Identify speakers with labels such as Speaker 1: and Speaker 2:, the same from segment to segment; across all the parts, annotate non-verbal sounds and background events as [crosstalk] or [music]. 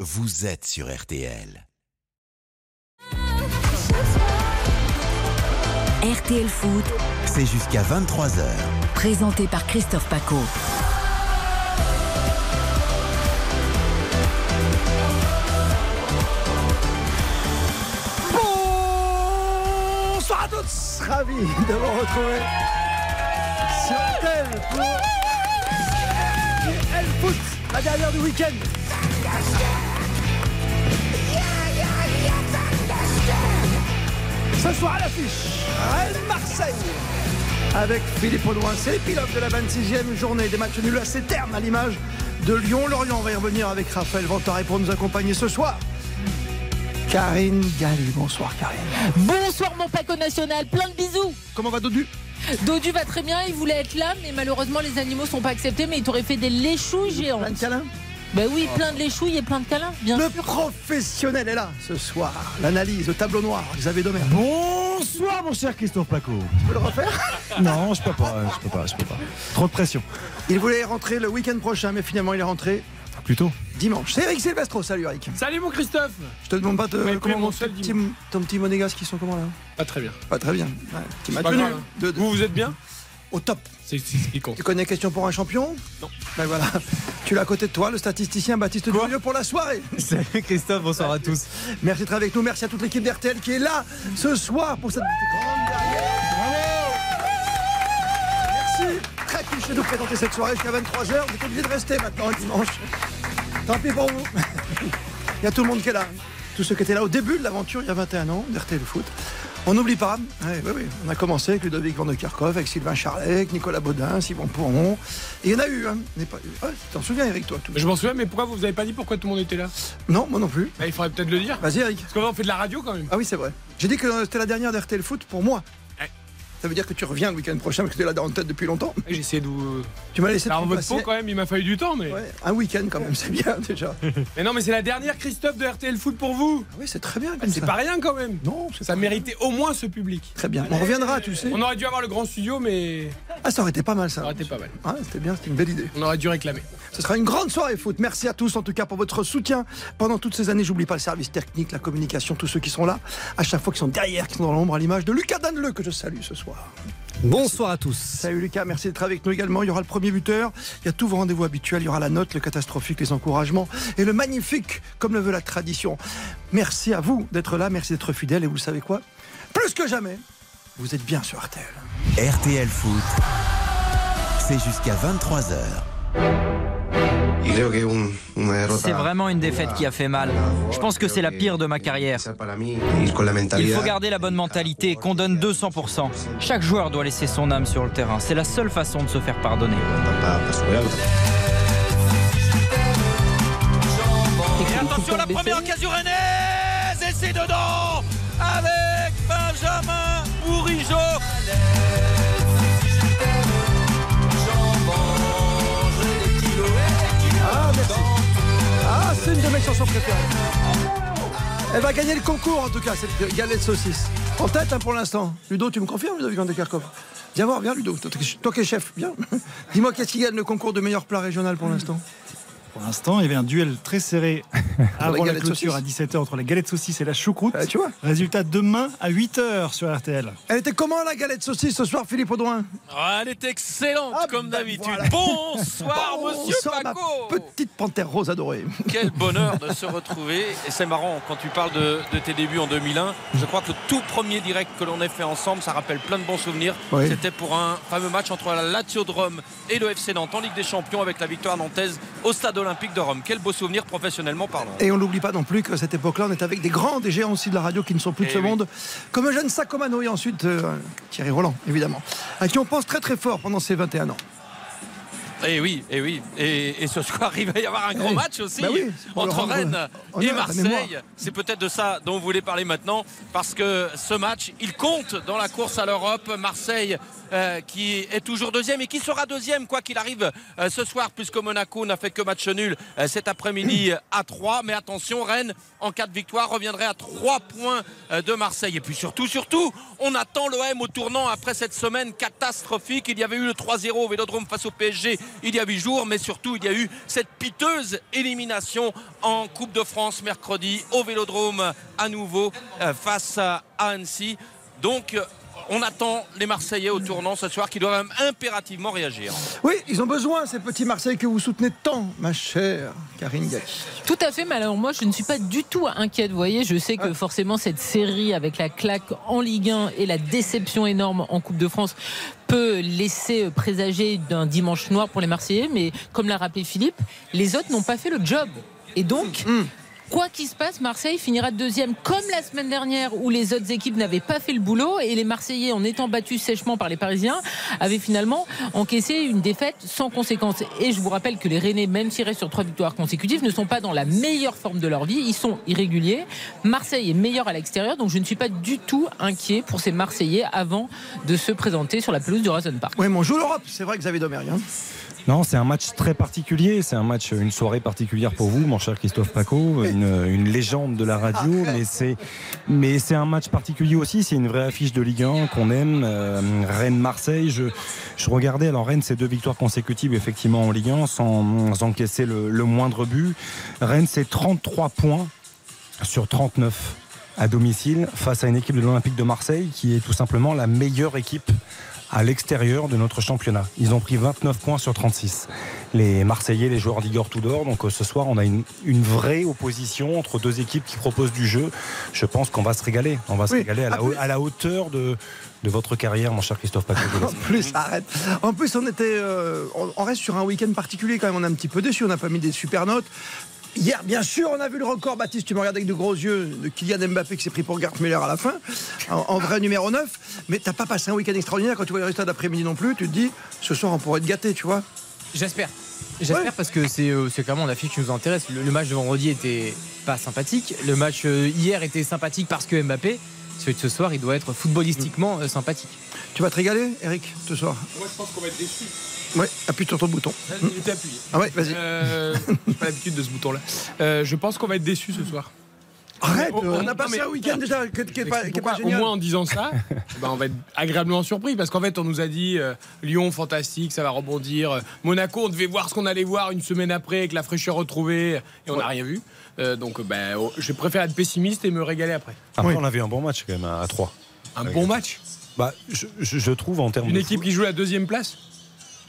Speaker 1: vous êtes sur RTL.
Speaker 2: RTL Foot,
Speaker 1: C'est jusqu'à 23h.
Speaker 2: présenté par Christophe Paco.
Speaker 3: Bonsoir à tous Ravi de vous retrouver sur RTL pour RTL Foot, la dernière du week-end. Ce soir à l'affiche, Rennes-Marseille avec Philippe Audouin. C'est l'épilogue de la 26e journée des matchs nuls assez ternes à l'image de Lyon-Lorient. On va y revenir avec Raphaël Ventaré pour nous accompagner ce soir. Karine Galli, bonsoir Karine.
Speaker 4: Bonsoir mon Paco National, plein de bisous.
Speaker 3: Comment va Dodu
Speaker 4: Dodu va très bien, il voulait être là, mais malheureusement les animaux sont pas acceptés, mais il t'aurait fait des léchouilles géants.
Speaker 3: Plein de câlins Oh.
Speaker 4: Ben oui, plein de léchouilles et plein de câlins, bien
Speaker 3: Le
Speaker 4: sûr.
Speaker 3: professionnel est là ce soir. L'analyse, le tableau noir, Xavier Domer. Tu
Speaker 5: Bonsoir mon cher Christophe Paco.
Speaker 3: peux le refaire
Speaker 5: [laughs] Non, je peux pas, je peux pas, je peux pas. Trop de pression.
Speaker 3: Il voulait rentrer le week-end prochain, mais finalement il est rentré
Speaker 5: Plutôt.
Speaker 3: dimanche. C'est Eric Silvestro, salut Eric.
Speaker 6: Salut mon Christophe
Speaker 3: Je te demande pas de,
Speaker 6: Oui,
Speaker 3: comment
Speaker 6: mon
Speaker 3: ton
Speaker 6: seul
Speaker 3: petit, ton petit monégasque, ils sont comment là
Speaker 6: Pas très bien.
Speaker 3: Pas très bien. Ouais, petit match
Speaker 6: pas
Speaker 3: nul.
Speaker 6: grave.
Speaker 3: De- de-
Speaker 6: Vous, vous êtes bien
Speaker 3: Au top.
Speaker 6: C'est c'est ce qui compte.
Speaker 3: Tu connais question pour un champion
Speaker 6: Non.
Speaker 3: Ben voilà. Tu l'as à côté de toi, le statisticien Baptiste Durieux pour la soirée.
Speaker 5: [laughs] Salut Christophe, bonsoir à tous.
Speaker 3: Merci d'être avec nous. Merci à toute l'équipe d'RTL qui est là ce soir pour cette grande dernière. Merci. Très touché de vous présenter cette soirée jusqu'à 23h. Vous êtes obligés de rester maintenant le dimanche. Tant pis pour vous. [laughs] Il y a tout le monde qui est là. Tous ceux qui étaient là au début de l'aventure il y a 21 ans d'RTL Foot. On n'oublie pas, oui, oui, oui, on a commencé avec Ludovic Van de Kerkhoff, avec Sylvain Charlet, avec Nicolas Baudin, Simon Pourron. Et il y en a eu, hein. N'est pas- Ah, tu t'en souviens, Eric, toi tout-
Speaker 6: Je m'en souviens, mais pourquoi vous avez pas dit pourquoi tout le monde était là
Speaker 3: Non, moi non plus.
Speaker 6: Bah, Il faudrait peut-être le dire.
Speaker 3: Vas-y, Eric.
Speaker 6: Parce qu'on fait de la radio quand même.
Speaker 3: Ah oui, c'est vrai. J'ai dit que euh, c'était la dernière d'RTL Foot pour moi.
Speaker 6: Ouais.
Speaker 3: Ça veut dire que tu reviens le week-end prochain parce que tu es là dans la tête depuis longtemps.
Speaker 6: Et J'ai essayé de vous.
Speaker 3: Tu m'as laissé
Speaker 6: Alors,
Speaker 3: te
Speaker 6: votre
Speaker 3: passer-
Speaker 6: peau quand même, il m'a fallu du temps, mais.
Speaker 3: Ouais, un week-end quand même, c'est bien déjà. Ah
Speaker 6: [laughs] Mais non, mais c'est la dernière Christophe de RTL Foot pour vous Ah,
Speaker 3: oui, c'est très bien comme
Speaker 6: C'est
Speaker 3: ça.
Speaker 6: pas rien quand même
Speaker 3: Non, c'est
Speaker 6: Ça méritait au moins ce public.
Speaker 3: très bien. On reviendra, tu le sais.
Speaker 6: On aurait dû avoir le grand studio, mais
Speaker 3: Ah, ça aurait été pas mal ça.
Speaker 6: ça aurait été pas mal.
Speaker 3: Ah, c'était bien, c'était une belle idée.
Speaker 6: On aurait dû réclamer.
Speaker 3: Ce sera une grande soirée foot. Merci à tous en tout cas pour votre soutien pendant toutes ces années. J'oublie pas le service technique, la communication, tous ceux qui sont là, à chaque fois qui sont derrière, qui sont dans l'ombre, à l'image de Lucas Danleux que je salue ce soir.
Speaker 5: Bonsoir à tous.
Speaker 3: Salut Lucas, merci d'être avec nous également. Il y aura le premier buteur, il y a tous vos rendez-vous habituels, il y aura la note, le catastrophique, les encouragements et le magnifique, comme le veut la tradition. Merci à vous d'être là, merci d'être fidèle et vous savez quoi Plus que jamais, vous êtes bien sur RTL.
Speaker 1: RTL Foot, c'est jusqu'à 23h.
Speaker 7: C'est vraiment une défaite qui a fait mal. Je pense que c'est la pire de ma carrière. Il faut garder la bonne mentalité et qu'on donne 200%. Chaque joueur doit laisser son âme sur le terrain. C'est la seule façon de se faire pardonner.
Speaker 4: Et attention, la première
Speaker 7: occasion rennaise Et c'est dedans Avec Benjamin Bourigeau
Speaker 3: Ah, merci. Ah, c'est une de mes chansons préférées. Elle va gagner le concours en tout cas, cette galette saucisse. En tête hein, pour l'instant. Ludo, tu me confirmes, Ludovic Van de Kerkhoff Viens voir, viens Ludo, toi qui- toi qui es chef, viens. [laughs] Dis-moi, qu'est-ce qui gagne le concours de meilleur plat régional pour l'instant
Speaker 5: Pour l'instant, il y avait un duel très
Speaker 3: [laughs]
Speaker 5: serré [laughs] avant la
Speaker 3: galette
Speaker 5: clôture à
Speaker 3: saucisse.
Speaker 5: 17h entre la galette saucisse et la choucroute.
Speaker 3: Ah, tu vois.
Speaker 5: Résultat demain à 8h sur RTL.
Speaker 3: Elle était comment la galette saucisse ce soir, Philippe Audouin
Speaker 8: Ah, elle est excellente
Speaker 3: Ah,
Speaker 8: comme
Speaker 3: bah,
Speaker 8: d'habitude.
Speaker 3: voilà.
Speaker 8: Bonsoir, monsieur
Speaker 3: [laughs] Bonsoir, ma
Speaker 5: Oh.
Speaker 8: Paco.
Speaker 3: petite panthère rose adorée.
Speaker 8: Quel bonheur de se retrouver. Et c'est marrant quand tu parles de, de tes débuts en 2001. Je crois que le tout premier direct que l'on ait fait ensemble, ça rappelle plein de bons souvenirs.
Speaker 3: Oui.
Speaker 8: C'était pour un fameux match entre la Lazio de Rome et le FC Nantes en Ligue des Champions avec la victoire nantaise au Stade Olympique de Rome. Quel beau souvenir professionnellement parlant.
Speaker 3: Et on n'oublie pas non plus que à cette époque-là, on est avec des grands, des géants aussi de la radio qui ne sont plus de
Speaker 8: Eh
Speaker 3: ce
Speaker 8: oui.
Speaker 3: monde, comme Eugène Sacomano et ensuite euh, Thierry Roland, évidemment, à qui on pense très très fort pendant ces 21 ans.
Speaker 8: Et Eh oui, et oui. Et, et ce soir, [laughs] il va y avoir un grand
Speaker 3: Eh,
Speaker 8: match aussi
Speaker 3: bah oui, c'est pour
Speaker 8: entre
Speaker 3: leur rendre
Speaker 8: Rennes
Speaker 3: honneur
Speaker 8: et
Speaker 3: à la
Speaker 8: Marseille.
Speaker 3: mémoire.
Speaker 8: C'est peut-être de ça dont vous voulez parler maintenant, parce que ce match, il compte dans la course à l'Europe. Marseille euh, qui est toujours deuxième et qui sera deuxième quoi qu'il arrive euh, ce soir, puisque Monaco n'a fait que match nul euh, cet après-midi euh, à 3. Mais attention, Rennes, en cas de victoire, reviendrait à 3 points euh, de Marseille. Et puis surtout, surtout, on attend l'OM au tournant après cette semaine catastrophique. Il y avait eu le 3-0 au Vélodrome face au PSG il y a 8 jours, mais surtout, il y a eu cette piteuse élimination en Coupe de France mercredi au Vélodrome à nouveau euh, face à à Annecy. Donc, euh, on attend les Marseillais au tournant ce soir qui doivent impérativement réagir.
Speaker 3: Oui, ils ont besoin, ces petits Marseillais que vous soutenez tant, ma chère Karine Galli.
Speaker 4: Tout à fait, mais alors moi je ne suis pas du tout inquiète, vous voyez, je sais que forcément cette série avec la claque en Ligue 1 et la déception énorme en Coupe de France peut laisser présager d'un dimanche noir pour les Marseillais, mais comme l'a rappelé Philippe, les autres n'ont pas fait le job. Et donc, quoi qu'il se passe, Marseille finira deuxième, comme la semaine dernière où les autres équipes n'avaient pas fait le boulot et les Marseillais, en étant battus sèchement par les Parisiens, avaient finalement encaissé une défaite sans conséquence. Et je vous rappelle que les Rennais, même tirés sur trois victoires consécutives, ne sont pas dans la meilleure forme de leur vie. Ils sont irréguliers. Marseille est meilleur à l'extérieur, donc je ne suis pas du tout inquiet pour ces Marseillais avant de se présenter sur la pelouse du Horizon Park.
Speaker 3: Oui, mais on joue l'Europe, c'est vrai, Xavier Domergue. hein.
Speaker 9: Non, c'est un match très particulier, c'est un match, une soirée particulière pour vous, mon cher Christophe Paco, une, une légende de la radio, mais c'est, mais c'est un match particulier aussi, c'est une vraie affiche de Ligue 1 qu'on aime, euh, Rennes-Marseille, je, je regardais, alors Rennes, c'est deux victoires consécutives effectivement en Ligue 1 sans, sans encaisser le, le moindre but, Rennes, c'est 33 points sur 39 à domicile face à une équipe de l'Olympique de Marseille qui est tout simplement la meilleure équipe à l'extérieur de notre championnat. Ils ont pris 29 points sur 36. Les Marseillais, les joueurs d'Igor Tudor. Donc euh, ce soir, on a une, une vraie opposition entre deux équipes qui proposent du jeu. Je pense qu'on va se régaler. On va se
Speaker 3: Oui.
Speaker 9: régaler à la,
Speaker 3: Ah,
Speaker 9: hau-
Speaker 3: plus-
Speaker 9: à la hauteur de, de votre carrière, mon cher Christophe Paco.
Speaker 3: En [laughs] plus, arrête. En plus, on était, euh, on, on reste sur un week-end particulier quand même. On est un petit peu déçu. On n'a pas mis des super notes. Hier, bien sûr, on a vu le record, Baptiste, tu me regardes avec de gros yeux, de Kylian Mbappé qui s'est pris pour Gert Müller à la fin, en, en vrai numéro 9. Mais t'as pas passé un week-end extraordinaire quand tu vois les résultats d'après-midi non plus. Tu te dis, ce soir, on pourrait être gâté, tu vois.
Speaker 10: J'espère. J'espère
Speaker 3: Ouais.
Speaker 10: parce que c'est euh, c'est clairement l'affiche qui nous intéresse. Le, le match de vendredi était pas sympathique. Le match euh, hier était sympathique parce que Mbappé. Celui de ce soir, il doit être footballistiquement euh, sympathique.
Speaker 3: Tu vas te régaler, Eric, ce soir
Speaker 11: Moi, je pense qu'on va être déçus.
Speaker 3: Ouais, appuie sur ton bouton.
Speaker 11: Il était appuyé.
Speaker 3: Ah ouais, vas-y.
Speaker 11: Euh, J'ai
Speaker 3: [laughs]
Speaker 11: pas l'habitude de ce bouton-là. Euh, je pense qu'on va être déçus ce soir.
Speaker 3: Arrête,
Speaker 11: oh,
Speaker 3: on a
Speaker 11: oh,
Speaker 3: passé
Speaker 11: non, mais-
Speaker 3: un week-end déjà qui qui est pas, qui est pas
Speaker 11: Pourquoi, au
Speaker 3: génial.
Speaker 11: moins en disant ça, [laughs] ben, on va être agréablement surpris parce qu'en fait on nous a dit euh, Lyon fantastique, ça va rebondir. Euh, Monaco, on devait voir ce qu'on allait voir une semaine après avec la fraîcheur retrouvée et on n'a rien vu. Euh, donc ben, oh, je préfère être pessimiste et me régaler après.
Speaker 9: Après,
Speaker 3: Oui.
Speaker 9: on avait un bon match quand même à, 3.
Speaker 11: Un
Speaker 9: Ouais.
Speaker 11: bon match.
Speaker 9: Bah, je, je- je trouve en termes
Speaker 11: Une
Speaker 9: de
Speaker 11: équipe
Speaker 9: foot-
Speaker 11: qui joue la deuxième place.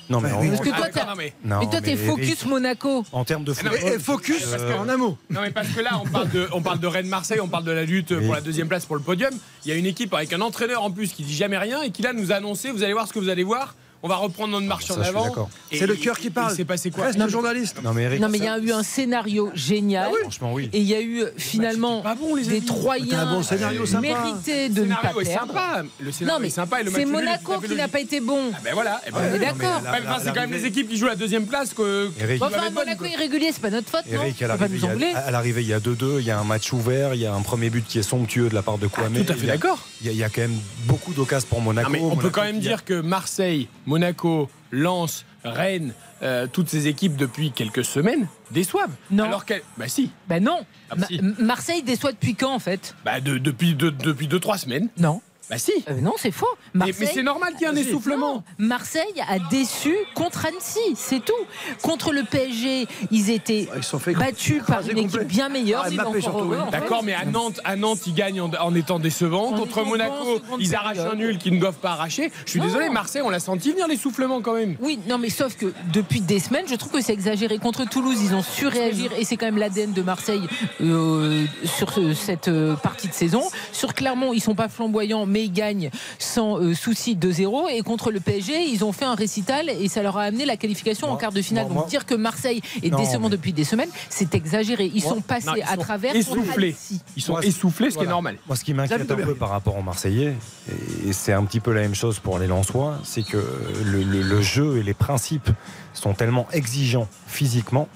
Speaker 9: Non, mais
Speaker 3: Bah
Speaker 9: en-
Speaker 3: oui.
Speaker 4: Parce que
Speaker 11: Ah,
Speaker 4: toi,
Speaker 11: d'accord,
Speaker 4: t'as-
Speaker 11: non, mais,
Speaker 9: non,
Speaker 4: Mais toi, t'es
Speaker 9: mais-
Speaker 4: focus Monaco.
Speaker 9: En termes de
Speaker 11: Eh
Speaker 9: football,
Speaker 3: Et, et focus, parce qu'en un mot.
Speaker 11: euh, non, mais parce que là on parle de, on parle de Rennes Marseille, on parle de la lutte
Speaker 9: Oui.
Speaker 11: pour la deuxième place pour le podium. Il y a une équipe avec un entraîneur en plus qui dit jamais rien et qui là nous a annoncé vous allez voir ce que vous allez voir. On va reprendre
Speaker 3: Ah,
Speaker 11: notre marche
Speaker 9: ça,
Speaker 3: bah,
Speaker 11: en
Speaker 9: je suis
Speaker 11: avant.
Speaker 9: d'accord.
Speaker 11: Et-
Speaker 3: C'est le cœur qui
Speaker 11: et-
Speaker 3: parle.
Speaker 11: Il s'est passé quoi
Speaker 3: Reste le journaliste.
Speaker 9: non mais Eric,
Speaker 4: Non, mais il y a eu un scénario
Speaker 11: Ah
Speaker 4: génial.
Speaker 9: franchement oui.
Speaker 4: Et il y a
Speaker 11: Bah,
Speaker 4: eu finalement
Speaker 11: pas ah bon, les
Speaker 4: des
Speaker 11: amis.
Speaker 3: T'as un
Speaker 4: Troyens
Speaker 3: bon scénario sympa.
Speaker 4: mérités
Speaker 11: Le
Speaker 4: de ne pas
Speaker 11: scénario est
Speaker 4: perdre.
Speaker 11: sympa. Le
Speaker 4: Non,
Speaker 11: scénario
Speaker 4: mais
Speaker 11: est sympa et le match
Speaker 4: c'est
Speaker 11: nul est
Speaker 4: Monaco
Speaker 11: tout à fait
Speaker 4: qui n'a
Speaker 11: logique.
Speaker 4: pas été bon.
Speaker 11: Ah ben voilà. eh ben,
Speaker 4: On est d'accord.
Speaker 9: la-
Speaker 11: Ouais, mais enfin, c'est quand même les équipes qui jouent à la deuxième place que. que-
Speaker 9: Eric.
Speaker 4: Bon,
Speaker 11: qui doivent
Speaker 4: Enfin,
Speaker 11: être bonnes,
Speaker 4: Monaco
Speaker 11: quoi.
Speaker 4: irrégulier, c'est pas notre faute, non
Speaker 9: Eric, à
Speaker 4: On va
Speaker 9: l'arrivée,
Speaker 4: nous
Speaker 9: il y
Speaker 4: engueuler.
Speaker 11: Ah.
Speaker 9: a- à l'arrivée, il y a 2-2, il y a un match ouvert, il y a un premier but qui est somptueux de la part de Kouamé.
Speaker 11: Ah, Tout à fait
Speaker 9: Il y a-
Speaker 11: d'accord.
Speaker 9: Il y, a, il y a quand même beaucoup d'occasions pour Monaco.
Speaker 11: Non, Ah, mais on peut
Speaker 9: Monaco
Speaker 11: quand même
Speaker 9: qui a-
Speaker 11: dire que Marseille, Monaco, Lens, Rennes, euh, toutes ces équipes depuis quelques semaines déçoivent.
Speaker 4: Non.
Speaker 11: Alors qu'elles. Bah si.
Speaker 4: Ben non.
Speaker 11: Ah,
Speaker 4: Ma-
Speaker 11: si.
Speaker 4: M- Marseille déçoit depuis quand, en fait
Speaker 11: Bah de- depuis 2-3 depuis deux, trois semaines.
Speaker 4: Non.
Speaker 11: Bah si.
Speaker 4: Euh, non, c'est faux.
Speaker 11: Mais,
Speaker 4: Marseille...
Speaker 11: mais c'est normal qu'il y ait un essoufflement.
Speaker 4: Non, Marseille a déçu contre Annecy, c'est tout. Contre le PSG, ils étaient
Speaker 11: Ah,
Speaker 3: Ils se sont fait
Speaker 4: battus par
Speaker 3: écraser
Speaker 4: une équipe
Speaker 3: complet.
Speaker 4: bien meilleure.
Speaker 3: Ah,
Speaker 4: ils vont
Speaker 3: Mbappé
Speaker 4: encore
Speaker 3: surtout,
Speaker 4: heureux,
Speaker 3: oui.
Speaker 4: en fait.
Speaker 11: D'accord, mais à Nantes, à Nantes, ils gagnent en, en étant décevants.
Speaker 4: En
Speaker 11: Contre
Speaker 4: étant bons,
Speaker 11: Monaco,
Speaker 4: seconde
Speaker 11: ils arrachent
Speaker 4: période.
Speaker 11: un nul qu'ils ne doivent pas arracher. Je suis
Speaker 4: Non.
Speaker 11: désolé, Marseille, on l'a senti venir l'essoufflement quand même.
Speaker 4: Oui, non, mais sauf que depuis des semaines, je trouve que c'est exagéré. Contre Toulouse, ils ont su réagir et c'est quand même l'ADN de Marseille euh, sur ce- cette euh, partie de saison. Sur Clermont, ils sont pas flamboyants, mais ils gagnent sans euh, souci 2-0. Et contre le PSG, ils ont fait un récital et ça leur a amené la qualification en
Speaker 9: Moi,
Speaker 4: quart de finale.
Speaker 9: moi,
Speaker 4: Donc
Speaker 9: moi-
Speaker 4: dire que Marseille est
Speaker 9: Non,
Speaker 4: décevant
Speaker 9: mais-
Speaker 4: depuis des semaines, c'est exagéré. Ils sont passés
Speaker 11: Non, ils
Speaker 4: à
Speaker 11: sont
Speaker 4: travers. contre
Speaker 11: essoufflés.
Speaker 4: Annecy.
Speaker 11: Ils sont
Speaker 9: Voilà.
Speaker 11: essoufflés, ce qui est
Speaker 9: Voilà.
Speaker 11: normal.
Speaker 9: Moi, ce qui m'inquiète un
Speaker 3: Xavier
Speaker 9: peu par rapport aux Marseillais, et c'est un petit peu la même chose pour les Lensois, c'est que le, le- le jeu et les principes sont tellement exigeants physiquement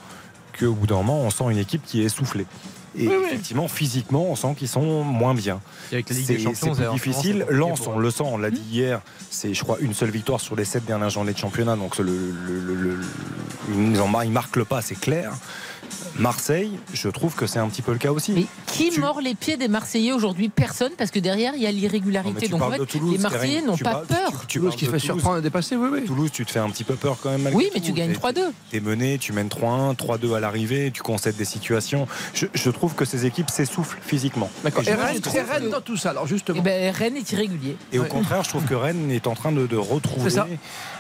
Speaker 9: qu'au bout d'un moment, on sent une équipe qui est essoufflée. Et effectivement, physiquement, on sent qu'ils sont moins bien.
Speaker 10: Et avec la Ligue
Speaker 9: C'est
Speaker 10: des
Speaker 9: c'est
Speaker 10: Champions,
Speaker 9: plus
Speaker 10: en ce moment,
Speaker 9: difficile.
Speaker 10: c'est compliqué
Speaker 9: Lens,
Speaker 10: pour
Speaker 9: on
Speaker 10: eux. Mmh.
Speaker 9: le sent, on l'a dit hier, c'est, je crois, une seule victoire sur les sept dernières journées de championnat. Donc, le, le- le- le- ils, en mar- ils marquent le pas, c'est clair. Marseille, je trouve que c'est un petit peu le cas aussi.
Speaker 4: Mais qui
Speaker 9: Tu-
Speaker 4: mord les pieds des Marseillais aujourd'hui Personne, parce que derrière, il y a
Speaker 9: Non, mais
Speaker 4: l'irrégularité.
Speaker 9: tu
Speaker 4: Donc, en
Speaker 9: parles
Speaker 4: fait,
Speaker 9: de Toulouse,
Speaker 4: les Marseillais
Speaker 9: Karine,
Speaker 4: n'ont
Speaker 9: tu
Speaker 4: pas
Speaker 9: parles-
Speaker 4: peur.
Speaker 9: tu- tu parles de Toulouse.
Speaker 3: à dépasser, oui, oui.
Speaker 9: Toulouse, tu te fais un petit peu peur quand même. malgré
Speaker 4: Oui, mais tu
Speaker 9: tout.
Speaker 4: gagnes
Speaker 9: T'es-
Speaker 4: 3-2.
Speaker 9: T'es mené, tu mènes 3-1, 3-2 à l'arrivée, tu concèdes des situations. Je, je trouve que ces équipes s'essoufflent physiquement.
Speaker 3: D'accord.
Speaker 9: Et je-
Speaker 3: Et
Speaker 9: je
Speaker 3: Rennes,
Speaker 9: trouve-
Speaker 3: et Rennes dans tout ça, alors
Speaker 4: Eh
Speaker 3: justement.
Speaker 4: ben, Rennes est irrégulier.
Speaker 9: Et au
Speaker 3: Ouais.
Speaker 9: contraire, je trouve que Rennes est en train de, de retrouver
Speaker 3: C'est ça.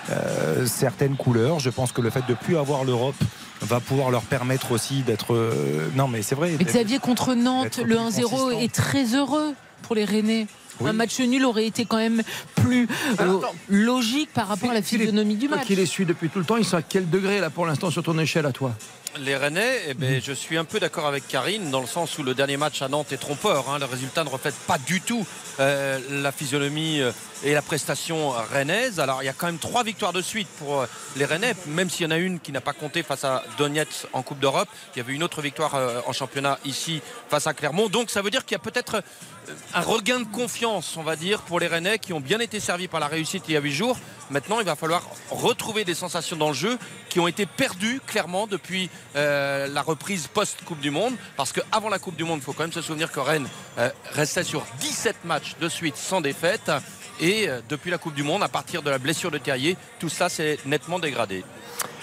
Speaker 9: euh, certaines couleurs. Je pense que le fait de plus avoir l'Europe va pouvoir leur permettre aussi d'être. euh, non, mais c'est vrai.
Speaker 4: Mais
Speaker 9: d'être-
Speaker 4: Xavier contre Nantes,
Speaker 9: d'être
Speaker 4: le
Speaker 9: plus
Speaker 4: 1-0
Speaker 9: consistant.
Speaker 4: est très heureux pour les Rennais.
Speaker 9: Oui.
Speaker 4: Un match nul aurait été quand même plus
Speaker 3: Alors,
Speaker 4: euh,
Speaker 3: attends.
Speaker 4: logique par rapport à la
Speaker 3: Philippe,
Speaker 4: physionomie du
Speaker 3: toi
Speaker 4: match.
Speaker 3: qui les suis depuis tout le temps, ils sont à quel degré là pour l'instant sur ton échelle à toi
Speaker 8: Les Rennais, eh ben, je suis un peu d'accord avec Karine dans le sens où le dernier match à Nantes est trompeur. hein. Le résultat ne reflète pas du tout euh, la physionomie euh, et la prestation rennaise. Alors il y a quand même trois victoires de suite pour euh, les Rennais, même s'il y en a une qui n'a pas compté face à Donetsk en Coupe d'Europe. Il y avait une autre victoire euh, en championnat ici face à Clermont. Donc ça veut dire qu'il y a peut-être euh, un regain de confiance, on va dire, pour les Rennais qui ont bien été servis par la réussite il y a huit jours. Maintenant, il va falloir retrouver des sensations dans le jeu qui ont été perdues clairement depuis euh, la reprise post-Coupe du Monde. Parce qu'avant la Coupe du Monde, il faut quand même se souvenir que Rennes euh, restait sur 17 matchs de suite sans défaite. Et euh, depuis la Coupe du Monde, à partir de la blessure de Terrier, tout ça s'est nettement dégradé.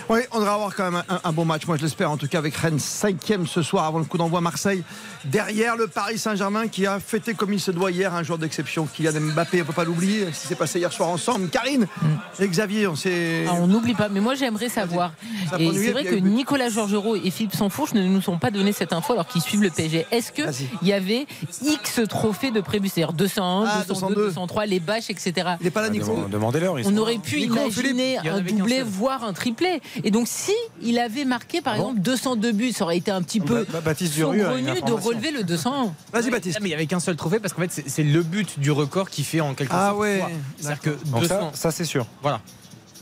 Speaker 3: Oui, on devrait avoir quand même un, un bon match, moi je l'espère, en tout cas avec Rennes 5 ce soir avant le coup d'envoi Marseille. Derrière le Paris Saint-Germain qui a fêté comme il se doit hier un joueur d'exception, Kylian Mbappé, on ne peut pas l'oublier, ce qui s'est passé hier soir ensemble. Karine et Xavier, on s'est.
Speaker 4: Mm. Ah, on n'oublie pas, mais moi j'aimerais savoir.
Speaker 3: Ça
Speaker 4: Et
Speaker 3: m'ennuie,
Speaker 4: c'est vrai
Speaker 3: puis
Speaker 4: que
Speaker 3: il y a eu-
Speaker 4: Nicolas Georgerot et Philippe Sanfourche ne nous ont pas donné cette info alors qu'ils suivent le PSG. Est-ce que
Speaker 3: Vas-y.
Speaker 4: il y avait X trophées de prévus, c'est-à-dire 201,
Speaker 3: Ah,
Speaker 4: 202,
Speaker 3: 202,
Speaker 4: 203, les bâches, etc.
Speaker 3: Il n'est pas là,
Speaker 9: Ah,
Speaker 3: Nico
Speaker 9: demandez- Demandez-leur. ils
Speaker 4: On
Speaker 9: sont-
Speaker 4: aurait pu
Speaker 3: Nico,
Speaker 4: imaginer
Speaker 10: Philippe, il y en
Speaker 4: un
Speaker 10: avait qu'un
Speaker 4: doublé,
Speaker 10: seul.
Speaker 4: voire un triplé. Et donc, si il avait marqué, par
Speaker 9: Ah bon
Speaker 4: exemple, 202 buts, ça aurait été un petit peu
Speaker 9: Ba- Ba- Baptiste Duru a une
Speaker 4: saugrenu de
Speaker 9: information.
Speaker 4: relever le 201.
Speaker 3: Vas-y, Baptiste.
Speaker 10: Ah, mais il n'y avait qu'un seul trophée parce qu'en fait, c'est- c'est le but du record qui fait en quelque
Speaker 3: Ah
Speaker 10: sorte
Speaker 3: ouais,
Speaker 10: foi. C'est-à-dire que
Speaker 9: Donc ça,
Speaker 10: 200
Speaker 9: ça, c'est sûr.
Speaker 10: voilà.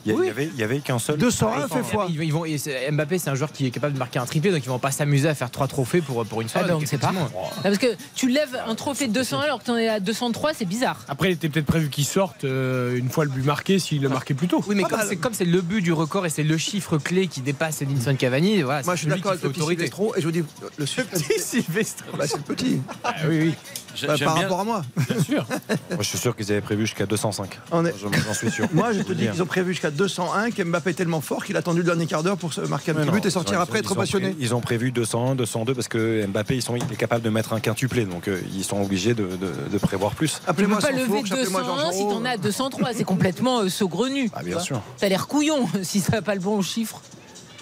Speaker 9: Il y, a-
Speaker 3: Oui.
Speaker 9: il y avait, il y avait qu'un seul.
Speaker 3: 201 fait foi.
Speaker 10: Ils, ils vont, et c'est- Mbappé, c'est un joueur qui est capable de marquer un triplé, donc ils vont pas s'amuser à faire trois trophées pour,
Speaker 3: Ah
Speaker 10: pour une soirée.
Speaker 4: ben, on
Speaker 10: Donc,
Speaker 4: ne sait pas.
Speaker 10: effectivement,
Speaker 4: Ah, Parce que tu lèves un trophée de 201 alors que tu en es à 203, c'est bizarre.
Speaker 11: Après, il était peut-être prévu qu'il sorte euh, une fois le but marqué, s'il le marquait plus tôt.
Speaker 10: Oui,
Speaker 4: Ah,
Speaker 10: mais
Speaker 3: Pas
Speaker 10: comme
Speaker 4: bah,
Speaker 3: mal.
Speaker 10: c'est, comme c'est le but du record et c'est le chiffre clé qui dépasse Edinson Cavani,
Speaker 3: Moi
Speaker 10: voilà, c'est
Speaker 3: je suis d'accord
Speaker 10: celui qui
Speaker 3: avec
Speaker 10: fait
Speaker 3: le petit
Speaker 10: autorité.
Speaker 3: Silvestro et je vous dis le
Speaker 10: Petit Sylvestre.
Speaker 3: Bah, c'est le petit,
Speaker 11: oui, oui.
Speaker 8: J'ai-
Speaker 3: Bah,
Speaker 8: j'aime
Speaker 3: par
Speaker 8: bien-
Speaker 3: rapport à moi.
Speaker 11: Bien sûr.
Speaker 9: Moi, je suis sûr qu'ils avaient prévu jusqu'à 205.
Speaker 3: On est-
Speaker 9: Je- J'en suis sûr.
Speaker 3: [laughs] Moi, je te dis
Speaker 9: dire.
Speaker 3: qu'ils ont prévu jusqu'à 201, qu'Mbappé est tellement fort qu'il a attendu le dernier quart d'heure pour se marquer un
Speaker 9: Mais
Speaker 3: petit
Speaker 9: non,
Speaker 3: but et sortir
Speaker 9: ils ont-
Speaker 3: après,
Speaker 9: ils
Speaker 3: être
Speaker 9: ont
Speaker 3: passionné.
Speaker 9: prévu- Ils ont prévu 201, 202 parce que Mbappé, ils sont, il est capable de mettre un quintuplé, donc euh, ils sont obligés de, de- de prévoir plus.
Speaker 4: Tu peux
Speaker 3: Appelez-moi
Speaker 4: pas
Speaker 3: sans
Speaker 4: lever
Speaker 3: fourche, appelez-moi
Speaker 4: 201 si
Speaker 3: Jean-Jean.
Speaker 4: t'en as à 203. C'est complètement euh, saugrenu.
Speaker 9: Ah bien sûr.
Speaker 4: T'as l'air couillon [laughs] si ça n'a pas le bon chiffre.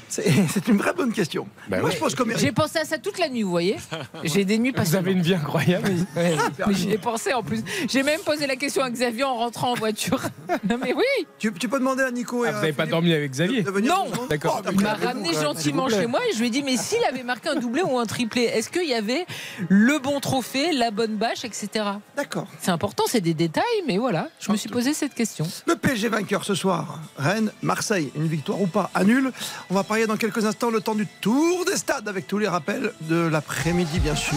Speaker 3: C'est [laughs] c'est une vraie bonne question.
Speaker 9: Bah
Speaker 3: Moi,
Speaker 9: oui.
Speaker 3: je pense qu'on
Speaker 4: J'ai
Speaker 3: mérite.
Speaker 4: pensé à ça toute la nuit, vous voyez. J'ai des nuits
Speaker 11: Vous
Speaker 4: passionnantes.
Speaker 11: avez une vie incroyable.
Speaker 4: [laughs] [laughs] Ouais, mais j'y ai pensé en plus. J'ai même posé la question à Xavier en rentrant en voiture. [laughs] Non mais oui,
Speaker 3: Tu, tu peux demander à Nico et
Speaker 11: Ah,
Speaker 3: à
Speaker 11: vous n'avez pas
Speaker 3: Philippe
Speaker 11: dormi avec Xavier
Speaker 3: de venir
Speaker 4: Non.
Speaker 3: deux secondes.
Speaker 11: D'accord.
Speaker 3: Oh, t'as
Speaker 4: il
Speaker 3: pris
Speaker 4: m'a
Speaker 3: la bonne
Speaker 4: ramené
Speaker 3: boucle, hein,
Speaker 4: gentiment
Speaker 3: s'il vous
Speaker 4: chez
Speaker 3: plaît.
Speaker 4: moi et je lui ai dit mais s'il avait marqué un doublé ou un triplé, est-ce qu'il y avait le bon trophée, la bonne bâche, etc.
Speaker 3: D'accord.
Speaker 4: C'est important, c'est des détails, mais voilà, je me suis posé cette question.
Speaker 3: Le PSG vainqueur ce soir. Rennes, Marseille, une victoire ou pas, à nul. On va parier dans quelques instants le temps du tour des stades avec tous les rappels de l'après-midi, bien sûr.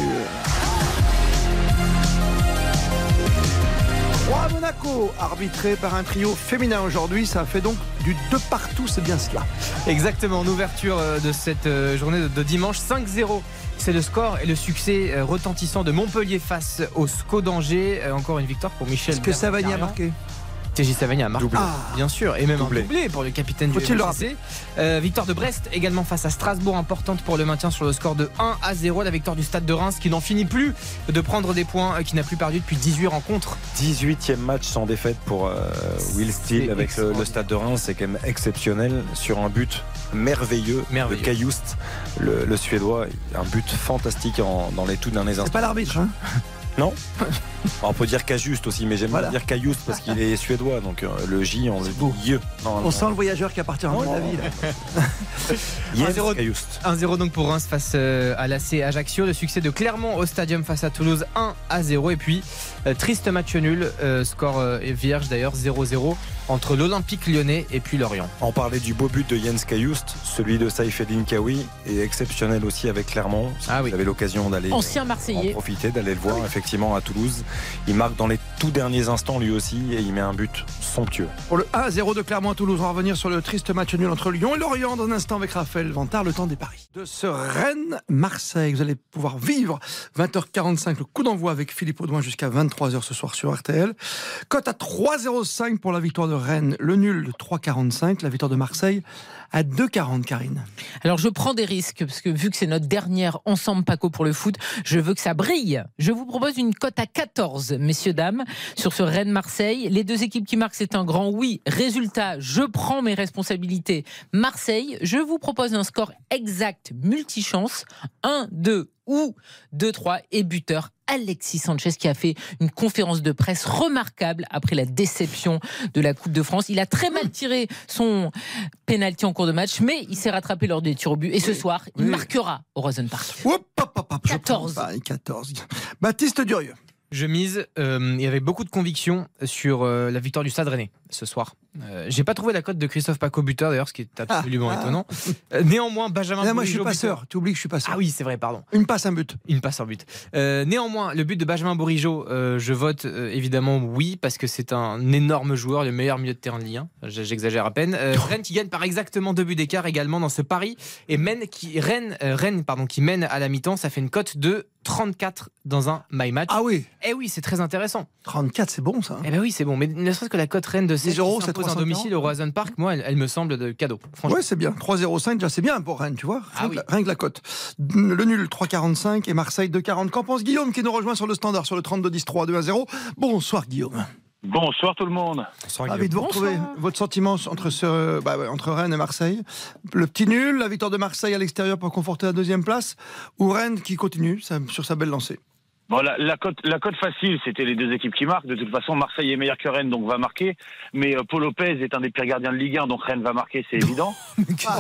Speaker 3: 3 à Monaco, arbitré par un trio féminin aujourd'hui. Ça fait donc du deux partout, c'est bien cela.
Speaker 10: Exactement, en ouverture euh, de cette euh, journée de- de dimanche, 5-0. C'est le score et le succès euh, retentissant de Montpellier face au SCO d'Angers. Euh, Encore une victoire pour Michel.
Speaker 3: Est-ce que Savagny a
Speaker 10: Bernard-Carrion.
Speaker 3: marqué
Speaker 10: TJ Savagny a marqué.
Speaker 9: Doublé.
Speaker 3: Ah.
Speaker 10: Bien sûr, et même
Speaker 9: Doublé.
Speaker 10: un doublé pour le capitaine du
Speaker 3: Faut-il le
Speaker 10: MCC. Euh, victoire de Brest également face à Strasbourg, importante pour le maintien sur le score de 1 à 0. La victoire du stade de Reims qui n'en finit plus de prendre des points, euh, qui n'a plus perdu depuis
Speaker 9: [laughs]
Speaker 10: 18 rencontres.
Speaker 9: 18e match sans défaite pour euh, Will Steele
Speaker 10: C'est
Speaker 9: avec le, le Stade de Reims, c'est quand même exceptionnel sur un but merveilleux,
Speaker 10: Merveilleux.
Speaker 9: de Cayoust, le, le Suédois, un but fantastique en- dans les tout derniers
Speaker 3: C'est
Speaker 9: instants.
Speaker 3: pas l'arbitre, hein
Speaker 9: [laughs] Non On peut dire Cajuste aussi, mais j'aime
Speaker 3: Voilà.
Speaker 9: bien dire Cajuste parce qu'il est suédois, donc euh, le J on dit Ye. Non,
Speaker 3: On
Speaker 9: non,
Speaker 3: sent le voyageur qui appartient à un moment de la vie. là.
Speaker 9: Yes,
Speaker 10: 1-0.
Speaker 9: Cajuste.
Speaker 10: 1-0 donc pour Reims face euh, à l'AC Ajaccio, le succès de Clermont au Stadium face à Toulouse 1 à 0 et puis euh, triste match nul, euh, score euh, vierge d'ailleurs 0-0 entre l'Olympique lyonnais et puis Lorient.
Speaker 9: On parlait du beau but de Jens Cajuste, celui de Saïfedin Kawi est exceptionnel aussi avec Clermont. Si
Speaker 10: Ah oui.
Speaker 9: Vous avez l'occasion d'aller
Speaker 4: Ancien
Speaker 9: en
Speaker 4: Marseillais.
Speaker 9: profiter, d'aller le voir effectivement à Toulouse. Il marque dans les tout derniers instants lui aussi et il met un but somptueux.
Speaker 3: Pour le 1-0 de Clermont à Toulouse, on va revenir sur le triste match nul entre Lyon et Lorient dans un instant avec Raphaël Vantard, le temps des paris. De ce Rennes-Marseille, vous allez pouvoir vivre 20h45 le coup d'envoi avec Philippe Audouin jusqu'à 23h ce soir sur RTL. Cote à 3,05 pour la victoire de Rennes, le nul de 3,45, la victoire de Marseille à 2,40 Karine.
Speaker 4: Alors je prends des risques parce que vu que c'est notre dernière ensemble Paco pour le foot, je veux que ça brille. Je vous propose une cote à 14, messieurs dames, sur ce Rennes Marseille. Les deux équipes qui marquent, c'est un grand oui. Résultat, je prends mes responsabilités. Marseille, je vous propose un score exact multichance 1 2 ou 2-3 et buteur Alexis Sanchez qui a fait une conférence de presse remarquable après la déception de la Coupe de France. Il a très mal tiré son penalty en cours de match, mais il s'est rattrapé lors des tirs au but. Et ce soir, il
Speaker 3: oui.
Speaker 4: marquera au Rosen Park.
Speaker 3: Hop, hop, hop, hop, je
Speaker 4: 14.
Speaker 3: prends le pari, 14. Bah, Baptiste Durieux.
Speaker 10: Je mise, euh, et avec beaucoup de conviction, sur euh, la victoire du Stade Rennais ce soir. Euh, J'ai pas trouvé la cote de Christophe Paco buteur d'ailleurs, ce qui est absolument
Speaker 3: Ah, ah.
Speaker 10: étonnant. Euh, Néanmoins, Benjamin
Speaker 3: Là, moi je suis
Speaker 10: Bourigeaud, buteur.
Speaker 3: passeur, tu oublies que je suis passeur.
Speaker 10: Ah oui, c'est vrai, pardon.
Speaker 3: Une passe, un but.
Speaker 10: Une passe en but. Euh, néanmoins, le but de Benjamin Bourigeau, euh, je vote euh, évidemment oui, parce que c'est un énorme joueur, le meilleur milieu de terrain de Ligue 1. J- J'exagère à peine. Euh, Rennes qui gagne par exactement deux buts d'écart également dans ce pari. Et mène qui, Rennes, euh, Rennes, pardon, qui mène à la mi-temps, ça fait une cote de 34 dans un My Match.
Speaker 3: Ah oui,
Speaker 10: Eh oui, c'est très intéressant.
Speaker 3: 34 c'est bon ça. hein.
Speaker 10: Eh ben oui, c'est bon. Mais ne serait-ce que la cote Rennes de 7
Speaker 3: euros,
Speaker 10: qui
Speaker 3: Oh, c'est
Speaker 10: s'impose en
Speaker 3: 340.
Speaker 10: domicile au Roison Park, moi, elle, elle me semble de cadeau. Franchement.
Speaker 3: Ouais, c'est bien. 3,05, déjà, c'est bien pour Rennes, tu vois. Rien,
Speaker 10: Ah
Speaker 3: que,
Speaker 10: oui.
Speaker 3: la, rien que la cote. Le nul, 3,45 et Marseille, 2,40. Qu'en pense Guillaume qui nous rejoint sur le standard, sur le 32-10-3, 2-1-0 Bonsoir, Guillaume.
Speaker 12: Bonsoir tout le monde.
Speaker 3: Ravi de vous retrouver. Votre sentiment entre, ce, bah, ouais, entre Rennes et Marseille Le petit nul, la victoire de Marseille à l'extérieur pour conforter la deuxième place Ou Rennes qui continue sa- sur sa belle lancée
Speaker 12: Bon, la, la cote la cote facile, c'était les deux équipes qui marquent. De toute façon, Marseille est meilleur que Rennes, donc va marquer. Mais euh, Paul Lopez est un des pires gardiens de Ligue 1, donc Rennes va marquer, c'est évident.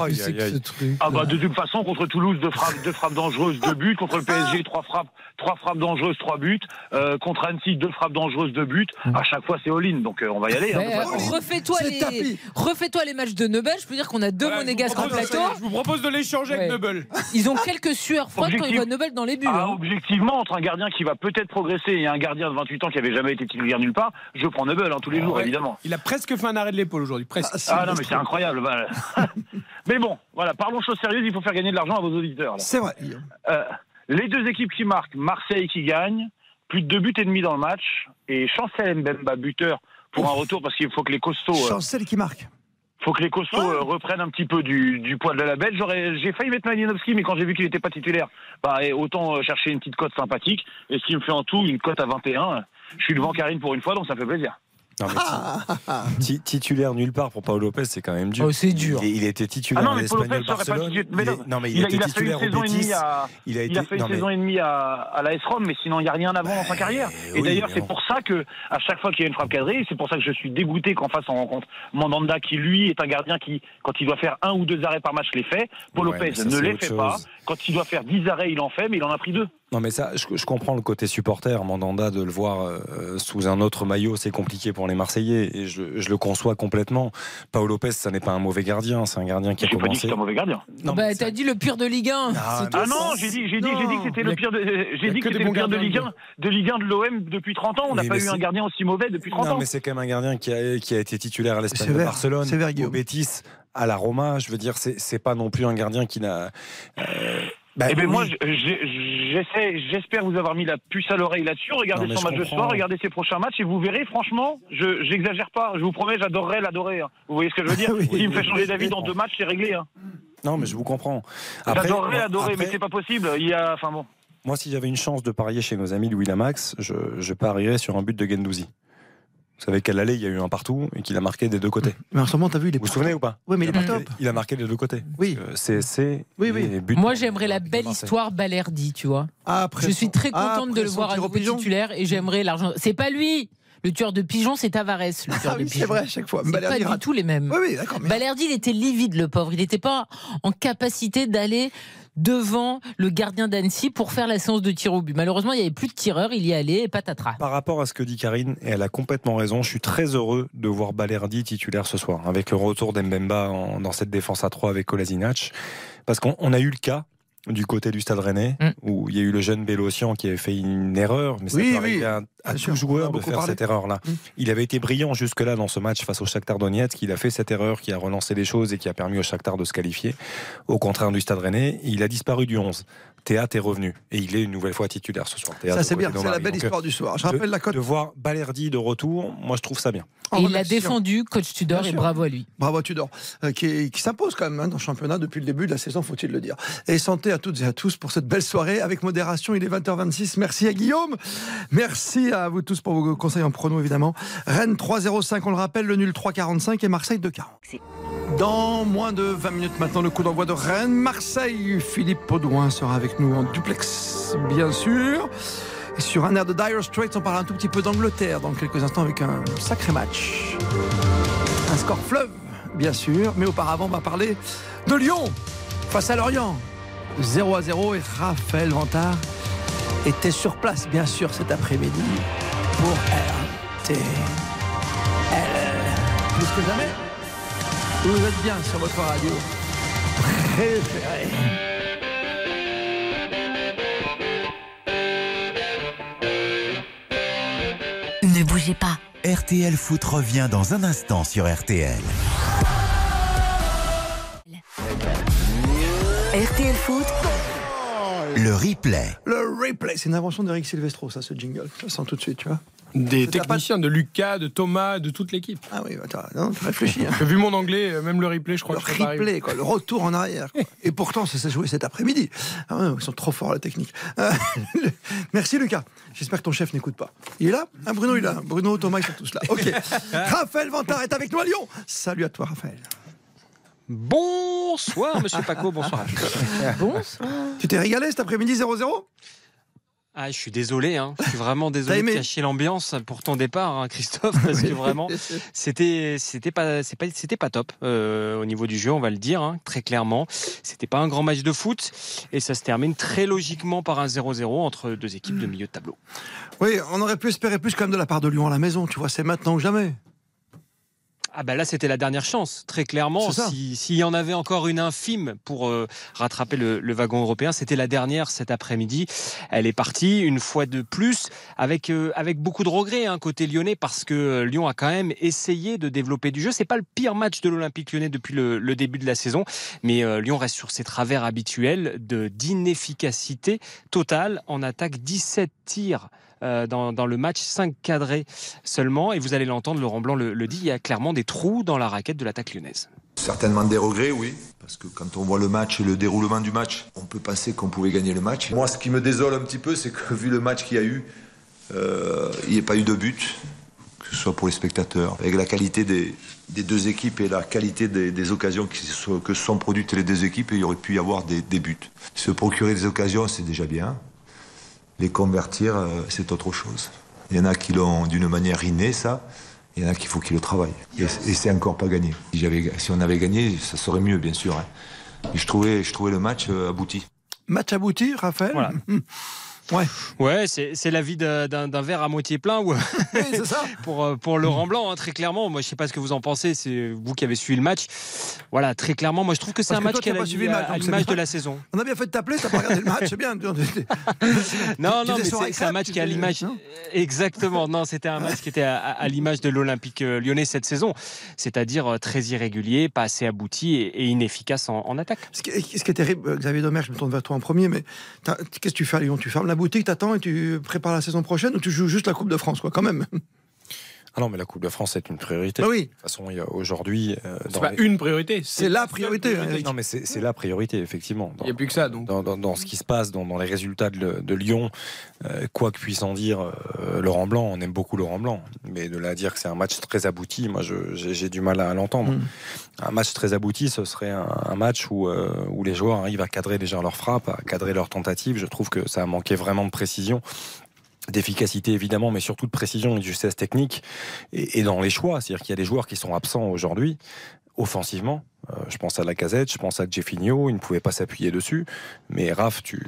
Speaker 9: Aïe, aïe, aïe.
Speaker 12: Ah bah de toute façon, contre Toulouse, deux frappes, deux frappes dangereuses, deux buts. Contre le
Speaker 4: Ah.
Speaker 12: PSG, trois frappes, trois frappes dangereuses, trois buts. Euh, contre Annecy, deux frappes dangereuses, deux buts. À chaque fois, c'est all-in, donc euh, on va y aller. hein, de toute
Speaker 4: Euh,
Speaker 12: façon.
Speaker 4: Refais-toi
Speaker 3: C'est
Speaker 4: les,
Speaker 3: tapis.
Speaker 4: refais-toi les matchs de Neubel. Je peux dire qu'on a deux
Speaker 11: Voilà, je vous
Speaker 4: monégasques en
Speaker 11: propose-
Speaker 4: plateau.
Speaker 11: Je vous propose de l'échanger
Speaker 4: Ouais.
Speaker 11: avec Noble.
Speaker 4: Ils ont quelques sueurs froides quand ils
Speaker 12: Objectif.
Speaker 4: voient Neubel dans les buts.
Speaker 12: Ah,
Speaker 4: hein.
Speaker 12: objectivement, entre un gardien qui va peut-être progresser et un gardien de 28 ans qui avait jamais été titulaire nulle part, je prends Nebel hein, tous les jours,
Speaker 11: Ah Ouais.
Speaker 12: évidemment.
Speaker 11: Il a presque fait un arrêt de l'épaule aujourd'hui, presque.
Speaker 12: Ah non, mais c'est incroyable.
Speaker 3: [laughs]
Speaker 12: voilà. mais bon, voilà, parlons choses sérieuses, il faut faire gagner de l'argent à vos auditeurs. là.
Speaker 3: C'est vrai, Guillaume.
Speaker 12: Euh, les deux équipes qui marquent, Marseille qui gagne, plus de deux buts et demi dans le match, et Chancel Mbemba buteur pour un retour parce qu'il faut que les costauds, euh,
Speaker 3: Chancel qui marque.
Speaker 12: faut que les costauds euh, reprennent un petit peu du, du poids de la label. J'aurais, j'ai failli mettre Malinowski, mais quand j'ai vu qu'il n'était pas titulaire, bah, et autant euh, chercher une petite cote sympathique. Et ce qui me fait en tout une cote à 21. euh, Je suis devant Karine pour une fois, donc ça fait plaisir.
Speaker 9: Non, mais ti- Titulaire nulle part pour Paolo Lopez, c'est quand même dur.
Speaker 4: Oh, c'est dur.
Speaker 9: Il, il était titulaire
Speaker 12: Ah non,
Speaker 9: à
Speaker 12: mais Paul Lopez
Speaker 9: l'Espagnol
Speaker 12: serait pas
Speaker 9: Barcelone.
Speaker 12: titulaire. Mais
Speaker 9: Il est-
Speaker 12: non.
Speaker 9: non, mais il,
Speaker 12: Il a,
Speaker 9: était
Speaker 12: il a fait
Speaker 9: titulaire
Speaker 12: une
Speaker 9: au
Speaker 12: saison et
Speaker 9: Bétis.
Speaker 12: demie à,
Speaker 9: Il a
Speaker 12: Il a fait une
Speaker 9: non, mais- Euh,
Speaker 12: saison et demie à, à la S-Rom, mais sinon il n'y a rien avant dans sa carrière. Et
Speaker 9: oui,
Speaker 12: d'ailleurs,
Speaker 9: mais
Speaker 12: c'est
Speaker 9: bon.
Speaker 12: pour ça que à chaque fois qu'il y a une frappe cadrée, c'est pour ça que je suis dégoûté qu'en face on rencontre Mandanda, qui lui est un gardien qui, quand il doit faire un ou deux arrêts par match, les fait. Paul
Speaker 9: Ouais,
Speaker 12: Lopez
Speaker 9: mais ça,
Speaker 12: ne
Speaker 9: c'est
Speaker 12: les
Speaker 9: autre
Speaker 12: fait pas.
Speaker 9: chose.
Speaker 12: Quand il doit faire dix arrêts, il en fait, mais il en a pris deux.
Speaker 9: Non mais ça, je, je comprends le côté supporter, Mandanda, de le voir euh, sous un autre maillot, c'est compliqué pour les Marseillais, et je, je le conçois complètement. Paolo Lopez, ça n'est pas un mauvais gardien, c'est un gardien qui a
Speaker 12: J'ai pas dit que
Speaker 9: commencé.
Speaker 12: c'était un mauvais gardien.
Speaker 9: Non, mais
Speaker 4: Bah,
Speaker 9: c'est-
Speaker 4: t'as dit le pire de Ligue 1.
Speaker 9: Ah,
Speaker 12: Ah non, j'ai dit, j'ai dit, j'ai dit que c'était
Speaker 11: Il y
Speaker 12: le
Speaker 11: a-
Speaker 12: pire de, euh,
Speaker 11: il y
Speaker 12: j'ai
Speaker 11: a
Speaker 12: dit que
Speaker 11: que des
Speaker 12: c'était
Speaker 11: bons
Speaker 12: le pire de
Speaker 11: gardiens
Speaker 12: Ligue
Speaker 11: de
Speaker 12: 1, de Ligue 1 de l'OM depuis 30 ans. On n'a
Speaker 9: Oui,
Speaker 12: pas
Speaker 9: mais
Speaker 12: eu
Speaker 9: c'est-
Speaker 12: un gardien aussi mauvais depuis 30
Speaker 9: Non,
Speaker 12: ans.
Speaker 9: mais c'est quand même un gardien qui a, qui a été titulaire à l'Espagne de
Speaker 3: Sévère,
Speaker 9: Barcelone,
Speaker 3: sévère,
Speaker 9: au
Speaker 3: Guillaume.
Speaker 9: Bétis, à la Roma. Je veux dire, c'est c'est pas non plus un gardien qui n'a. euh, bah,
Speaker 12: Eh bien, moi,
Speaker 9: oui.
Speaker 12: je- je- j'essaie, j'espère vous avoir mis la puce à l'oreille là-dessus. Regardez
Speaker 9: Non, mais
Speaker 12: son
Speaker 9: je
Speaker 12: match de
Speaker 9: comprends.
Speaker 12: soir, regardez ses prochains matchs et vous verrez, franchement, je j'exagère pas. Je vous promets, j'adorerais l'adorer. hein. Vous voyez ce que je veux dire
Speaker 9: [laughs] Oui,
Speaker 12: S'il me
Speaker 9: oui,
Speaker 12: fait
Speaker 9: oui,
Speaker 12: changer
Speaker 9: je
Speaker 12: d'avis dans
Speaker 9: comprends.
Speaker 12: deux matchs, c'est réglé. Hein.
Speaker 9: Non, mais je vous comprends. Après,
Speaker 12: J'adorerais
Speaker 9: bon,
Speaker 12: l'adorer,
Speaker 9: après,
Speaker 12: mais c'est pas possible. Il y a, enfin bon.
Speaker 9: Moi, si j'avais une chance de parier chez nos amis de Willamax, je, je parierais sur un but de Gendouzi. Vous savez qu'à l'aller, il y a eu un partout et qu'il a marqué des deux côtés.
Speaker 3: Mais en ce moment, t'as vu, il est
Speaker 9: Vous vous souvenez ou pas
Speaker 3: Oui, mais il est
Speaker 9: a
Speaker 3: pas
Speaker 9: marqué-
Speaker 3: top.
Speaker 9: Il a marqué des deux côtés.
Speaker 3: Oui.
Speaker 9: Euh, CSC
Speaker 3: Oui, oui.
Speaker 9: et but.
Speaker 4: Moi, j'aimerais la
Speaker 9: de
Speaker 4: belle
Speaker 9: Marseille.
Speaker 4: histoire Balerdi, tu vois.
Speaker 3: Après
Speaker 4: je
Speaker 3: son-
Speaker 4: suis très contente de
Speaker 3: après
Speaker 4: le
Speaker 3: son
Speaker 4: voir à
Speaker 3: tir au
Speaker 4: nouveau
Speaker 3: pigeon.
Speaker 4: titulaire et j'aimerais l'argent. C'est pas lui Le tueur de pigeons, c'est Tavares, le tueur
Speaker 3: Ah
Speaker 4: de
Speaker 3: oui,
Speaker 4: pigeons.
Speaker 3: c'est vrai, à chaque fois.
Speaker 4: C'est
Speaker 3: Balerdi
Speaker 4: pas du
Speaker 3: rate.
Speaker 4: tout les mêmes.
Speaker 3: Oui, oui, d'accord. mais-
Speaker 4: Balerdi, il était livide, le pauvre. Il n'était pas en capacité d'aller devant le gardien d'Annecy pour faire la séance de tir au but. Malheureusement, il n'y avait plus de tireur, il y allait et patatras.
Speaker 9: Par rapport à ce que dit Karine, et elle a complètement raison, je suis très heureux de voir Balerdi titulaire ce soir, avec le retour d'Embemba en- dans cette défense à 3 avec Kolasinac. Parce qu'on on a eu le cas du côté du Stade Rennais,
Speaker 4: Mm.
Speaker 9: où il y a eu le jeune Bélocian qui avait fait une erreur, mais ça
Speaker 3: Oui,
Speaker 9: peut arriver
Speaker 3: oui.
Speaker 9: à, à
Speaker 3: Bien
Speaker 9: tout
Speaker 3: sûr, on en a
Speaker 9: joueur de
Speaker 3: beaucoup
Speaker 9: faire
Speaker 3: parlé.
Speaker 9: cette erreur-là.
Speaker 3: Mm.
Speaker 9: Il avait été brillant jusque-là dans ce match face au Shakhtar Donetsk, il a fait cette erreur qui a relancé les choses et qui a permis au Shakhtar de se qualifier. Au contraire du Stade Rennais, il a disparu du 11. Théâtre est revenu, et il est une nouvelle fois titulaire ce soir. Théâtre
Speaker 3: Ça, c'est
Speaker 9: au côté
Speaker 3: bien. C'est la
Speaker 9: d'Omarie.
Speaker 3: belle
Speaker 9: Donc,
Speaker 3: histoire du soir. Je
Speaker 9: de-
Speaker 3: rappelle la cote. Oh,
Speaker 9: de voir Balerdi de retour, moi je trouve ça bien.
Speaker 3: en
Speaker 4: Et il l'a
Speaker 3: relation.
Speaker 4: défendu, coach Tudor,
Speaker 3: Bien
Speaker 4: et
Speaker 3: sûr.
Speaker 4: bravo à lui.
Speaker 3: Bravo à Tudor, euh, qui, qui s'impose quand même hein, dans le championnat depuis le début de la saison, faut-il le dire. Et santé à toutes et à tous pour cette belle soirée. Avec modération, il est 20h26. Merci à Guillaume. Merci à vous tous pour vos conseils en prono, évidemment. Rennes 3-0-5, on le rappelle, le nul 3-45 et Marseille 2-40. Dans moins de 20 minutes maintenant, le coup d'envoi de Rennes. Marseille, Philippe Audouin sera avec nous en duplex, bien sûr. Et sur un air de Dire Straits, on parlera un tout petit peu d'Angleterre dans quelques instants avec un sacré match. Un score fleuve, bien sûr, mais auparavant, on va parler de Lyon face à Lorient. 0 à 0 et Raphaël Vantard était sur place, bien sûr, cet après-midi pour RTL. Plus que jamais, vous êtes bien sur votre radio préférée.
Speaker 13: Ne bougez pas.
Speaker 1: RTL Foot revient dans un instant sur RTL.
Speaker 13: RTL Foot,
Speaker 1: Le replay.
Speaker 3: Le replay, c'est une invention d'Eric Silvestro, ça, ce jingle. Je le sens tout de suite, tu vois.
Speaker 11: Des
Speaker 3: T'as pas-
Speaker 11: techniciens de Lucas, de Thomas, de toute l'équipe.
Speaker 3: Ah oui, attends, non, tu réfléchis. hein.
Speaker 11: Parce que Vu mon anglais, euh, même le replay, je crois
Speaker 3: Le
Speaker 11: que je serais pas arrivé.
Speaker 3: replay, quoi, le retour en arrière. quoi. Et pourtant, ça s'est joué cet après-midi. Ah ouais, ils sont trop forts, la technique. Euh, [laughs] le- Merci, Lucas. J'espère que ton chef n'écoute pas. Il est là Ah, Bruno, il est là. Bruno, Thomas, ils sont tous là. OK. Raphaël Vantard est avec nous à Lyon. Salut à toi, Raphaël.
Speaker 14: Bonsoir, monsieur Paco, bonsoir à tous.
Speaker 3: [laughs] Tu t'es régalé cet après-midi 0-0
Speaker 14: Ah, je suis désolé, hein. je suis vraiment désolé
Speaker 3: aimé
Speaker 14: de cacher l'ambiance pour ton départ, hein, Christophe, parce que vraiment, c'était c'était pas c'est pas c'était pas top euh, au niveau du jeu, on va le dire hein, très clairement. C'était pas un grand match de foot et ça se termine très logiquement par un 0-0 entre deux équipes de milieu de tableau.
Speaker 3: Oui, on aurait pu espérer plus quand même de la part de Lyon à la maison. Tu vois, c'est maintenant ou jamais.
Speaker 14: Ah bah là c'était la dernière chance, très clairement.
Speaker 3: C'est ça.
Speaker 14: Si- S'il y en avait encore une infime pour euh, rattraper le, le wagon européen, c'était la dernière cet après-midi. Elle est partie une fois de plus avec euh, avec beaucoup de regrets hein, côté lyonnais parce que euh, Lyon a quand même essayé de développer du jeu. C'est pas le pire match de l'Olympique lyonnais depuis le, le début de la saison, mais euh, Lyon reste sur ses travers habituels de d'inefficacité totale en attaque. 17 tirs euh, dans, dans le match, 5 cadrés seulement, et vous allez l'entendre, Laurent Blanc le, le dit, il y a clairement des trous dans la raquette de l'attaque lyonnaise.
Speaker 15: Certainement des regrets, oui. Parce que quand on voit le match et le déroulement du match, on peut penser qu'on pouvait gagner le match. Moi, ce qui me désole un petit peu, c'est que vu le match qu'il y a eu, euh, il n'y a pas eu de but, que ce soit pour les spectateurs. Avec la qualité des, des deux équipes et la qualité des, des occasions qui se sont, que se sont produites les deux équipes, il y aurait pu y avoir des, des buts. Se procurer des occasions, c'est déjà bien. Les convertir, euh, c'est autre chose. Il y en a qui l'ont d'une manière innée, ça. Il y en a qu'il faut qu'ils le travaillent. Et, et c'est encore pas gagné. Si, j'avais- si on avait gagné, ça serait mieux, bien sûr. hein. Mais je trouvais, je trouvais le match euh, abouti.
Speaker 3: Match abouti, Raphaël
Speaker 14: Voilà.
Speaker 3: Hmm. Ouais,
Speaker 14: Ouais, c'est c'est la vie d'un d'un verre à moitié plein ou
Speaker 3: Oui, c'est ça.
Speaker 14: [laughs] pour, euh, pour Laurent Blanc, hein, très clairement. Moi, je sais pas ce que vous en pensez, c'est vous qui avez suivi le match. Voilà, très clairement, moi je trouve que c'est
Speaker 3: Parce
Speaker 14: un
Speaker 3: que
Speaker 14: match
Speaker 3: toi,
Speaker 14: qui
Speaker 3: t'as
Speaker 14: a
Speaker 3: pas
Speaker 14: la
Speaker 3: suivi
Speaker 14: vie
Speaker 3: le
Speaker 14: à,
Speaker 3: match,
Speaker 14: à
Speaker 3: donc c'est
Speaker 14: l'image de
Speaker 3: bien.
Speaker 14: la saison.
Speaker 3: On a bien fait de t'appeler, t'as pas regardé le match, c'est bien.
Speaker 14: Non,
Speaker 3: Tu
Speaker 14: non, mais
Speaker 3: faisais soir
Speaker 14: c'est
Speaker 3: avec
Speaker 14: c'est un
Speaker 3: Rap,
Speaker 14: match
Speaker 3: tu
Speaker 14: qui est à
Speaker 3: faisais-
Speaker 14: l'image.
Speaker 3: non Ah.
Speaker 14: Exactement. Non, c'était un match qui était à, à- à l'image de l'Olympique euh, lyonnais cette saison, c'est-à-dire euh, très irrégulier, pas assez abouti et, et inefficace en, en attaque.
Speaker 3: [laughs] Ce qui, ce qui est terrible, euh, Xavier Domer, je me tourne vers toi en premier, mais t'as- qu'est-ce que tu fais à Lyon Tu fermes la boutique, t'attends et tu prépares la saison prochaine ou tu joues juste la Coupe de France, quoi, quand même
Speaker 9: Ah non, mais la Coupe de France est une priorité.
Speaker 3: Bah oui. De
Speaker 9: toute façon, il y a aujourd'hui. euh,
Speaker 11: C'est
Speaker 9: dans
Speaker 11: pas
Speaker 9: les-
Speaker 11: une priorité,
Speaker 3: C'est la priorité. hein.
Speaker 9: Non, mais c'est c'est la priorité, effectivement.
Speaker 11: Il n'y a plus que ça, donc.
Speaker 9: Dans, dans- dans ce qui se passe, dans, dans les résultats de, le- de Lyon, euh, quoi que puisse en dire euh, Laurent Blanc, on aime beaucoup Laurent Blanc, mais de là à dire que c'est un match très abouti, moi je- j'ai j'ai du mal à, à l'entendre.
Speaker 3: Hmm.
Speaker 9: Un match très abouti, ce serait un, un match où, euh, où les joueurs arrivent à cadrer déjà leurs frappes, à cadrer leurs tentatives. Je trouve que ça a manqué vraiment de précision d'efficacité évidemment, mais surtout de précision et de justesse technique et, et dans les choix. C'est-à-dire qu'il y a des joueurs qui sont absents aujourd'hui offensivement. Euh, je pense à Lacazette, je pense à Jeffinho, ils ne pouvaient pas s'appuyer dessus. Mais Raph, tu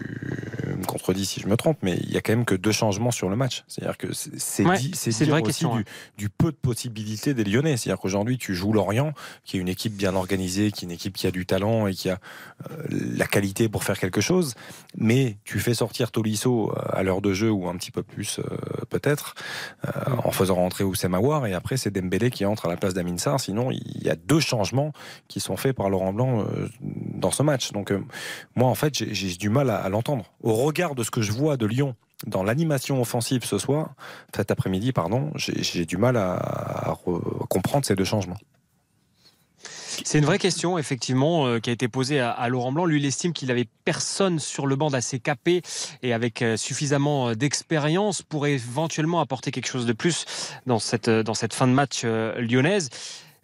Speaker 9: me contredis si je me trompe, mais il y a quand même que deux changements sur le match. C'est-à-dire que c'est- c'est
Speaker 14: Ouais,
Speaker 9: di-
Speaker 14: c'est
Speaker 9: c'est
Speaker 14: une
Speaker 9: dire
Speaker 14: vraie
Speaker 9: aussi
Speaker 14: question,
Speaker 9: du,
Speaker 14: hein.
Speaker 9: du peu de possibilités des Lyonnais. C'est-à-dire qu'aujourd'hui, tu joues Lorient, qui est une équipe bien organisée, qui est une équipe qui a du talent et qui a euh, la qualité pour faire quelque chose. Mais tu fais sortir Tolisso euh, à l'heure de jeu ou un petit peu plus euh, peut-être, euh, en faisant rentrer Ousemawar et après c'est Dembélé qui entre à la place d'Aminsar. Sinon, il y a deux changements qui sont faits par Laurent Blanc euh, dans ce match. Donc euh, moi, en fait, j'ai- j'ai du mal à, à l'entendre. Au regard de ce que je vois de Lyon dans l'animation offensive ce soir, cet après-midi, pardon, j'ai j'ai du mal à, à re- comprendre ces deux changements.
Speaker 14: C'est une vraie question, effectivement, euh, qui a été posée à, à Laurent Blanc. Lui, il estime qu'il avait personne sur le banc d'assez capé et avec euh, suffisamment euh, d'expérience pour éventuellement apporter quelque chose de plus dans cette, euh, dans cette fin de match euh, lyonnaise.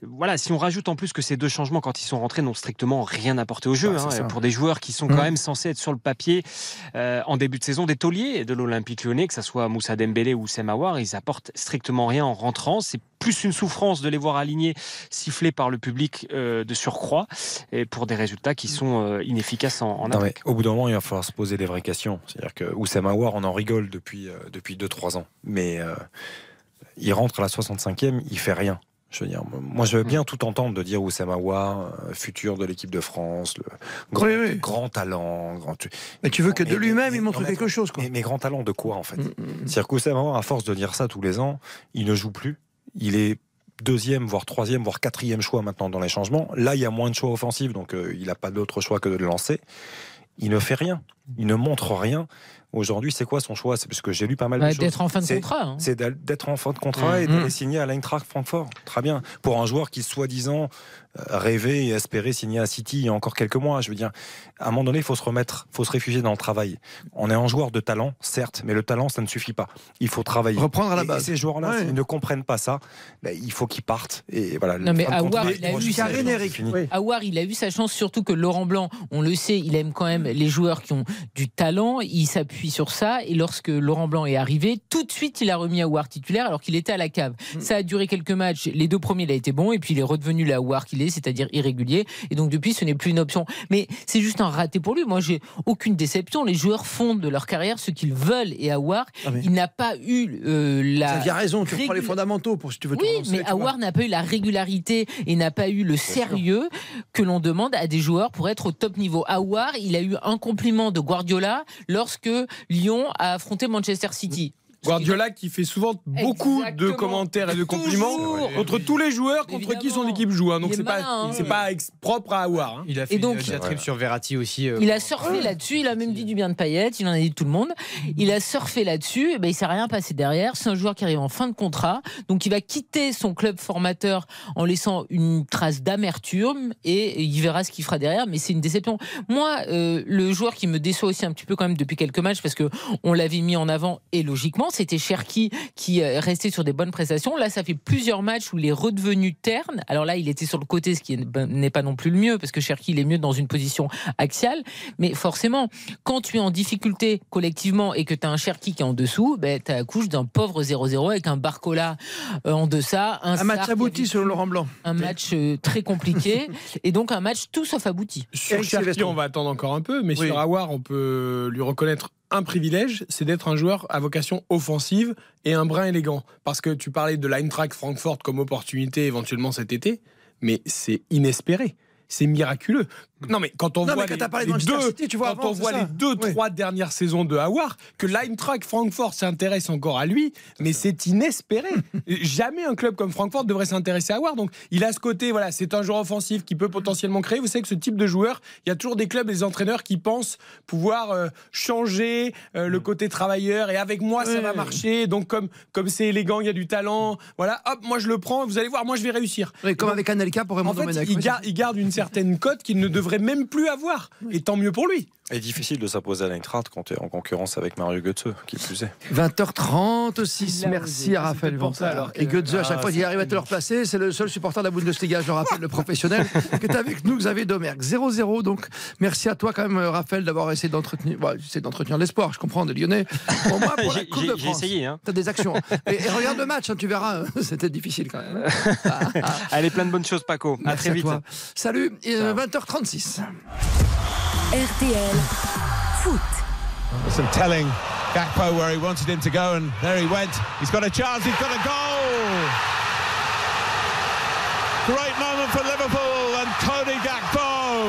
Speaker 14: Voilà, si on rajoute en plus que ces deux changements, quand ils sont rentrés, n'ont strictement rien apporté au jeu,
Speaker 9: Bah,
Speaker 14: hein,
Speaker 9: c'est ça.
Speaker 14: pour des joueurs qui sont quand même censés être sur le papier euh, en début de saison des tauliers de l'Olympique lyonnais, que ce soit Moussa Dembélé ou Semawar, ils apportent strictement rien en rentrant. C'est plus une souffrance de les voir alignés, sifflés par le public euh, de surcroît, et pour des résultats qui sont euh, inefficaces en, en
Speaker 3: Ah
Speaker 9: Non, mais
Speaker 14: attaque.
Speaker 9: au bout d'un moment, il va falloir se poser les vraies questions. C'est-à-dire que Oussama Aouar, on en rigole depuis 2-3 depuis deux, trois ans. Mais euh, il rentre à la 65e, il fait rien. Je veux dire, moi,
Speaker 3: Mm.
Speaker 9: je veux bien tout entendre de dire Oussama Aouar, euh, futur de l'équipe de France, le grand,
Speaker 3: Oui, oui.
Speaker 9: grand talent. Grand... tu-
Speaker 3: Mais tu veux que de
Speaker 9: Mais-
Speaker 3: lui-même,
Speaker 9: mais-
Speaker 3: il montre
Speaker 9: mais-
Speaker 3: quelque chose. Quoi. Mm,
Speaker 9: Mais, mais grand talent de quoi, en fait C'est-à-dire qu'Oussama Aouar, à force de dire ça tous les ans, il ne joue plus. Il est deuxième, voire troisième, voire quatrième choix maintenant dans les changements. Là, il y a moins de choix offensifs, donc euh, il n'a pas d'autre choix que de le lancer il ne fait rien, il ne montre rien. Aujourd'hui, c'est quoi son choix C'est parce que j'ai lu pas mal
Speaker 3: Bah,
Speaker 4: Ouais,
Speaker 9: de choses.
Speaker 4: d'être en fin de
Speaker 9: C'est-
Speaker 4: contrat, hein.
Speaker 9: C'est d'al- d'être en fin de contrat et
Speaker 4: Mhm.
Speaker 9: d'aller signer à l'Eintracht Francfort. Très bien. Pour un joueur qui, soi-disant, euh, rêvait et espérait signer à City il y a encore quelques mois. Je veux dire, à un moment donné, il faut se remettre, il faut se réfugier dans le travail. On est un joueur de talent, certes, mais le talent, ça ne suffit pas. Il faut travailler.
Speaker 3: Reprendre à la
Speaker 9: Et-
Speaker 3: base.
Speaker 9: Et ces joueurs-là,
Speaker 3: Ouais.
Speaker 9: s'ils ne comprennent pas ça, ben, il faut qu'ils partent. Et voilà.
Speaker 4: Non, mais
Speaker 9: fin de contrat,
Speaker 4: Aouar, il a
Speaker 9: moi,
Speaker 4: eu
Speaker 9: je suis
Speaker 4: sa
Speaker 9: sûr,
Speaker 4: chance.
Speaker 9: c'est fini.
Speaker 4: Aouar, il a eu sa chance, surtout que Laurent Blanc, on le sait, il aime quand même les joueurs qui ont du talent, il s'appuie sur ça, et lorsque Laurent Blanc est arrivé, tout de suite, il a remis Aouar titulaire alors qu'il était à la cave. Ça a duré quelques matchs, les deux premiers, il a été bon, et puis il est redevenu l'Aouar qu'il est, c'est-à-dire irrégulier, et donc depuis, ce n'est plus une option. Mais c'est juste un raté pour lui, moi j'ai aucune déception, les joueurs font de leur carrière ce qu'ils veulent, et Aouar,
Speaker 3: Ah oui.
Speaker 4: il n'a pas eu euh, la...
Speaker 3: Xavier a raison, tu prends les
Speaker 4: régula-
Speaker 3: fondamentaux pour si tu veux te
Speaker 4: oui,
Speaker 3: relancer,
Speaker 4: mais
Speaker 3: tu vois.
Speaker 4: Aouar n'a pas eu la régularité et n'a pas eu le sérieux que l'on demande à des joueurs pour être au top niveau. Aouar, il a eu un compliment de Guardiola lorsque Lyon a affronté Manchester City.
Speaker 11: Guardiola qui fait souvent beaucoup de
Speaker 4: Exactement.
Speaker 11: commentaires et de compliments
Speaker 4: Toujours.
Speaker 11: contre tous les joueurs contre qui son équipe joue. hein. Donc
Speaker 4: Il est
Speaker 11: c'est
Speaker 4: malin,
Speaker 11: pas
Speaker 4: hein.
Speaker 11: c'est pas ex- propre à avoir. hein.
Speaker 10: Il a
Speaker 4: fait Et donc- une
Speaker 10: diatribe sur Verratti aussi. euh,
Speaker 4: Il a surfé là-dessus, il a même dit du bien de Payet, il en a dit de tout le monde. Il a surfé là-dessus, et ben il s'est rien passé derrière. C'est un joueur qui arrive en fin de contrat, donc il va quitter son club formateur en laissant une trace d'amertume et il verra ce qu'il fera derrière. Mais c'est une déception. Moi, euh, le joueur qui me déçoit aussi un petit peu quand même depuis quelques matchs parce que on l'avait mis en avant et logiquement, c'était Cherki qui euh, restait sur des bonnes prestations. Là, ça fait plusieurs matchs où il est redevenu terne. Alors là, il était sur le côté, ce qui ben, n'est pas non plus le mieux parce que Cherki il est mieux dans une position axiale. Mais forcément, quand tu es en difficulté collectivement et que tu as un Cherki qui est en dessous, ben, tu as la couche d'un pauvre 0-0 avec un Barcola euh, en deçà. Un,
Speaker 3: Un
Speaker 4: Sarr
Speaker 3: match
Speaker 4: qui a
Speaker 3: abouti
Speaker 4: vécu
Speaker 3: selon Laurent Blanc.
Speaker 4: Un match euh, très
Speaker 3: [laughs]
Speaker 4: compliqué et donc un match tout sauf abouti.
Speaker 11: Sur
Speaker 3: Eric
Speaker 11: Cherki,
Speaker 3: Silvestro.
Speaker 11: on va attendre encore un peu, mais
Speaker 3: Oui.
Speaker 11: sur Aouar, on peut lui reconnaître un privilège, c'est d'être un joueur à vocation offensive et un brin élégant. Parce que tu parlais de l'Eintracht Francfort comme opportunité éventuellement cet été, mais c'est inespéré. C'est miraculeux. Non, mais quand on
Speaker 3: Non,
Speaker 11: voit
Speaker 3: mais quand
Speaker 11: les,
Speaker 3: t'as parlé de
Speaker 11: les
Speaker 3: Manchester
Speaker 11: deux,
Speaker 3: City, tu vois,
Speaker 11: quand
Speaker 3: avant,
Speaker 11: on
Speaker 3: c'est
Speaker 11: voit
Speaker 3: ça.
Speaker 11: les deux, trois dernières saisons de Howard, que l'Eintracht Francfort s'intéresse encore à lui, mais c'est
Speaker 3: [laughs]
Speaker 11: inespéré. Jamais un club comme Francfort devrait s'intéresser à Howard. Donc, il a ce côté, voilà, c'est un joueur offensif qui peut potentiellement créer. Vous savez que ce type de joueur, il y a toujours des clubs et des entraîneurs qui pensent pouvoir euh, changer euh,
Speaker 3: Mm.
Speaker 11: le côté travailleur et avec moi, ça
Speaker 3: Ouais.
Speaker 11: va marcher. Donc, comme comme c'est élégant, il y a du talent. Voilà, hop, moi je le prends. Vous allez voir, moi je vais réussir.
Speaker 3: Oui, comme
Speaker 11: Et donc,
Speaker 3: avec Anelka pour Raymond
Speaker 11: en fait,
Speaker 3: Domenech,
Speaker 11: il,
Speaker 3: oui.
Speaker 11: gar- il garde une certaine cote qu'il ne devrait même plus avoir. Et tant mieux pour lui.
Speaker 9: est difficile de s'imposer à l'Eintracht quand tu es en concurrence avec Mario Goethe, qui plus est.
Speaker 3: 20h36, merci à Raphaël Vantard et Goetze. À
Speaker 9: Ah,
Speaker 3: chaque fois, j'y arrive à te le replacer. C'est le seul supporter de la Bundesliga, je le rappelle, le professionnel, qui est avec nous, Xavier Domergue. 0-0, donc merci à toi quand même, euh, Raphaël, d'avoir essayé d'entretenir bah, j'essaie d'entretenir l'espoir, je comprends, des Lyonnais. Pour moi,
Speaker 14: [laughs]
Speaker 3: pour la
Speaker 14: J'ai-
Speaker 3: Coupe
Speaker 14: j'ai-
Speaker 3: de
Speaker 14: j'ai
Speaker 3: France,
Speaker 14: essayé, hein.
Speaker 3: t'as des actions. Et, et regarde le match, hein, tu verras, euh, [laughs] c'était difficile quand même. hein.
Speaker 14: Allez, plein de bonnes choses, Paco. à
Speaker 3: Merci
Speaker 14: très
Speaker 3: à
Speaker 14: vite.
Speaker 3: toi. Salut, et, euh, 20h36.
Speaker 16: RTL Foot.
Speaker 17: Some telling Gakpo where he wanted him to go, and there he went. He's got a chance, he's got a goal! Great moment for Liverpool and Cody Gakpo!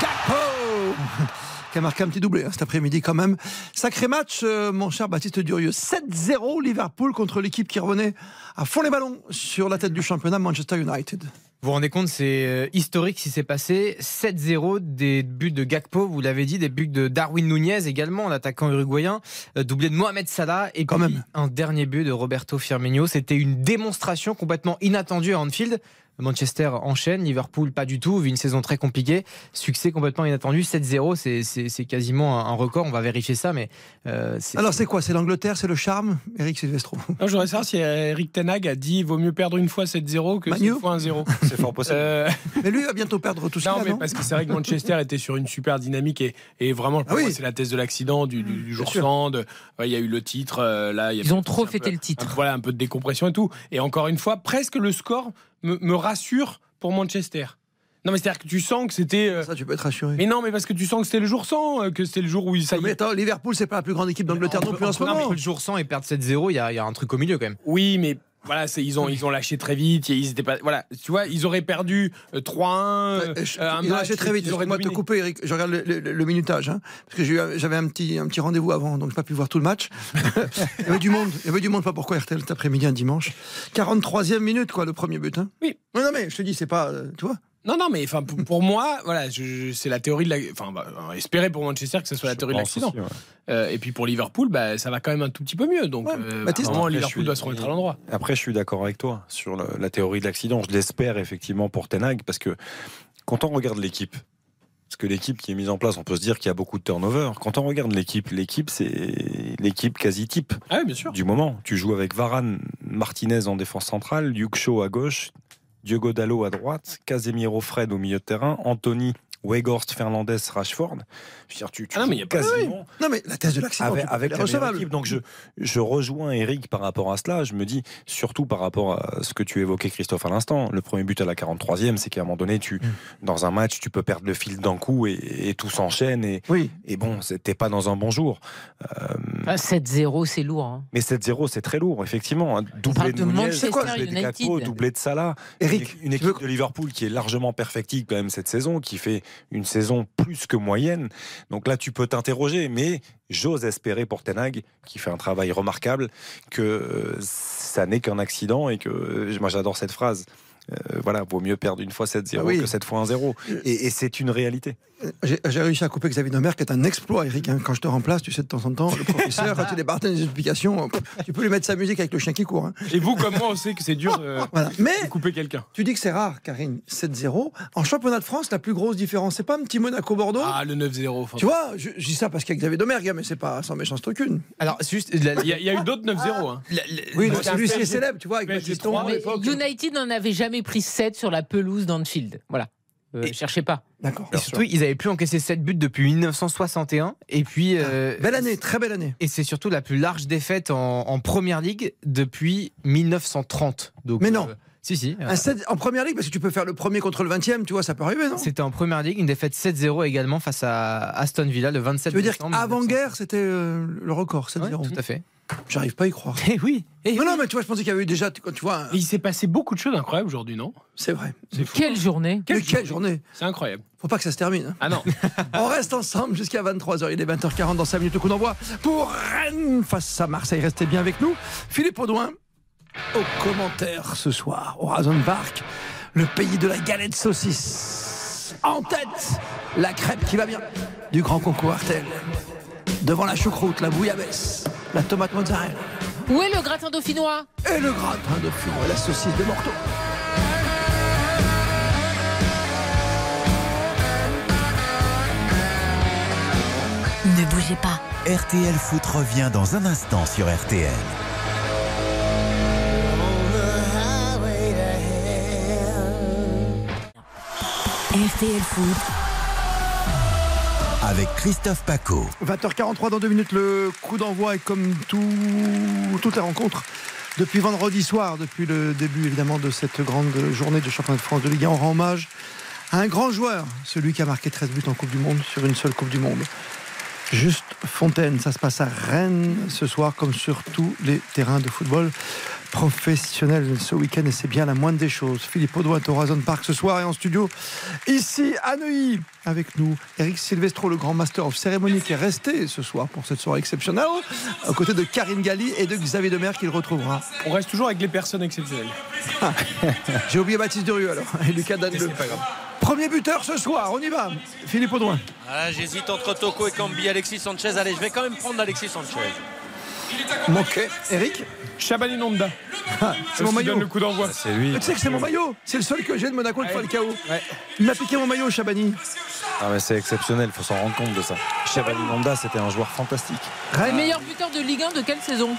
Speaker 3: Gakpo [laughs] qui a marqué un petit doublé hein, cet après-midi quand même. Sacré match, euh, mon cher Baptiste Durieux. 7-0 Liverpool contre l'équipe qui revenait à fond les ballons sur la tête du championnat Manchester United.
Speaker 10: Vous vous rendez compte, c'est euh, historique si c'est passé. 7-0, des buts de Gakpo, vous l'avez dit, des buts de Darwin Nunez également, l'attaquant uruguayen, euh, doublé de Mohamed Salah, et quand même un dernier but de Roberto Firmino. C'était une démonstration complètement inattendue à Anfield. Manchester enchaîne, Liverpool pas du tout, vu une saison très compliquée. Succès complètement inattendu, 7-0, c'est- c'est c'est quasiment un un record, on va vérifier ça, mais euh, c'est
Speaker 3: Alors c'est quoi C'est l'Angleterre, c'est le charme Eric Silvestro.
Speaker 11: Non, j'aurais savoir si euh, Eric Tenag a dit vaut mieux perdre une fois 7-0 que
Speaker 3: Manu
Speaker 11: 7 fois 1-0.
Speaker 9: [laughs] C'est fort possible.
Speaker 3: Mais lui va bientôt perdre tout
Speaker 11: ça. Non, mais parce que c'est vrai que Manchester était sur une super dynamique et, et vraiment, pour moi, c'est la thèse de l'accident du, du- du jour
Speaker 3: Ah sûr.
Speaker 11: sans. de- ouais, Il y a eu le titre. euh, là, il y a
Speaker 4: Ils ont
Speaker 11: peut-être
Speaker 4: trop
Speaker 11: aussi un
Speaker 4: fêté
Speaker 11: peu-
Speaker 4: le titre.
Speaker 11: un- voilà, un peu de décompression et tout. Et encore une fois, presque le score me, me rassure pour Manchester. Non, mais c'est-à-dire que tu sens que c'était. euh,
Speaker 3: Ça, tu peux être rassuré.
Speaker 11: Mais non, mais parce que tu sens que c'était le jour sans, euh, que c'était le jour où il ça y est.
Speaker 3: Mais attends, Liverpool, c'est pas la plus grande équipe d'Angleterre non plus en ce
Speaker 10: Non, mais
Speaker 3: moment.
Speaker 10: le jour 100 et perdre 7-0, il y a, il y a un truc au milieu quand même.
Speaker 11: Oh. Oui, mais voilà, c'est- ils ont ils ont lâché très vite. et Ils étaient pas voilà, tu vois, ils auraient perdu euh, 3-1. euh, un
Speaker 3: Il a
Speaker 11: match,
Speaker 3: lâché très vite.
Speaker 11: ils auraient
Speaker 3: Excuse-moi de te
Speaker 11: dominé.
Speaker 3: couper, Eric. Je regarde le, le- le minutage. hein, parce que j'ai eu un- j'avais un petit, un petit rendez-vous avant, donc je n'ai pas pu voir tout
Speaker 11: [laughs]
Speaker 3: le match. il y avait du monde. Il y avait du monde. Pas pourquoi RTL cet après-midi, un dimanche. 43e minute, quoi, le premier but. hein.
Speaker 11: Oui.
Speaker 3: Non, non, mais je te dis, c'est pas. euh, tu vois
Speaker 11: Non, non, mais enfin, pour, pour moi, Ah, voilà, je- je- c'est la théorie de la. Enfin, bah, on va espérer pour Manchester que ce soit la théorie de
Speaker 9: pense
Speaker 11: l'accident.
Speaker 9: aussi, ouais.
Speaker 11: Euh, et puis pour Liverpool, bah, ça va quand même un tout petit peu mieux. Donc, euh, à un moment,
Speaker 9: Après, je
Speaker 11: Liverpool
Speaker 9: suis-
Speaker 11: doit se remettre à l'endroit.
Speaker 9: Après, je suis d'accord avec toi sur le- la théorie de l'accident. Je l'espère effectivement pour Tenag parce que quand on regarde l'équipe, parce que l'équipe qui est mise en place, on peut se dire qu'il y a beaucoup de turnover. Quand on regarde l'équipe, l'équipe c'est l'équipe quasi type
Speaker 11: Ah
Speaker 9: du moment. Tu joues avec Varane, Martinez en défense centrale, Luke Shaw à gauche, Diogo Dallo à droite, Casemiro Fred au milieu de terrain, Anthony Weghorst, Fernandez, Rashford. Je veux dire, tu, tu
Speaker 11: Ah non, mais il y
Speaker 9: joues
Speaker 11: a pas-
Speaker 9: quasiment
Speaker 3: Oui. Non, mais la thèse de l'accident.
Speaker 9: avec,
Speaker 3: tu peux
Speaker 9: avec
Speaker 3: la
Speaker 9: la meilleure
Speaker 3: recevable.
Speaker 9: équipe. Donc je, je rejoins Eric par rapport à cela. Je me dis, surtout par rapport à ce que tu évoquais, Christophe, à l'instant, le premier but à la 43e, c'est qu'à un moment donné, tu,
Speaker 3: Mm.
Speaker 9: dans un match, tu peux perdre le fil d'un coup et, et tout s'enchaîne. Et, et bon, c'est- t'es pas dans un bon jour. Euh,
Speaker 4: Ah, 7-0, c'est lourd. hein.
Speaker 9: mais 7-0, c'est très lourd, effectivement. hein.
Speaker 4: parle
Speaker 9: Doublé
Speaker 4: de
Speaker 9: de Nunez,
Speaker 4: Manchester
Speaker 9: doublé de
Speaker 4: United.
Speaker 9: Gakpo, doublé de Salah.
Speaker 3: Eric,
Speaker 9: une, une équipe de Liverpool qui est largement perfectible quand même cette saison, qui fait une saison plus que moyenne. Donc là, tu peux t'interroger, mais j'ose espérer pour Tenag, qui fait un travail remarquable, que euh, ça n'est qu'un accident et que euh, moi j'adore cette phrase. Euh, voilà, vaut mieux perdre une fois 7-0
Speaker 3: Ah oui. Euh.
Speaker 9: que 7 fois 1-0. Et, et c'est une réalité.
Speaker 3: J'ai j'ai réussi à couper Xavier Domergue, qui est un exploit, Eric. hein. Quand je te remplace, tu sais, de temps en temps, le
Speaker 11: [laughs]
Speaker 3: professeur, quand il est parti dans des explications, pff, tu peux lui mettre sa musique avec le chien qui court. hein.
Speaker 11: Et vous, comme moi, on sait que c'est dur euh, de,
Speaker 3: Mais-
Speaker 11: de couper quelqu'un.
Speaker 3: Tu dis que c'est rare, Karine, 7-0. En championnat de France, la plus grosse différence, c'est pas un petit Monaco-Bordeaux
Speaker 11: Ah, le 9-0. enfin.
Speaker 3: Tu vois, je, je dis ça parce qu'il y a Xavier Domergue, hein, mais c'est pas sans méchanceté aucune.
Speaker 10: Alors, juste. Ah,
Speaker 11: Il y, a- il y a eu d'autres 9-0. hein.
Speaker 3: Oui,
Speaker 11: Parce
Speaker 3: non,
Speaker 11: qu'un
Speaker 3: celui-ci
Speaker 11: PSG
Speaker 3: est célèbre, tu vois, avec
Speaker 11: PSG
Speaker 3: Batiston.
Speaker 11: trois,
Speaker 3: à
Speaker 4: Mais
Speaker 3: l'époque.
Speaker 4: United n'en avait jamais pris 7 sur la pelouse d'Anfield. Voilà. Euh, cherchez pas.
Speaker 3: D'accord.
Speaker 10: Et surtout, ils avaient plus encaissé 7 buts depuis 1961. Et puis. euh,
Speaker 3: Ah, Belle année, très belle année.
Speaker 10: Et c'est surtout la plus large défaite en, en première ligue depuis 1930. Donc,
Speaker 3: Mais non.
Speaker 10: euh, si, si.
Speaker 3: Un 7 en première ligue, parce que tu peux faire le premier contre le 20 e tu vois, ça peut arriver, non
Speaker 10: C'était en première ligue, une défaite 7-0 également face à Aston Villa le 27
Speaker 3: Tu veux dire
Speaker 10: décembre.
Speaker 3: qu'avant-guerre, c'était euh, le record, 7-0.
Speaker 10: tout à fait.
Speaker 3: J'arrive pas à y croire.
Speaker 10: Eh oui.
Speaker 3: non, non, mais tu vois, je pensais qu'il y avait eu déjà, tu tu vois. un-
Speaker 6: Il s'est passé beaucoup de choses incroyables aujourd'hui, non
Speaker 3: C'est vrai.
Speaker 6: C'est fou.
Speaker 4: Quelle journée
Speaker 3: Mais quelle journée
Speaker 6: C'est incroyable.
Speaker 3: Faut pas que ça se termine. hein.
Speaker 6: Ah non.
Speaker 3: [laughs] On reste ensemble jusqu'à 23h. Il est 20h40 dans 5 minutes au coup d'envoi pour Rennes face à Marseille. Restez bien avec nous. Philippe Audouin, aux commentaires ce soir au Razon Park, le pays de la galette saucisse. En tête, la crêpe qui va bien du grand concours Artel. Devant la choucroute, la bouillabaisse, la tomate mozzarella
Speaker 4: Où est le gratin dauphinois
Speaker 3: et le gratin de fion et la saucisse de Morteau.
Speaker 2: Ne bougez pas.
Speaker 1: RTL Foot revient dans un instant sur RTL.
Speaker 2: RTL Foot.
Speaker 1: Avec Christophe Paco.
Speaker 3: 20h43 dans deux minutes, le coup d'envoi est comme tout- toutes les rencontres. Depuis vendredi soir, depuis le début évidemment de cette grande journée de championnat de France de Ligue 1, on rend hommage à un grand joueur, celui qui a marqué 13 buts en Coupe du Monde sur une seule Coupe du Monde. Juste Fontaine, ça se passe à Rennes ce soir, comme sur tous les terrains de football professionnel ce week-end, et c'est bien la moindre des choses. Philippe Audouin est au Horizon Park ce soir et en studio, ici à Neuilly, avec nous, Eric Silvestro, le grand master of cérémonie, qui est resté ce soir pour cette soirée exceptionnelle, aux côtés de Karine Galli et de Xavier Demer, qu'il retrouvera.
Speaker 6: On reste toujours avec les personnes exceptionnelles.
Speaker 3: Ah, J'ai oublié Baptiste Durieux alors, et Lucas Daneleu. Premier buteur ce soir, on y va, Philippe Audouin.
Speaker 8: Ah, J'hésite entre Toko et Cambi, Alexis Sanchez. Allez, je vais quand même prendre Alexis Sanchez.
Speaker 3: Manqué. Eric Ah,
Speaker 6: Chabani Nonda.
Speaker 3: C'est mon
Speaker 6: Qui
Speaker 3: maillot.
Speaker 6: donne le coup d'envoi.
Speaker 9: Ah, C'est lui.
Speaker 3: Tu sais que c'est mon maillot, c'est le seul que j'ai de Monaco de Falcao. Il m'a piqué mon maillot, Chabani.
Speaker 9: Ah, mais c'est exceptionnel, il faut s'en rendre compte de ça. Chevalier Nanda, c'était un joueur fantastique. Ah.
Speaker 4: Le Ah, meilleur buteur de Ligue 1 de quelle saison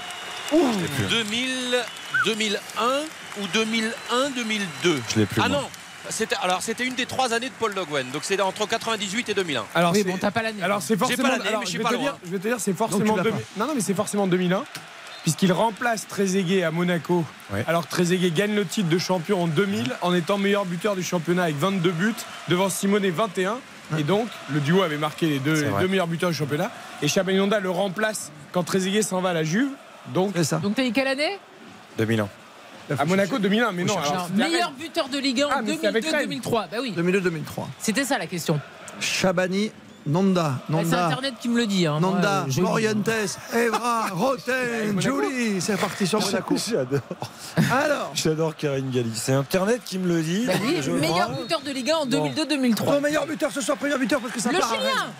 Speaker 8: 2000, 2001 ou 2001, 2002.
Speaker 9: Je l'ai plus,
Speaker 8: Ah
Speaker 9: moi.
Speaker 8: non, c'était alors c'était une des trois années de Paul Le Guen. Donc c'est entre 98 et 2001.
Speaker 6: Alors,
Speaker 4: Oui,
Speaker 6: c'est-
Speaker 4: bon, t'as pas l'année.
Speaker 6: Alors c'est
Speaker 8: J'ai pas
Speaker 6: forcément.
Speaker 8: l'année,
Speaker 6: alors,
Speaker 8: mais je
Speaker 6: je,
Speaker 8: suis
Speaker 6: vais
Speaker 8: pas
Speaker 6: te
Speaker 8: loin.
Speaker 6: dire, je vais te dire, c'est
Speaker 3: Donc
Speaker 6: forcément.
Speaker 3: tu l'as
Speaker 6: 2000 Non, non, mais c'est forcément 2001, puisqu'il remplace Trezeguet à Monaco. Alors Trezeguet gagne le titre de champion en 2000 en étant meilleur buteur du championnat avec 22 buts devant Simone 21. Et donc, le duo avait marqué les deux,
Speaker 9: C'est
Speaker 6: les
Speaker 9: vrai.
Speaker 6: deux meilleurs buteurs du championnat. Et Chabagnonda le remplace quand Trezeguet s'en va à la Juve. Donc,
Speaker 4: Donc t'as eu quelle année
Speaker 9: 2001.
Speaker 6: à Monaco 2001, mais non.
Speaker 4: Genre,
Speaker 6: alors, c'était
Speaker 4: Meilleur
Speaker 6: Rennes.
Speaker 4: buteur de Ligue 1 en
Speaker 6: Ah, mais c'est avec Rennes.
Speaker 4: 2002-2003. Bah oui,
Speaker 3: 2002-2003.
Speaker 4: c'était ça la question.
Speaker 3: Chabani, Nonda,
Speaker 4: Bah, c'est
Speaker 3: Nonda.
Speaker 4: Internet qui me le dit. hein. Moi,
Speaker 3: Nonda,
Speaker 4: euh, je-
Speaker 3: Morientes, Evra, Roten, Julie, c'est parti sur Monaco.
Speaker 9: [laughs] J'adore.
Speaker 3: Alors,
Speaker 9: J'adore Karine Galli. C'est Internet qui me le dit.
Speaker 4: Bah oui,
Speaker 9: je
Speaker 4: meilleur
Speaker 9: crois.
Speaker 4: buteur de Ligue 1 en
Speaker 9: Bon.
Speaker 4: 2002-2003.
Speaker 3: ton meilleur buteur ce soir, premier buteur parce que ça
Speaker 4: Le
Speaker 3: part à Rennes.
Speaker 4: Chilien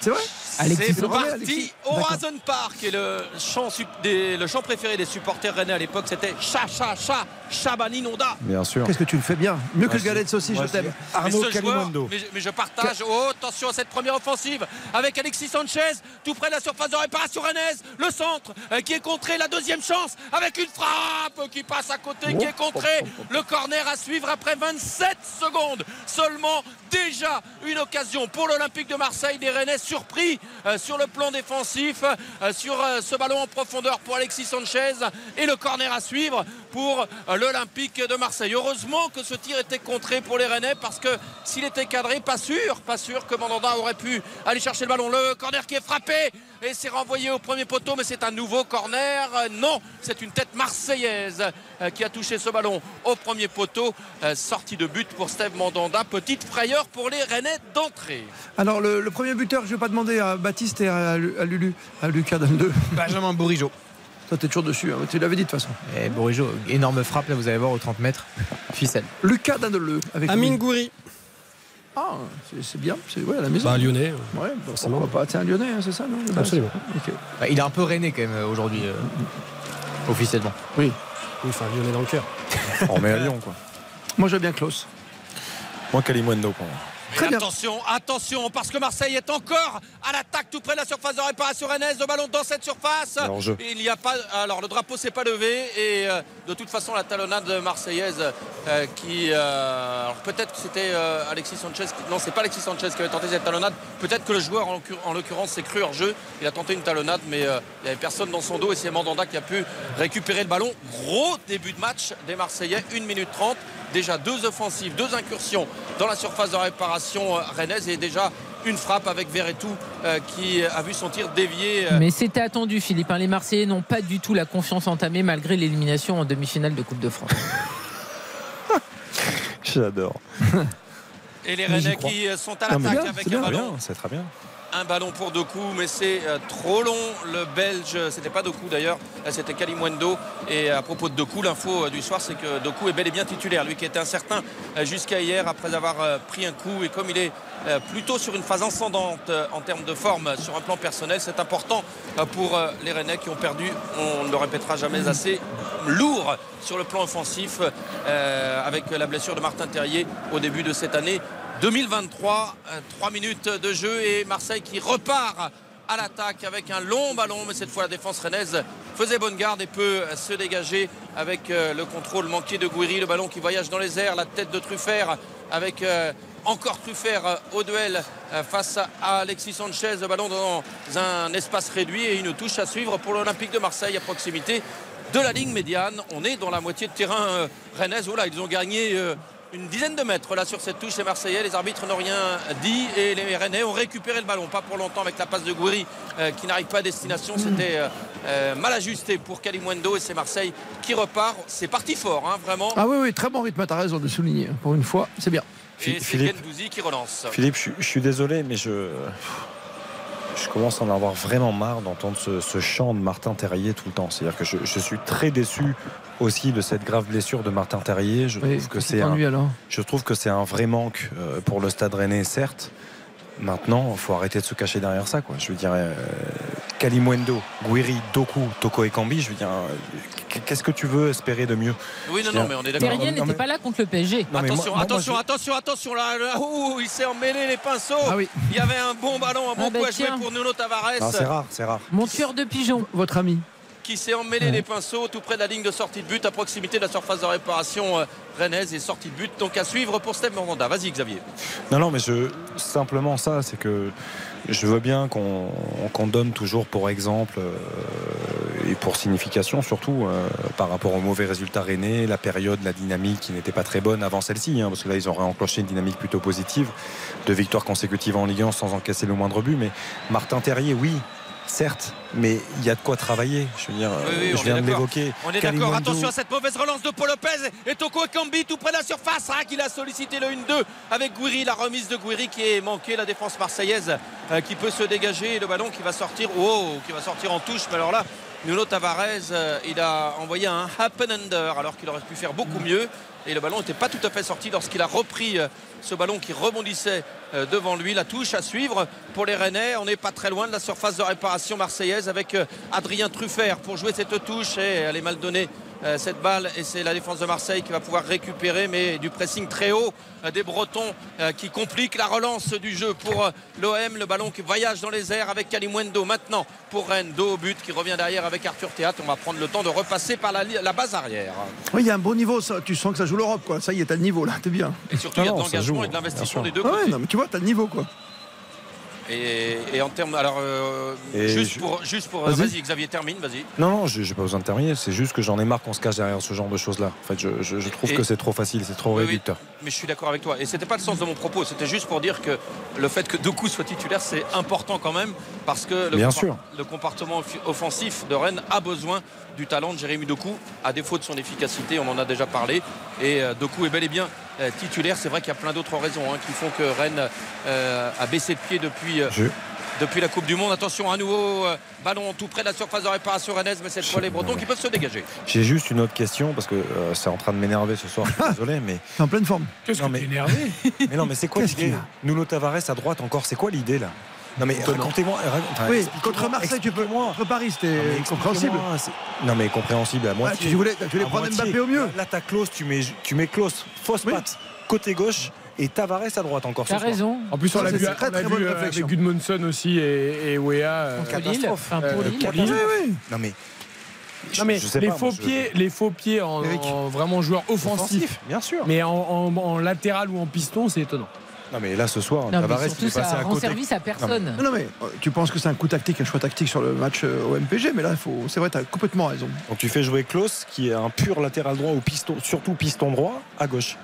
Speaker 3: C'est vrai
Speaker 8: C'est
Speaker 3: Faucon. Ouais,
Speaker 8: parti
Speaker 3: Alexis.
Speaker 8: au
Speaker 3: D'accord.
Speaker 8: Horizon Park et le chant, sup- des- le chant préféré des supporters rennais à l'époque c'était Cha Cha Cha Chabani Nonda.
Speaker 9: Bien sûr.
Speaker 3: Qu'est-ce que tu le fais bien Mieux que le galet de saucisse, je
Speaker 9: Moi,
Speaker 3: t'aime.
Speaker 8: [laughs]
Speaker 9: c'est-
Speaker 8: Mais
Speaker 9: Arnaud
Speaker 8: ce joueur,
Speaker 9: Calimundo.
Speaker 8: mais, je- mais je partage. Oh, attention à cette première offensive avec Alexis Sanchez, tout près de la surface de réparation rennaise. Le centre euh, qui est contré, la deuxième chance avec une frappe qui passe à côté, qui est
Speaker 9: Oh,
Speaker 8: contrée. Le corner à suivre après 27 secondes seulement. Déjà une occasion pour l'Olympique de Marseille. Des Rennais surpris euh, sur le plan défensif, euh, sur euh, ce ballon en profondeur pour Alexis Sanchez et le corner à suivre pour euh, l'Olympique de Marseille. Heureusement que ce tir était contré pour les Rennais parce que s'il était cadré, pas sûr, pas sûr que Mandanda aurait pu aller chercher le ballon. Le corner qui est frappé et c'est renvoyé au premier poteau, mais c'est un nouveau corner. Euh, Non, c'est une tête marseillaise euh, qui a touché ce ballon au premier poteau. Euh, Sortie de but pour Steve Mandanda. Petite frayeur pour les Rennais d'entrée.
Speaker 3: Alors, le, le premier buteur, je vais pas demander à Baptiste et à, Lu- à Lulu, à Lucas dans le
Speaker 10: Benjamin Bourigeau.
Speaker 3: Toi, t'es toujours dessus, hein, tu l'avais dit de toute façon.
Speaker 10: Et Bourigeau, énorme frappe, là vous allez voir au 30 mètres. Ficelle.
Speaker 3: Lucas Dandeleu avec
Speaker 11: Amine
Speaker 3: lui.
Speaker 11: Goury.
Speaker 3: Ah, c'est- c'est bien, c'est ouais, à la maison.
Speaker 11: Bah, lyonnais.
Speaker 3: Ouais, bah, pourquoi pas. C'est un lyonnais, hein, c'est ça non
Speaker 11: Absolument.
Speaker 3: Ok.
Speaker 10: Bah, il est un peu rené quand même euh, aujourd'hui, euh, officiellement.
Speaker 3: Mm-hmm. Oui.
Speaker 11: Oui, enfin, lyonnais dans le cœur.
Speaker 9: On remet à Lyon, quoi.
Speaker 3: Moi, j'aime bien Klaus.
Speaker 9: Moi, Calimundo pour moi.
Speaker 8: Mais attention, attention, parce que Marseille est encore à l'attaque tout près de la surface de réparation rennaise. Le ballon dans cette surface.
Speaker 9: Alors, jeu.
Speaker 8: Il n'y a pas. Alors le drapeau s'est pas levé et euh, de toute façon la talonnade marseillaise euh, qui. euh, alors peut-être que c'était euh, Alexis Sanchez. qui- non, c'est pas Alexis Sanchez qui avait tenté cette talonnade. Peut-être que le joueur en, l'occur- en l'occurrence s'est cru hors jeu. Il a tenté une talonnade, mais euh, il n'y avait personne dans son dos et c'est Mandanda qui a pu récupérer le ballon. Gros début de match des Marseillais, 1 minute 30. Déjà deux offensives, deux incursions dans la surface de réparation euh, rennaise et déjà une frappe avec Verretou euh, qui a vu son tir euh, dévié.
Speaker 4: Mais c'était attendu, Philippe. hein. Les Marseillais n'ont pas du tout la confiance entamée malgré l'élimination en demi-finale de Coupe de France.
Speaker 9: J'adore.
Speaker 8: Et les
Speaker 9: Mais j'y
Speaker 8: Rennais
Speaker 9: crois.
Speaker 8: qui euh, sont à
Speaker 9: Non, mais
Speaker 8: l'attaque
Speaker 9: bien,
Speaker 8: avec
Speaker 9: c'est
Speaker 8: un
Speaker 9: bien,
Speaker 8: ballon.
Speaker 9: bien, C'est très bien.
Speaker 8: Un ballon pour deux coups, mais c'est euh, trop long. Le Belge, euh, c'était pas deux coups d'ailleurs, euh, c'était Kalimwendo. Et à propos de deux coups, l'info euh, du soir, c'est que deux coups est bel et bien titulaire. Lui qui était incertain euh, jusqu'à hier après avoir euh, pris un coup. Et comme il est euh, plutôt sur une phase ascendante euh, en termes de forme euh, sur un plan personnel, c'est important euh, pour euh, les Rennais qui ont perdu, on ne le répétera jamais assez, lourd sur le plan offensif euh, avec la blessure de Martin Terrier au début de cette année. 2023, 3 minutes de jeu et Marseille qui repart à l'attaque avec un long ballon, mais cette fois la défense rennaise faisait bonne garde et peut se dégager avec euh, le contrôle manqué de Gouiri, le ballon qui voyage dans les airs, la tête de Truffert avec euh, encore Truffert euh, au duel euh, face à Alexis Sanchez, le ballon dans un espace réduit et une touche à suivre pour l'Olympique de Marseille à proximité de la ligne médiane. On est dans la moitié de terrain euh, rennaise. Oh là, ils ont gagné euh, une dizaine de mètres là sur cette touche les Marseillais. Les arbitres n'ont rien dit et les Rennais ont récupéré le ballon. Pas pour longtemps avec la passe de Gouiri euh, qui n'arrive pas à
Speaker 9: Mm.
Speaker 8: destination. C'était euh, euh, mal ajusté pour Kalimwendo et c'est Marseille qui repart. C'est parti fort, hein, vraiment.
Speaker 3: Ah oui, oui, très bon rythme, t'as raison de souligner. hein. Pour une fois, c'est bien.
Speaker 8: Et c'est
Speaker 9: Philippe.
Speaker 8: Gendouzi qui relance.
Speaker 9: Philippe, je, suis- je suis désolé, mais je. Je commence à en avoir vraiment marre d'entendre ce, ce chant de Martin Terrier tout le temps. C'est-à-dire que je, je suis très déçu aussi de cette grave blessure de Martin Terrier. Je
Speaker 3: Oui,
Speaker 9: trouve que
Speaker 3: c'est
Speaker 9: c'est un,
Speaker 3: lui, alors.
Speaker 9: je trouve que c'est un vrai manque euh, pour le Stade Rennais, certes. Maintenant, faut arrêter de se cacher derrière ça, quoi. Je veux dire, euh, Kalimwendo, Guiri, Doku, Toko et Kambi. Je veux dire, euh, qu'est-ce que tu veux espérer de mieux
Speaker 8: Oui,
Speaker 9: Je veux
Speaker 8: non, non, mais
Speaker 9: dire-
Speaker 8: on est d'accord.
Speaker 4: Terrier
Speaker 9: Non, mais-
Speaker 4: n'était pas là contre le PSG.
Speaker 9: Non, mais moi-
Speaker 8: Attention,
Speaker 9: moi, moi,
Speaker 8: attention, attention, attention, là, là, ouh, il s'est emmêlé les pinceaux.
Speaker 9: Ah
Speaker 8: Il y avait un bon ballon, un bon
Speaker 4: Ah bah
Speaker 8: coup à jouer
Speaker 4: tiens.
Speaker 8: pour Nuno Tavares.
Speaker 9: Non, c'est rare, c'est rare.
Speaker 4: Mon tueur de pigeon.
Speaker 3: Votre ami.
Speaker 8: qui s'est emmêlé les pinceaux tout près de la ligne de sortie de but à proximité de la surface de réparation euh, rennaise et sortie de but donc à suivre pour Steve Moranda. Vas-y Xavier.
Speaker 9: Non, non, mais je, simplement ça, c'est que je veux bien qu'on qu'on donne toujours pour exemple euh, et pour signification, surtout euh, par rapport aux mauvais résultats rennais, la période, la dynamique qui n'était pas très bonne avant celle-ci, hein, parce que là, ils ont réenclenché une dynamique plutôt positive de victoires consécutives en Ligue 1 sans encaisser le moindre but. Mais Martin Terrier, oui. Certes, mais il y a de quoi travailler. Je veux dire,
Speaker 8: Oui, oui,
Speaker 9: euh,
Speaker 8: on
Speaker 9: je
Speaker 8: est
Speaker 9: viens de
Speaker 8: d'accord.
Speaker 9: l'évoquer.
Speaker 8: On est d'accord.
Speaker 9: Kalimundo-
Speaker 8: Attention à cette mauvaise relance de Paul Lopez et Toko Ekambi tout près de la surface. Ah, qu'il a sollicité le 1-2 avec Guiri. La remise de Guiri qui est manquée. La défense marseillaise euh, qui peut se dégager. Et Le ballon qui va sortir. Oh, qui va sortir en touche. Mais alors là, Nuno Tavares, euh, il a envoyé un happen under alors qu'il aurait pu faire beaucoup mieux. Et le ballon n'était pas tout à fait sorti lorsqu'il a repris euh, ce ballon qui rebondissait euh, devant lui. La touche à suivre pour les Rennais. On n'est pas très loin de la surface de réparation marseillaise avec euh, Adrien Truffert pour jouer cette touche. Et elle est mal donnée euh, cette balle et c'est la défense de Marseille qui va pouvoir récupérer mais du pressing très haut euh, des Bretons euh, qui complique la relance du jeu pour euh, l'OM le ballon qui voyage dans les airs avec Kalimwendo maintenant pour Rennes dos au but qui revient derrière avec Arthur Théâtre on va prendre le temps de repasser par la, li- la base arrière
Speaker 3: Oui, il y a un bon niveau, ça. tu sens que ça joue l'Europe, quoi. Ça y est, t'as le niveau, là, t'es bien.
Speaker 8: et surtout il y a de
Speaker 3: Ah non, ça
Speaker 8: l'engagement
Speaker 3: joue,
Speaker 8: et de l'investissement
Speaker 3: bien
Speaker 8: des deux
Speaker 3: sûr. Ah ouais,
Speaker 8: côtés
Speaker 3: non, mais tu vois, t'as le niveau, quoi.
Speaker 8: et, et en termes alors euh,
Speaker 9: Et
Speaker 8: juste,
Speaker 9: je-
Speaker 8: pour, juste pour euh, vas-y
Speaker 9: Vas-y.
Speaker 8: Xavier termine vas-y
Speaker 9: Non, non, j'ai j'ai pas besoin de terminer. C'est juste que j'en ai marre qu'on se cache derrière ce genre de choses-là. En fait, je, je- je trouve
Speaker 8: Et-
Speaker 9: que c'est trop facile, c'est trop
Speaker 8: Oui, oui.
Speaker 9: réducteur.
Speaker 8: Mais je suis d'accord avec toi. Et c'était pas le sens de mon propos. C'était juste pour dire que le fait que Doku soit titulaire, c'est important quand même. Parce que le,
Speaker 9: Bien
Speaker 8: compar-
Speaker 9: sûr.
Speaker 8: le comportement offi- offensif de Rennes a besoin du talent de Jérémy Doku, à défaut de son efficacité. On en a déjà parlé. Et euh, Doku est bel et bien euh, titulaire. C'est vrai qu'il y a plein d'autres raisons hein, qui font que Rennes euh, a baissé de pied depuis. euh, depuis la Coupe du Monde, attention, à nouveau euh, ballon tout près de la surface de réparation rennaise, mais cette fois les Bretons qui peuvent se dégager.
Speaker 9: J'ai juste une autre question parce que euh, c'est en train de m'énerver ce soir.
Speaker 3: [laughs]
Speaker 9: Je suis désolé, mais
Speaker 3: T'es en pleine forme.
Speaker 9: Qu'est-ce que énervé Mais non, mais c'est quoi
Speaker 3: Qu'est-ce
Speaker 9: l'idée
Speaker 3: qu'il a
Speaker 9: Nuno Tavares à droite encore, c'est quoi l'idée là Non mais
Speaker 3: Étonnant.
Speaker 9: racontez-moi. ra- enfin,
Speaker 3: oui,
Speaker 9: expliquez-moi,
Speaker 3: contre Marseille, tu peux. Contre Paris, c'était
Speaker 9: expliquez-moi,
Speaker 3: compréhensible.
Speaker 9: ex- Non mais compréhensible à moitié.
Speaker 3: tu voulais- tu voulais
Speaker 9: À
Speaker 3: prendre
Speaker 9: moitié.
Speaker 3: Mbappé au mieux.
Speaker 9: Là t'as Klose, tu mets tu mets Klose, fausse patte, côté gauche et Tavares à droite encore. ce soir.
Speaker 6: En plus, on l'a
Speaker 9: C'est
Speaker 6: vu,
Speaker 9: très,
Speaker 6: on
Speaker 9: très
Speaker 6: l'a
Speaker 9: bonne
Speaker 6: vu, euh,
Speaker 9: réflexion.
Speaker 6: avec Gudmundsson aussi et, euh, et Wea.
Speaker 9: Contre Lille, enfin, pour Lille.
Speaker 3: Oui, oui.
Speaker 9: Non mais.
Speaker 6: Non mais
Speaker 9: je sais
Speaker 6: les,
Speaker 9: pas,
Speaker 6: faux
Speaker 9: moi, je-
Speaker 6: pieds, les faux pieds en,
Speaker 9: Eric.
Speaker 6: en vraiment joueur offensif,
Speaker 9: Offensif, bien sûr.
Speaker 6: mais en, en- en latéral ou en piston, c'est étonnant.
Speaker 9: Non, mais là, ce soir,
Speaker 4: Non, mais
Speaker 9: Tavares,
Speaker 4: surtout,
Speaker 9: il est
Speaker 4: ça
Speaker 9: passé à
Speaker 4: rend
Speaker 9: côté.
Speaker 4: service à personne.
Speaker 9: Non,
Speaker 3: Non, non, mais euh, tu penses que c'est un coup tactique, un choix tactique sur le match euh, au MPG, mais là, il faut... c'est vrai, tu as complètement raison.
Speaker 9: Quand tu fais jouer Klaus, qui est un pur latéral droit ou piston, surtout piston droit, à gauche,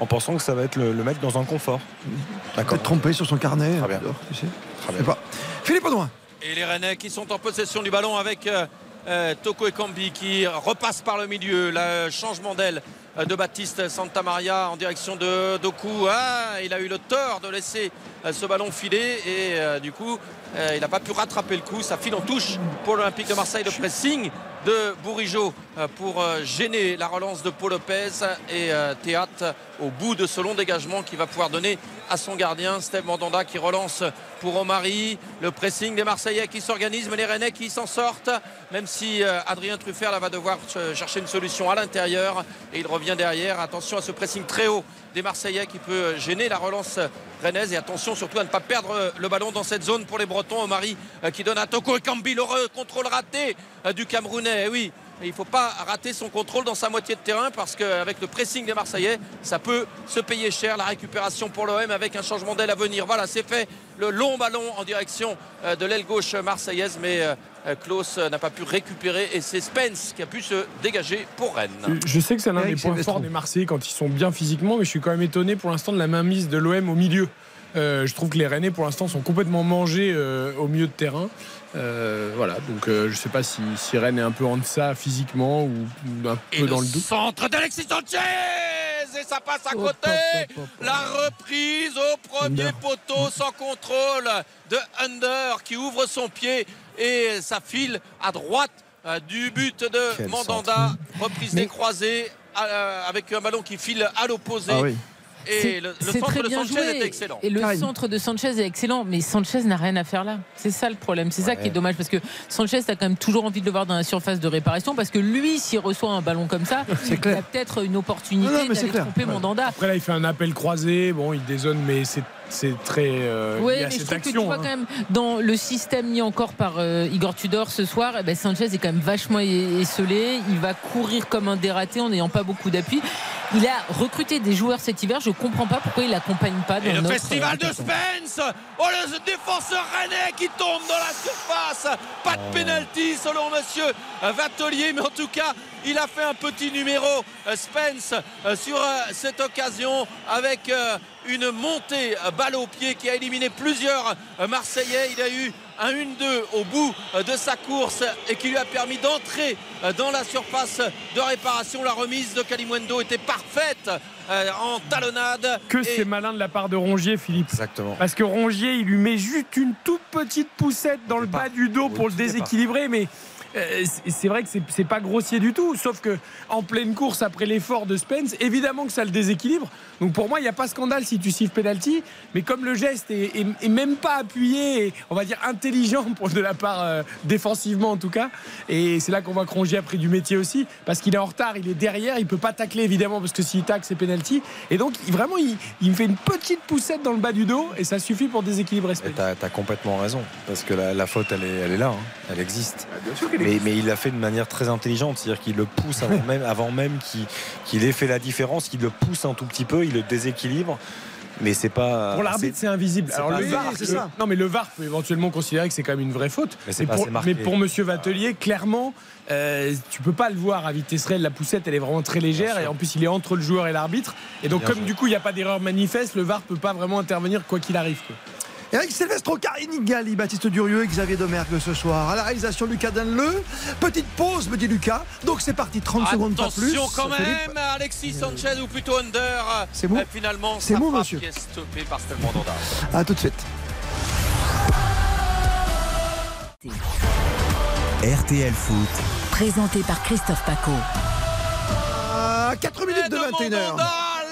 Speaker 9: en pensant que ça va être le, le mec dans un confort. Ah, D'accord.
Speaker 3: trompé sur son carnet.
Speaker 9: Très bien.
Speaker 3: Tu sais. Je sais pas. Philippe Audouin.
Speaker 8: Et les Rennais qui sont en possession du ballon avec euh, euh, Toko Ekambi qui repasse par le milieu. Le changement d'aile euh, de Baptiste Santamaria en direction de Doku. Ah, il a eu le tort de laisser euh, ce ballon filer et euh, du coup, euh, il n'a pas pu rattraper le coup. Ça file en touche pour l'Olympique de Marseille. Le pressing de Bourigeau euh, pour euh, gêner la relance de Paul Lopez et euh, Théâtre au bout de ce long dégagement qui va pouvoir donner à son gardien Steve Mandanda qui relance pour Omari le pressing des Marseillais qui s'organisent mais les Rennais qui s'en sortent même si euh, Adrien Truffert là, va devoir euh, chercher une solution à l'intérieur et il revient derrière attention à ce pressing très haut des Marseillais qui peut euh, gêner la relance rennaise et attention surtout à ne pas perdre euh, le ballon dans cette zone pour les Bretons Omari euh, qui donne à Toko Ekambi le re- contrôle raté euh, du Camerounais Eh oui et il ne faut pas rater son contrôle dans sa moitié de terrain parce qu'avec le pressing des Marseillais, ça peut se payer cher. La récupération pour l'OM avec un changement d'aile à venir. Voilà, c'est fait. Le long ballon en direction euh, de l'aile gauche marseillaise, mais euh, euh, Klaus euh, n'a pas pu récupérer et c'est Spence qui a pu se dégager pour Rennes.
Speaker 6: Je sais que c'est l'un des points forts des Marseillais quand ils sont bien physiquement, mais je suis quand même étonné pour l'instant de la mainmise de l'OM au milieu. Euh, je trouve que les Rennais pour l'instant sont complètement mangés euh, au milieu de terrain. Euh, voilà, donc euh, je sais pas si, si Rennes est un peu en deçà physiquement ou ou un peu dans le doute.
Speaker 8: Centre d'Alexis Sanchez et ça passe à côté. La reprise au premier
Speaker 6: Mm.
Speaker 8: poteau sans contrôle de Under qui ouvre son pied et ça file à droite euh, du but de
Speaker 6: Quel
Speaker 8: Mandanda. Reprise des croisés euh, avec un ballon qui file à l'opposé.
Speaker 4: Ah oui.
Speaker 8: Et le, le
Speaker 4: C'est
Speaker 8: centre
Speaker 4: très
Speaker 8: de
Speaker 4: bien
Speaker 8: Sanchez
Speaker 4: joué.
Speaker 8: était excellent.
Speaker 4: Et le centre de Sanchez est excellent, mais Sanchez n'a rien à faire là. C'est ça le problème. C'est ça
Speaker 8: Ouais.
Speaker 4: qui est dommage parce que Sanchez a quand même toujours envie de le voir dans la surface de réparation parce que lui, s'il reçoit un ballon comme ça, il a peut-être une opportunité
Speaker 6: Non, non, mais c'est
Speaker 4: d'aller
Speaker 6: clair.
Speaker 4: tromper Mandanda.
Speaker 6: Après là, il fait un appel croisé, bon, il dézone, mais c'est c'est très. euh,
Speaker 4: Oui,
Speaker 6: il y a
Speaker 4: mais je
Speaker 6: cette
Speaker 4: trouve que tu
Speaker 6: action.
Speaker 4: vois
Speaker 6: hein.
Speaker 4: quand même dans le système mis encore par euh, Igor Tudor ce soir, eh ben, Sanchez est quand même vachement é- esselé. Il va courir comme un dératé en n'ayant pas beaucoup d'appui. Il a recruté des joueurs cet hiver. Je comprends pas pourquoi il l'accompagne pas dans
Speaker 8: Et le
Speaker 4: notre,
Speaker 8: festival de
Speaker 4: euh,
Speaker 8: Spence Oh le défenseur rennais qui tombe dans la surface Pas
Speaker 11: Oh.
Speaker 8: de pénalty selon monsieur Vatelier mais en tout cas il a fait un petit numéro euh, Spence euh, sur euh, cette occasion avec euh, une montée euh, balle au pied qui a éliminé plusieurs euh, Marseillais. Il a eu un 1-2 au bout euh, de sa course et qui lui a permis d'entrer euh, dans la surface de réparation. La remise de Kalimwendo était parfaite euh, en talonnade.
Speaker 11: Que
Speaker 8: Et-
Speaker 11: c'est malin de la part de Rongier, Philippe.
Speaker 9: Exactement.
Speaker 11: Parce que Rongier, il lui met juste une toute petite poussette dans le bas du dos pour le déséquilibrer, mais. euh, c'est- C'est vrai que c'est- c'est pas grossier du tout, sauf que en pleine course après l'effort de Spence, évidemment que ça le déséquilibre. Donc pour moi, il n'y a pas scandale si tu siffles penalty, mais comme le geste est, est- est même pas appuyé, et, on va dire intelligent pour de la part euh, défensivement en tout cas, et c'est là qu'on voit que Rongier a pris du métier aussi parce qu'il est en retard, il est derrière, il peut pas tacler évidemment parce que s'il tacle c'est penalty, et donc il- vraiment il, il me fait une petite poussette dans le bas du dos et ça suffit pour déséquilibrer Spence.
Speaker 9: Et t'as t'as complètement raison, parce que la, la faute, elle est, elle est là, hein. elle existe.
Speaker 6: qu'elle
Speaker 9: mais, mais il l'a fait de manière très intelligente, c'est-à-dire qu'il le pousse avant même, avant même qu'il qu'il ait fait la différence, qu'il le pousse un tout petit peu, il le déséquilibre, mais Ah, c'est pas.
Speaker 6: Pour l'arbitre, c'est invisible. Alors le VAR, le- non mais le VAR peut éventuellement considérer que c'est quand même une vraie faute.
Speaker 9: Mais c'est pas
Speaker 6: pour,
Speaker 9: assez marqué.
Speaker 6: mais pour Monsieur Vatelier, clairement, euh, tu peux pas le voir à vitesse réelle. La poussette, elle est vraiment très légère et en plus, il est entre le joueur et l'arbitre. Et donc,
Speaker 9: Bien
Speaker 6: comme
Speaker 9: joué.
Speaker 6: du coup, il n'y a pas d'erreur manifeste, le VAR peut pas vraiment intervenir quoi qu'il arrive. quoi.
Speaker 3: Eric Silvestro, Karine Galli, Baptiste Durieux et Xavier Domergue ce soir. À la réalisation, Lucas Danleu. Petite pause, me dit Lucas. Donc c'est parti, 30 secondes, pas plus.
Speaker 8: Attention quand
Speaker 3: Philippe.
Speaker 8: même, Alexis Sanchez ou plutôt Under.
Speaker 3: C'est mou.
Speaker 8: Euh, Finalement,
Speaker 3: C'est
Speaker 8: sa
Speaker 3: mou,
Speaker 8: frappe
Speaker 3: monsieur.
Speaker 8: qui est stoppée par Stéphane Mandanda.
Speaker 3: À tout de suite.
Speaker 1: RTL Foot,
Speaker 2: présenté par Christophe Paco.
Speaker 3: À 4 minutes de 21h.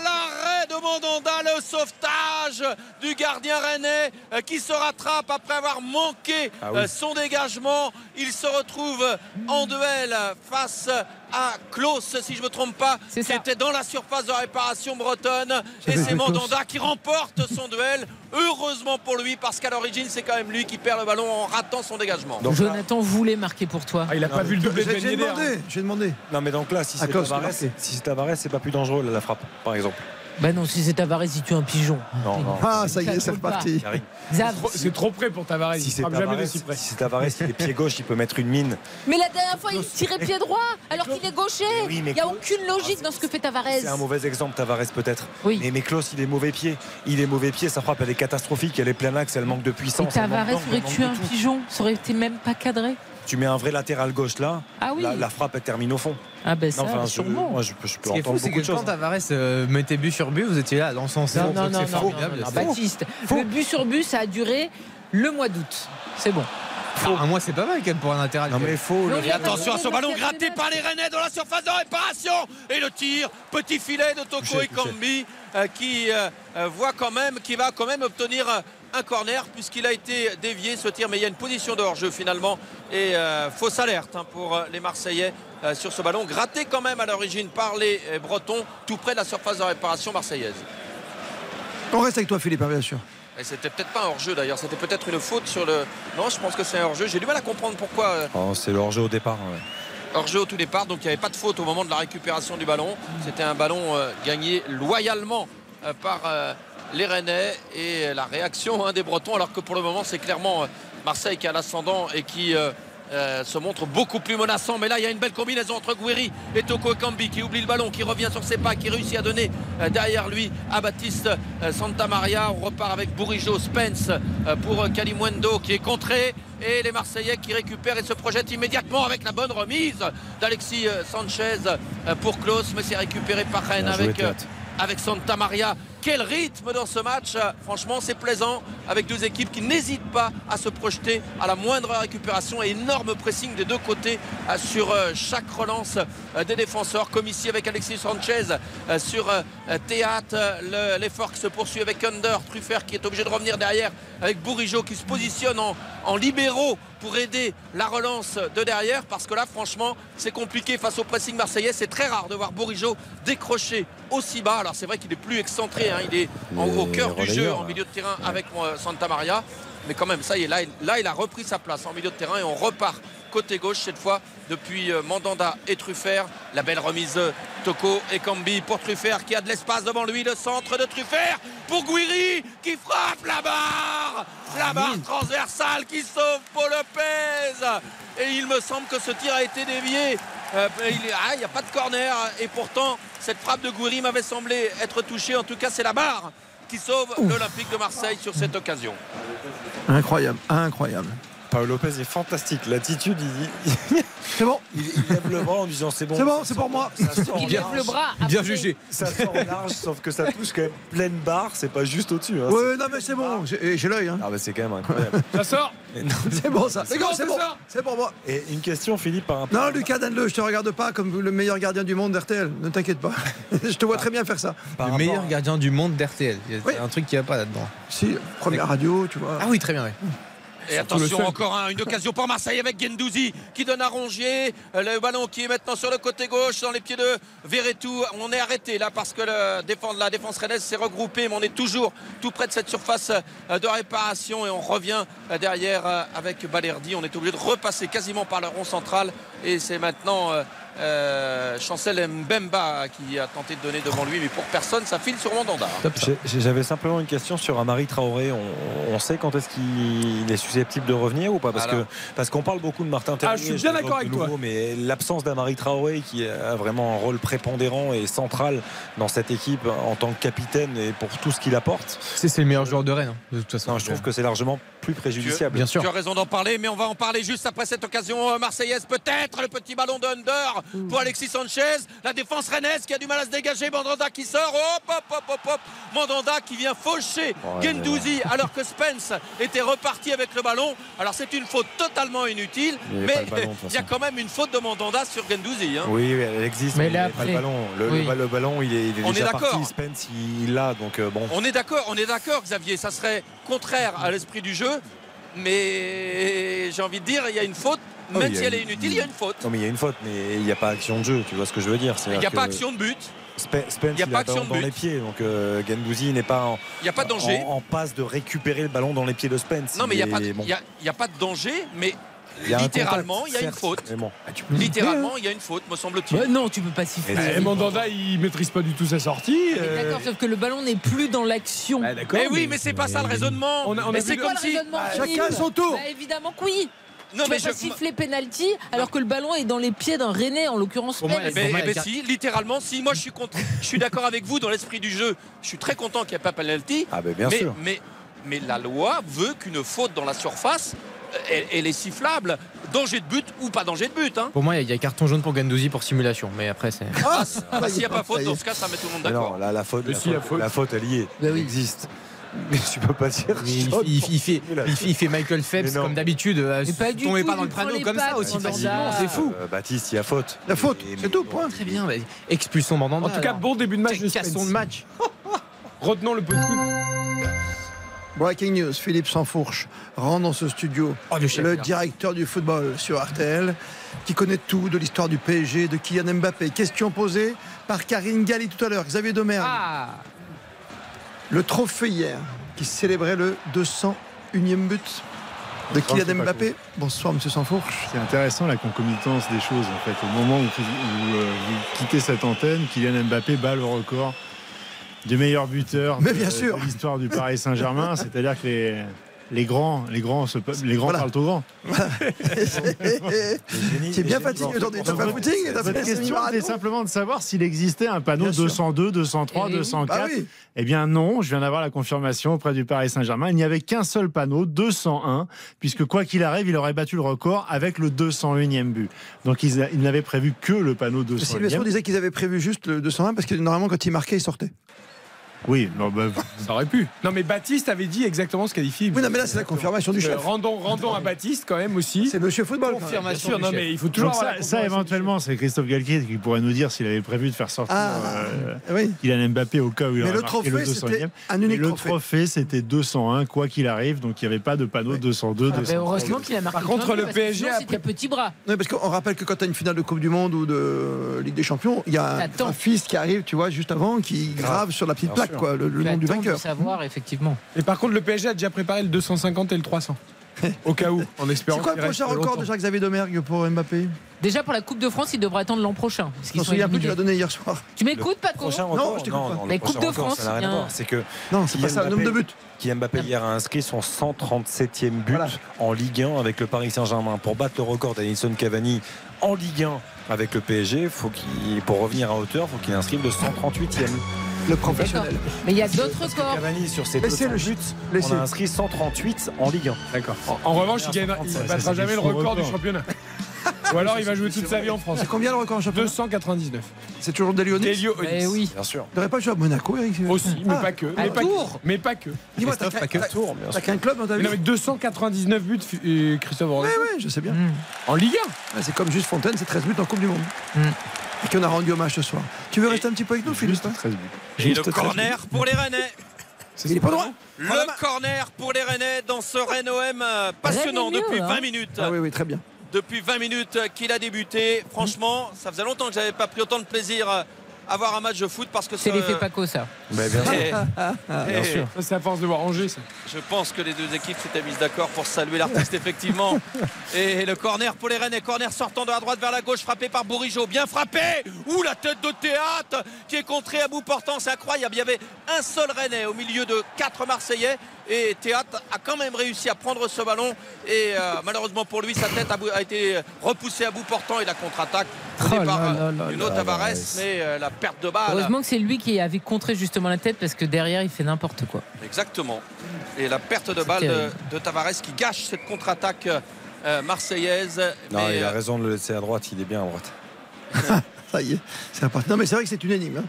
Speaker 8: L'arrêt de Mandanda, le sauvetage du gardien rennais euh, qui se rattrape après avoir manqué
Speaker 18: Ah oui.
Speaker 8: euh, son dégagement. Il se retrouve en duel face à Klaus, si je ne me trompe pas, qui était dans la surface de réparation bretonne. Et
Speaker 18: J'avais
Speaker 8: c'est
Speaker 18: vu Klaus.
Speaker 8: Mandanda qui remporte son duel. Heureusement pour lui, parce qu'à l'origine, c'est quand même lui qui perd le ballon en ratant son dégagement.
Speaker 4: Jonathan voulait marquer pour toi.
Speaker 6: Ah, il a
Speaker 9: Non, pas mais- vu le doublé de J'ai- Ben j'ai Yedder. demandé.
Speaker 3: J'ai demandé.
Speaker 9: Non, mais donc là, si
Speaker 3: À
Speaker 9: c'est
Speaker 3: Klaus,
Speaker 9: Tavares,
Speaker 3: c'est marqué.
Speaker 9: si c'est Tavares, c'est pas plus dangereux là, la frappe, par exemple.
Speaker 4: Ben non, si c'est Tavares, il tue un pigeon.
Speaker 9: Non, non.
Speaker 3: Ah, ça y est, c'est reparti.
Speaker 4: Zav.
Speaker 6: C'est trop près pour Tavares.
Speaker 9: Si
Speaker 6: il
Speaker 9: c'est
Speaker 6: frappe jamais
Speaker 9: Tavares,
Speaker 6: d'aussi près.
Speaker 9: si c'est Tavares, il est pied gauche, il peut mettre une mine.
Speaker 2: Mais la dernière fois, il tirait pied droit alors qu'il est gaucher.
Speaker 9: oui,
Speaker 2: Il
Speaker 9: mais Ah,
Speaker 2: n'y a aucune logique dans ce que fait Tavares.
Speaker 9: C'est un mauvais exemple, Tavares peut-être. Mais, mais Klaus, il est mauvais pied. Il est mauvais pied, sa frappe, elle est catastrophique, elle est plein axe, elle manque de
Speaker 4: Et
Speaker 9: puissance. elle manque
Speaker 4: Tavares
Speaker 9: d'angle, elle
Speaker 4: aurait
Speaker 9: manque
Speaker 4: tué
Speaker 9: de
Speaker 4: un
Speaker 9: tout. Ah,
Speaker 4: pigeon, ça aurait été même pas cadré.
Speaker 9: Tu mets un vrai latéral gauche là,
Speaker 4: Ah oui.
Speaker 9: la, la frappe, elle termine au fond.
Speaker 4: Ah ben ça,
Speaker 9: Non, enfin, je-
Speaker 4: sûrement.
Speaker 9: moi, je peux, je peux
Speaker 10: Ce qui est
Speaker 9: entendre
Speaker 10: fou, c'est
Speaker 9: beaucoup
Speaker 10: que
Speaker 9: de choses. hein.
Speaker 10: quand Tavares euh, mettait but sur but, vous étiez là à l'encenser.
Speaker 4: Non, non,
Speaker 10: on trouve que
Speaker 4: non,
Speaker 10: c'est
Speaker 4: non, non,
Speaker 10: formidable.
Speaker 4: non,
Speaker 10: C'est fou.
Speaker 4: Baptiste, le but sur but, ça a duré le mois d'août. C'est bon.
Speaker 10: Ah, un mois, c'est pas mal quand même pour un latéral.
Speaker 9: Non, mais faux.
Speaker 4: le-
Speaker 8: Et attention à ce ballon gratté par les Rennais dans la surface de réparation. Et le tir, petit filet de Toko
Speaker 9: Touché,
Speaker 8: et Kambi euh, qui euh, euh, voit quand même, qui va quand même obtenir euh, un corner puisqu'il a été dévié ce tir. Mais il y a une position de hors-jeu finalement et euh, fausse alerte hein, pour euh, les Marseillais euh, sur ce ballon gratté quand même à l'origine par les euh, Bretons tout près de la surface de réparation marseillaise.
Speaker 3: On reste avec toi, Philippe, hein, bien sûr.
Speaker 8: Et c'était peut-être pas un hors-jeu d'ailleurs, c'était peut-être une faute sur le. Non, je pense que c'est un hors-jeu. J'ai du mal à comprendre pourquoi. euh,
Speaker 9: Oh, c'est leur jeu au départ. ouais.
Speaker 8: Hors-jeu au tout départ, donc il n'y avait pas de faute au moment de la récupération du ballon. C'était un ballon euh, gagné loyalement euh, par euh, les Rennais et la réaction hein, des Bretons, alors que pour le moment c'est clairement euh, Marseille qui a l'ascendant et qui euh, euh, se montre beaucoup plus menaçant. Mais là il y a une belle combinaison entre Guiri et Toko Ekambi qui oublie le ballon, qui revient sur ses pas, qui réussit à donner euh, derrière lui à Baptiste euh, Santamaria. On repart avec Bourigeau, Spence euh, pour euh, Kalimundo qui est contré. Et les Marseillais qui récupèrent et se projettent immédiatement avec la bonne remise d'Alexis euh, Sanchez euh, pour Klaus, mais c'est récupéré par Rennes
Speaker 9: Bien joué,
Speaker 8: avec, euh,
Speaker 9: Théâtre.
Speaker 8: avec Santa Maria. Quel rythme dans ce match euh, Franchement, c'est plaisant avec deux équipes qui n'hésitent pas à se projeter à la moindre récupération et énorme pressing des deux côtés euh, sur euh, chaque relance euh, des défenseurs, comme ici avec Alexis Sanchez euh, sur euh, euh, Théâtre. euh, le- L'effort qui se poursuit avec Under, Truffert qui est obligé de revenir derrière avec Bourigeau qui se positionne en, en libéraux pour aider la relance de derrière parce que là franchement c'est compliqué face au pressing marseillais c'est très rare de voir Bourigeau décrocher aussi bas alors c'est vrai qu'il est plus excentré hein. il est en
Speaker 9: Il est
Speaker 8: gros au cœur du jeu
Speaker 9: relayeur,
Speaker 8: en
Speaker 9: là.
Speaker 8: milieu de terrain avec euh, Santa Maria mais quand même ça y est là, il- là il a repris sa place en milieu de terrain et on repart côté gauche cette fois depuis euh, Mandanda et Truffert la belle remise euh, Toko et Cambi pour Truffert qui a de l'espace devant lui le centre de Truffert pour Guiri qui frappe la barre la barre transversale qui sauve Paul Lopez. Et il me semble que ce tir a été dévié. Euh, il est- ah, il n'y a pas de corner. Et pourtant, cette frappe de Gouiri m'avait semblé être touchée. En tout cas, c'est la barre qui sauve l'Olympique de Marseille sur cette occasion.
Speaker 3: Incroyable, incroyable.
Speaker 9: Paolo Lopez est fantastique. L'attitude, il,
Speaker 3: C'est bon,
Speaker 9: [laughs] il, il lève le bras en disant c'est bon.
Speaker 3: c'est bon,
Speaker 9: ça
Speaker 3: c'est
Speaker 9: sort-
Speaker 3: pour moi.
Speaker 9: ça sort
Speaker 4: Il
Speaker 9: large.
Speaker 4: lève le bras. après.
Speaker 9: Ça sort large, sauf que ça touche quand même pleine barre, c'est pas juste au-dessus. hein.
Speaker 3: Ouais, non, Ah, mais c'est bon, j'ai j'ai l'œil. hein.
Speaker 9: Ah, bah c'est quand même incroyable.
Speaker 11: Ça sort
Speaker 9: Et non,
Speaker 3: C'est bon, ça. C'est bon, c'est bon.
Speaker 11: ça
Speaker 3: C'est pour moi.
Speaker 9: Et une question, Philippe, par rapport.
Speaker 3: Non, Lucas Danleux, je te regarde pas comme le meilleur gardien du monde d'RTL. Ne t'inquiète pas. [laughs] je
Speaker 9: Ah.
Speaker 3: te vois très bien faire ça.
Speaker 9: par
Speaker 10: Le
Speaker 9: rapport
Speaker 10: meilleur
Speaker 9: à-
Speaker 10: gardien du monde d'RTL. Il y a
Speaker 3: Oui.
Speaker 10: un truc qu'il n'y a pas là-dedans.
Speaker 3: Si, première radio, tu vois.
Speaker 10: Ah oui, très bien, oui.
Speaker 8: Et attention, encore un- une occasion pour Marseille avec Gendouzi qui donne à Rongier. Euh, Le ballon qui est maintenant sur le côté gauche, dans les pieds de Verretou. On est arrêté là parce que le défense, la défense rennaise s'est regroupée, mais on est toujours tout près de cette surface euh, de réparation. Et on revient euh, derrière euh, avec Balerdi. On est obligé de repasser quasiment par le rond central. Et c'est maintenant. euh, euh, Chancel Mbemba qui a tenté de donner devant lui, mais pour personne, ça file sur Mandanda.
Speaker 9: J'ai- j'ai- J'avais simplement une question sur Amari Traoré. On, on sait quand est-ce qu'il est susceptible de revenir ou pas Parce
Speaker 8: Alors.
Speaker 9: que parce qu'on parle beaucoup de Martin
Speaker 11: Ah,
Speaker 9: Terrier.
Speaker 11: je suis bien
Speaker 9: le
Speaker 11: d'accord
Speaker 9: évoque de
Speaker 11: avec toi.
Speaker 9: nouveau, Mais l'absence d'Amari Traoré, qui a vraiment un rôle prépondérant et central dans cette équipe en tant que capitaine et pour tout ce qu'il apporte,
Speaker 10: C'est c'est le meilleur joueur de Rennes, hein, de toute façon.
Speaker 9: non, je trouve que c'est largement plus préjudiciable.
Speaker 10: Bien sûr.
Speaker 8: Tu as raison d'en parler, mais on va en parler juste après cette occasion euh, marseillaise. Peut-être le petit ballon de Under pour Alexis Sanchez. La défense rennaise qui a du mal à se dégager. Mandanda qui sort. Hop, hop, hop, hop, hop. Mandanda qui vient faucher
Speaker 9: Ouais.
Speaker 8: Gendouzi alors que Spence était reparti avec le ballon. Alors c'est une faute totalement inutile,
Speaker 9: Il avait pas
Speaker 8: mais
Speaker 9: le ballon, de toute
Speaker 8: [laughs] il y a
Speaker 9: façon.
Speaker 8: quand même une faute de Mandanda sur Gendouzi. hein.
Speaker 9: Oui, oui, elle existe,
Speaker 4: Mais
Speaker 9: mais, il
Speaker 4: là,
Speaker 9: a pas
Speaker 4: après-
Speaker 9: le ballon. Le, le
Speaker 4: oui.
Speaker 9: ba- le ballon, il est, il est
Speaker 8: On est
Speaker 9: déjà parti.
Speaker 8: d'accord.
Speaker 9: Spence, il il l'a, donc euh, bon.
Speaker 8: On est d'accord, on est d'accord, Xavier. Ça serait contraire à l'esprit du jeu, mais j'ai envie de dire, il y a une faute.
Speaker 9: Ah oui,
Speaker 8: Même
Speaker 9: il y
Speaker 8: si
Speaker 9: a
Speaker 8: elle est
Speaker 9: une-
Speaker 8: inutile, il y a une faute.
Speaker 9: Non, mais il y a une faute, mais il n'y a pas action de jeu. Tu vois ce que je veux dire
Speaker 8: Il n'y a pas
Speaker 9: action
Speaker 8: action de but,
Speaker 9: Spe- Spence,
Speaker 8: Il y a
Speaker 9: il
Speaker 8: pas
Speaker 9: a le ballon
Speaker 8: action de
Speaker 9: dans
Speaker 8: but.
Speaker 9: les pieds, donc euh, Guendouzi n'est pas en,
Speaker 8: il n'y a pas de danger.
Speaker 9: en- en passe de récupérer le ballon dans les pieds de Spence.
Speaker 8: Non, mais il n'y a,
Speaker 9: est
Speaker 8: pas de-
Speaker 9: bon.
Speaker 8: il y a- il y a pas de danger, mais
Speaker 19: y a un
Speaker 8: Littéralement,
Speaker 19: contact,
Speaker 8: il y a une
Speaker 19: certes,
Speaker 8: faute.
Speaker 19: mais bon.
Speaker 8: Littéralement, il y a une faute, me semble-t-il.
Speaker 4: non, tu peux pas siffler.
Speaker 6: Et Mandanda, il maîtrise pas du tout sa sortie.
Speaker 4: Mais
Speaker 6: euh,
Speaker 4: D'accord, sauf que le ballon n'est plus dans l'action.
Speaker 9: Ah,
Speaker 8: Mais Eh oui, mais c'est pas ça le raisonnement.
Speaker 6: On a- on a
Speaker 8: mais
Speaker 6: vu
Speaker 8: c'est
Speaker 6: le-
Speaker 8: comme
Speaker 6: Voilà,
Speaker 8: si.
Speaker 6: raisonnement.
Speaker 8: Ah,
Speaker 6: Chacun son tour.
Speaker 4: Bah, évidemment que oui.
Speaker 8: Non,
Speaker 4: tu
Speaker 8: mais
Speaker 4: vas pas
Speaker 8: je-
Speaker 4: siffler penalty alors que le ballon est dans les pieds d'un René, en l'occurrence
Speaker 8: Eh ben,
Speaker 4: Pérez.
Speaker 8: eh ben si, littéralement, si. Moi, je suis contre. Je suis d'accord avec vous dans l'esprit du jeu. Je suis très content qu'il n'y ait pas penalty.
Speaker 9: Ah ben, bien
Speaker 8: mais,
Speaker 9: sûr.
Speaker 8: Mais, mais la loi veut qu'une faute dans la surface, euh, elle, elle est sifflable. Danger de but ou pas danger de but. Hein.
Speaker 10: Pour moi, il y a carton jaune pour Gandouzi pour simulation, mais après, c'est.
Speaker 8: Ah, s- ah, s'il n'y a pas
Speaker 9: ça
Speaker 8: faute,
Speaker 9: y est.
Speaker 8: dans ce cas, ça met tout le monde
Speaker 9: Mais
Speaker 8: d'accord.
Speaker 9: non, là, la faute,
Speaker 8: Mais
Speaker 9: la,
Speaker 8: si,
Speaker 9: faute,
Speaker 8: la faute.
Speaker 9: la faute, elle y
Speaker 4: Bah
Speaker 9: est. Elle existe. Mais tu peux pas dire. [laughs]
Speaker 10: Mais il,
Speaker 9: Jean
Speaker 10: il- il fait, il, fait, il fait Michael Phelps comme d'habitude. euh,
Speaker 4: Mais pas du
Speaker 10: tombez
Speaker 4: tout,
Speaker 10: pas dans
Speaker 4: il
Speaker 10: le
Speaker 4: prend
Speaker 10: panneau
Speaker 4: les
Speaker 10: comme ça
Speaker 4: pattes,
Speaker 10: aussi
Speaker 4: Mandanda.
Speaker 10: facilement, c'est fou.
Speaker 9: Euh, Baptiste, il y a faute.
Speaker 3: La faute, c'est tout, point.
Speaker 10: Très bien, bah, expulsons Mandanda.
Speaker 11: En tout cas,
Speaker 10: alors.
Speaker 11: bon début de match de
Speaker 10: Quel casson
Speaker 11: Spence.
Speaker 10: de match.
Speaker 11: [laughs] Retenons le petit.
Speaker 3: Breaking news, Philippe Sansfourche rentre dans ce studio
Speaker 10: Oh, le chef, là.
Speaker 3: directeur du football sur RTL, qui connaît tout de l'histoire du PSG, de Kylian Mbappé. Question posée par Karine Galli tout à l'heure, Xavier Domergue.
Speaker 10: Ah.
Speaker 3: Le trophée hier, qui célébrait le 201e but de
Speaker 18: Bonsoir,
Speaker 3: Kylian
Speaker 18: Paco.
Speaker 3: Mbappé. Bonsoir, monsieur Sansfourche.
Speaker 18: C'est intéressant la concomitance des choses en fait. Au moment où, où, euh, vous quittez cette antenne, Kylian Mbappé bat le record du meilleur buteur
Speaker 3: Mais
Speaker 18: de-
Speaker 3: bien sûr.
Speaker 18: de l'histoire du Paris Saint-Germain. C'est-à-dire que les, les grands, les grands, se- les grands
Speaker 3: Voilà.
Speaker 18: parlent aux
Speaker 3: [laughs]
Speaker 18: grands.
Speaker 3: T'es bien fatigué aujourd'hui. T'as fait un footing et T'as fait
Speaker 18: Votre
Speaker 3: une
Speaker 18: question
Speaker 3: question à
Speaker 18: était
Speaker 3: raton
Speaker 18: simplement de savoir s'il existait un panneau
Speaker 3: Bien sûr.
Speaker 18: 202, 203,
Speaker 3: Eh oui.
Speaker 18: 204.
Speaker 3: Bah oui.
Speaker 18: Eh bien non, je viens d'avoir la confirmation auprès du Paris Saint-Germain. Il n'y avait qu'un seul panneau, 201, puisque quoi qu'il arrive, il aurait battu le record avec le 201e but. Donc ils, a- ils n'avaient prévu que le panneau
Speaker 3: Sylvie
Speaker 18: 201e.
Speaker 3: Besson disait qu'ils avaient prévu juste le 201 parce que normalement quand il marquait il sortait.
Speaker 18: Oui, non, bah,
Speaker 11: Ça aurait pu. Non, mais Baptiste avait dit exactement ce qu'a dit Philippe.
Speaker 3: Oui, non, mais là, c'est la confirmation du
Speaker 11: Euh,
Speaker 3: chef.
Speaker 11: rendons, rendons à Baptiste quand même aussi.
Speaker 3: C'est monsieur football. quand même.
Speaker 11: Confirmation. Non, mais il faut toujours
Speaker 18: Donc
Speaker 11: avoir
Speaker 18: ça,
Speaker 11: la
Speaker 18: ça, éventuellement, c'est Christophe Galtier qui pourrait nous dire s'il avait prévu de faire sortir
Speaker 3: Ah,
Speaker 18: euh,
Speaker 3: oui.
Speaker 18: Kylian Mbappé au cas où il
Speaker 3: Mais
Speaker 18: aurait
Speaker 3: le
Speaker 18: marqué
Speaker 3: trophée,
Speaker 18: le 200e.
Speaker 3: c'était un
Speaker 18: Mais
Speaker 3: unique
Speaker 18: le
Speaker 3: trophée.
Speaker 18: trophée, c'était 201, quoi qu'il arrive. Donc il n'y avait pas de panneau 202,
Speaker 4: Ah, bah,
Speaker 18: 203.
Speaker 4: heureusement qu'il a marqué.
Speaker 11: Par contre,
Speaker 4: plein de
Speaker 11: le
Speaker 4: buts, parce que
Speaker 11: PSG
Speaker 4: sinon,
Speaker 11: a
Speaker 4: C'était petit bras.
Speaker 3: Non, parce qu'on rappelle que quand tu as une finale de Coupe du Monde ou de Ligue des Champions, il y a un,
Speaker 4: T'attends.
Speaker 3: un fils qui arrive, tu vois, juste avant, qui grave sur la petite
Speaker 4: Bien
Speaker 3: plaque,
Speaker 4: sûr.
Speaker 3: quoi, le, le
Speaker 4: Tu
Speaker 3: nom du
Speaker 4: attends de
Speaker 3: vainqueur.
Speaker 4: savoir, effectivement.
Speaker 11: Et par contre, le PSG a déjà préparé le 250 et le
Speaker 3: [laughs]
Speaker 11: 300. Au cas où, en espérant.
Speaker 3: C'est quoi
Speaker 11: qu'il
Speaker 3: le
Speaker 11: reste
Speaker 3: prochain record
Speaker 11: longtemps.
Speaker 3: de Jacques-Xavier Domergue pour Mbappé
Speaker 4: Déjà pour la Coupe de France, il devra attendre l'an prochain. parce
Speaker 3: Je
Speaker 4: qu'ils
Speaker 3: me
Speaker 4: sont
Speaker 3: souviens plus, tu
Speaker 4: éliminés.
Speaker 3: l'as donné hier soir.
Speaker 4: Tu m'écoutes,
Speaker 9: Le
Speaker 4: Paco
Speaker 9: prochain
Speaker 3: Non,
Speaker 9: record,
Speaker 3: je t'écoute pas.
Speaker 9: le
Speaker 4: Mais
Speaker 9: prochain
Speaker 4: Coupe de
Speaker 9: record,
Speaker 4: France,
Speaker 9: ça n'a rien
Speaker 4: il y
Speaker 9: à
Speaker 4: a un-
Speaker 9: voir. C'est que
Speaker 3: Non, c'est
Speaker 9: Kylian
Speaker 3: pas ça, le nombre de buts.
Speaker 9: Kylian Mbappé hier a inscrit son 137e but en Ligue 1 avec le Paris Saint-Germain pour battre le record d'Edinson Cavani en Ligue 1 avec le PSG. Faut qu'il, pour revenir à hauteur, faut qu'il inscrive le 138e.
Speaker 3: Le professionnel.
Speaker 4: D'accord. Mais il y a d'autres records.
Speaker 9: Cavani sur ses
Speaker 3: Laissez
Speaker 9: 200
Speaker 3: le
Speaker 9: buts,
Speaker 3: Laissez.
Speaker 9: on a inscrit 138 en Ligue 1.
Speaker 11: D'accord. En, en revanche, il gagnera- il ne
Speaker 9: 137,
Speaker 11: battra
Speaker 9: c'est
Speaker 11: jamais le
Speaker 9: son
Speaker 11: record du
Speaker 9: record.
Speaker 3: [laughs]
Speaker 11: championnat. Ou alors il va jouer toute sa vie en France.
Speaker 3: C'est combien le record en championnat
Speaker 11: 299.
Speaker 3: C'est toujours des Lyonnais
Speaker 11: Delio
Speaker 4: Eh oui.
Speaker 9: Bien sûr.
Speaker 3: T'aurais pas joué à Monaco, Eric
Speaker 11: Aussi, mais
Speaker 3: Ah.
Speaker 11: pas que.
Speaker 4: À
Speaker 11: Mais pas
Speaker 4: Tours.
Speaker 11: que. Mais pas que.
Speaker 3: Dis-moi, t'as
Speaker 9: Christophe,
Speaker 3: qu'un-
Speaker 9: pas que
Speaker 3: t'as-
Speaker 9: Tour, bien
Speaker 3: t'as
Speaker 9: sûr.
Speaker 3: qu'un club dans ta
Speaker 11: Mais
Speaker 3: vie
Speaker 11: non, mais 299 buts, euh, Christophe
Speaker 3: Ouais,
Speaker 11: Aurier.
Speaker 3: ouais, je sais bien.
Speaker 11: En Ligue
Speaker 3: Ouais, C'est comme Juste Fontaine, c'est 13 buts en Coupe du Monde.
Speaker 4: Hmm.
Speaker 3: Et qu'on a rendu hommage ce soir. Tu veux rester un petit peu avec nous, Philippe hein
Speaker 18: 13 buts.
Speaker 8: Et le corner pour
Speaker 9: [laughs]
Speaker 8: les Rennais.
Speaker 3: Il est pas droit
Speaker 8: Le corner pour les Rennais dans ce Rennes OM euh, passionnant
Speaker 4: Ah, bah. Rennes est mieux,
Speaker 8: depuis
Speaker 4: hein.
Speaker 8: 20 minutes.
Speaker 3: Ah oui, oui, très bien.
Speaker 8: Depuis 20 minutes qu'il a débuté. Franchement, ça faisait longtemps que j'avais pas pris autant de plaisir euh, à voir un match de foot parce que
Speaker 4: C'est
Speaker 8: ça-
Speaker 11: Euh,
Speaker 8: euh,
Speaker 4: l'effet Paco, ça.
Speaker 9: Mais Bah, bien sûr.
Speaker 8: Eh, [laughs] eh,
Speaker 11: sûr. Ça, c'est à force de voir Angers, ça.
Speaker 8: Je pense que les deux équipes s'étaient mises d'accord pour saluer
Speaker 4: [laughs]
Speaker 8: l'artiste, effectivement. Et le corner pour les Rennes, et corner sortant de la droite vers la gauche, frappé par Bourigeau. Bien frappé Ouh, la tête de théâtre qui est contrée à bout portant, c'est incroyable. Il y avait un seul Rennais au milieu de quatre Marseillais. Et Théâtre a quand même réussi à prendre ce ballon. Et euh, malheureusement pour lui, sa tête a, bou- a été repoussée à bout portant et la contre-attaque
Speaker 4: Oh là
Speaker 8: prenée par
Speaker 4: là Oh là
Speaker 8: Nuno
Speaker 4: là
Speaker 8: Tavares.
Speaker 4: là.
Speaker 8: Mais euh, la perte de balle.
Speaker 4: Heureusement que c'est lui qui avait contré justement la tête parce que derrière il fait n'importe quoi.
Speaker 8: Exactement. Et la perte de balle de,
Speaker 4: terrible.
Speaker 8: de Tavares qui gâche cette contre-attaque euh, marseillaise.
Speaker 9: Non,
Speaker 8: mais,
Speaker 9: il a
Speaker 8: euh,
Speaker 9: raison de le laisser à droite. Il est bien à droite.
Speaker 3: Ça y est, c'est important. Non, mais c'est vrai que c'est unanime. hein.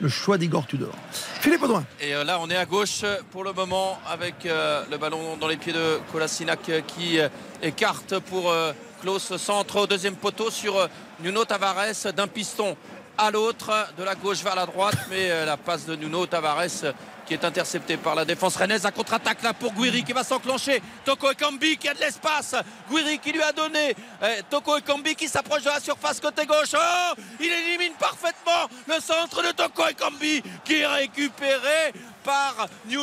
Speaker 3: Le choix d'Igor Tudor. Philippe Audouin.
Speaker 8: et euh, là, on est à gauche euh, pour le moment avec euh, le ballon dans les pieds de Kolasinac euh, qui euh, écarte pour euh, Klaus centre au deuxième poteau sur euh, Nuno Tavares d'un piston à l'autre, de la gauche vers la droite. Mais euh, la passe de Nuno Tavares euh, qui est interceptée par la défense rennaise. La contre-attaque là pour Guiri qui va s'enclencher. Toko Ekambi qui a de l'espace. Guiri qui lui a donné. Eh, Toko Ekambi qui s'approche de la surface côté gauche. Oh, il élimine parfaitement le centre de Toko Ekambi qui est récupéré par Nuno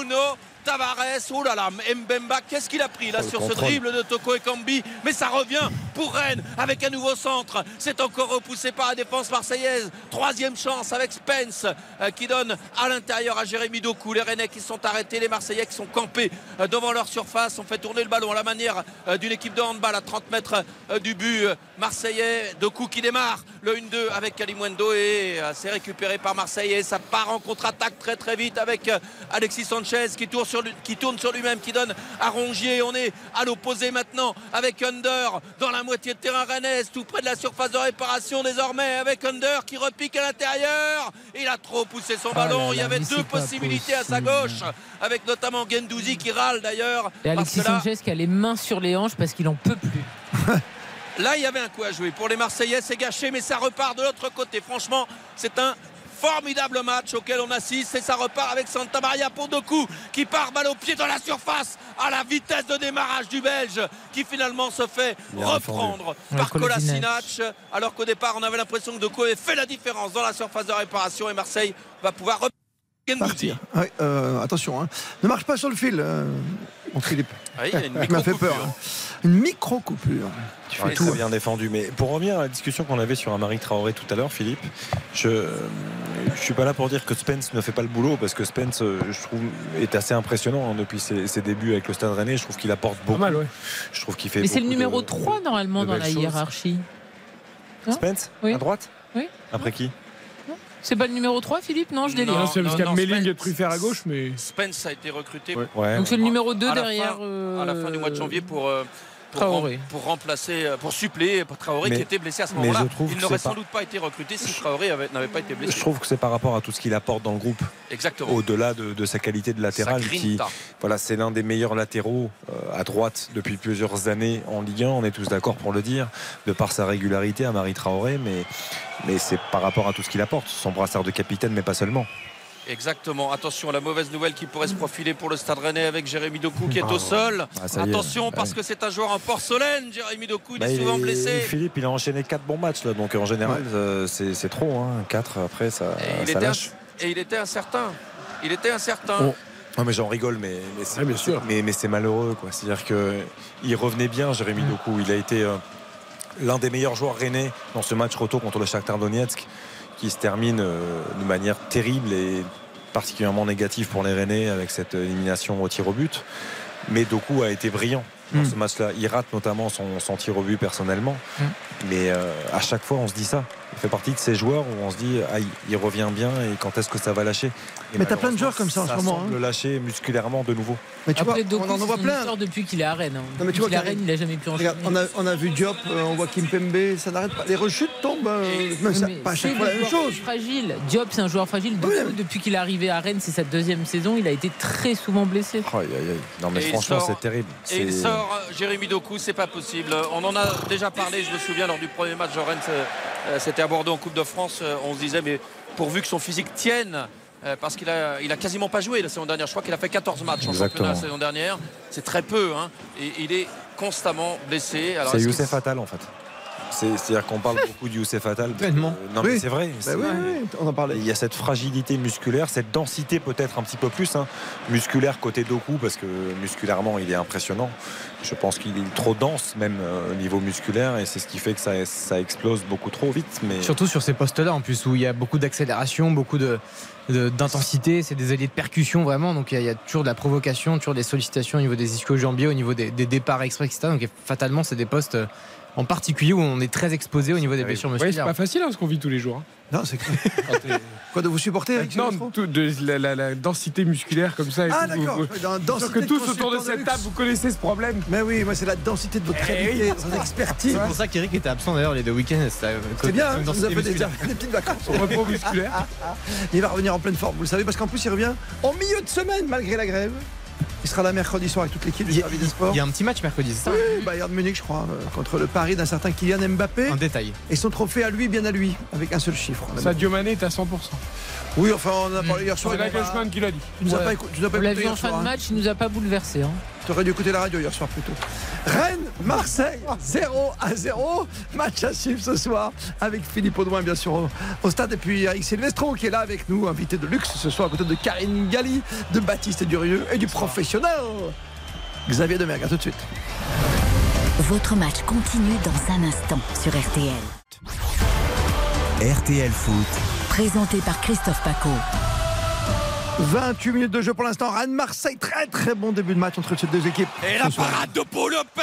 Speaker 8: Tavares. Oh là là, Mbemba, qu'est-ce qu'il a pris là
Speaker 12: Oh, le
Speaker 8: sur ce
Speaker 12: contrôle.
Speaker 8: dribble de Toko et Kambi Mais ça revient pour Rennes avec un nouveau centre. C'est encore repoussé par la défense marseillaise. Troisième chance avec Spence euh, qui donne à l'intérieur à Jérémy Doku. Les Rennais qui sont arrêtés, les Marseillais qui sont campés euh, devant leur surface. On fait tourner le ballon à la manière euh, d'une équipe de handball à 30 mètres euh, du but euh, marseillais. Doku qui démarre le 1-2 avec Kalimwendo et euh, c'est récupéré par Marseille et ça part en contre-attaque très très vite avec euh, Alexis Sanchez qui tourne sur lui- qui tourne sur lui-même, qui donne à Rongier. On est à l'opposé maintenant avec Under dans la moitié de terrain Rennes, tout près de la surface de réparation désormais avec Under qui repique à l'intérieur. Il a trop poussé son
Speaker 10: Oh
Speaker 8: ballon. Il
Speaker 10: là
Speaker 8: y
Speaker 10: là,
Speaker 8: avait
Speaker 10: mais
Speaker 8: deux
Speaker 10: c'est pas
Speaker 8: possibilités à sa gauche avec notamment Gendouzi qui râle d'ailleurs.
Speaker 4: Et
Speaker 8: parce
Speaker 4: Alexis
Speaker 8: que là,
Speaker 4: Sanchez qui a les mains sur les hanches parce qu'il en peut plus.
Speaker 8: Là, il y avait un coup à jouer. Pour les Marseillais, c'est gâché, mais ça repart de l'autre côté. Franchement, c'est un formidable match auquel on assiste et ça repart avec Santa Maria pour deux coups qui part balle au pied dans la surface à la vitesse de démarrage du Belge qui finalement se fait
Speaker 12: Bien
Speaker 8: reprendre
Speaker 12: défendu.
Speaker 8: par
Speaker 12: Ouais, Kolasinac.
Speaker 8: Kolasinac alors qu'au départ on avait l'impression que Doku avait fait la différence dans la surface de réparation et Marseille va pouvoir repartir.
Speaker 3: Partir. Ouais, euh, attention, hein. ne marche pas sur le fil, euh, mon Philippe.
Speaker 8: Oui, il y a
Speaker 3: [laughs]
Speaker 8: une
Speaker 3: m'a fait
Speaker 8: micro-coupure.
Speaker 3: peur. hein. Une Ah micro coupure. Tu fais
Speaker 9: Ouais,
Speaker 3: tout.
Speaker 9: très bien défendu. Mais pour revenir à la discussion qu'on avait sur Amari Traoré tout à l'heure, Philippe, je je suis pas là pour dire que Spence ne fait pas le boulot parce que Spence, euh, je trouve, est assez impressionnant hein, depuis ses, ses débuts avec le Stade Rennais. Je trouve qu'il apporte beaucoup. Je trouve qu'il fait.
Speaker 4: Mais c'est le
Speaker 9: beaucoup
Speaker 4: numéro
Speaker 9: de-
Speaker 4: 3 normalement
Speaker 9: de
Speaker 4: dans
Speaker 9: belles
Speaker 4: la
Speaker 9: choses.
Speaker 4: hiérarchie. Hein
Speaker 9: Spence
Speaker 4: Oui.
Speaker 9: à droite.
Speaker 4: Oui.
Speaker 9: Après qui
Speaker 4: C'est pas le numéro 3, Philippe Non, je délire.
Speaker 11: Non, c'est parce qu'il y a Melling et
Speaker 8: Spence-
Speaker 11: Truffert à gauche, mais.
Speaker 8: Spence a été recruté
Speaker 9: Ouais.
Speaker 4: Donc c'est le numéro 2
Speaker 8: à la
Speaker 4: derrière. euh,
Speaker 8: fin- à la fin du mois de janvier pour, euh, pour,
Speaker 4: Traoré.
Speaker 8: rem- pour remplacer, euh, pour suppléer Traoré
Speaker 9: Mais-
Speaker 8: qui était blessé à ce
Speaker 9: mais
Speaker 8: moment-là.
Speaker 9: je trouve
Speaker 8: Il
Speaker 9: que
Speaker 8: n'aurait
Speaker 9: c'est
Speaker 8: sans
Speaker 9: pas-
Speaker 8: doute pas été recruté si Traoré avait- n'avait pas été blessé.
Speaker 9: Je trouve que c'est par rapport à tout ce qu'il apporte dans le groupe.
Speaker 8: Exactement.
Speaker 9: Au-delà de, de sa qualité de latéral,
Speaker 8: Sa grinta.
Speaker 9: qui voilà, c'est l'un des meilleurs latéraux euh, à droite depuis plusieurs années en Ligue 1. On est tous d'accord pour le dire, de par sa régularité à Marie Traoré, mais mais c'est par rapport à tout ce qu'il apporte, son brassard de capitaine, mais pas seulement.
Speaker 8: Exactement. Attention à la mauvaise nouvelle qui pourrait se profiler pour le Stade Rennais avec Jérémy Doku qui est
Speaker 9: Ah.
Speaker 8: au sol.
Speaker 9: Ah, ça y est.
Speaker 8: Attention
Speaker 9: Ouais.
Speaker 8: parce que c'est un joueur en porcelaine. Jérémy Doku il
Speaker 9: Bah,
Speaker 8: est
Speaker 9: il
Speaker 8: souvent
Speaker 9: est-
Speaker 8: blessé.
Speaker 9: Philippe, il a enchaîné 4 bons matchs là, donc en général, euh, c'est c'est trop. 4 après, ça,
Speaker 8: Il
Speaker 9: ça
Speaker 8: était
Speaker 9: lâche.
Speaker 8: un- Et il était incertain. Il était incertain.
Speaker 9: On- Non mais j'en rigole mais mais c'est mais, mais c'est malheureux quoi. C'est-à-dire que il revenait bien Jérémy Doku, il a été euh, l'un des meilleurs joueurs rennais dans ce match retour contre le Shakhtar Donetsk qui se termine euh, de manière terrible et particulièrement négative pour les Rennais avec cette euh, élimination au tir au but. Mais Doku a été brillant dans ce match-là. Il rate notamment son, son tir au but personnellement. Mais euh, à chaque fois, on se dit ça. Il fait partie de ces joueurs où on se dit, aïe, il revient bien et quand est-ce que ça va lâcher Et
Speaker 3: Mais t'as plein de joueurs
Speaker 9: malheureusement,
Speaker 3: comme ça en
Speaker 9: ça
Speaker 3: ce moment, hein.
Speaker 9: semble lâcher musculairement de nouveau. Ah,
Speaker 3: Mais tu
Speaker 4: Après,
Speaker 3: vois,
Speaker 4: Doku,
Speaker 3: on en
Speaker 4: c'est
Speaker 3: voit
Speaker 4: son
Speaker 3: plein.
Speaker 4: histoire depuis qu'il est à Rennes. hein.
Speaker 3: Non, mais
Speaker 4: Depuis
Speaker 3: tu vois,
Speaker 4: qu'il est à
Speaker 3: Karine,
Speaker 4: Rennes, il a jamais pu enchaîner.
Speaker 3: Regarde, on a, on a vu Diop, euh, on voit Kimpembe, ça n'arrête pas. Les rechutes tombent, euh, même ça-
Speaker 4: Mais
Speaker 3: pas à
Speaker 4: c'est
Speaker 3: chaque fois la
Speaker 4: des
Speaker 3: même
Speaker 4: joueurs
Speaker 3: chose.
Speaker 4: Fragile. Diop, c'est un joueur fragile. Doku, depuis qu'il est arrivé à Rennes, c'est sa deuxième saison. Il a été très souvent blessé.
Speaker 9: Aïe, aïe, aïe. Non mais
Speaker 8: Et il
Speaker 9: franchement,
Speaker 8: sort-
Speaker 9: c'est terrible.
Speaker 8: Et il
Speaker 9: C'est-
Speaker 8: sort euh, Jérémy Doku, c'est pas possible. Euh, On en a déjà parlé, je me souviens, lors du premier match de Rennes, euh, euh, c'était à Bordeaux en Coupe de France. euh, On se disait, mais pourvu que son physique tienne, euh, parce qu'il a, il a quasiment pas joué la saison dernière. Je crois qu'il a fait 14 matchs en
Speaker 9: Exactement.
Speaker 8: championnat la saison dernière. C'est très peu, hein. Et il est constamment blessé. Alors,
Speaker 9: C'est
Speaker 8: est-ce
Speaker 9: Youssef
Speaker 8: qu'il-
Speaker 9: Attal en fait. C'est- C'est-à-dire qu'on parle beaucoup de Youssef Attal. parce que-
Speaker 3: Tellement.
Speaker 9: Non mais
Speaker 3: Oui.
Speaker 9: c'est vrai.
Speaker 3: Bah
Speaker 9: c'est-
Speaker 3: oui, oui, on en parlait.
Speaker 9: Il y a cette fragilité musculaire, cette densité peut-être un petit peu plus hein, musculaire côté Doku parce que musculairement il est impressionnant. Je pense qu'il est trop dense même euh, au niveau musculaire et c'est ce qui fait que ça, ça explose beaucoup trop vite. Mais
Speaker 10: Surtout sur ces postes-là, en plus, où il y a beaucoup d'accélération, beaucoup de de- d'intensité, c'est des alliés de percussion vraiment, donc il y, a- il y a toujours de la provocation, toujours des sollicitations au niveau des ischio-jambiers, au niveau des, des départs exprès, etc. Donc fatalement, c'est des postes euh, en particulier où on est très exposé au niveau des blessures
Speaker 11: Ouais, Ah c'est
Speaker 10: musculaires.
Speaker 11: pas facile hein, ce qu'on vit tous les jours.
Speaker 3: Non, c'est Quoi de vous supporter Eric
Speaker 11: Euh, Non,
Speaker 3: Silvestro
Speaker 11: tout- de la, la- la densité musculaire comme ça. et
Speaker 3: Ah,
Speaker 11: tout, vous-
Speaker 3: d'accord.
Speaker 11: vous-
Speaker 3: Dans-
Speaker 11: Je suis
Speaker 3: densité
Speaker 11: sûr que
Speaker 3: de
Speaker 11: tous autour de
Speaker 3: consultant de
Speaker 11: cette
Speaker 3: luxe.
Speaker 11: table, vous connaissez ce problème.
Speaker 3: Mais oui, moi c'est la densité de votre
Speaker 11: Eh
Speaker 3: qualité, de votre expertise.
Speaker 10: Eh C'est pour ça qu'Eric était absent d'ailleurs les deux week-ends.
Speaker 3: C'est
Speaker 10: C'est
Speaker 3: bien, hein, ça nous a fait des, [laughs] des petites vacances.
Speaker 10: Repos musculaire.
Speaker 3: Ah, ah, ah. [laughs] Il va revenir en pleine forme, vous le savez, parce qu'en plus il revient en milieu de semaine malgré la grève. Il sera là mercredi soir avec toute l'équipe du service des sports.
Speaker 10: Il y a un petit match mercredi, c'est ça
Speaker 3: Oui, Bayern de Munich, je crois, euh, contre le Paris d'un certain Kylian Mbappé.
Speaker 10: En détail.
Speaker 3: Et son trophée à lui, bien à lui, avec un seul chiffre.
Speaker 11: Sadio Mané est à 100%.
Speaker 3: Oui, enfin, on en a
Speaker 10: Mm.
Speaker 3: parlé hier soir.
Speaker 11: C'est la
Speaker 3: il m'a-
Speaker 11: Gauchmann qui l'a dit.
Speaker 3: Tu nous as pas écou- tu nous as pas
Speaker 4: On l'a
Speaker 3: écouté
Speaker 4: vu en
Speaker 3: hier
Speaker 4: fin
Speaker 3: soir,
Speaker 4: de
Speaker 3: hein.
Speaker 4: match, il nous a pas bouleversé.
Speaker 3: Tu aurais dû écouter la radio hier soir plutôt. Rennes, Marseille, 0 à 0. Match à suivre ce soir avec Philippe Audouin, bien sûr, au, au stade. Et puis Eric Silvestro qui est là avec nous, invité de luxe ce soir, à côté de Karine Galli, de Baptiste Durieux et du professionnel Xavier Demergue. À tout de suite.
Speaker 13: Votre match continue dans un instant sur RTL.
Speaker 1: RTL Foot.
Speaker 13: Présenté par Christophe Paco.
Speaker 3: 28 minutes de jeu pour l'instant. Rennes-Marseille, très très bon début de match entre ces deux équipes.
Speaker 8: Et
Speaker 3: Ce
Speaker 8: la
Speaker 3: soir.
Speaker 8: parade de Paul Lopez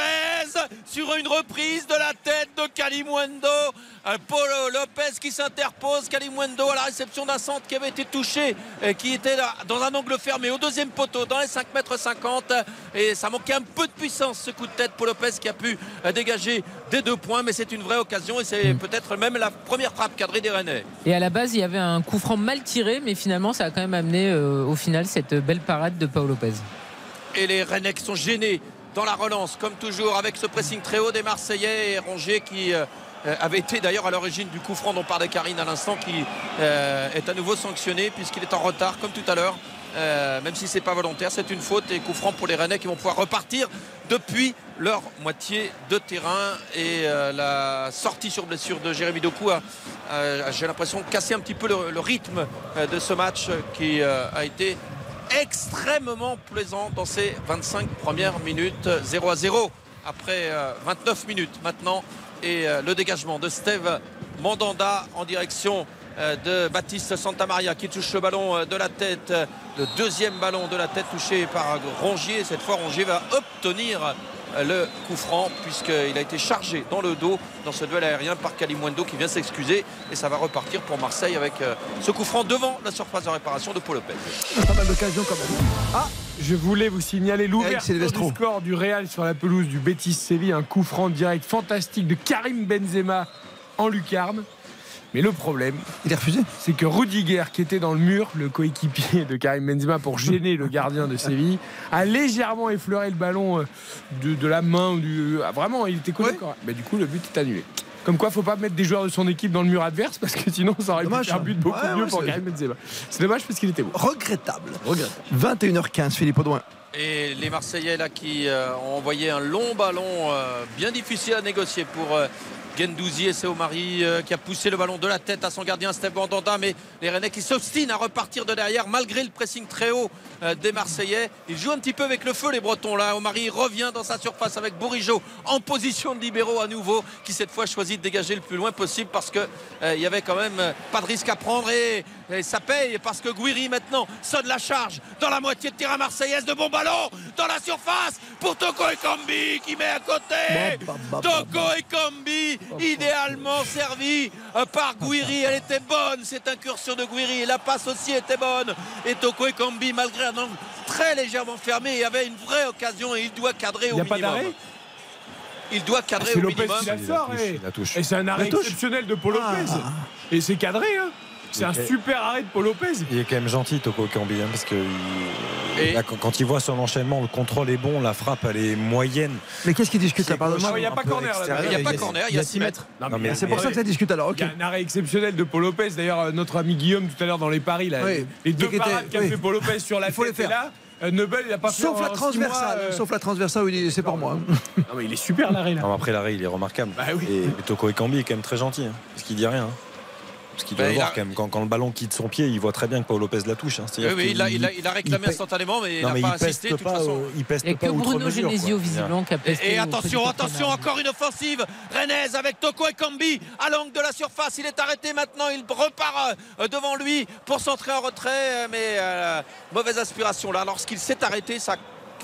Speaker 8: sur une reprise de la tête de Kalimundo. Euh, Paul Lopez qui s'interpose. Kalimundo à la réception d'un centre qui avait été touché, euh, qui était là, dans un angle fermé au deuxième poteau, dans les 5 mètres 50. Et ça manquait un peu de puissance ce coup de tête. Paul Lopez qui a pu euh, dégager des deux points, mais c'est une vraie occasion et c'est peut-être même la première frappe cadrée des Rennais.
Speaker 4: Et à la base, il y avait un coup franc mal tiré, mais finalement, ça a quand même amené euh, au final cette belle parade de Paolo Lopez.
Speaker 8: et les Rennais qui sont gênés dans la relance comme toujours avec ce pressing très haut des Marseillais et Rongier qui euh, euh, avait été d'ailleurs à l'origine du coup franc dont parlait Karine à l'instant qui euh, est à nouveau sanctionné puisqu'il est en retard comme tout à l'heure Euh, même si c'est pas volontaire c'est une faute et coup franc pour les Rennais qui vont pouvoir repartir depuis leur moitié de terrain et euh, la sortie sur blessure de Jérémy Doku a, a- j'ai l'impression cassé un petit peu le, le rythme euh, de ce match qui euh, a été extrêmement plaisant dans ces 25 premières minutes 0 à 0 après euh, 29 minutes maintenant et euh, le dégagement de Steve Mandanda en direction euh, de Baptiste Santamaria qui touche le ballon euh, de la tête euh, le deuxième ballon de la tête touché par Rongier cette fois Rongier va obtenir euh, le coup franc puisqu'il a été chargé dans le dos dans ce duel aérien par Kalimundo qui vient s'excuser et ça va repartir pour Marseille avec euh, ce coup franc devant la surface de réparation de Paul Lopez.
Speaker 3: Pas mal d'occasions quand même.
Speaker 11: Ah, Je voulais vous signaler l'ouverture du
Speaker 3: Silvestro.
Speaker 11: score du Real sur la pelouse du Betis Séville, un coup franc direct fantastique de Karim Benzema en lucarne. Mais le problème,
Speaker 3: il est refusé.
Speaker 11: C'est que Rudiger, qui était dans le mur, le coéquipier de Karim Benzema pour gêner le gardien de Séville, a légèrement effleuré le ballon euh, de, de la main. ou Du, ah, vraiment, il était collé. au corps. Mais du coup, le but est annulé. Comme quoi, faut pas mettre des joueurs de son équipe dans le mur adverse parce que sinon, ça aurait pu
Speaker 3: Dommage,
Speaker 11: faire un
Speaker 3: hein.
Speaker 11: but beaucoup
Speaker 3: Ouais,
Speaker 11: mieux
Speaker 3: ouais,
Speaker 11: pour
Speaker 3: c'est-
Speaker 11: Karim Benzema. C'est dommage parce qu'il était beau.
Speaker 3: Regrettable. Regrettable. 21h15, Philippe Audouin.
Speaker 8: Et les Marseillais là qui euh, ont envoyé un long ballon euh, bien difficile à négocier pour euh, Gendouzi et Seomari euh, qui a poussé le ballon de la tête à son gardien Steve Bandanda mais les Rennais qui s'obstinent à repartir de derrière malgré le pressing très haut euh, des Marseillais. Ils jouent un petit peu avec le feu les Bretons là. Omari revient dans sa surface avec Bourigeau en position de libéraux à nouveau qui cette fois choisit de dégager le plus loin possible parce que euh, il y avait quand même euh, pas de risque à prendre et, et ça paye parce que Guiri maintenant sonne la charge dans la moitié de terrain marseillaise de bon ballon dans la surface pour Toko et Kambi qui met à côté Toko et Kambi idéalement servi euh, par Guiri elle était bonne cette incursion de Guiri la passe aussi était bonne et Toko et Kambi malgré un angle très légèrement fermé il avait une vraie occasion et il doit cadrer
Speaker 11: Il
Speaker 8: au
Speaker 11: n'y a pas
Speaker 8: minimum
Speaker 11: d'arrêt Ah,
Speaker 8: il doit cadrer
Speaker 11: C'est
Speaker 8: au
Speaker 11: Lopez
Speaker 8: minimum
Speaker 11: qui la sort. eh.
Speaker 9: la touche.
Speaker 11: Et c'est un
Speaker 9: La
Speaker 11: arrêt
Speaker 9: touche. Ah.
Speaker 11: exceptionnel de Paul Lopez. Et c'est cadré. hein. C'est un
Speaker 9: Ok.
Speaker 11: super arrêt de Paul Lopez.
Speaker 9: Il est quand même gentil, Toko Kambi, hein, parce que il- là, quand, quand il voit son enchaînement, le contrôle est bon, la frappe, elle est moyenne.
Speaker 3: Mais qu'est-ce qu'il discute là, pardon
Speaker 9: gauche,
Speaker 11: Il n'y a
Speaker 9: un
Speaker 11: pas
Speaker 9: peu
Speaker 11: corner là-bas.
Speaker 9: extérieur, il y a pas corner, il y a six mètres. Non, mais
Speaker 3: c'est pour ça que ça discute alors.
Speaker 11: Il y a un arrêt exceptionnel de Paul Lopez. D'ailleurs, euh, notre ami Guillaume, tout à l'heure dans les paris, là,
Speaker 3: Oui.
Speaker 11: les deux
Speaker 3: Qui était-
Speaker 11: parades qu'a
Speaker 3: oui.
Speaker 11: fait Paul Lopez sur la
Speaker 3: Il faut les
Speaker 11: tête et
Speaker 3: faire.
Speaker 11: là, euh, Nobel, il a pas fait en-
Speaker 3: Sauf
Speaker 11: en
Speaker 3: la
Speaker 11: six
Speaker 3: transversale.
Speaker 11: mois, euh,
Speaker 3: Sauf la transversale où il dit c'est pour moi.
Speaker 11: Non, mais il est super l'arrêt là. Bah
Speaker 9: Non, mais après l'arrêt, il est remarquable. Et mais Toko Ekambi est quand même très gentil, hein, parce qu'il dit rien. hein. Parce qu'il doit
Speaker 8: Bah,
Speaker 9: le
Speaker 8: il
Speaker 9: voir
Speaker 8: a-
Speaker 9: quand même. Quand, quand le ballon quitte son pied, il voit très bien que Paul Lopez la touche. hein.
Speaker 8: Oui,
Speaker 9: C'est-à-dire
Speaker 8: oui,
Speaker 9: qu'il-
Speaker 8: il, a, il a- il a réclamé
Speaker 9: il-
Speaker 8: instantanément, mais il
Speaker 9: Non,
Speaker 8: n'a
Speaker 9: mais
Speaker 8: pas
Speaker 9: il peste
Speaker 8: assisté de toute
Speaker 9: pas
Speaker 8: façon.
Speaker 9: au- il peste
Speaker 4: Et que
Speaker 9: pas outre
Speaker 4: Bruno
Speaker 9: mesure, quoi.
Speaker 4: Genesio, visiblement, qui a pesté
Speaker 8: Et, et
Speaker 4: au
Speaker 8: attention,
Speaker 4: petit
Speaker 8: attention,
Speaker 4: canard.
Speaker 8: encore une offensive. Rennes avec Toko et Cambi à l'angle de la surface. Il est arrêté maintenant. Il repart euh, devant lui pour s'entrer en retrait. euh, Mais euh, mauvaise aspiration là. Lorsqu'il s'est arrêté, ça a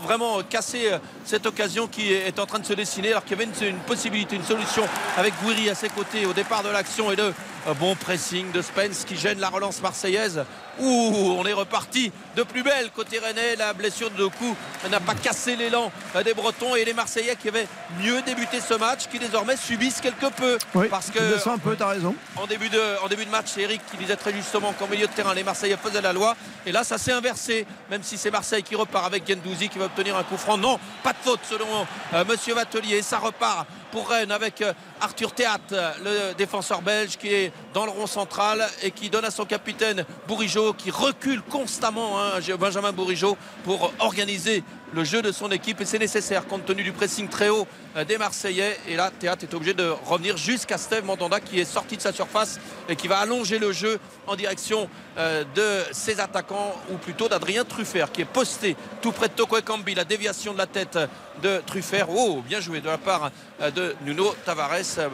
Speaker 8: vraiment euh, cassé euh, cette occasion qui est est en train de se dessiner alors qu'il y avait une, une possibilité, une solution avec Guiri à ses côtés au départ de l'action et le euh, bon pressing de Spence qui gêne la relance marseillaise. Ouh, on est reparti de plus belle côté Rennais. La blessure de Doku n'a pas cassé l'élan euh, des Bretons et les Marseillais qui avaient mieux débuté ce match, qui désormais subissent quelque peu.
Speaker 3: [laughs] Oui,
Speaker 8: parce que
Speaker 3: il descend un peu, t'as raison.
Speaker 8: en début, de, en début de match, c'est Eric qui disait très justement qu'en milieu de terrain, les Marseillais faisaient la loi. Et là, ça s'est inversé, même si c'est Marseille qui repart avec Gendouzi qui va obtenir un coup franc. Non, pas de faute selon euh, Monsieur Vatelier. Ça repart pour Rennes avec euh, Arthur Théat, euh, le défenseur belge qui est dans le rond central et qui donne à son capitaine Bourigeau qui recule constamment hein, Benjamin Bourigeau pour organiser le jeu de son équipe et c'est nécessaire compte tenu du pressing très haut euh, des Marseillais. Et là, Théâtre est obligé de revenir jusqu'à Steve Mandanda qui est sorti de sa surface et qui va allonger le jeu en direction euh, de ses attaquants ou plutôt d'Adrien Truffert qui est posté tout près de Toko Ekambi. La déviation de la tête de Truffert. Oh, bien joué de la part euh, de Nuno Tavares.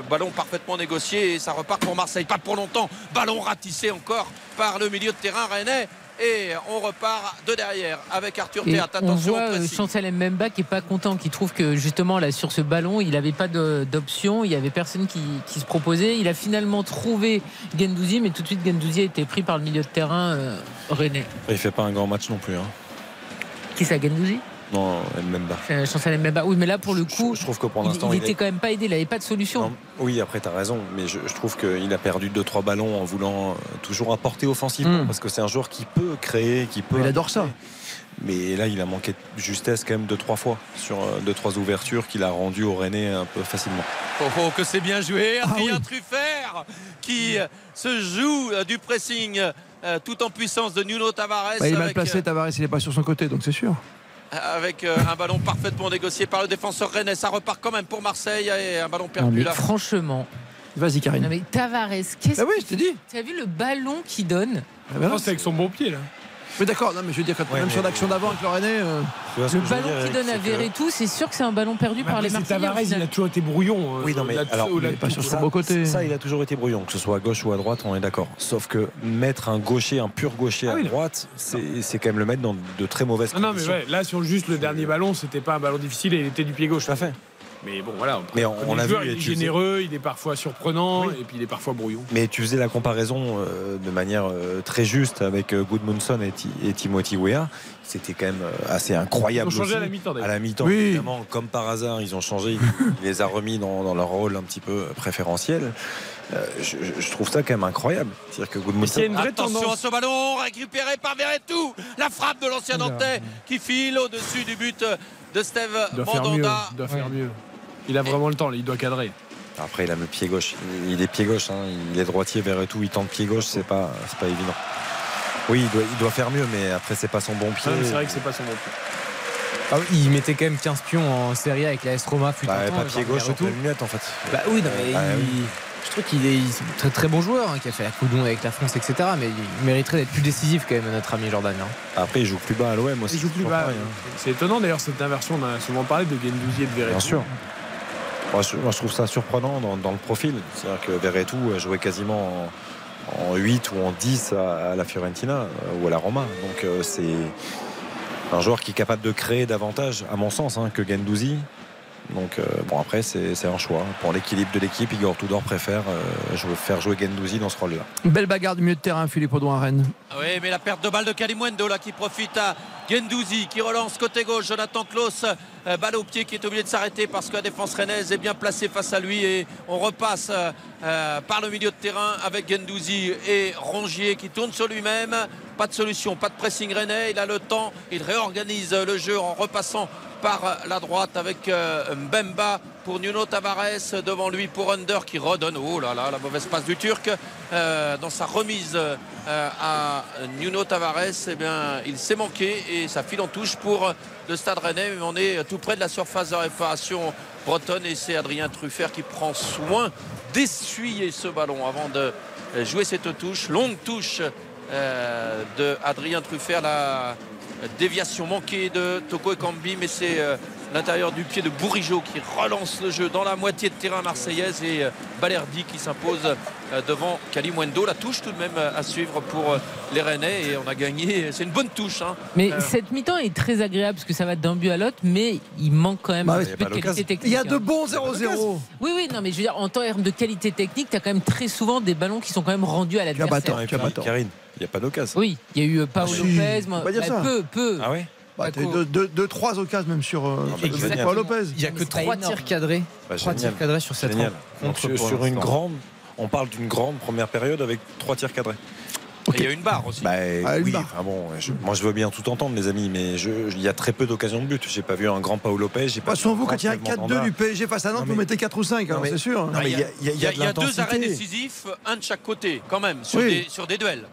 Speaker 8: Ballon parfaitement négocié et ça repart pour Marseille. Pas pour longtemps. Ballon ratissé encore par le milieu de terrain rennais et on repart de derrière avec Arthur
Speaker 4: Et
Speaker 8: Théat.
Speaker 4: on
Speaker 8: Attention
Speaker 4: voit
Speaker 8: au
Speaker 4: euh,
Speaker 8: pressing.
Speaker 4: Chancel Mbemba qui est pas content, qui trouve que justement là sur ce ballon, il n'avait pas de- d'option, il y avait personne qui, qui se proposait. Il a finalement trouvé Gendouzi, mais tout de suite Gendouzi a été pris par le milieu de terrain euh, René.
Speaker 9: Il fait pas un grand match non plus. Hein.
Speaker 4: Qui c'est Gendouzi
Speaker 9: Non, Mbemba.
Speaker 4: Euh, Chancel Mbemba. Oui, mais là pour le coup,
Speaker 9: Je trouve que pour
Speaker 4: il-
Speaker 9: l'instant,
Speaker 4: il,
Speaker 9: il
Speaker 4: était
Speaker 9: est-
Speaker 4: quand même pas aidé, il n'avait pas de solution.
Speaker 9: Oui, après, tu as raison, mais je, je trouve qu'il a perdu 2-3 ballons en voulant euh, toujours apporter
Speaker 4: Hmm.
Speaker 9: offensivement, parce que c'est un joueur qui peut créer, qui peut. Il adore ça. Mais là, il a manqué de justesse quand même 2-3 fois sur 2-3 ouvertures qu'il a rendues au René un peu facilement.
Speaker 8: Oh, oh, que c'est bien joué.
Speaker 9: Ah
Speaker 8: Adrien Truffert qui euh, se joue euh, du pressing euh, tout en puissance de Nuno Tavares.
Speaker 3: Bah, il est mal
Speaker 8: avec,
Speaker 11: euh,
Speaker 3: placé, Tavares, il n'est pas sur son côté, donc c'est sûr.
Speaker 8: euh, avec, euh, un ballon parfaitement négocié par le défenseur René. Ça repart quand même pour Marseille et un ballon
Speaker 11: Ah,
Speaker 4: Non,
Speaker 8: perdu
Speaker 4: mais
Speaker 8: là.
Speaker 4: franchement.
Speaker 3: Vas-y,
Speaker 4: Non, mais Tavares, qu'est-ce
Speaker 3: Ah oui, je Ah t'ai dit.
Speaker 4: Tu as vu le ballon qu'il donne
Speaker 3: c'est avec son bon pied, là. Mais d'accord, non, mais je veux dire, quand même sur l'action d'avant avec le René. euh,
Speaker 4: Le ballon qu'il donne à Verretou, c'est sûr que c'est un ballon perdu par les Marseillais. au final.
Speaker 9: toujours été
Speaker 11: euh,
Speaker 9: brouillon. Oui, non, mais
Speaker 4: là-dessous,
Speaker 9: alors,
Speaker 4: là-
Speaker 9: mais ça, Ça, il a toujours été brouillon, que ce soit à gauche ou à droite, on est d'accord. Sauf que mettre un gaucher, un pur gaucher
Speaker 6: Ah
Speaker 9: à droite, c'est c'est quand même le mettre dans de très mauvaises
Speaker 6: Non, non, mais
Speaker 9: conditions.
Speaker 6: ouais, là, sur juste le dernier ballon, c'était pas un ballon difficile et il était du pied gauche. Tout
Speaker 9: à fait.
Speaker 6: Mais bon, voilà.
Speaker 9: Mais on-
Speaker 6: connaît
Speaker 9: on
Speaker 6: le
Speaker 9: l'a
Speaker 6: joueur,
Speaker 9: vu,
Speaker 6: Il est
Speaker 9: tu sais.
Speaker 6: généreux, il est parfois surprenant et puis il est parfois brouillon.
Speaker 9: Mais tu faisais la comparaison euh, de manière euh, très juste avec euh, Goodmanson et, Ti- et Timothy Weah. C'était quand même euh, assez incroyable.
Speaker 6: Ils ont changé
Speaker 9: aussi.
Speaker 6: à la mi-temps, d'ailleurs.
Speaker 9: À la mi-temps,
Speaker 6: Oui.
Speaker 9: évidemment, comme par hasard, ils ont changé.
Speaker 6: [laughs]
Speaker 9: Il les a remis dans, dans leur rôle un petit peu préférentiel. Euh, je, je- je trouve ça quand même incroyable. C'est-à-dire que Goodmanson.
Speaker 8: Attention à ce ballon récupéré par Verretou. La frappe de l'ancien
Speaker 9: Oula.
Speaker 8: Nantais qui file au-dessus du but de Steve
Speaker 6: Il doit faire mieux.
Speaker 8: Mandanda.
Speaker 6: Il doit faire mieux. Il a vraiment le temps, là, il doit cadrer.
Speaker 9: Après, il a le pied gauche. Il- Il est pied gauche. hein. Il est droitier vers et tout. Il tente pied gauche. C'est pas, c'est pas évident. Oui, il doit, il doit faire mieux, mais après, c'est pas son bon pied.
Speaker 11: Ah, mais c'est vrai que c'est pas son bon pied.
Speaker 10: Ah oui, il mettait quand même 15 pions en Serie A avec la S Roma. fut
Speaker 9: Bah,
Speaker 10: un temps,
Speaker 9: pas
Speaker 10: euh,
Speaker 9: pied
Speaker 10: Jean-Pierre
Speaker 9: gauche, on
Speaker 10: Retout.
Speaker 9: peut le mettre, en fait.
Speaker 10: Bah oui, non, mais
Speaker 9: Bah,
Speaker 10: il-
Speaker 9: oui.
Speaker 10: je trouve qu'il est, il est un très très bon joueur, hein, qui a fait la coudon avec la France, etc. Mais il mériterait d'être plus décisif quand même, notre ami Jordan. hein.
Speaker 9: Après, il joue plus bas à l'OM aussi.
Speaker 6: Il joue plus
Speaker 9: c'est
Speaker 6: bas.
Speaker 9: pareil, hein.
Speaker 6: C'est étonnant d'ailleurs cette inversion, on a souvent parlé de Gendouzi et de Verretou.
Speaker 9: Bien sûr. Moi je, moi, je trouve ça surprenant dans, dans le profil. C'est-à-dire que Verretou a joué quasiment en, en 8 ou en 10 à, à la Fiorentina euh, ou à la Roma. Donc euh, c'est un joueur qui est capable de créer davantage, à mon sens, hein, que Gendouzi. Donc euh, bon après c'est c'est un choix. Pour l'équilibre de l'équipe, Igor Tudor préfère euh, jouer- faire jouer Gendouzi dans ce rôle-là.
Speaker 3: Une belle bagarre du milieu de terrain, Philippe Audouin à Rennes.
Speaker 8: Ah Oui, mais la perte de balle de Kalimwendo là qui profite à Gendouzi qui relance côté gauche. Jonathan Klaus, euh, balle au pied qui est obligé de s'arrêter parce que la défense rennaise est bien placée face à lui et on repasse euh, euh, par le milieu de terrain avec Gendouzi et Rongier qui tourne sur lui-même. Pas de solution, pas de pressing rennais. Il a le temps, il réorganise euh, le jeu en repassant par euh, la droite avec euh, Mbemba pour Nuno Tavares devant lui pour Under qui redonne oh là là la mauvaise passe du Turc euh, dans sa remise euh, à Nuno Tavares eh bien il s'est manqué et ça file en touche pour euh, le Stade Rennais mais on est tout près de la surface de réparation bretonne et c'est Adrien Truffert qui prend soin d'essuyer ce ballon avant de euh, jouer cette touche longue touche euh, de Adrien Truffert la Euh, déviation manquée de Toko Ekambi mais c'est euh, l'intérieur du pied de Bourigeau qui relance le jeu dans la moitié de terrain marseillaise et euh, Balerdi qui s'impose euh, devant Kalimwendo la touche tout de même euh, à suivre pour euh, les Rennais et on a gagné c'est une bonne touche hein.
Speaker 4: Mais
Speaker 8: Euh,
Speaker 4: cette mi-temps est très agréable parce que ça va d'un but à l'autre, mais il manque quand même
Speaker 8: Bah
Speaker 4: un
Speaker 8: oui,
Speaker 4: petit
Speaker 8: il y a
Speaker 4: peu
Speaker 8: pas
Speaker 4: de
Speaker 8: l'occasion.
Speaker 4: qualité technique.
Speaker 8: Il y a de
Speaker 4: hein.
Speaker 8: bons 0-0.
Speaker 4: Oui, oui, non, mais je veux dire, en termes de qualité technique, tu as quand même très souvent des ballons qui sont quand même rendus à
Speaker 9: Tu as pas
Speaker 4: l'adversaire.
Speaker 9: tort, tu as pas tort. Karine, il n'y a pas d'occasion.
Speaker 4: Oui, il y a eu euh, Paolo
Speaker 3: Ah, Si.
Speaker 4: Lopez, moi,
Speaker 3: Faut pas dire
Speaker 4: bah,
Speaker 3: ça.
Speaker 4: peu, peu.
Speaker 9: Ah ouais
Speaker 3: Bah, t'as eu deux, deux, deux, trois occasions même sur euh,
Speaker 4: Exactement.
Speaker 3: Paul Lopez.
Speaker 10: Il n'y a que trois tirs cadrés.
Speaker 9: Bah,
Speaker 10: Trois
Speaker 9: génial.
Speaker 10: tirs cadrés sur cette
Speaker 9: Génial.
Speaker 10: rencontre
Speaker 9: Donc,
Speaker 10: pour
Speaker 9: sur une
Speaker 10: l'instant.
Speaker 9: grande, on parle d'une grande première période avec trois tirs cadrés.
Speaker 8: et il y a une barre aussi Ah,
Speaker 9: Bah,
Speaker 8: une
Speaker 9: oui,
Speaker 8: barre.
Speaker 9: enfin bon, je- moi je veux bien tout entendre, les amis, mais je- je- il y a très peu d'occasions de but. J'ai pas vu un grand Paolo Lopez. j'ai pas vu
Speaker 3: Façon,
Speaker 9: un
Speaker 3: Bah, vous,
Speaker 9: grand
Speaker 3: quand il y a un
Speaker 9: Steve
Speaker 3: 4-2
Speaker 9: Mandanda.
Speaker 3: du PSG face à Nantes, vous mettez 4 ou 5,
Speaker 9: Non,
Speaker 3: alors
Speaker 9: mais-
Speaker 3: c'est sûr. hein.
Speaker 9: non, mais il y a- il y a- il y a de
Speaker 8: Il y a deux
Speaker 9: l'intensité.
Speaker 8: arrêts décisifs, un de chaque côté, quand même, sur,
Speaker 3: Oui.
Speaker 8: des, sur des duels.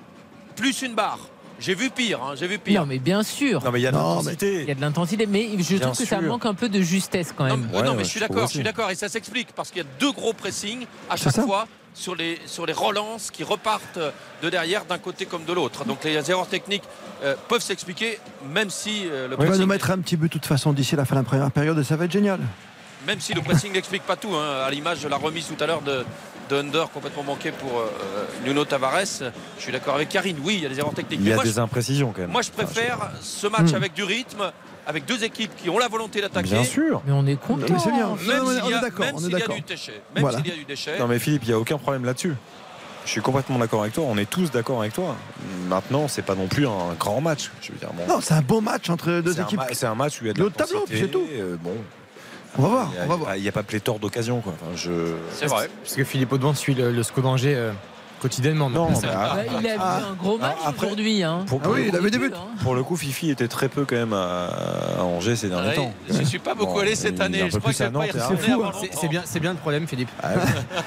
Speaker 8: Plus une barre. J'ai vu pire, hein, j'ai vu pire.
Speaker 4: Non, mais bien sûr.
Speaker 8: Non, mais il y a de l'intensité.
Speaker 4: Il y a de l'intensité, mais je
Speaker 8: Bien
Speaker 4: trouve que ça
Speaker 8: sûr.
Speaker 4: manque un peu de justesse quand même.
Speaker 8: Euh, non, mais je suis d'accord, je suis d'accord, et ça s'explique parce qu'il y a deux gros pressings à chaque fois sur les, sur les relances qui repartent de derrière d'un côté comme de l'autre. Donc les erreurs techniques euh, peuvent s'expliquer, même si euh, le
Speaker 3: On va
Speaker 8: pressing,
Speaker 3: nous mettre un petit but de toute façon d'ici la fin de la première période et ça va être génial.
Speaker 8: même si le pressing n'explique pas tout. hein, à l'image de la remise tout à l'heure de, de Under complètement manquée pour euh, Nuno Tavares, je suis d'accord avec Karine. Oui, il y a des erreurs techniques.
Speaker 9: Il y
Speaker 8: Mais
Speaker 9: a
Speaker 8: moi,
Speaker 9: des
Speaker 8: je-
Speaker 9: imprécisions quand même.
Speaker 8: Moi, je préfère ce match
Speaker 9: Hmm.
Speaker 8: avec du rythme, avec deux équipes qui ont la volonté d'attaquer.
Speaker 9: Bien sûr.
Speaker 4: Mais on est content.
Speaker 3: Mais c'est
Speaker 8: Même
Speaker 3: bien. Non,
Speaker 8: s'il
Speaker 3: mais on
Speaker 8: y a-
Speaker 3: est d'accord,
Speaker 8: même
Speaker 3: on est
Speaker 8: s'il y a
Speaker 3: d'accord.
Speaker 8: du déchet. Même
Speaker 9: Voilà.
Speaker 8: s'il y a du déchet.
Speaker 9: Non mais Philippe, il n'y a aucun problème là-dessus. Je suis complètement d'accord avec toi, on est tous d'accord avec toi. Maintenant, c'est pas non plus un grand match. Je veux dire, bon,
Speaker 3: Non, c'est un beau match entre deux
Speaker 9: c'est un
Speaker 3: équipes.
Speaker 9: ma- C'est un match où il y a de
Speaker 3: Le haut de tableau,
Speaker 9: l'intensité,
Speaker 3: c'est tout.
Speaker 9: euh, bon.
Speaker 3: On va voir,
Speaker 9: Il y a- Il n'y a pas pléthore d'occasions. quoi. Enfin, je...
Speaker 10: Parce que Philippe Audouin suit le, le SCO d'Angers euh, quotidiennement.
Speaker 9: Non,
Speaker 10: donc
Speaker 9: mais
Speaker 10: ça va.
Speaker 9: ah,
Speaker 4: Il a vu un gros match
Speaker 9: après-
Speaker 4: aujourd'hui. hein.
Speaker 9: Pour,
Speaker 3: Ah
Speaker 9: pour le coup, Pour le coup, Fifi était très peu quand même à, à Angers ces derniers
Speaker 8: Ouais,
Speaker 9: temps.
Speaker 8: je suis pas beaucoup allé cette
Speaker 9: il est
Speaker 8: année,
Speaker 9: un
Speaker 8: je
Speaker 9: peu
Speaker 8: crois
Speaker 9: plus
Speaker 8: que
Speaker 9: à Nantes.
Speaker 8: c'est pas-
Speaker 9: hein. Ah
Speaker 8: c'est fou, hein.
Speaker 10: C'est- C'est bien, c'est bien le problème, Philippe.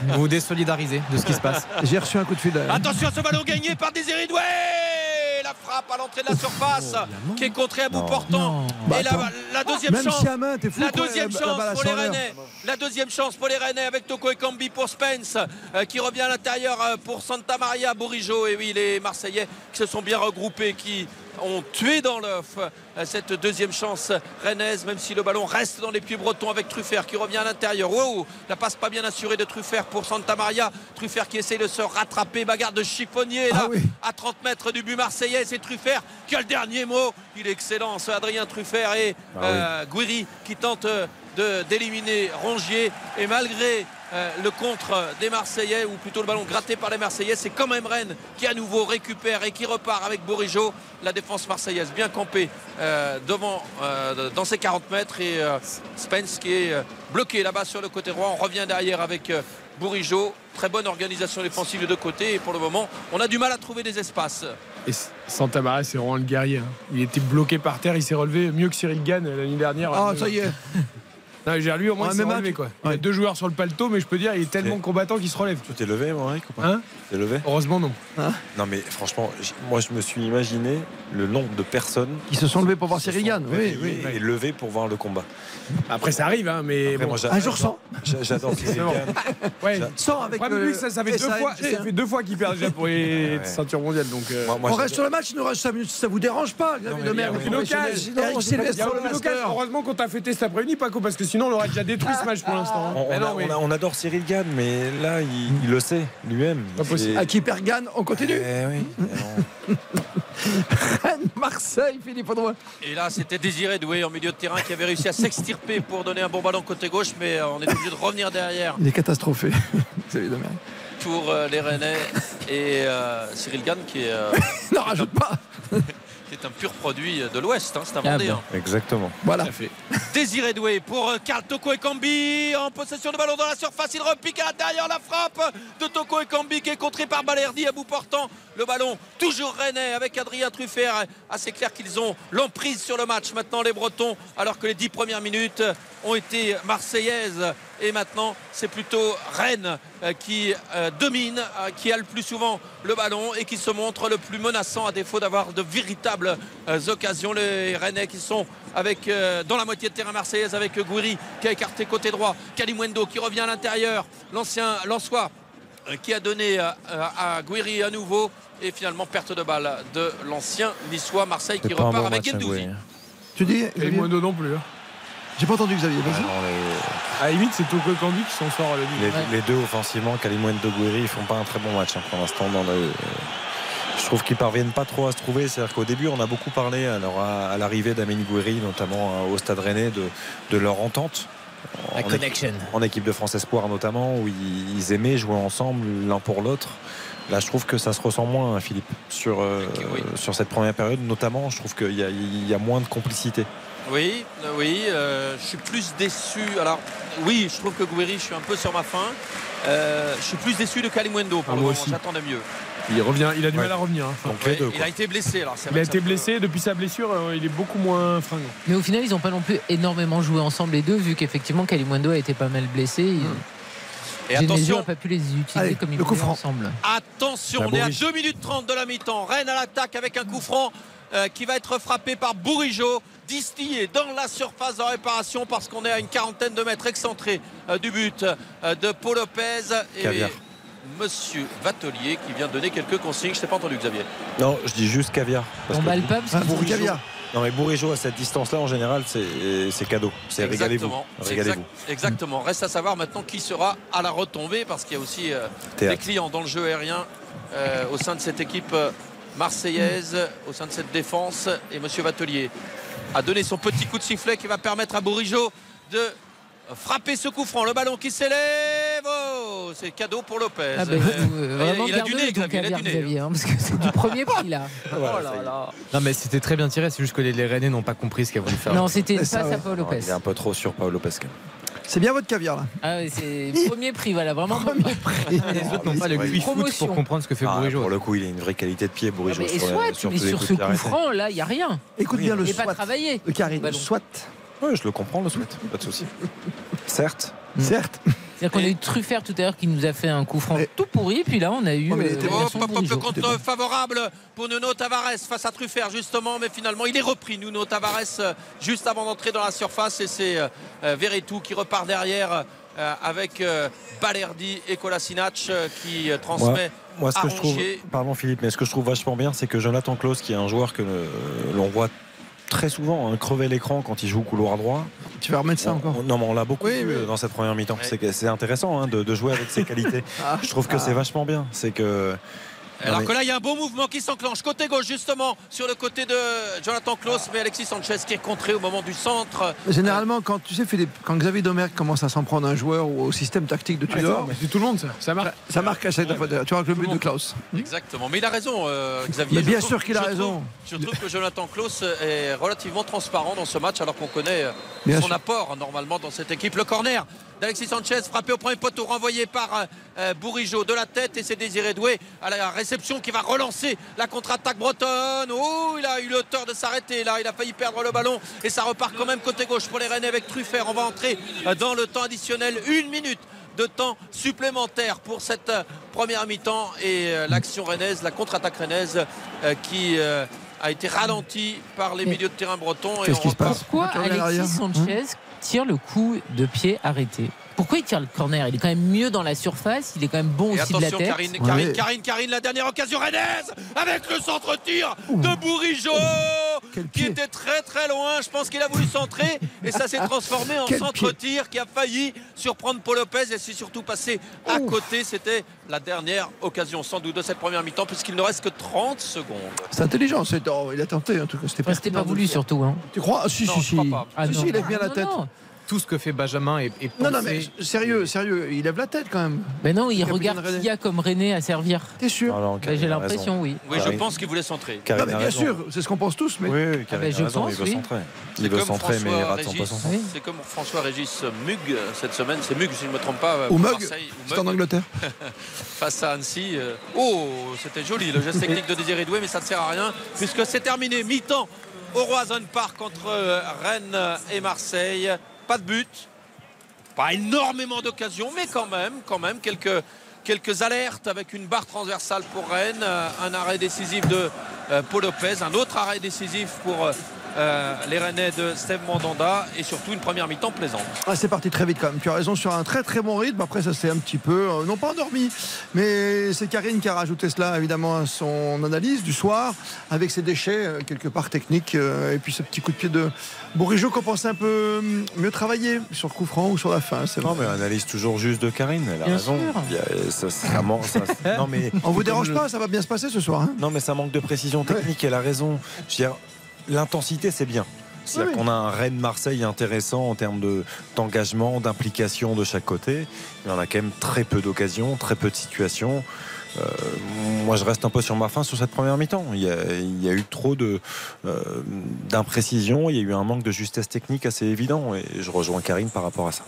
Speaker 10: Vous vous désolidarisez de ce qui se passe.
Speaker 3: J'ai reçu un coup de fil. euh,
Speaker 8: Attention à ce ballon gagné par Désiré Doué La frappe à l'entrée de la surface
Speaker 4: Oh,
Speaker 8: qui est contrée à bout portant. Et la, la deuxième
Speaker 3: Bah, Même
Speaker 8: chance.
Speaker 3: si à main, t'es fou,
Speaker 8: la
Speaker 3: quoi,
Speaker 8: deuxième
Speaker 3: la- la
Speaker 8: chance
Speaker 3: balle à
Speaker 8: pour les
Speaker 3: 100 à l'heure.
Speaker 8: Rennais. La deuxième chance pour les Rennais avec Toko et Cambi pour Spence euh, qui revient à l'intérieur euh, pour Santa Maria Bourigeau. Et oui, les Marseillais qui se sont bien regroupés, qui ont tué dans l'œuf euh, cette deuxième chance rennaise, même si le ballon reste dans les pieds bretons avec Truffert qui revient à l'intériert. Wow, la passe pas bien assurée de Truffert pour Santa Maria. Truffert qui essaye de se rattraper, bagarre de chiffonnier là, à 30 mètres du but marseillais. C'est Truffert qui a le dernier mot. Il est excellent, ce Adrien Truffert et
Speaker 9: Ah
Speaker 8: euh, Guiri qui tente euh, de- d'éliminer Rongier. Et malgré euh, le contre des Marseillais, ou plutôt le ballon gratté par les Marseillais, c'est quand même Rennes qui à nouveau récupère et qui repart avec Bourigeau. La défense marseillaise bien campée euh, devant, euh, dans ses 40 mètres. Et euh, Spence qui est euh, bloqué là-bas sur le côté droit. On revient derrière avec euh, Bourigeau. Très bonne organisation défensive de deux côtés. Et pour le moment, on a du mal à trouver des espaces.
Speaker 11: Et Santa Maria, c'est vraiment le guerrier. hein. Il était bloqué par terre, il s'est relevé mieux que Cyril Gann euh, l'année dernière.
Speaker 3: Ah,
Speaker 11: Euh,
Speaker 3: ça y est.
Speaker 11: [laughs] Non, mais j'ai- lui, au moins,
Speaker 3: Ouais,
Speaker 11: il s'est
Speaker 3: même
Speaker 11: relevé.
Speaker 3: match.
Speaker 11: Quoi. Il y a deux joueurs sur le paletot, mais je peux dire, il est tellement combattant qu'il se relève.
Speaker 9: Tu t'es levé, Henrik ou pas
Speaker 11: Hein
Speaker 9: T'es levé
Speaker 11: Heureusement, non.
Speaker 3: Hein
Speaker 9: Non mais franchement, j- moi je me suis imaginé le nombre de personnes
Speaker 3: Ils se sont levés pour voir Cyril Gann. Oui, oui.
Speaker 9: et levées pour voir le combat.
Speaker 11: Après, ça arrive, hein, mais.
Speaker 9: Après,
Speaker 11: bon.
Speaker 9: moi, j'a-
Speaker 3: Un jour sans.
Speaker 9: j'a- J'adore Cyril
Speaker 11: Exactement.
Speaker 9: Gann.
Speaker 11: [laughs] Ouais.
Speaker 3: Sans avec
Speaker 11: Ouais, mais
Speaker 3: le
Speaker 11: lui, ça, ça
Speaker 9: euh,
Speaker 11: fait deux
Speaker 3: SAMG,
Speaker 11: fois, ça
Speaker 3: hein.
Speaker 11: fait deux fois qu'il perd déjà pour les
Speaker 9: [laughs]
Speaker 11: [laughs]
Speaker 9: Ouais.
Speaker 11: ceintures mondiales. Donc, euh,
Speaker 3: on reste sur le match, il nous reste 5 minutes. Ça vous dérange pas, Xavier
Speaker 11: Il y
Speaker 3: Lemaire,
Speaker 11: a
Speaker 3: le
Speaker 11: eu une
Speaker 3: professionnel
Speaker 11: occasion.
Speaker 3: Eric
Speaker 11: Non, il y a
Speaker 3: Silvestre,
Speaker 11: eu
Speaker 3: le
Speaker 11: une
Speaker 3: master.
Speaker 11: occasion. Heureusement qu'on t'a fêté cet après-midi, Paco, parce que sinon on aurait déjà détruit ce match pour l'instant. hein.
Speaker 9: On, on
Speaker 11: Mais
Speaker 9: a-
Speaker 11: non, mais-
Speaker 9: on a- on adore Cyril Gann, mais là il, il le sait lui-même.
Speaker 11: Pas possible.
Speaker 3: À qui perd Gann, on continue.
Speaker 9: Eh oui.
Speaker 3: Rennes, [laughs] Marseille, Philippe Audouin.
Speaker 8: Et là, c'était Désiré Doué en milieu de terrain qui avait réussi à s'extirper pour donner un bon ballon côté gauche, mais euh, on est obligé de revenir derrière
Speaker 3: Il est catastrophé. [laughs] Xavier Lemaire.
Speaker 8: pour euh, les Rennais et euh, Cyril Gann qui est,
Speaker 3: [laughs]
Speaker 8: euh,
Speaker 3: N'en rajoute pas.
Speaker 8: qui est un pur produit de l'Ouest, hein, c'est un
Speaker 9: Ah
Speaker 8: Vendéen.
Speaker 9: bon. Exactement.
Speaker 3: Voilà.
Speaker 8: Désiré Doué pour euh, Karl Toko et Cambi en possession de ballon dans la surface. Il repique à l'intérieur la frappe de Toko et Cambi qui est contrée par Balerdi à bout portant. Le ballon toujours rennais avec Adrien Truffert. Assez clair qu'ils ont l'emprise sur le match maintenant les Bretons alors que les dix premières minutes ont été marseillaises. Et maintenant, c'est plutôt Rennes euh, qui euh, domine, euh, qui a le plus souvent le ballon et qui se montre le plus menaçant à défaut d'avoir de véritables euh, occasions. Les Rennais qui sont avec, euh, dans la moitié de terrain marseillaise avec Gouiri qui a écarté côté droit, Kalimwendo qui revient à l'intérieur, l'ancien Lançois euh, qui a donné euh, à à Gouiri à nouveau et finalement perte de balle de l'ancien niçois Marseille qui
Speaker 9: C'est pas un
Speaker 8: repart
Speaker 9: bon
Speaker 8: avec
Speaker 9: match, hein,
Speaker 8: Gendouzi.
Speaker 9: Gouiri.
Speaker 3: Tu dis
Speaker 11: Et
Speaker 3: Xavier
Speaker 11: Moineau non plus. hein.
Speaker 3: J'ai pas entendu Xavier. Vas-y.
Speaker 11: À la limite, c'est Toko et Cambi qui s'en sort à la
Speaker 9: Ah Les,
Speaker 11: limite.
Speaker 9: les deux offensivement, Kalimundo Guiri, ils font pas un très bon match hein, pour l'instant. Dans le... Je trouve qu'ils parviennent pas trop à se trouver. C'est-à-dire qu'au début, on a beaucoup parlé alors à, à l'arrivée d'Amine Guiri, notamment hein, au Stade Rennais, de, de leur entente. En,
Speaker 10: La
Speaker 9: équipe-
Speaker 10: connection.
Speaker 9: en équipe de France Espoir notamment, où ils, ils aimaient jouer ensemble l'un pour l'autre. Là, je trouve que ça se ressent moins, hein, Philippe, sur, euh, sur cette première période. Notamment, je trouve qu'il y, a- il y a moins de complicité.
Speaker 8: Oui, euh, oui, euh, je suis plus déçu. Alors, oui, je trouve que Gouiri, je suis un peu sur ma fin. Euh, je suis plus déçu de Kalimwendo pour
Speaker 11: Ah,
Speaker 8: le
Speaker 11: moi
Speaker 8: moment,
Speaker 11: aussi.
Speaker 8: j'attendais mieux.
Speaker 11: Il revient, il a du
Speaker 8: Ouais.
Speaker 11: mal à revenir. hein.
Speaker 8: Ouais, il a été blessé, alors c'est
Speaker 11: Il a
Speaker 8: vrai. que
Speaker 11: été
Speaker 8: ça-
Speaker 11: blessé, depuis sa blessure, euh, il est beaucoup moins fringant.
Speaker 4: Mais au final, ils n'ont
Speaker 8: Hum.
Speaker 4: pas non plus énormément joué ensemble les deux, vu qu'effectivement, Kalimundo a été pas mal blessé. Il-
Speaker 8: Et
Speaker 4: Genesio
Speaker 8: attention.
Speaker 4: n'a pas pu les utiliser
Speaker 8: Allez,
Speaker 4: comme ils
Speaker 8: le coup
Speaker 4: voulaient
Speaker 8: franc.
Speaker 4: ensemble.
Speaker 8: Attention,
Speaker 4: La
Speaker 8: on est à
Speaker 4: Bourriche.
Speaker 8: 2 minutes 30 de la mi-temps. Rennes à l'attaque avec un coup franc euh, qui va être frappé par Bourigeau, distillé dans la surface de réparation parce qu'on est à une quarantaine de mètres excentré euh, du but euh, de Paul Lopez. Et
Speaker 9: Caviar.
Speaker 8: Monsieur Vatelier qui vient donner quelques consignes. Je t'ai pas entendu, Xavier.
Speaker 9: Non, je dis juste caviar.
Speaker 8: On
Speaker 9: que
Speaker 8: balle pas,
Speaker 10: Ah,
Speaker 8: parce que
Speaker 9: Bourigeaud-
Speaker 8: c'est caviar.
Speaker 9: Non, mais Bourigeau à cette distance-là, en général, c'est c'est cadeau. C'est régalez-vous.
Speaker 8: Exactement.
Speaker 9: Régalez-vous.
Speaker 8: Exact- exactement. Reste à savoir maintenant qui sera à la retombée parce qu'il y a aussi euh, des
Speaker 9: Théâtre.
Speaker 8: clients dans le jeu aérien euh, au sein de cette équipe euh, marseillaise, au sein de cette défense. Et Monsieur Vatelier a donné son petit coup de sifflet qui va permettre à Bourigeau de frapper ce coup franc. Le ballon qui s'élève. Oh, c'est cadeau pour Lopez.
Speaker 4: Ah bah,
Speaker 8: Euh,
Speaker 4: vous, euh, vraiment
Speaker 8: il a du
Speaker 4: gardez-le,
Speaker 8: nez,
Speaker 4: ton
Speaker 8: Xavier, il a
Speaker 4: caviar,
Speaker 8: du nez.
Speaker 4: Xavier, hein, parce que c'est du premier prix
Speaker 8: [laughs]
Speaker 4: là.
Speaker 10: Non, mais c'était très bien tiré, c'est juste que les, les Rennais n'ont pas compris ce qu'elle voulait faire.
Speaker 4: Non, c'était une
Speaker 10: ça,
Speaker 4: passe
Speaker 10: ouais.
Speaker 4: à Paul
Speaker 9: Non,
Speaker 3: Ah,
Speaker 4: Lopez.
Speaker 9: il est un peu trop sur Paolo Pascal.
Speaker 3: C'est bien votre caviar là.
Speaker 4: Ah oui, c'est premier prix, voilà, vraiment premier [laughs] prix.
Speaker 10: Les autres n'ont pas le
Speaker 9: Oui.
Speaker 10: QI foot Ah, pour comprendre ce que fait
Speaker 9: Ah,
Speaker 10: Bourigeau.
Speaker 9: Pour le coup, il a une vraie qualité de pied, Bourigeau.
Speaker 4: Ah, Mais et soit, mais
Speaker 9: tous les
Speaker 4: sur
Speaker 9: coups
Speaker 4: ce
Speaker 9: de
Speaker 4: coup
Speaker 9: l'arrêt.
Speaker 4: franc là, il n'y a rien.
Speaker 3: Écoute
Speaker 9: bien le
Speaker 4: Il n'est pas
Speaker 9: swat.
Speaker 4: travaillé.
Speaker 3: Karine,
Speaker 4: Ballon.
Speaker 3: soit.
Speaker 9: Oui, je le comprends, le souhaite. Pas de souci. Certes.
Speaker 3: Certes.
Speaker 4: C'est-à-dire qu'on a eu Truffert tout à l'heure qui nous a fait un coup franc tout pourri, puis là on a eu.
Speaker 8: Oh, mais il
Speaker 4: euh,
Speaker 8: était bon.
Speaker 4: Vincent
Speaker 8: Hop, hop, hop, le
Speaker 4: Bourigeaud.
Speaker 8: contre favorable pour Nuno Tavares face à Truffert justement mais finalement il est repris Nuno Tavares euh, juste avant d'entrer dans la surface et c'est euh, euh, Veretout qui repart derrière euh, avec euh, Balerdi et Kolasinac euh, qui euh, transmet
Speaker 9: Moi, moi, ce
Speaker 8: à
Speaker 9: que je trouve,
Speaker 8: Rongier.
Speaker 9: pardon Philippe, mais ce que je trouve vachement bien, c'est que Jonathan Klaus, qui est un joueur que euh, l'on voit très souvent hein, crever l'écran quand il joue couloir droit.
Speaker 3: Tu vas remettre ça
Speaker 9: On-
Speaker 3: encore
Speaker 9: on- Non, mais on l'a beaucoup
Speaker 3: Oui,
Speaker 9: vu
Speaker 3: oui.
Speaker 9: euh, dans cette première mi-temps.
Speaker 3: Ouais.
Speaker 9: C'est que- C'est intéressant hein, de, de jouer avec ses qualités. Je trouve que
Speaker 8: Ah.
Speaker 9: c'est vachement bien. C'est que.
Speaker 8: Alors
Speaker 9: Non, mais-
Speaker 8: que là, il y a un beau mouvement qui s'enclenche. Côté gauche, justement, sur le côté de Jonathan Klaus, mais Alexis Sanchez qui est contré au moment du centre.
Speaker 3: Généralement, quand tu sais, Philippe, quand Xavier Domergue commence à s'en prendre un joueur ou au système tactique de Tudor,
Speaker 8: Ah, c'est tout le monde, ça. Ça marque.
Speaker 3: ça marque à chaque fois. Tu vois, avec le but de Klaus.
Speaker 8: Exactement, mais il a raison, euh, Xavier.
Speaker 3: Hmm. Mais
Speaker 8: Je
Speaker 3: bien
Speaker 8: trouve-
Speaker 3: sûr qu'il a
Speaker 8: je
Speaker 3: raison.
Speaker 8: trouve- je trouve que Jonathan Klaus est relativement transparent dans ce match, alors qu'on connaît euh,
Speaker 3: Bien
Speaker 8: son
Speaker 3: sûr.
Speaker 8: apport normalement dans cette équipe. Le corner d'Alexis Sanchez, frappé au premier poteau, renvoyé par euh, euh, Bourigeaud de la tête, et c'est Désiré Doué à la réception qui va relancer la contre-attaque bretonne. Oh, il a eu le tort de s'arrêter là, il a failli perdre le ballon, et ça repart quand même côté gauche pour les Rennais avec Truffert. On va entrer euh, dans le temps additionnel, une minute de temps supplémentaire pour cette euh, première mi-temps et euh, l'action rennaise, la contre-attaque rennaise euh, qui euh, a été ralentie par les milieux de terrain bretons. et on repart.
Speaker 4: Pourquoi Alexis Sanchez
Speaker 3: Hein
Speaker 4: tire le coup de pied arrêté Pourquoi il tire le corner Il est quand même mieux dans la surface, il est quand même bon
Speaker 8: Et
Speaker 4: aussi de la
Speaker 8: attention,
Speaker 4: tête.
Speaker 8: Karine, Karine, Karine, Karine, la dernière occasion rennaise avec le centre-tir de Bourigeau qui était très très loin. Je pense qu'il a voulu centrer et ça s'est transformé en
Speaker 3: Quel
Speaker 8: centre-tir qui a failli surprendre Paul Lopez et s'est surtout passé à côté. C'était la dernière occasion sans doute de cette première mi-temps puisqu'il ne reste que 30 secondes.
Speaker 3: C'est intelligent, c'est- oh, il a tenté en tout cas.
Speaker 4: C'était
Speaker 3: C'était pertinent
Speaker 4: pas
Speaker 3: de
Speaker 4: voulu
Speaker 3: le faire.
Speaker 4: surtout. Hein.
Speaker 3: Tu crois Ah, Si,
Speaker 10: Non,
Speaker 3: si,
Speaker 10: je
Speaker 3: si.
Speaker 10: crois pas.
Speaker 3: Ah, si,
Speaker 10: non.
Speaker 3: si, il lève bien
Speaker 10: Ah,
Speaker 3: la
Speaker 10: non,
Speaker 3: tête.
Speaker 10: non. Tout ce que fait Benjamin est, est
Speaker 3: Non, non, mais
Speaker 10: pensé.
Speaker 3: sérieux, sérieux, il lève la tête quand même.
Speaker 4: Mais non, il
Speaker 3: Capitaine
Speaker 4: regarde
Speaker 3: René.
Speaker 4: qui y a comme René à servir.
Speaker 3: T'es sûr
Speaker 9: non,
Speaker 4: Bah, J'ai
Speaker 9: Karine a
Speaker 4: l'impression,
Speaker 9: raison.
Speaker 4: oui.
Speaker 8: Oui, je
Speaker 9: Karine-
Speaker 8: pense qu'il voulait centrer.
Speaker 9: Karine
Speaker 3: Non, mais
Speaker 9: a
Speaker 3: bien
Speaker 9: raison.
Speaker 3: sûr, c'est ce qu'on pense tous. Mais...
Speaker 9: Oui, oui,
Speaker 4: Ah bah,
Speaker 9: Karine
Speaker 3: mais
Speaker 9: a
Speaker 3: Ah ben, je
Speaker 9: raison,
Speaker 3: pense,
Speaker 9: il veut
Speaker 3: oui.
Speaker 9: centrer.
Speaker 8: C'est
Speaker 9: Il veut
Speaker 8: comme
Speaker 9: centrer, mais il
Speaker 8: François
Speaker 9: rate son
Speaker 8: Régis-
Speaker 9: poisson.
Speaker 8: C'est comme François-Régis Mug euh, cette semaine. C'est Mug, si je ne me trompe pas. euh,
Speaker 3: Ou
Speaker 8: pour
Speaker 3: Mug,
Speaker 8: Marseille, ou
Speaker 3: c'est
Speaker 8: Mug.
Speaker 3: en Angleterre.
Speaker 8: [laughs] Face à Annecy. euh, Oh, c'était joli le geste technique de Désiré Doué, mais ça ne sert à rien puisque c'est terminé. Mi-temps au Roison Park entre euh, Rennes et Marseille. Pas de but, pas énormément d'occasions, mais quand même, quand même quelques, quelques alertes avec une barre transversale pour Rennes, euh, un arrêt décisif de euh, Paul Lopez, un autre arrêt décisif pour euh, euh, les Rennais de Steve Mandanda et surtout une première mi-temps plaisante.
Speaker 3: Ah, c'est parti très vite quand même. Tu as raison sur un très très bon rythme. Après, ça s'est un petit peu, euh, non pas endormi, mais c'est Karine qui a rajouté cela évidemment à son analyse du soir avec ses déchets euh, quelque part techniques euh, et puis ce petit coup de pied de Bourigeau qu'on pensait un peu hum, mieux travailler sur coup franc ou sur la fin. C'est
Speaker 9: Non,
Speaker 3: vrai.
Speaker 9: mais analyse toujours juste de Karine, elle a
Speaker 3: Bien
Speaker 9: raison.
Speaker 3: sûr.
Speaker 9: Il y a- ça- ça man- ça-
Speaker 4: [laughs]
Speaker 3: [laughs]
Speaker 9: non, mais,
Speaker 3: On vous dérange pas, ça va bien se passer ce soir. hein.
Speaker 9: Non, mais ça manque de précision technique, elle a raison. Je veux dire, l'intensité, c'est bien. C'est-à-dire
Speaker 3: Oui.
Speaker 9: qu'on a un Rennes-Marseille intéressant en termes de- d'engagement, d'implication de chaque côté. Mais on a quand même très peu d'occasions, très peu de situations. Euh, moi, je reste un peu sur ma fin sur cette première mi-temps. Il, y a- il y a eu trop de, euh, d'imprécisions, il y a eu un manque de justesse technique assez évident. Et je rejoins Karine par rapport à ça.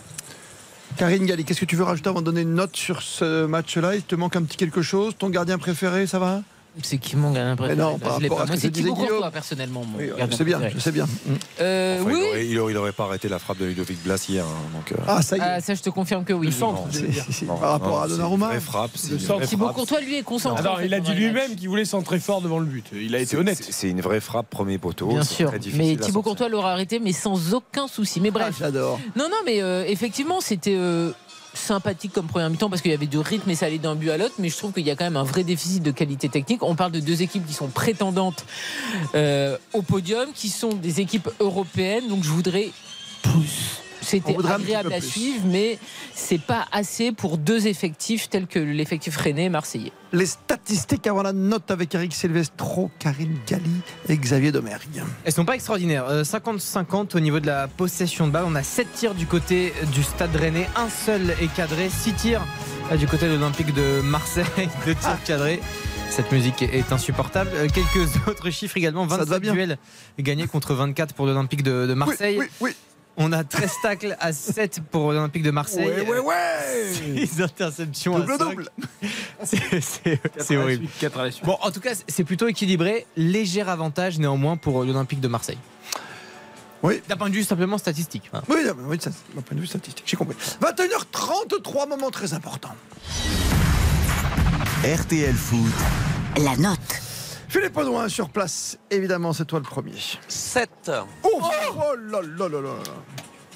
Speaker 3: Karine Galli, qu'est-ce que tu veux rajouter avant de donner une note sur ce match-là Il te manque un petit quelque chose Ton gardien préféré, ça va
Speaker 4: C'est qui manque à l'impression
Speaker 3: Mais non, par
Speaker 4: Je l'ai
Speaker 3: rapport à
Speaker 4: pas.
Speaker 3: ce
Speaker 4: Moi,
Speaker 3: que
Speaker 4: c'est
Speaker 3: disait
Speaker 4: Thibaut
Speaker 3: Guillaume.
Speaker 4: Courtois, personnellement. mon
Speaker 3: Oui,
Speaker 4: gardien
Speaker 3: je sais bien,
Speaker 4: préféré.
Speaker 3: je sais bien.
Speaker 4: Euh,
Speaker 9: Enfin,
Speaker 4: oui.
Speaker 9: il, aurait, il aurait- il aurait pas arrêté la frappe de Ludovic Blas hier. hein, donc, euh,
Speaker 4: Ah, ça, je te confirme que oui.
Speaker 9: non,
Speaker 3: [laughs]
Speaker 9: c'est- c'est- non,
Speaker 3: Par rapport
Speaker 9: non,
Speaker 3: à
Speaker 9: c'est une
Speaker 3: Donnarumma.
Speaker 9: vraie frappe, c'est une vraie
Speaker 4: Thibaut
Speaker 9: frappe.
Speaker 4: Courtois, lui, est concentré.
Speaker 6: Alors,
Speaker 4: en fait,
Speaker 6: Ah il a dit
Speaker 4: pendant le match.
Speaker 6: lui-même qu'il voulait centrer fort devant le but. Il a été
Speaker 9: C'est-
Speaker 6: honnête.
Speaker 9: c'est- C'est une vraie frappe premier poteau.
Speaker 4: Bien
Speaker 9: c'est
Speaker 4: sûr.
Speaker 9: très difficile
Speaker 4: Mais
Speaker 9: à
Speaker 4: Thibaut Courtois l'aura arrêté, mais sans aucun souci. Mais bref.
Speaker 3: Ah, j'adore.
Speaker 4: Non, non, mais euh, effectivement, c'était. euh, sympathique comme premier mi-temps parce qu'il y avait du rythme et ça allait d'un but à l'autre mais je trouve qu'il y a quand même un vrai déficit de qualité technique on parle de deux équipes qui sont prétendantes euh, au podium qui sont des équipes européennes donc je voudrais plus
Speaker 3: On
Speaker 4: c'était
Speaker 3: voudrait un petit
Speaker 4: agréable
Speaker 3: peu
Speaker 4: à
Speaker 3: plus.
Speaker 4: suivre mais c'est pas assez pour deux effectifs tels que l'effectif rennais et marseillais
Speaker 3: Les statistiques avant la note avec Eric Silvestro, Karine Galli et Xavier Domergue.
Speaker 10: Elles sont pas extraordinaires. Euh, 50-50 au niveau de la possession de balle. On a 7 tirs du côté du stade rennais. Un seul est cadré. 6 tirs euh, du côté de l'Olympique de Marseille. [laughs] 2 tirs cadrés. Cette musique est insupportable. Euh, Quelques [laughs] autres chiffres également.
Speaker 3: Ça te va
Speaker 10: 27
Speaker 3: bien.
Speaker 10: duels gagnés contre 24 pour l'Olympique de, de Marseille. On a 13 tacles à 7 pour l'Olympic de Marseille.
Speaker 3: Ouais, ouais,
Speaker 10: ouais 6 interceptions à
Speaker 3: Double,
Speaker 10: 5.
Speaker 3: double.
Speaker 10: C'est- C'est c'est
Speaker 6: à la
Speaker 10: horrible.
Speaker 6: suite, quatre à la suite.
Speaker 10: Bon, en tout cas, c'est plutôt équilibré. Léger avantage néanmoins pour l'Olympique de Marseille.
Speaker 3: Oui.
Speaker 10: D'un point de vue simplement statistique. hein.
Speaker 3: Oui, non, mais oui, ça, c'est d'un point de vue statistique, j'ai compris. 21h33, moment très important.
Speaker 1: RTL Foot.
Speaker 13: La note.
Speaker 3: Philippe Audouin sur place, évidemment, c'est toi le premier.
Speaker 8: 7.
Speaker 3: Oh, oh là là là là là.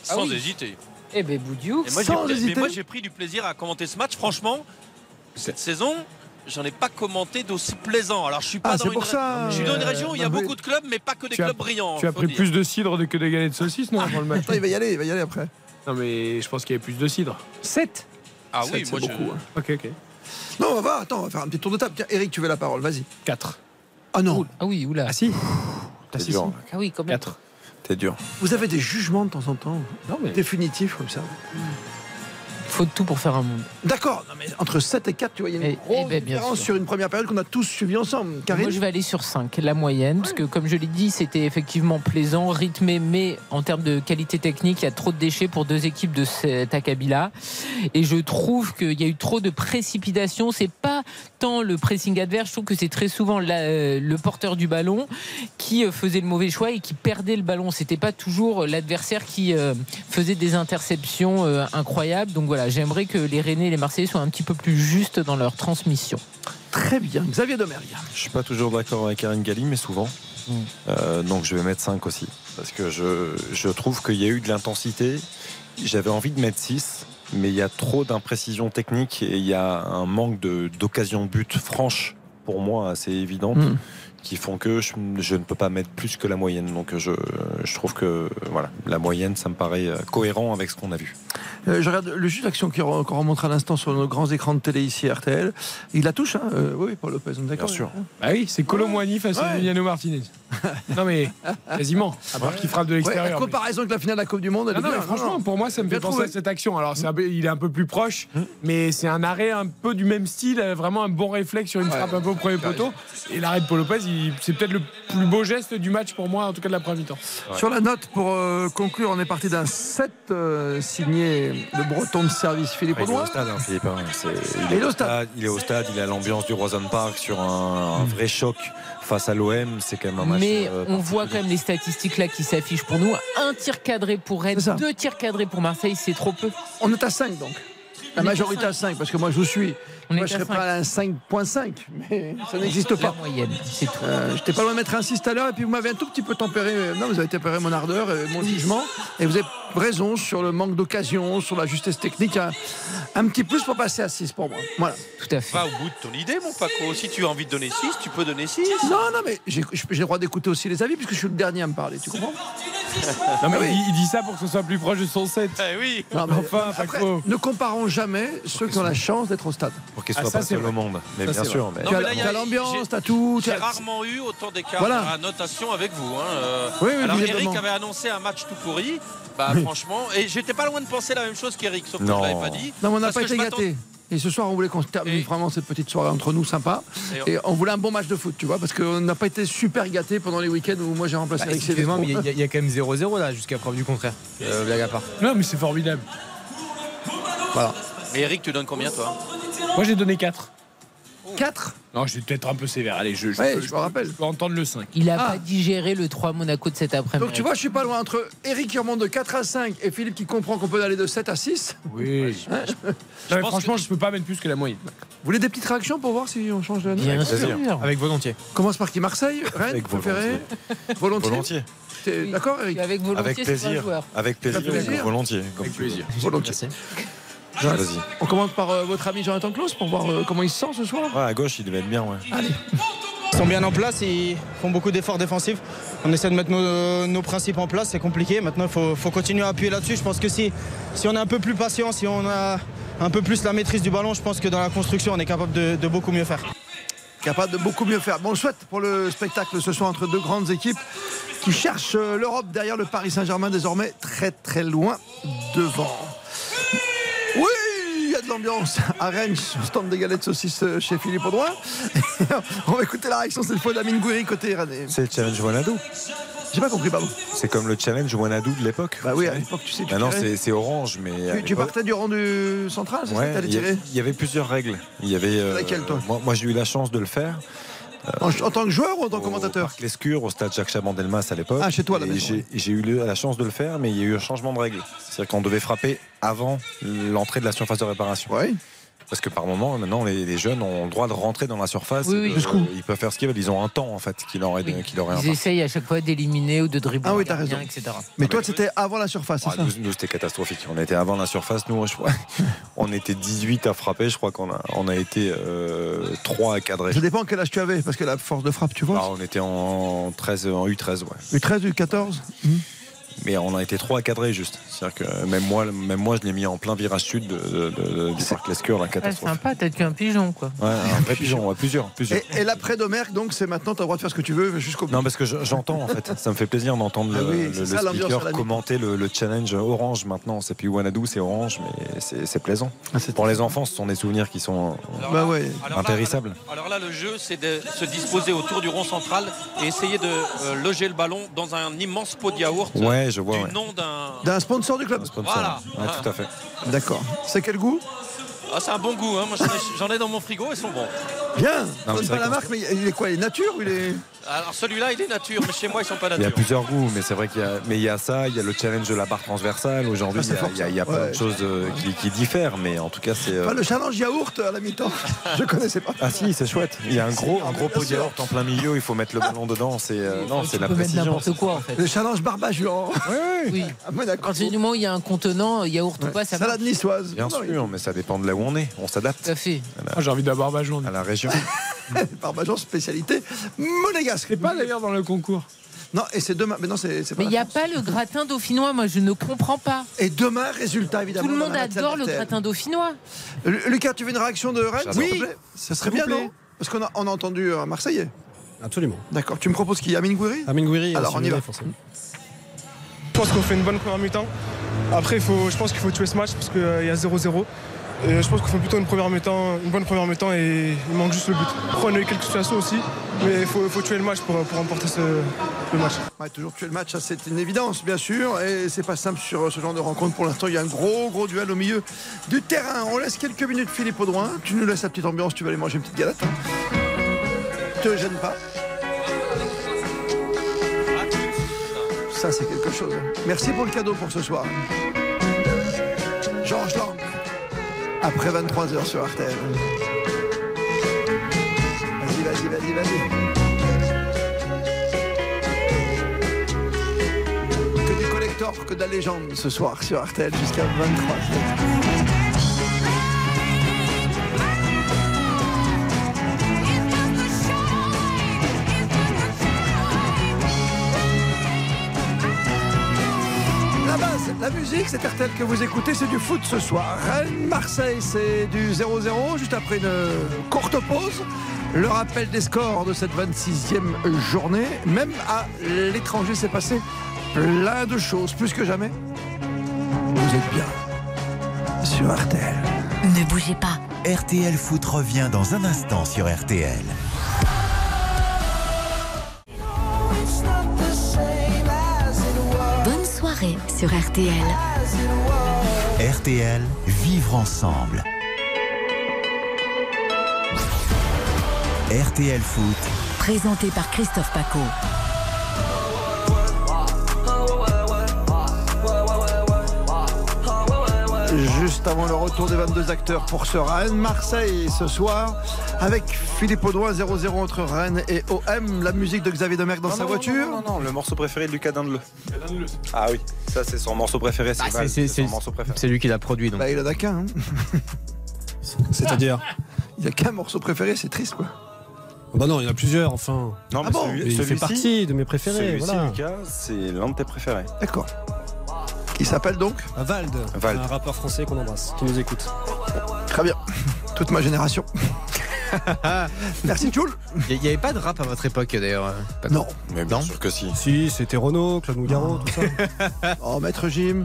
Speaker 8: Sans
Speaker 3: Ah oui.
Speaker 8: hésiter.
Speaker 4: eh ben Boudiou
Speaker 8: Et moi, j'ai- mais moi, j'ai pris du plaisir à commenter ce match. Franchement, cette saison, j'en ai pas commenté d'aussi plaisant. Alors, je suis pas
Speaker 11: Ah,
Speaker 8: dans
Speaker 11: c'est
Speaker 8: une
Speaker 11: pour
Speaker 8: ré-
Speaker 11: ça,
Speaker 8: Je suis dans une
Speaker 11: euh,
Speaker 8: région où il y a beaucoup de clubs, mais pas que des
Speaker 11: Tu as-
Speaker 8: clubs brillants.
Speaker 11: Tu as
Speaker 8: faut
Speaker 11: pris
Speaker 8: dire.
Speaker 11: plus de cidre que des galettes de saucisses, non, avant le match
Speaker 3: Attends, il va y aller, il va y aller après.
Speaker 11: [laughs] Non, mais je pense qu'il y avait plus de cidre. 7
Speaker 8: Ah
Speaker 11: Sept,
Speaker 8: oui,
Speaker 11: c'est
Speaker 8: moi, je-
Speaker 11: beaucoup, hein. Ok, ok.
Speaker 3: Non, on va voir, attends, on va faire un petit tour de table. Tiens, Eric, tu veux la parole, vas-y.
Speaker 11: 4.
Speaker 3: Ah non.
Speaker 4: ah oui oula ah
Speaker 11: si
Speaker 9: T'es dur.
Speaker 4: ah oui quand même
Speaker 9: T'es dur.
Speaker 3: Vous avez des jugements de temps en temps définitifs comme ça.
Speaker 4: faut de tout pour faire un monde
Speaker 3: D'accord, non, mais entre 7 et 4, tu vois, il y a une
Speaker 4: Eh,
Speaker 3: grosse
Speaker 4: eh ben, bien
Speaker 3: différence
Speaker 4: sûr.
Speaker 3: sur une première période qu'on a tous suivi ensemble. Karine
Speaker 4: Moi, je vais aller sur 5, la moyenne, parce que comme je l'ai dit, c'était effectivement plaisant, rythmé, mais en termes de qualité technique, il y a trop de déchets pour deux équipes de cet acabit-là. Et je trouve qu'il y a eu trop de précipitation. C'est pas tant le pressing adverse, je trouve que c'est très souvent la- euh, le porteur du ballon qui euh, faisait le mauvais choix et qui perdait le ballon. C'était pas toujours l'adversaire qui euh, faisait des interceptions euh, incroyables. Donc voilà, j'aimerais que les Rennais et les Marseillais soient un petit peu plus justes dans leur transmission.
Speaker 3: Très bien, Xavier Domergue.
Speaker 9: Je suis pas toujours d'accord avec Karine Galli, mais souvent.
Speaker 4: Mm.
Speaker 9: Euh, donc je vais mettre 5 aussi. Parce que je, je trouve qu'il y a eu de l'intensité. J'avais envie de mettre 6, mais il y a trop d'imprécisions techniques et il y a un manque de- d'occasion de but franche, pour moi, assez évidente,
Speaker 4: Mm.
Speaker 9: qui font que je, je ne peux pas mettre plus que la moyenne. Donc je, je trouve que voilà, la moyenne, ça me paraît euh, cohérent avec ce qu'on a vu.
Speaker 3: Euh, je regarde le juge d'action qui re- qu'on remontre à l'instant sur nos grands écrans de télé ici à RTL. Il la touche, hein euh, oui, oui, Paul Lopez, on est d'accord.
Speaker 9: Bien sûr.
Speaker 3: Ah oui,
Speaker 11: Bah C'est Colomboigny face à
Speaker 3: Ouais.
Speaker 11: Emiliano Martinez. Non, [laughs] mais quasiment. À part qu'il frappe de
Speaker 3: la
Speaker 11: l'extérieur. mais-
Speaker 3: comparaison avec la finale de la Coupe du Monde, elle
Speaker 11: Non, Ah non,
Speaker 3: est bien,
Speaker 11: mais franchement, pour moi, ça me
Speaker 3: Bien
Speaker 11: fait penser
Speaker 3: trouvé.
Speaker 11: à cette action. Alors, c'est un peu- il est un peu plus proche,
Speaker 9: Hmm.
Speaker 11: mais c'est un arrêt un peu du même style, euh, vraiment un bon réflexe sur une frappe un peu au premier poteau. Et l'arrêt de Paul Lopez, il- c'est peut-être le plus beau geste du match pour moi, en tout cas de la première mi-temps.
Speaker 3: Sur la note, pour euh, conclure, on est parti d'un 7 euh, signé le breton de service Philippe
Speaker 9: Ah, il est
Speaker 3: Audouin.
Speaker 9: au stade, hein, Philippe. hein. C'est-
Speaker 3: Il est au
Speaker 9: au stade, il est au stade, il a l'ambiance du Rosen Park sur un, un vrai choc face à l'OM. C'est quand même un match.
Speaker 4: Mais
Speaker 9: euh,
Speaker 4: on voit quand même les statistiques là qui s'affichent pour nous. Un tir cadré pour Rennes, deux tirs cadrés pour Marseille, c'est trop peu.
Speaker 3: On est à 5 donc. La
Speaker 4: On est à
Speaker 3: majorité
Speaker 4: cinq.
Speaker 3: à 5, parce que moi je vous suis.
Speaker 4: On
Speaker 3: moi
Speaker 4: est
Speaker 3: je
Speaker 4: à
Speaker 3: serais
Speaker 4: cinq.
Speaker 3: pas à un 5.5, mais ça n'existe pas.
Speaker 4: La moyenne, c'est tout.
Speaker 3: Euh, J'étais pas loin de mettre un 6 tout à l'heure, et puis vous m'avez un tout petit peu tempéré. euh, Non, vous avez tempéré mon ardeur et mon jugement, et vous avez raison sur le manque d'occasion, sur la justesse technique. Un, un petit plus pour passer à 6 pour moi. Voilà.
Speaker 4: Tout à fait.
Speaker 8: Va au bout de ton idée, mon Paco. Si tu as envie de donner 6, tu peux donner 6.
Speaker 3: Non, non, mais j'ai j'ai le droit d'écouter aussi les avis, puisque je suis le dernier à me parler, tu comprends
Speaker 11: Non, mais
Speaker 3: Ah oui.
Speaker 11: il, il dit ça pour que ce soit plus proche de son set.
Speaker 8: oui.
Speaker 3: Non, mais
Speaker 11: enfin,
Speaker 3: après,
Speaker 11: Paco.
Speaker 3: ne comparons jamais ceux qui ont la chance d'être au stade.
Speaker 9: Pour qu'il
Speaker 11: Ah,
Speaker 9: soit
Speaker 11: ça,
Speaker 9: pas
Speaker 11: c'est
Speaker 9: seul
Speaker 11: vrai.
Speaker 9: au monde. Mais
Speaker 11: Ça,
Speaker 9: bien
Speaker 11: c'est
Speaker 9: sûr.
Speaker 11: vrai.
Speaker 9: mais-
Speaker 3: Tu as-
Speaker 8: mais là, il y
Speaker 3: tu
Speaker 8: a-
Speaker 3: as l'ambiance,
Speaker 8: j'ai-
Speaker 3: t'as tout. tu
Speaker 8: J'ai
Speaker 3: as-
Speaker 8: rarement eu autant d'écart
Speaker 3: Voilà.
Speaker 8: dans la notation avec vous. hein. Euh,
Speaker 3: Oui, oui,
Speaker 8: alors
Speaker 3: visiblement.
Speaker 8: Eric avait annoncé un match tout pourri. Bah franchement, et j'étais pas loin de penser la même chose qu'Eric, sauf
Speaker 9: Non.
Speaker 8: que je l'avais pas dit.
Speaker 3: Non, mais on n'a
Speaker 8: Parce
Speaker 3: pas
Speaker 8: que
Speaker 3: été
Speaker 8: je m'attendais-
Speaker 3: gâtés. Et ce soir, on voulait qu'on se termine vraiment cette petite soirée entre nous, sympa.
Speaker 8: Et-
Speaker 3: Et on voulait un bon match de foot, tu vois, parce qu'on n'a pas été super gâtés pendant les week-ends où moi j'ai remplacé
Speaker 10: Bah,
Speaker 3: Eric
Speaker 10: excusez-moi, mais il y a-
Speaker 3: Silvestro.
Speaker 10: il y, a- il y a quand même 0-0 là, jusqu'à preuve du contraire. Euh, blague à part.
Speaker 11: Non, mais c'est formidable.
Speaker 3: Voilà.
Speaker 8: Mais Eric, tu donnes combien toi
Speaker 11: Moi, j'ai donné 4.
Speaker 3: 4
Speaker 6: Non, je suis peut-être un peu sévère. Allez, je,
Speaker 3: Ouais, je me rappelle.
Speaker 6: peux entendre le 5.
Speaker 4: Il
Speaker 9: Ah,
Speaker 4: n'a pas digéré le 3 Monaco de cet après-midi.
Speaker 3: Ah. Donc tu vois, je suis pas loin entre Eric qui remonte de 4 à 5 et Philippe qui comprend qu'on peut aller de 7 à 6.
Speaker 6: Oui. franchement, je peux pas mettre plus que la moyenne.
Speaker 3: Vous voulez des petites réactions pour voir si on change de
Speaker 6: Bien Avec sûr. plaisir.
Speaker 10: Avec volontiers.
Speaker 3: Commence par qui Marseille Rennes
Speaker 9: Avec
Speaker 3: Préféré Volontiers.
Speaker 9: Volontiers.
Speaker 3: T'es D'accord, Eric
Speaker 4: Avec
Speaker 9: Avec plaisir. Avec plaisir.
Speaker 3: Avec plaisir.
Speaker 9: Volontiers. comme tu veux.
Speaker 3: Volontiers.
Speaker 9: Jean- Vas-y.
Speaker 3: On commence par euh, votre ami Jonathan Klaus pour voir euh, comment il se sent ce soir.
Speaker 9: Ouais, à gauche, il devait être bien, ouais.
Speaker 20: Ils sont bien en place, ils font beaucoup d'efforts défensifs. On essaie de mettre nos, nos principes en place, c'est compliqué. Maintenant, il faut, faut continuer à appuyer là-dessus. Je pense que si, si on est un peu plus patient, si on a un peu plus la maîtrise du ballon, je pense que dans la construction, on est capable de- de beaucoup mieux faire.
Speaker 3: capable de beaucoup mieux faire. Bon, on le souhaite pour le spectacle ce soir entre deux grandes équipes qui cherchent euh, l'Europe derrière le Paris Saint-Germain désormais très très loin devant. Oui, il y a de l'ambiance à Rennes au stand des galettes saucisses euh, chez Philippe Audouin. [laughs] on va écouter la réaction cette fois d'Amine Gouiri côté Rennais.
Speaker 9: C'est le challenge Wanadou.
Speaker 3: J'ai pas compris, pardon.
Speaker 9: C'est comme le challenge Wanadou de l'époque.
Speaker 3: Bah oui, à l'époque, tu sais, tu
Speaker 9: Maintenant,
Speaker 3: tirais.
Speaker 9: c'est c'est orange, mais. à
Speaker 3: Tu, tu
Speaker 9: l'époque-
Speaker 3: partais du rang du central, c'est ça
Speaker 9: Ouais,
Speaker 3: que t'allais
Speaker 9: il y a-
Speaker 3: tirer
Speaker 9: Il y avait plusieurs règles. Il y avait. euh,
Speaker 3: Laquelle, toi
Speaker 9: Moi, moi, j'ai eu la chance de le faire.
Speaker 3: en, tant que joueur ou en tant que
Speaker 9: commentateur Au Parc Lescure, au stade Jacques Chaban-Delmas à l'époque.
Speaker 3: Ah, chez toi, à la
Speaker 9: Et
Speaker 3: maison,
Speaker 9: J'ai j'ai eu le- la chance de le faire, mais il y a eu un changement de règle. C'est-à-dire qu'on devait frapper avant l'entrée de la surface de réparation. Parce que par moment, maintenant, les, les jeunes ont le droit de rentrer dans la surface.
Speaker 4: Oui,
Speaker 9: et
Speaker 4: oui.
Speaker 9: de-
Speaker 4: Jusqu'où
Speaker 9: Ils peuvent faire ce qu'ils veulent. Ils ont un temps, en fait, qu'il aurait, qu'il aurait un
Speaker 4: Ils essayent à chaque fois d'éliminer ou de dribbler.
Speaker 3: Ah oui,
Speaker 4: le
Speaker 3: t'as
Speaker 4: gardien,
Speaker 3: raison.
Speaker 4: etc.
Speaker 3: Mais
Speaker 9: Bah,
Speaker 3: toi, c'était avant la surface, c'est
Speaker 9: Ah,
Speaker 3: ça
Speaker 9: nous, nous, c'était catastrophique. On était avant la surface. Nous, je crois, [laughs] on était 18 à frapper. Je crois qu'on a, on a été 3 à cadrer.
Speaker 3: Ça dépend quel âge tu avais, parce que la force de frappe, tu vois.
Speaker 9: Ah, on était en, 13, en U13, ouais.
Speaker 3: U13, U14
Speaker 9: Mais on a été trois à cadrer juste. C'est-à-dire que même moi, même moi je l'ai mis en plein virage sud de, de, de- du parc Lescure, la
Speaker 4: Ah,
Speaker 9: catastrophe.
Speaker 4: sympa, t'as tué un pigeon, quoi.
Speaker 9: Ouais, un vrai pigeon, ouais, plusieurs. plusieurs.
Speaker 3: Et, et l'après-domergue, donc, c'est maintenant, t'as le droit de faire ce que tu veux jusqu'au bout.
Speaker 9: Non, parce que je- j'entends en
Speaker 3: [laughs]
Speaker 9: fait, ça me fait plaisir d'entendre
Speaker 3: Ah
Speaker 9: le,
Speaker 3: oui,
Speaker 9: le-
Speaker 3: c'est
Speaker 9: le
Speaker 3: ça, l'ambiance à la
Speaker 9: speaker
Speaker 3: mi-temps.
Speaker 9: commenter le, le challenge orange maintenant. C'est plus Wanadou, c'est orange, mais c'est c'est plaisant. Pour les enfants, ce sont des souvenirs qui sont euh,
Speaker 3: Bah ouais.
Speaker 8: Alors là,
Speaker 9: impérissables.
Speaker 8: Alors là, le jeu, c'est de se disposer autour du rond central et essayer de euh, loger le ballon dans un immense pot de yaourt.
Speaker 9: Ouais, je vois,
Speaker 8: Du
Speaker 9: ouais.
Speaker 8: nom d'un.
Speaker 3: D'un sponsor du club
Speaker 8: Voilà.
Speaker 9: Ouais, tout à fait.
Speaker 3: D'accord. C'est quel goût
Speaker 8: Ah, c'est un bon goût. hein. Moi, j'en ai- j'en ai dans mon frigo, ils sont bons.
Speaker 3: Bien
Speaker 9: mais
Speaker 3: On
Speaker 9: c'est
Speaker 3: donne pas
Speaker 9: vrai
Speaker 3: la
Speaker 9: qu'on-
Speaker 3: marque, mais il est quoi Il est nature ou il est.
Speaker 8: Alors celui-là, il est nature, mais chez moi, ils sont pas
Speaker 9: Il y a
Speaker 8: nature.
Speaker 9: plusieurs goûts, mais c'est vrai qu'il y a, mais il y a ça, il y a le challenge de la barre transversale. Aujourd'hui, il
Speaker 3: Ça,
Speaker 9: y
Speaker 3: c'est
Speaker 9: a,
Speaker 3: fort,
Speaker 9: il y a-
Speaker 3: ça.
Speaker 9: il y a plein
Speaker 3: Ouais.
Speaker 9: de choses euh, qui, qui diffèrent, mais en tout cas, c'est. euh,
Speaker 3: Enfin, le challenge yaourt à la mi-temps. [laughs] Je connaissais pas.
Speaker 9: Ah si, c'est chouette. Il y a un gros, un gros pot de
Speaker 3: Bien sûr.
Speaker 9: yaourt en plein milieu. Il faut mettre le ballon dedans. C'est euh, non, c'est
Speaker 4: Tu
Speaker 9: la
Speaker 4: peux mettre
Speaker 9: précision.
Speaker 4: n'importe quoi, en fait.
Speaker 3: Le challenge barbajuan.
Speaker 4: Oui.
Speaker 3: À Monaco.
Speaker 4: partir du moment où il y a un contenant, euh, yaourt ou pas, ça
Speaker 3: Salade
Speaker 4: marche.
Speaker 3: niçoise.
Speaker 9: Bien
Speaker 3: Non, non,
Speaker 9: sûr, mais ça dépend de là où on est. On s'adapte.
Speaker 4: Tout à fait.
Speaker 9: J'ai envie d'avoir ma À la région.
Speaker 3: [laughs] il- Barbajuan, spécialité monégasque. C'est pas d'ailleurs dans le concours. Non, et c'est demain. Mais non, c'est c'est pas
Speaker 4: Mais il
Speaker 3: la
Speaker 4: n'y a
Speaker 3: fin.
Speaker 4: pas le gratin dauphinois, moi je ne comprends pas.
Speaker 3: Et demain, résultat évidemment.
Speaker 4: Tout le
Speaker 3: dans
Speaker 4: monde
Speaker 3: la matinale
Speaker 4: adore le
Speaker 3: RTL.
Speaker 4: gratin dauphinois.
Speaker 3: Lu- Lucas, tu veux une réaction de Rennes
Speaker 4: J'adore.
Speaker 3: s'il te
Speaker 4: Oui.
Speaker 3: plaît Ça
Speaker 4: S'il
Speaker 3: serait
Speaker 4: vous
Speaker 3: bien,
Speaker 4: plaît.
Speaker 3: non Parce qu'on a, on a entendu un Marseillais.
Speaker 21: Absolument.
Speaker 3: D'accord. Tu me proposes qui Amine Gouiri
Speaker 21: Amine Gouiri,
Speaker 3: Alors on y va.
Speaker 21: forcément. Je pense qu'on fait une bonne première mi-temps. Après, il faut, je pense qu'il faut tuer ce match parce qu'il y a 0-0. Et je pense qu'on fait plutôt une première mi-temps, une bonne première mi-temps et il manque juste le but. Après, on a eu quelques situations aussi, mais il faut, faut tuer le match pour, pour remporter ce, le match.
Speaker 3: Ouais, toujours tuer le match, ça c'est une évidence bien sûr, et c'est pas simple sur euh, ce genre de rencontre. Pour l'instant, il y a un gros gros duel au milieu du terrain. On laisse quelques minutes Philippe Audouin, tu nous laisses la petite ambiance, tu vas aller manger une petite galette. hein. Te gêne pas. Ça c'est quelque chose. hein. Merci pour le cadeau pour ce soir. Georges Lang, après 23h sur RTL. Vas-y, vas-y, vas-y, vas-y. que du collector, que de la légende ce soir sur RTL jusqu'à 23h. La base, la musique, Ah bah, c'est RTL que vous écoutez, c'est du foot ce soir. Rennes, Marseille, c'est du 0-0, juste après une courte pause. Le rappel des scores de cette 26e journée, même à l'étranger, s'est passé plein de choses, plus que jamais. Vous êtes bien sur RTL.
Speaker 1: Ne bougez pas. RTL Foot revient dans un instant sur RTL.
Speaker 13: Bonne soirée sur RTL.
Speaker 1: RTL, vivre ensemble. RTL Foot.
Speaker 13: Présenté par Christophe Paco.
Speaker 3: Juste avant le retour des 22 acteurs pour ce Rennes, Marseille ce soir avec Philippe Audouin 0-0 entre Rennes et OM. La musique de Xavier Domergue dans
Speaker 9: Non,
Speaker 3: sa
Speaker 9: non, non,
Speaker 3: voiture.
Speaker 9: non, non, non, le morceau préféré de Lucas Dindeleu. Ah oui, ça c'est son morceau préféré.
Speaker 10: Ah,
Speaker 9: C'est
Speaker 10: c'est-
Speaker 9: Val, c'est
Speaker 10: c'est-
Speaker 9: son
Speaker 10: c'est-
Speaker 9: morceau préféré.
Speaker 10: C'est lui qui l'a produit. Donc.
Speaker 3: Bah, il en a qu'un. hein.
Speaker 22: [laughs] C'est-à-dire
Speaker 3: Il n'y a qu'un morceau préféré, c'est triste quoi.
Speaker 22: Bah non, il y en a plusieurs, enfin.
Speaker 9: Non, mais
Speaker 22: Ah bon
Speaker 9: celui-
Speaker 22: Il fait
Speaker 9: celui-ci-
Speaker 22: partie de mes préférés.
Speaker 9: Celui-ci,
Speaker 22: Voilà.
Speaker 9: Lucas, c'est l'un de tes préférés.
Speaker 3: D'accord. Qui s'appelle donc
Speaker 22: Vald, un rappeur français qu'on embrasse, qui nous écoute.
Speaker 3: Très bien. Toute ma génération. [laughs] Merci Jules.
Speaker 10: Il n'y avait pas de rap à votre époque d'ailleurs. euh,
Speaker 3: Non.
Speaker 9: Mais bien sûr que si.
Speaker 22: Si, c'était Renault, Claude Nougaro, tout ça.
Speaker 3: Ah. [laughs] oh, maître Jim.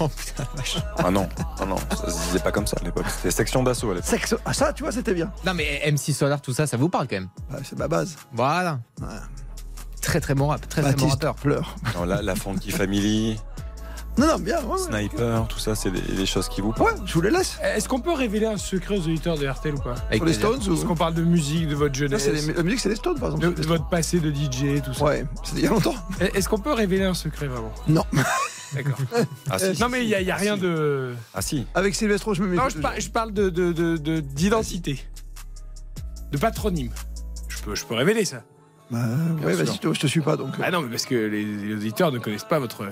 Speaker 22: Oh putain, la vache.
Speaker 9: Ah non, non, non, ça se disait pas comme ça à l'époque. C'était section d'assaut à l'époque.
Speaker 3: Sexo. Ah, ça, tu vois, c'était bien. Bah,
Speaker 10: Non mais M6 Solar, tout ça, ça vous parle quand même.
Speaker 3: c'est ma base.
Speaker 10: Voilà. Très très bon rap, très très bon
Speaker 3: Baptiste
Speaker 10: rappeur.
Speaker 3: pleure.
Speaker 9: Non, la, la Funky Family,
Speaker 3: Non, non, bien. ouais.
Speaker 9: Sniper, tout ça, c'est des, des choses qui vous parlent.
Speaker 3: je vous le laisse.
Speaker 11: Est-ce qu'on peut révéler un secret aux auditeurs de RTL ou pas
Speaker 9: Avec Sur les plaisir. Stones ou-
Speaker 11: Est-ce qu'on parle de musique, de votre
Speaker 3: Là,
Speaker 11: jeunesse
Speaker 3: c'est les- la musique, c'est les Stones, par exemple.
Speaker 11: de, de votre passé de DJ, tout ça
Speaker 3: Ouais, c'était il y a longtemps.
Speaker 11: Eh, Est-ce qu'on peut révéler un secret vraiment
Speaker 3: Non.
Speaker 11: D'accord.
Speaker 9: Ah, si,
Speaker 11: non, mais il n'y a, il y a rien de.
Speaker 9: Ah si.
Speaker 3: Avec Silvestro, je me mets.
Speaker 11: Non, je, par- je parle de- de- de- de- d'identité. De, patronyme. Je peux, je peux révéler ça.
Speaker 3: Bah, ouais,
Speaker 11: sûr.
Speaker 3: vas-y, toi, je te suis pas donc. euh.
Speaker 11: Ah non, mais parce que les, les auditeurs ne connaissent pas votre,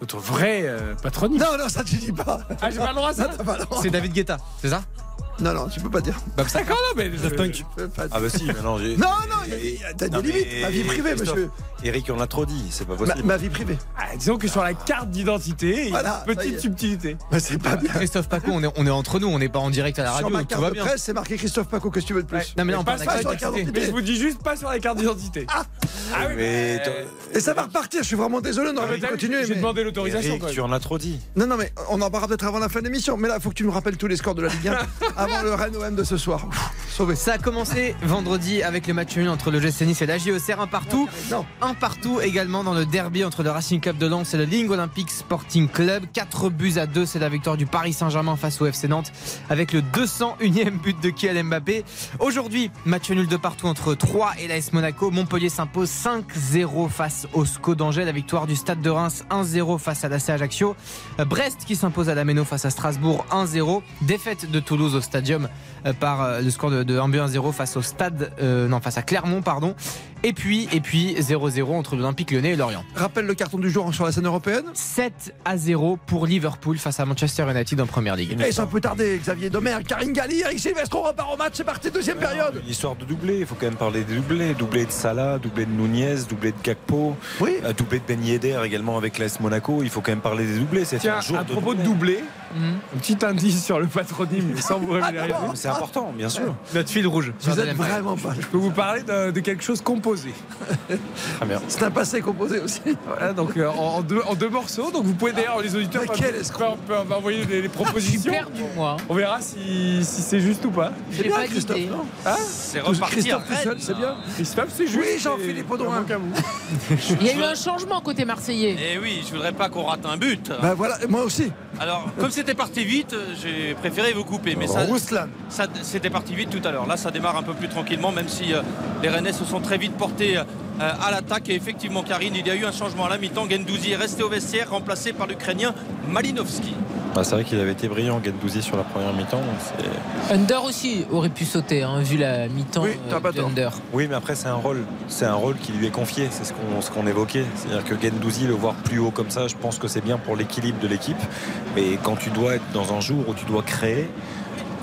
Speaker 11: votre vrai euh, patronyme.
Speaker 3: Non, non, ça tu dis pas.
Speaker 11: Ah, j'ai pas le droit, ça
Speaker 3: Non, t'as pas le droit.
Speaker 10: C'est David Guetta, c'est ça Bah,
Speaker 3: Non, non, tu peux pas dire.
Speaker 10: Bob Sinclair.
Speaker 11: D'accord, non, mais. je-
Speaker 9: Ah bah si, maintenant j'ai.
Speaker 3: Euh, Non, non, il y a- il y a- t'as des
Speaker 9: Non, mais-
Speaker 3: limites. Ma vie privée,
Speaker 9: Christophe,
Speaker 3: monsieur.
Speaker 9: Eric, on l'a trop dit, c'est pas
Speaker 3: Ma,
Speaker 9: possible.
Speaker 3: ma vie privée.
Speaker 11: Ah, disons que sur la carte d'identité, il y a
Speaker 3: Voilà,
Speaker 11: une
Speaker 3: ça y
Speaker 11: petite
Speaker 3: est.
Speaker 11: subtilité.
Speaker 3: Bah, c'est pas bien.
Speaker 10: Christophe Paco, on est, on est entre nous, on n'est pas en direct à la radio,
Speaker 3: sur ma
Speaker 10: donc tout
Speaker 3: carte
Speaker 10: va
Speaker 3: de
Speaker 10: bien.
Speaker 3: presse, c'est marqué Christophe Paco. Qu'est-ce que tu veux de plus
Speaker 10: Non mais là on
Speaker 3: Pas
Speaker 10: parle
Speaker 3: ça,
Speaker 10: d'actualité.
Speaker 3: sur la carte d'identité.
Speaker 11: Mais je vous dis juste pas sur la carte d'identité. Ah, oui,
Speaker 9: Mais toi-
Speaker 3: Et ça va repartir, je suis vraiment désolé, on
Speaker 11: Ah,
Speaker 3: aurait
Speaker 11: mais
Speaker 3: pu
Speaker 11: t'as vu,
Speaker 3: continuer.
Speaker 11: J'ai
Speaker 3: mais-
Speaker 11: demandé l'autorisation
Speaker 9: Eric,
Speaker 11: quand même.
Speaker 9: tu en as trop dit.
Speaker 3: Non, non, mais on en parlera peut-être avant la fin de l'émission. Mais là, il faut que tu nous rappelles tous les scores de la Ligue
Speaker 11: [laughs]
Speaker 3: 1 avant le Rennes OM de ce soir. Pff, Sauvé.
Speaker 10: Ça a commencé vendredi avec le match nul entre le GC Nice et la JOCR, un partout. Un partout également dans le derby entre le Racing Club de Lens et le Ligue Olympique Sporting Club. 4 buts à 2, c'est la victoire du Paris Saint-Germain face au FC Nantes avec le 201e but de Kylian Mbappé. Aujourd'hui, match nul de partout entre 3 et l'AS Monaco. Montpellier s'impose 5-0 face au SCO d'Angers. La victoire du Stade de Reims 1-0 face à l'AC Ajaccio. Euh, Brest qui s'impose à la Méno face à Strasbourg 1-0. Défaite de Toulouse au Stadium euh, par euh, le score de, de 1 but 1-0 face au Stade, euh, non, face à Clermont, pardon. Et puis, et puis 0-0 entre l'Olympique Lyonnais et Lorient.
Speaker 3: Rappelle le carton du jour hein, sur la scène européenne.
Speaker 10: 7 à 0 pour Liverpool face à Manchester United en Première Ligue.
Speaker 3: Et ça peut tarder, Xavier Domer, Karine Galli, Eric Silvestro repart au match, c'est parti, deuxième période.
Speaker 9: L'histoire de doublé, il faut quand même parler des doublés. Doublé de Salah, doublé de Nunez, doublé de Gakpo,
Speaker 3: oui.
Speaker 9: doublé de Ben Yedder également avec l'AS Monaco. Il faut quand même parler des doublés. C'est
Speaker 11: Tiens,
Speaker 9: un jour
Speaker 11: à
Speaker 9: de
Speaker 11: propos de
Speaker 9: doublés.
Speaker 11: doublé,
Speaker 3: Mhm.
Speaker 11: un petit indice sur le patronyme, mais
Speaker 9: Ah,
Speaker 11: sans vous révéler rien.
Speaker 9: Mais C'est important, bien sûr.
Speaker 10: Notre fil rouge.
Speaker 3: Ah, Vous êtes vraiment pas.
Speaker 11: Je peux vous parler de, de quelque chose composé.
Speaker 9: Très bien.
Speaker 3: C'est un passé composé aussi.
Speaker 11: Voilà, donc euh, en, en deux, en deux morceaux. Donc vous pouvez d'ailleurs, les auditeurs,
Speaker 3: Mais
Speaker 11: peuvent-
Speaker 3: quel Ah,
Speaker 11: peuvent- peuvent envoyer des, des propositions.
Speaker 4: perdu, moi.
Speaker 11: On verra si, si c'est juste ou pas.
Speaker 4: J'ai
Speaker 3: bien,
Speaker 4: pas
Speaker 3: Christophe,
Speaker 4: d'idée.
Speaker 3: non
Speaker 11: Hein Ah.
Speaker 8: C'est
Speaker 3: Tout-
Speaker 8: reparti
Speaker 3: Christophe
Speaker 8: à
Speaker 3: tout seul,
Speaker 8: Rennes.
Speaker 3: c'est bien.
Speaker 11: Christophe, c'est juste.
Speaker 3: Oui, Jean-Philippe Audouin.
Speaker 4: Il y a eu un changement côté marseillais.
Speaker 8: Eh oui, je voudrais pas qu'on rate un but.
Speaker 3: Bah voilà, moi aussi.
Speaker 8: Alors, comme c'était parti vite, j'ai préféré vous couper. Mais ça,
Speaker 3: Rouslan.
Speaker 8: ça- c'était parti vite tout à l'heure. Là, ça démarre un peu plus tranquillement, même si euh, les Rennais se sont très vite portés euh, à l'attaque. Et effectivement, Karine, il y a eu un changement à la mi-temps. Gendouzi est resté au vestiaire, remplacé par l'Ukrainien Malinovski.
Speaker 9: Bah, c'est vrai qu'il avait été brillant, Gendouzi, sur la première mi-temps. donc c'est-
Speaker 4: Under aussi aurait pu sauter, hein, vu la mi-temps
Speaker 9: Oui, t'as
Speaker 4: euh,
Speaker 9: pas
Speaker 4: de
Speaker 9: tort.
Speaker 4: Under.
Speaker 9: Oui, mais après, c'est un rôle. C'est un rôle qui lui est confié. C'est ce qu'on ce qu'on évoquait. C'est-à-dire que Gendouzi, le voir plus haut comme ça, je pense que c'est bien pour l'équilibre de l'équipe. Mais quand tu dois être dans un jour où tu dois créer,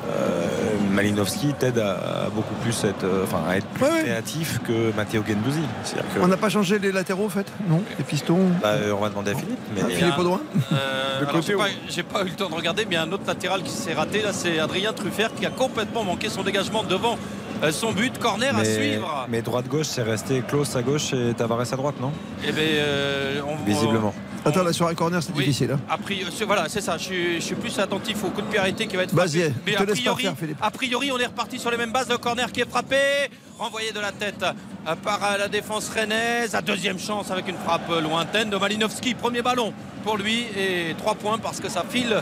Speaker 9: euh, Malinowski t'aide à, à beaucoup plus être, euh, enfin, à être plus créatif que Matteo Gendouzi. C'est-à-dire que-
Speaker 3: On n'a pas changé les latéraux, en fait Non, les pistons.
Speaker 9: Bah, euh, on va demander à Philippe. Mais...
Speaker 3: Ah, Philippe Audouin
Speaker 8: Euh, alors, j'ai pas- j'ai pas, eu le temps de regarder, mais il y a un autre latéral qui s'est raté. Là, c'est Adrien Truffert qui a complètement manqué son dégagement devant euh, son but. Corner à
Speaker 9: Mais,
Speaker 8: suivre.
Speaker 9: mais droite-gauche, c'est resté Klaus à gauche et Tavares à droite, non
Speaker 8: Eh ben, euh, on-
Speaker 9: Oh. Visiblement.
Speaker 3: Attends, là, sur un corner, c'est difficile. hein.
Speaker 8: A priori, c'est- voilà, c'est ça. Je, suis- je suis plus attentif au coup de pied arrêté qui va être frappé.
Speaker 3: Vas-y,
Speaker 8: Mais
Speaker 3: je te
Speaker 8: a
Speaker 3: laisse
Speaker 8: priori,
Speaker 3: partir, Philippe.
Speaker 8: a priori, on est reparti sur les mêmes bases. Le corner qui est frappé, renvoyé de la tête euh, par euh, la défense rennaise. À deuxième chance avec une frappe euh, lointaine de Malinowski. Premier ballon pour lui et trois points parce que ça file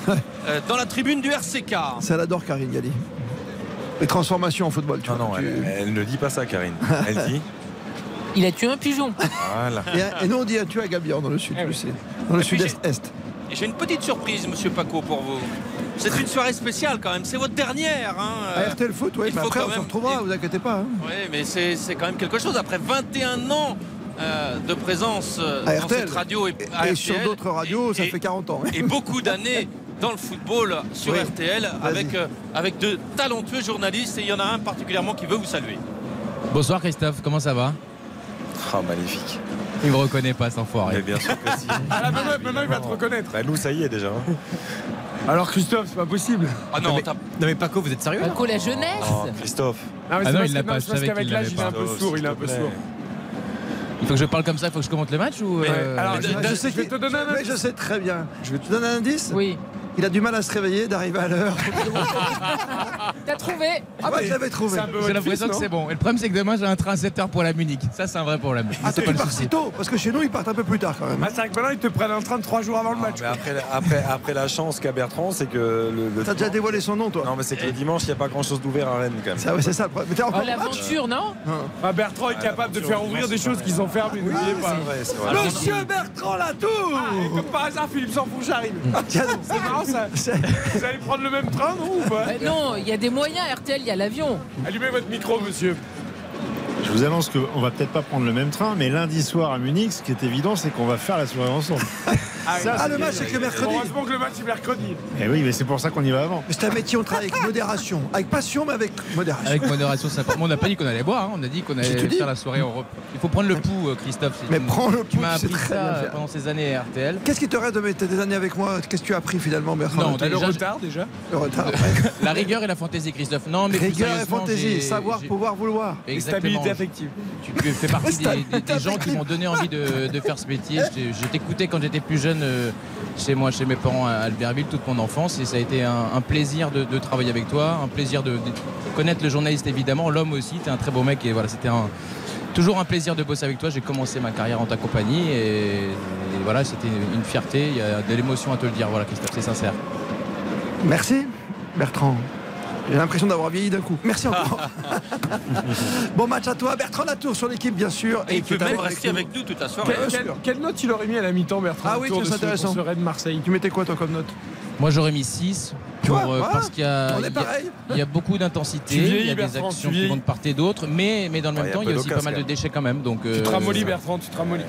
Speaker 8: euh, dans la tribune du RCK.
Speaker 3: Ça l'adore, Karine Galli. Les transformations en football, tu
Speaker 9: Non,
Speaker 3: vois.
Speaker 9: non,
Speaker 3: tu-
Speaker 9: elle, elle ne dit pas ça, Karine.
Speaker 3: [laughs]
Speaker 9: Elle dit.
Speaker 4: Il a tué un pigeon.
Speaker 9: Voilà.
Speaker 3: Et, et nous, on dit ah, tu as Gabian dans le sud, tu sais. Dans le
Speaker 8: Et puis
Speaker 3: sud-est. est.
Speaker 8: Et J'ai une petite surprise, monsieur Paco, pour vous. C'est une soirée spéciale quand même, c'est votre dernière. hein.
Speaker 3: À RTL Foot, oui.
Speaker 8: Il
Speaker 3: mais
Speaker 8: faut
Speaker 3: après,
Speaker 8: quand
Speaker 3: on se
Speaker 8: même-
Speaker 3: retrouvera, vous inquiétez pas. hein.
Speaker 8: Oui, mais c'est c'est quand même quelque chose. Après 21 ans euh, de présence euh,
Speaker 3: À
Speaker 8: dans
Speaker 3: RTL.
Speaker 8: cette radio et, à
Speaker 3: Et sur
Speaker 8: RTL,
Speaker 3: d'autres radios, ça fait 40 ans. hein.
Speaker 8: et beaucoup d'années dans le football sur
Speaker 3: Oui,
Speaker 8: RTL
Speaker 3: vas-y.
Speaker 8: avec, euh, avec de talentueux journalistes et il y en a un particulièrement qui veut vous saluer.
Speaker 23: Bonsoir Christophe, comment ça va
Speaker 9: Ah, magnifique. Ah,
Speaker 23: Il me reconnaît pas, cet enfoiré.
Speaker 9: bien sûr que [laughs] si.
Speaker 11: Maintenant, il va te reconnaître.
Speaker 9: Bah, nous, ça y est déjà. hein.
Speaker 11: Alors, Christophe, c'est pas possible.
Speaker 8: Ah non, t'as-
Speaker 23: Non mais Paco, vous êtes sérieux
Speaker 4: Paco, la jeunesse.
Speaker 9: Oh, Christophe.
Speaker 11: Ah, mais
Speaker 23: Ah
Speaker 11: c'est
Speaker 23: non,
Speaker 11: parce
Speaker 23: il l'a
Speaker 11: que-
Speaker 23: pas,
Speaker 11: non,
Speaker 23: je
Speaker 11: c'est parce
Speaker 23: savais
Speaker 11: qu'avec
Speaker 23: qu'il l'avait
Speaker 11: l'âge, il est un
Speaker 23: pas.
Speaker 11: peu sourd, il est un peu sourd.
Speaker 23: Il faut que je parle comme ça, il faut que je commente le match ou euh,
Speaker 3: Alors, je,
Speaker 23: mais-
Speaker 3: je sais qu'il- mais je sais très bien. Je vais te donner un indice Oui. Il a du mal à se réveiller, d'arriver à l'heure.
Speaker 2: T'as trouvé
Speaker 3: Ah bah, je l'avais trouvé.
Speaker 23: J'ai l'impression que c'est bon. Et le problème, c'est que demain, j'ai un train à 7h pour la Munich. Ça, c'est un vrai problème. Mais
Speaker 3: Ah,
Speaker 23: c'est
Speaker 3: tu
Speaker 23: pas le
Speaker 3: pars
Speaker 23: souci.
Speaker 3: si tôt, parce que chez nous, ils partent un peu plus tard quand même.
Speaker 11: Ah, c'est vrai que maintenant, ils te prennent en train de 3 jours avant le match.
Speaker 9: Mais après, après, après la chance qu'a Bertrand, c'est que le. le
Speaker 3: T'as déjà
Speaker 9: dimanche-
Speaker 3: dévoilé son nom, toi.
Speaker 9: Non, mais c'est que le dimanche, il n'y a pas grand chose d'ouvert à Rennes quand même.
Speaker 3: Ça, ouais, c'est ça le problème. Mais t'es encore
Speaker 4: Oh,
Speaker 3: au match
Speaker 4: l'aventure, non
Speaker 23: Hein.
Speaker 11: Ah, Bertrand est capable de faire ouvrir des choses qu'ils ont fermées, n'oubliez pas.
Speaker 3: vrai.
Speaker 11: Monsieur Bertrand Latour Ah, Et Comme par hasard, Philippe Sanfouche arrive.
Speaker 3: tiens donc.
Speaker 11: [laughs] C'est marrant ça. Vous allez prendre le même train, non ou pas
Speaker 4: Euh, Non, il y a des moyens, RTL, il y a l'avion.
Speaker 11: Allumez votre micro, monsieur.
Speaker 18: Je vous annonce qu'on va peut-être pas prendre le même train, mais lundi soir à Munich, ce qui est évident, c'est qu'on va faire la soirée ensemble.
Speaker 11: Ah,
Speaker 18: Ça, c'est bien.
Speaker 11: Heureusement que le match est mercredi.
Speaker 18: Eh oui, mais c'est pour ça qu'on y va avant.
Speaker 3: Mais c'est un métier, on travaille avec modération. Avec passion, mais avec modération.
Speaker 23: Avec modération, ça part. Mais On n'a pas dit qu'on allait boire, hein. on a dit qu'on
Speaker 3: J'ai
Speaker 23: allait
Speaker 3: tout dit.
Speaker 23: faire la soirée en Europe. Il faut prendre le pouls, euh, Christophe. c'est
Speaker 3: Mais
Speaker 23: une-
Speaker 3: prends le
Speaker 23: Tu
Speaker 3: pouls,
Speaker 23: m'as
Speaker 3: c'est
Speaker 23: appris
Speaker 3: très
Speaker 23: ça
Speaker 3: bien
Speaker 23: euh,
Speaker 3: fait.
Speaker 23: pendant ces années à RTL.
Speaker 3: Qu'est-ce qui te reste de mes- tes années avec moi Qu'est-ce que tu as appris finalement, Bertrand
Speaker 23: Non, t'as le retard,
Speaker 11: déjà.
Speaker 3: Le retard.
Speaker 23: [laughs] La rigueur et la fantaisie, Christophe. Non, mais plus
Speaker 3: Rigueur et
Speaker 23: sérieusement, j'ai-
Speaker 3: fantaisie, savoir,
Speaker 23: j'ai-
Speaker 3: pouvoir, vouloir.
Speaker 23: Exactement. Stabilité affective. Tu fais partie des, des- des gens qui m'ont donné envie de, de faire ce métier. Je, je t'écoutais quand j'étais plus jeune euh, chez moi, chez mes parents à Albertville, toute mon enfance. Et ça a été un, un plaisir de, de travailler avec toi, un plaisir de, de connaître le journaliste évidemment, l'homme aussi. T'es un très beau mec et voilà, c'était un- toujours un plaisir de bosser avec toi. J'ai commencé ma carrière en ta compagnie et, et voilà, c'était une, une fierté. Il y a de l'émotion à te le dire. Voilà, Christophe, c'est sincère.
Speaker 3: Merci, Bertrand. J'ai l'impression d'avoir vieilli d'un coup. Merci
Speaker 23: [laughs]
Speaker 3: encore. bon match à toi, Bertrand Latour sur l'équipe, bien sûr.
Speaker 8: Et il
Speaker 3: qui
Speaker 8: peut
Speaker 3: est
Speaker 8: même rester avec nous toute la soirée.
Speaker 3: Bien
Speaker 11: Quelle,
Speaker 3: sûr.
Speaker 11: quelle note il aurait mis à la mi-temps, Bertrand
Speaker 3: Ah oui,
Speaker 11: autour
Speaker 3: tiens,
Speaker 11: de
Speaker 3: c'est
Speaker 11: ce- pour
Speaker 3: intéressant.
Speaker 11: ce Rennes-Marseille
Speaker 3: Tu mettais quoi, toi, comme note
Speaker 23: Moi j'aurais mis 6
Speaker 3: vois,
Speaker 23: pour, euh,
Speaker 3: voilà,
Speaker 23: parce qu'il y a,
Speaker 3: on est
Speaker 23: il y a-
Speaker 3: pareil.
Speaker 23: il y a beaucoup d'intensité,
Speaker 11: Tu vieillis,
Speaker 23: il y a des
Speaker 11: Bertrand,
Speaker 23: actions
Speaker 11: tu
Speaker 23: qui
Speaker 11: vieillis.
Speaker 23: vont de part et d'autre, mais, mais dans le
Speaker 9: Ah,
Speaker 11: Ouais,
Speaker 23: même
Speaker 11: il y a
Speaker 23: temps
Speaker 11: un
Speaker 23: il y
Speaker 11: peu
Speaker 23: a aussi
Speaker 11: d'occasion,
Speaker 23: pas mal
Speaker 11: quand
Speaker 23: de
Speaker 11: même.
Speaker 23: déchets quand même. Donc,
Speaker 11: Tu te
Speaker 23: euh,
Speaker 11: ramollis, Bertrand, tu te ramollis.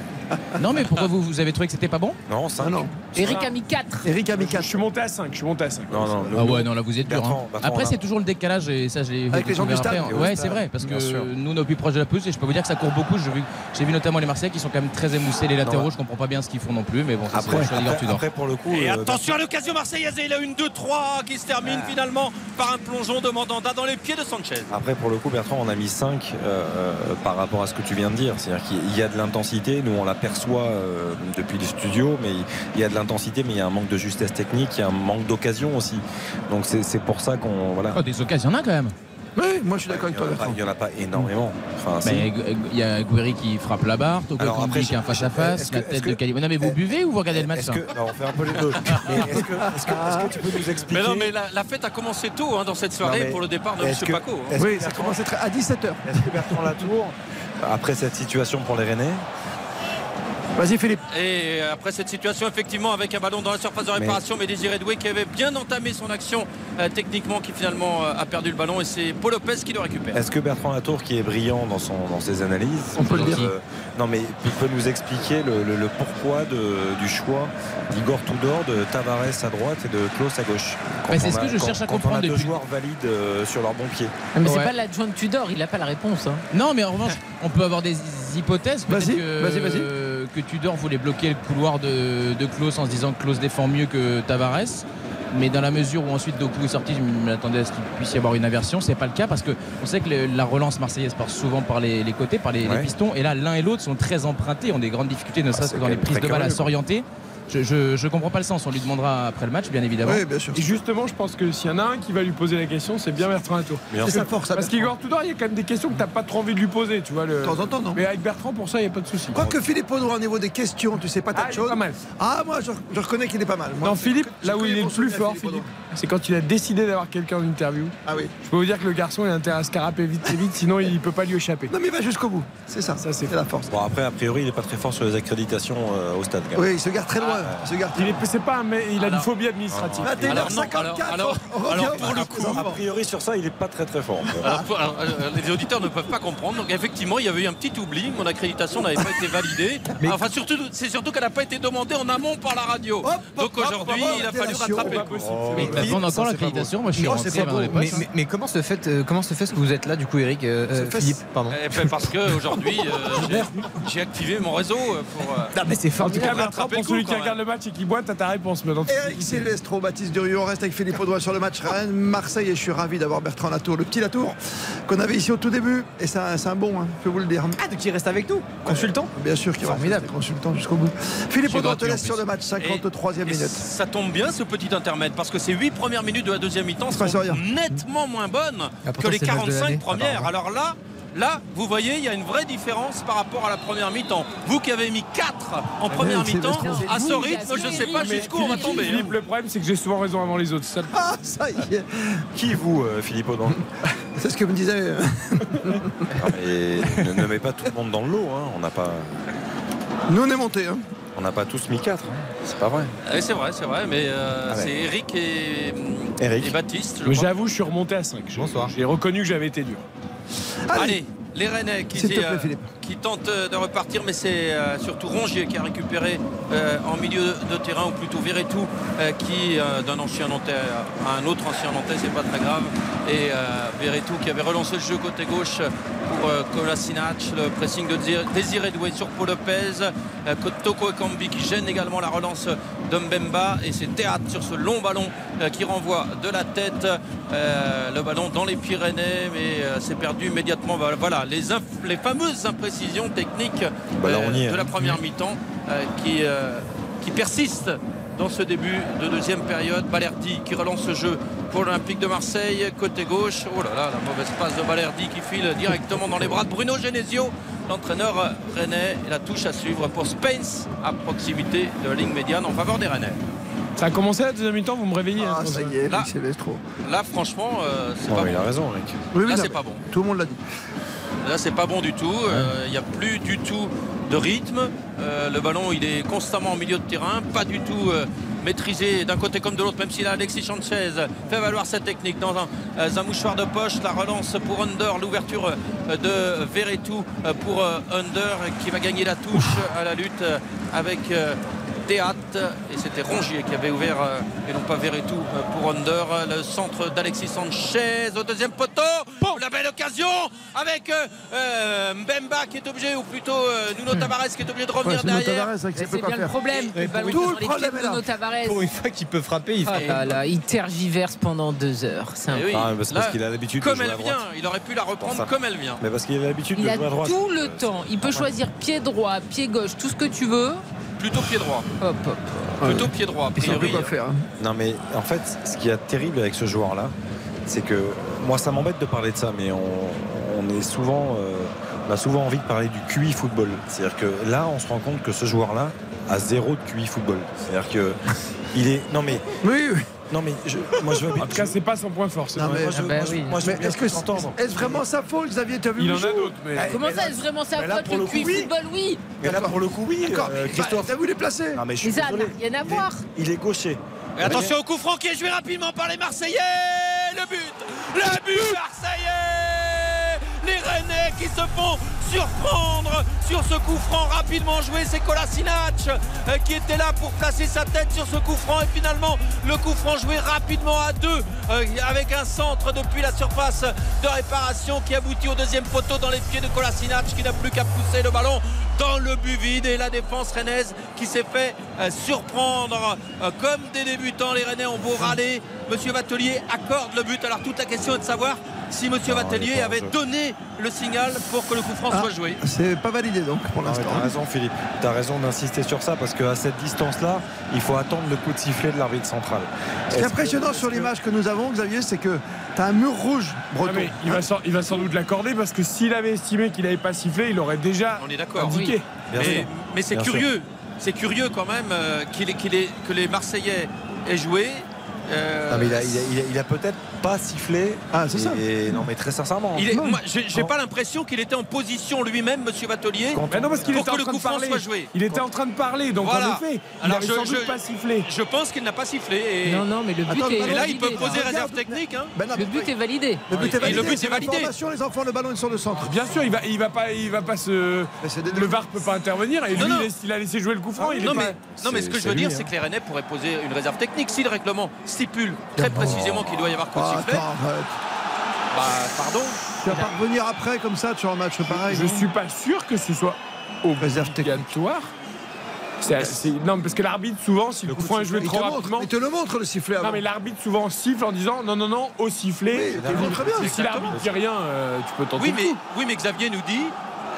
Speaker 23: Non mais pourquoi vous, vous avez trouvé que c'était pas bon
Speaker 9: Non,
Speaker 23: ça.
Speaker 3: non.
Speaker 4: Eric a mis 4.
Speaker 3: Eric a mis
Speaker 11: 4. Ah, Je suis monté à 5. Je suis monté à 5.
Speaker 9: Non, non,
Speaker 23: Ah ouais, non, là vous êtes dur.
Speaker 9: Bertrand,
Speaker 23: hein.
Speaker 9: Bertrand,
Speaker 23: Après,
Speaker 9: là.
Speaker 23: c'est toujours le décalage et ça, je l'ai
Speaker 9: Avec les gens
Speaker 23: découvert
Speaker 9: du stade,
Speaker 23: après. hein.
Speaker 9: et au
Speaker 23: Ouais,
Speaker 9: stade.
Speaker 23: c'est vrai, parce que
Speaker 9: Bien sûr.
Speaker 23: nous, on est au plus proche de la pousse et je peux vous dire que ça court beaucoup. J'ai vu, j'ai vu notamment les Marseillais qui sont quand même très émoussés, les latéraux,
Speaker 9: Non.
Speaker 23: je comprends pas bien ce qu'ils font non plus, mais bon,
Speaker 3: Ah,
Speaker 23: ça, c'est
Speaker 9: Après-
Speaker 23: le choix des gardes, tu dors.
Speaker 9: après, pour le coup.
Speaker 23: Et
Speaker 9: euh, Ah.
Speaker 8: Attention à l'occasion marseillaise, et il a une 2-3 qui se termine finalement par un plongeon de Mandanda dans les pieds de Sanchez.
Speaker 9: Après, pour le coup, Bertrand, on a mis 5 par rapport à ce que tu viens de dire. C'est-à-dire qu'il y a de l'intensité, nous on l'aperçoit euh, depuis le studio, mais il y a de l'intensité, mais il y a un manque de justesse technique, il y a un manque d'occasion aussi. Donc c'est c'est pour ça qu'on. Voilà.
Speaker 23: Oh, des occasions, il y en a quand même.
Speaker 3: Oui, moi je suis d'accord avec
Speaker 9: Il n'y
Speaker 3: toi,
Speaker 9: en, a pas-
Speaker 3: Bertrand.
Speaker 9: il y en a pas énormément. Enfin, si.
Speaker 23: Mais euh, il y a Guéry qui frappe la barre, Togo
Speaker 9: Alors après,
Speaker 23: Kambi qui a un face-à-face,
Speaker 9: est-ce que-
Speaker 23: la
Speaker 9: est-ce
Speaker 23: tête
Speaker 9: que-
Speaker 23: de Calibre. Non mais vous buvez ou vous regardez le match
Speaker 9: Est-ce
Speaker 23: ça
Speaker 9: que. Non, on fait un peu les
Speaker 23: [laughs]
Speaker 9: deux. Mais Est-ce que, est-ce que- est-ce que tu peux nous expliquer.
Speaker 8: Mais non, mais la, la fête a commencé tôt hein, dans cette
Speaker 9: Non,
Speaker 8: soirée
Speaker 9: mais
Speaker 8: pour le départ de M.
Speaker 9: est-ce que-
Speaker 8: Paco. hein.
Speaker 9: est-ce que
Speaker 3: Oui, ça
Speaker 9: Bertrand-
Speaker 3: commence à être à 17h.
Speaker 9: Est-ce que Bertrand Latour, après cette situation pour les Rennais,
Speaker 3: Vas-y, Philippe.
Speaker 8: Et euh, après cette situation, effectivement, avec un ballon dans la surface de réparation, mais Désiré Doué qui avait bien entamé son action euh, techniquement, qui finalement euh, a perdu le ballon, et c'est Paul Lopez qui le récupère.
Speaker 9: Est-ce que Bertrand Latour, qui est brillant dans, son, dans ses analyses,
Speaker 8: On peut le dire.
Speaker 9: euh, non, mais il peut nous expliquer le, le- le pourquoi de- du choix d'Igor Tudor, de Tavares à droite et de Klaus à gauche Quand
Speaker 4: Mais c'est
Speaker 9: on
Speaker 4: ce
Speaker 9: a-
Speaker 4: que je
Speaker 9: quand-
Speaker 4: cherche à
Speaker 9: quand
Speaker 4: comprendre
Speaker 9: on a deux
Speaker 4: depuis-
Speaker 9: joueurs valides euh, sur leur bon pied.
Speaker 4: Ah, Mais c'est pas l'adjoint de Tudor, il n'a pas la réponse. hein.
Speaker 23: Non, mais en revanche, on peut avoir des hypothèses. Peut-être
Speaker 4: Vas-y,
Speaker 23: que,
Speaker 4: vas-y, vas-y.
Speaker 23: que Tudor voulait bloquer le couloir de, de Klaus en se disant que Klaus défend mieux que Tavares. Mais dans la mesure où ensuite Doku est sorti, je m'attendais à ce qu'il puisse y avoir une inversion. C'est pas le cas parce que on sait que le- la relance marseillaise passe souvent par les, les côtés, par les, les
Speaker 9: Ouais. Ah,
Speaker 23: pistons. Et là, l'un et l'autre sont très empruntés, ont des grandes difficultés, ne serait-ce que
Speaker 9: c'est
Speaker 23: dans les
Speaker 9: quand même
Speaker 23: prises
Speaker 9: très
Speaker 23: de balle à
Speaker 9: curieux, quoi.
Speaker 23: s'orienter. je, je, je comprends pas le sens. On lui demandera après le match, bien évidemment.
Speaker 11: Oui, bien sûr. Et justement, je pense que s'il y en a un qui va lui poser la question, c'est bien Bertrand Latour.
Speaker 3: Bien sûr. Force à
Speaker 11: Parce
Speaker 3: Bertrand.
Speaker 11: qu'Igor Tudor, il y a quand même des questions que t'as pas trop envie de lui poser, tu vois. Le...
Speaker 3: De temps en temps, non.
Speaker 11: Mais avec Bertrand, pour ça, il n'y a pas de souci.
Speaker 3: Quoique Philippe Audouin, au niveau des questions, tu sais pas
Speaker 11: Ah,
Speaker 3: ta
Speaker 11: il est
Speaker 3: chose.
Speaker 11: pas mal.
Speaker 3: Ah, moi, je, je reconnais qu'il est pas mal. Moi,
Speaker 11: non,
Speaker 3: je-
Speaker 11: Philippe,
Speaker 3: je
Speaker 11: là où
Speaker 3: connais
Speaker 11: il est
Speaker 3: mon
Speaker 11: le plus
Speaker 3: souvenir,
Speaker 11: fort, Philippe, c'est quand il a décidé d'avoir quelqu'un en interview.
Speaker 3: Ah oui.
Speaker 11: Je peux vous dire que le garçon, il a intérêt à se caraper vite, très vite, sinon il peut pas lui échapper.
Speaker 3: Non, mais il va jusqu'au bout. C'est ça. Ça, c'est la force.
Speaker 9: Bon, après, a priori, il est pas très fort sur les accréditations euh, au stade. quand même. Ah,
Speaker 3: Oui, il se garde très loin. il se garde très
Speaker 11: Il est- C'est pas un mec- il a une
Speaker 9: Alors-
Speaker 11: phobie administrative.
Speaker 9: Ah,
Speaker 11: 21h54,
Speaker 8: alors-
Speaker 3: on revient.
Speaker 8: alors, pour le coup-
Speaker 9: a priori, sur ça, il est pas très très fort. Bon.
Speaker 8: Alors, pour- alors, euh, les auditeurs ne peuvent pas comprendre. Donc effectivement, il y avait eu un petit oubli. Mon accréditation n'avait pas été [laughs] validée. Enfin, surtout, c'est surtout qu'elle n'a pas été demandée en amont par la radio. Donc aujourd'hui,
Speaker 3: hop,
Speaker 8: il a
Speaker 3: hop,
Speaker 8: fallu
Speaker 3: attention,
Speaker 8: rattraper.
Speaker 3: pas possible. Oh,
Speaker 8: Mais
Speaker 3: ouais.
Speaker 8: qui-
Speaker 23: Attends, Bah, encore l'accréditation, moi je suis
Speaker 10: Non,
Speaker 23: rentré
Speaker 10: c'est pas
Speaker 23: dans les
Speaker 10: beau. mais,
Speaker 23: postes.
Speaker 10: mais- mais comment se fait euh, comment se fait que vous êtes là du coup Eric euh, euh, Philippe pardon
Speaker 8: Eh ben, parce qu'aujourd'hui,
Speaker 23: euh,
Speaker 8: [laughs]
Speaker 10: [laughs]
Speaker 8: j'ai activé mon réseau euh, pour. euh,
Speaker 11: Ah,
Speaker 10: mais c'est fort.
Speaker 11: En tout
Speaker 8: pour
Speaker 11: cas, Bertrand, pour
Speaker 8: rattraper le
Speaker 11: celui
Speaker 8: coup,
Speaker 11: qui
Speaker 8: quand
Speaker 11: regarde le match et qui boite, t'as ta réponse maintenant.
Speaker 3: Eric Silvestro, Baptiste Durieux, on reste avec Philippe Audouin sur le match Rennes, Marseille et je suis ravi d'avoir Bertrand Latour, le petit Latour qu'on avait ici au tout début et c'est un, c'est un bon, hein, je peux vous le dire.
Speaker 10: Ah donc il reste avec nous consultant
Speaker 3: Bien sûr qu'il va rester consultant jusqu'au bout. Philippe
Speaker 8: J'ai
Speaker 3: Audouin te
Speaker 8: gratuit, en
Speaker 3: laisse sur le match, 53e
Speaker 8: Et
Speaker 3: minute.
Speaker 8: Ça tombe bien ce petit intermède parce que ces 8 premières minutes de la deuxième mi-temps
Speaker 3: passe
Speaker 8: sont
Speaker 3: rien.
Speaker 8: nettement moins bonnes
Speaker 3: Ah, pourtant,
Speaker 8: que les
Speaker 3: c'est le match de
Speaker 8: 45
Speaker 3: l'année.
Speaker 8: premières.
Speaker 3: Ah,
Speaker 8: Alors là, là, vous voyez, il y a une vraie différence par rapport à la première mi-temps. Vous qui avez mis 4 en
Speaker 11: oui,
Speaker 8: première
Speaker 11: Ah, c'est
Speaker 8: mi-temps,
Speaker 11: parce que-
Speaker 8: à ce
Speaker 11: Vous,
Speaker 8: rythme,
Speaker 11: parce
Speaker 8: je
Speaker 11: que-
Speaker 8: sais pas
Speaker 11: Mais
Speaker 8: jusqu'où on va
Speaker 11: Philippe,
Speaker 8: tomber. hein.
Speaker 11: Philippe, le problème, c'est que j'ai souvent raison avant les autres. ça-
Speaker 3: Ah, ça y est
Speaker 9: Qui vous, euh, Philippe Audin
Speaker 3: [laughs] C'est ce que me disait. euh,
Speaker 9: Et ne, ne mets pas tout le monde dans le lot. hein. On n'a pas,
Speaker 3: Nous, on est montés. Hein.
Speaker 9: on n'a pas tous mis 4. C'est pas vrai.
Speaker 8: Eh, C'est vrai, c'est vrai, mais euh,
Speaker 9: Ah ouais.
Speaker 8: c'est Eric et, et Baptiste.
Speaker 11: [laughs]
Speaker 8: je
Speaker 11: Mais
Speaker 8: crois.
Speaker 11: j'avoue, je suis remonté à 5. J'ai reconnu que j'avais été dur.
Speaker 8: Allez, les Rennais qui,
Speaker 11: S'il te plaît,
Speaker 8: euh,
Speaker 11: Philippe.
Speaker 8: qui tentent euh, de repartir, mais c'est euh, surtout Rongier qui a récupéré euh, en milieu de terrain, ou plutôt Verretou, euh, qui euh, d'un ancien Nantais à un autre ancien Nantais, c'est pas très grave. Et euh, Verretou qui avait relancé le jeu côté gauche pour euh, Kolasinac, le pressing de Désir- Désiré Doué sur Paul Lopez, euh, Toko Ekambi qui gêne également la relance d'Umbemba, et c'est Théâtre sur ce long ballon euh, qui renvoie de la tête euh, le ballon dans les Pyrénées, mais euh, c'est perdu immédiatement. Voilà, Voilà, les, inf- les fameuses imprécisions techniques euh,
Speaker 9: Bah là, on y est,
Speaker 8: de la
Speaker 9: hein.
Speaker 8: première mi-temps euh, qui, euh, qui persistent dans ce début de deuxième période. Balerdi qui relance le jeu pour l'Olympique de Marseille, côté gauche. Oh là là, la mauvaise passe de Balerdi qui file directement dans les bras de Bruno Genesio, l'entraîneur rennais. Et la touche à suivre pour Spence à proximité de la ligne médiane en faveur des Rennais.
Speaker 11: Ça a commencé la deuxième mi-temps, vous me réveillez. hein,
Speaker 3: Ah,
Speaker 11: pour
Speaker 3: ça y est, Eric Silvestro.
Speaker 8: Là, franchement, euh, c'est
Speaker 9: Non,
Speaker 8: pas
Speaker 9: mais il
Speaker 8: bon.
Speaker 9: a raison, Eric.
Speaker 3: Oui, oui,
Speaker 8: Là,
Speaker 3: non,
Speaker 8: c'est
Speaker 3: mais
Speaker 8: pas bon.
Speaker 3: Tout le monde l'a dit.
Speaker 8: Là, c'est pas bon du tout. Euh, Il n'y a plus du tout de rythme. Euh, le ballon, il est constamment au milieu de terrain, pas du tout euh, maîtrisé d'un côté comme de l'autre, même si là, Alexis Sanchez euh, fait valoir sa technique dans un, euh, un mouchoir de poche. La relance pour Under, l'ouverture euh, de Verretou euh, pour euh, Under qui va gagner la touche à la lutte euh, avec. euh, Théâtre et c'était Rongier qui avait ouvert euh, et non pas Verretou euh, pour Under Euh, le centre d'Alexis Sanchez au deuxième poteau la belle occasion avec euh, euh, Mbemba qui est obligé ou plutôt euh, Nuno Tavares qui est obligé de revenir derrière
Speaker 4: Mais c'est bien le problème. Le ballon
Speaker 8: Tout
Speaker 4: est
Speaker 8: le
Speaker 4: dans les
Speaker 8: problème
Speaker 4: pieds
Speaker 8: est
Speaker 4: de
Speaker 8: là.
Speaker 4: Nuno Tavares.
Speaker 10: Pour une fois qu'il peut frapper, il
Speaker 4: Ah
Speaker 10: frappe.
Speaker 4: là là, il tergiverse pendant deux heures. C'est un-
Speaker 8: Eh oui,
Speaker 9: Ah, mais c'est parce qu'il a l'habitude de
Speaker 8: comme
Speaker 9: jouer
Speaker 8: elle
Speaker 9: à
Speaker 8: vient
Speaker 9: droite.
Speaker 8: il aurait pu la reprendre
Speaker 9: Pour ça.
Speaker 8: comme elle vient
Speaker 9: Mais parce qu'il a l'habitude
Speaker 4: Il
Speaker 9: de
Speaker 4: a
Speaker 9: jouer à droite.
Speaker 4: tout le temps. Il peut choisir pied droit, pied gauche, tout ce que tu veux.
Speaker 8: plutôt pied droit
Speaker 4: Hop, hop.
Speaker 8: plutôt pied droit a priori hein.
Speaker 3: hein.
Speaker 9: Non, mais en fait, ce qui est terrible avec ce joueur-là, c'est que moi, ça m'embête de parler de ça, mais on, on est souvent, euh, on a souvent envie de parler du QI football. C'est-à-dire que là, on se rend compte que ce joueur-là a zéro de QI football. C'est-à-dire que il est. Non, mais.
Speaker 3: Oui,
Speaker 9: Non, mais je- moi, je veux.
Speaker 11: En tout cas, c'est pas son point fort. c'est
Speaker 9: Non,
Speaker 11: vrai.
Speaker 9: mais- Moi, je- Ah bah moi, je- oui. moi, je veux
Speaker 3: Mais
Speaker 9: bien
Speaker 3: est-ce que
Speaker 9: t'entendre.
Speaker 3: est-ce vraiment sa faute, Xavier Tu as vu
Speaker 9: Il
Speaker 3: le
Speaker 9: en a
Speaker 3: show
Speaker 9: d'autres, mais-
Speaker 3: Eh,
Speaker 4: Comment
Speaker 3: mais
Speaker 4: ça,
Speaker 3: là-
Speaker 4: est-ce vraiment sa
Speaker 9: mais là,
Speaker 4: faute
Speaker 9: pour
Speaker 4: Le
Speaker 9: le coup,
Speaker 4: QI
Speaker 9: oui.
Speaker 4: football, oui.
Speaker 9: Mais là, pour le coup, oui.
Speaker 3: D'accord, mais
Speaker 9: euh,
Speaker 3: bah,
Speaker 9: Christophe.
Speaker 3: T'as vu les placer
Speaker 9: Non, mais je suis
Speaker 4: Mais ça n'a
Speaker 9: désolé.
Speaker 4: rien à
Speaker 9: Il est-
Speaker 4: voir.
Speaker 9: Il est gaucher.
Speaker 8: Et attention au coup franc qui est joué rapidement par les Marseillais le but le but marseillais les Rennais qui se font surprendre sur ce coup franc rapidement joué c'est Kolasinac euh, qui était là pour placer sa tête sur ce coup franc et finalement le coup franc joué rapidement à deux euh, avec un centre depuis la surface de réparation qui aboutit au deuxième poteau dans les pieds de Kolasinac qui n'a plus qu'à pousser le ballon dans le but vide et la défense rennaise qui s'est fait euh, surprendre euh, comme des débutants les Rennais ont beau râler Monsieur Batelier accorde le but alors toute la question est de savoir si Monsieur
Speaker 9: Ah,
Speaker 3: Non, il
Speaker 8: Vatelier
Speaker 3: est pas en
Speaker 8: avait
Speaker 3: jeu.
Speaker 8: donné le signal pour que le coup franc soit joué.
Speaker 3: C'est pas validé donc pour
Speaker 9: Non, mais
Speaker 3: l'instant.
Speaker 9: T'as raison, Philippe. T'as raison d'insister sur ça parce qu'à cette distance-là, il faut attendre le coup de sifflet de l'arbitre central.
Speaker 3: Ce qui est impressionnant sur l'image que nous avons, Xavier, c'est que t'as un mur rouge breton.
Speaker 11: Ah, mais il, va sans, il va sans doute l'accorder parce que s'il avait estimé qu'il n'avait pas sifflé, il aurait déjà
Speaker 8: On est d'accord.
Speaker 11: indiqué.
Speaker 8: Mais, mais c'est curieux. C'est curieux quand même euh, qu'il ait- qu'il ait- que les Marseillais aient joué.
Speaker 9: Non,
Speaker 8: Euh,
Speaker 9: Ah, mais il a, il a- il a- il a peut-être pas sifflé. Ah,
Speaker 8: c'est ça.
Speaker 9: non, mais très sincèrement. Oh.
Speaker 8: il est- moi, j'ai j'ai pas l'impression qu'il était en position lui-même, Monsieur Batelier,
Speaker 11: Mais non, parce qu'il
Speaker 8: pour
Speaker 11: était
Speaker 8: que
Speaker 11: en
Speaker 8: le
Speaker 11: train
Speaker 8: coup
Speaker 11: de
Speaker 8: franc
Speaker 11: parler.
Speaker 8: soit joué.
Speaker 11: Il était en train de parler, donc
Speaker 8: Voilà.
Speaker 11: en effet, il
Speaker 8: Alors,
Speaker 11: n'avait
Speaker 8: je-
Speaker 11: sans doute
Speaker 8: je-
Speaker 11: pas sifflé.
Speaker 8: Je pense qu'il n'a pas sifflé. Et...
Speaker 4: Non, non, mais le but
Speaker 8: Attends,
Speaker 4: est
Speaker 8: Et là, il
Speaker 4: validé,
Speaker 8: peut poser
Speaker 4: là.
Speaker 8: réserve technique. hein.
Speaker 4: Le but est validé.
Speaker 3: Le but est
Speaker 8: Et
Speaker 3: validé.
Speaker 8: le but
Speaker 3: c'est
Speaker 8: est validé.
Speaker 3: l'information, les enfants, le ballon est sur le centre.
Speaker 11: Bien sûr, il va, il va pas, il va pas se. Le VAR peut pas intervenir et
Speaker 8: Non,
Speaker 11: lui,
Speaker 8: non.
Speaker 11: il, laisse- il a laissé jouer le coup
Speaker 3: Ah
Speaker 11: franc. Ah il est
Speaker 8: non,
Speaker 11: pas-
Speaker 8: mais, non, mais ce que je veux dire,
Speaker 11: hein.
Speaker 8: c'est que les Rennais pourraient poser une réserve technique. Si le règlement stipule très précisément qu'il doit y avoir coup de
Speaker 3: Ah,
Speaker 8: sifflet,
Speaker 3: attends, arrête.
Speaker 8: bah, pardon.
Speaker 3: Tu vas pas revenir après comme ça sur un match pareil.
Speaker 11: Je suis pas sûr que ce soit obligatoire. C'est- c'est- Non, mais parce que l'arbitre, souvent, si le coup franc est joué
Speaker 3: il
Speaker 11: trop
Speaker 3: te montre,
Speaker 11: rapidement.
Speaker 3: il te le montre le sifflet avant.
Speaker 11: Non, mais l'arbitre souvent siffle en disant non, non, non, au sifflet.
Speaker 3: Oui, il montre très bien.
Speaker 11: Et si l'arbitre dit rien, euh, tu peux tenter.
Speaker 8: Oui
Speaker 11: le
Speaker 8: mais,
Speaker 11: coup.
Speaker 8: oui, mais Xavier nous dit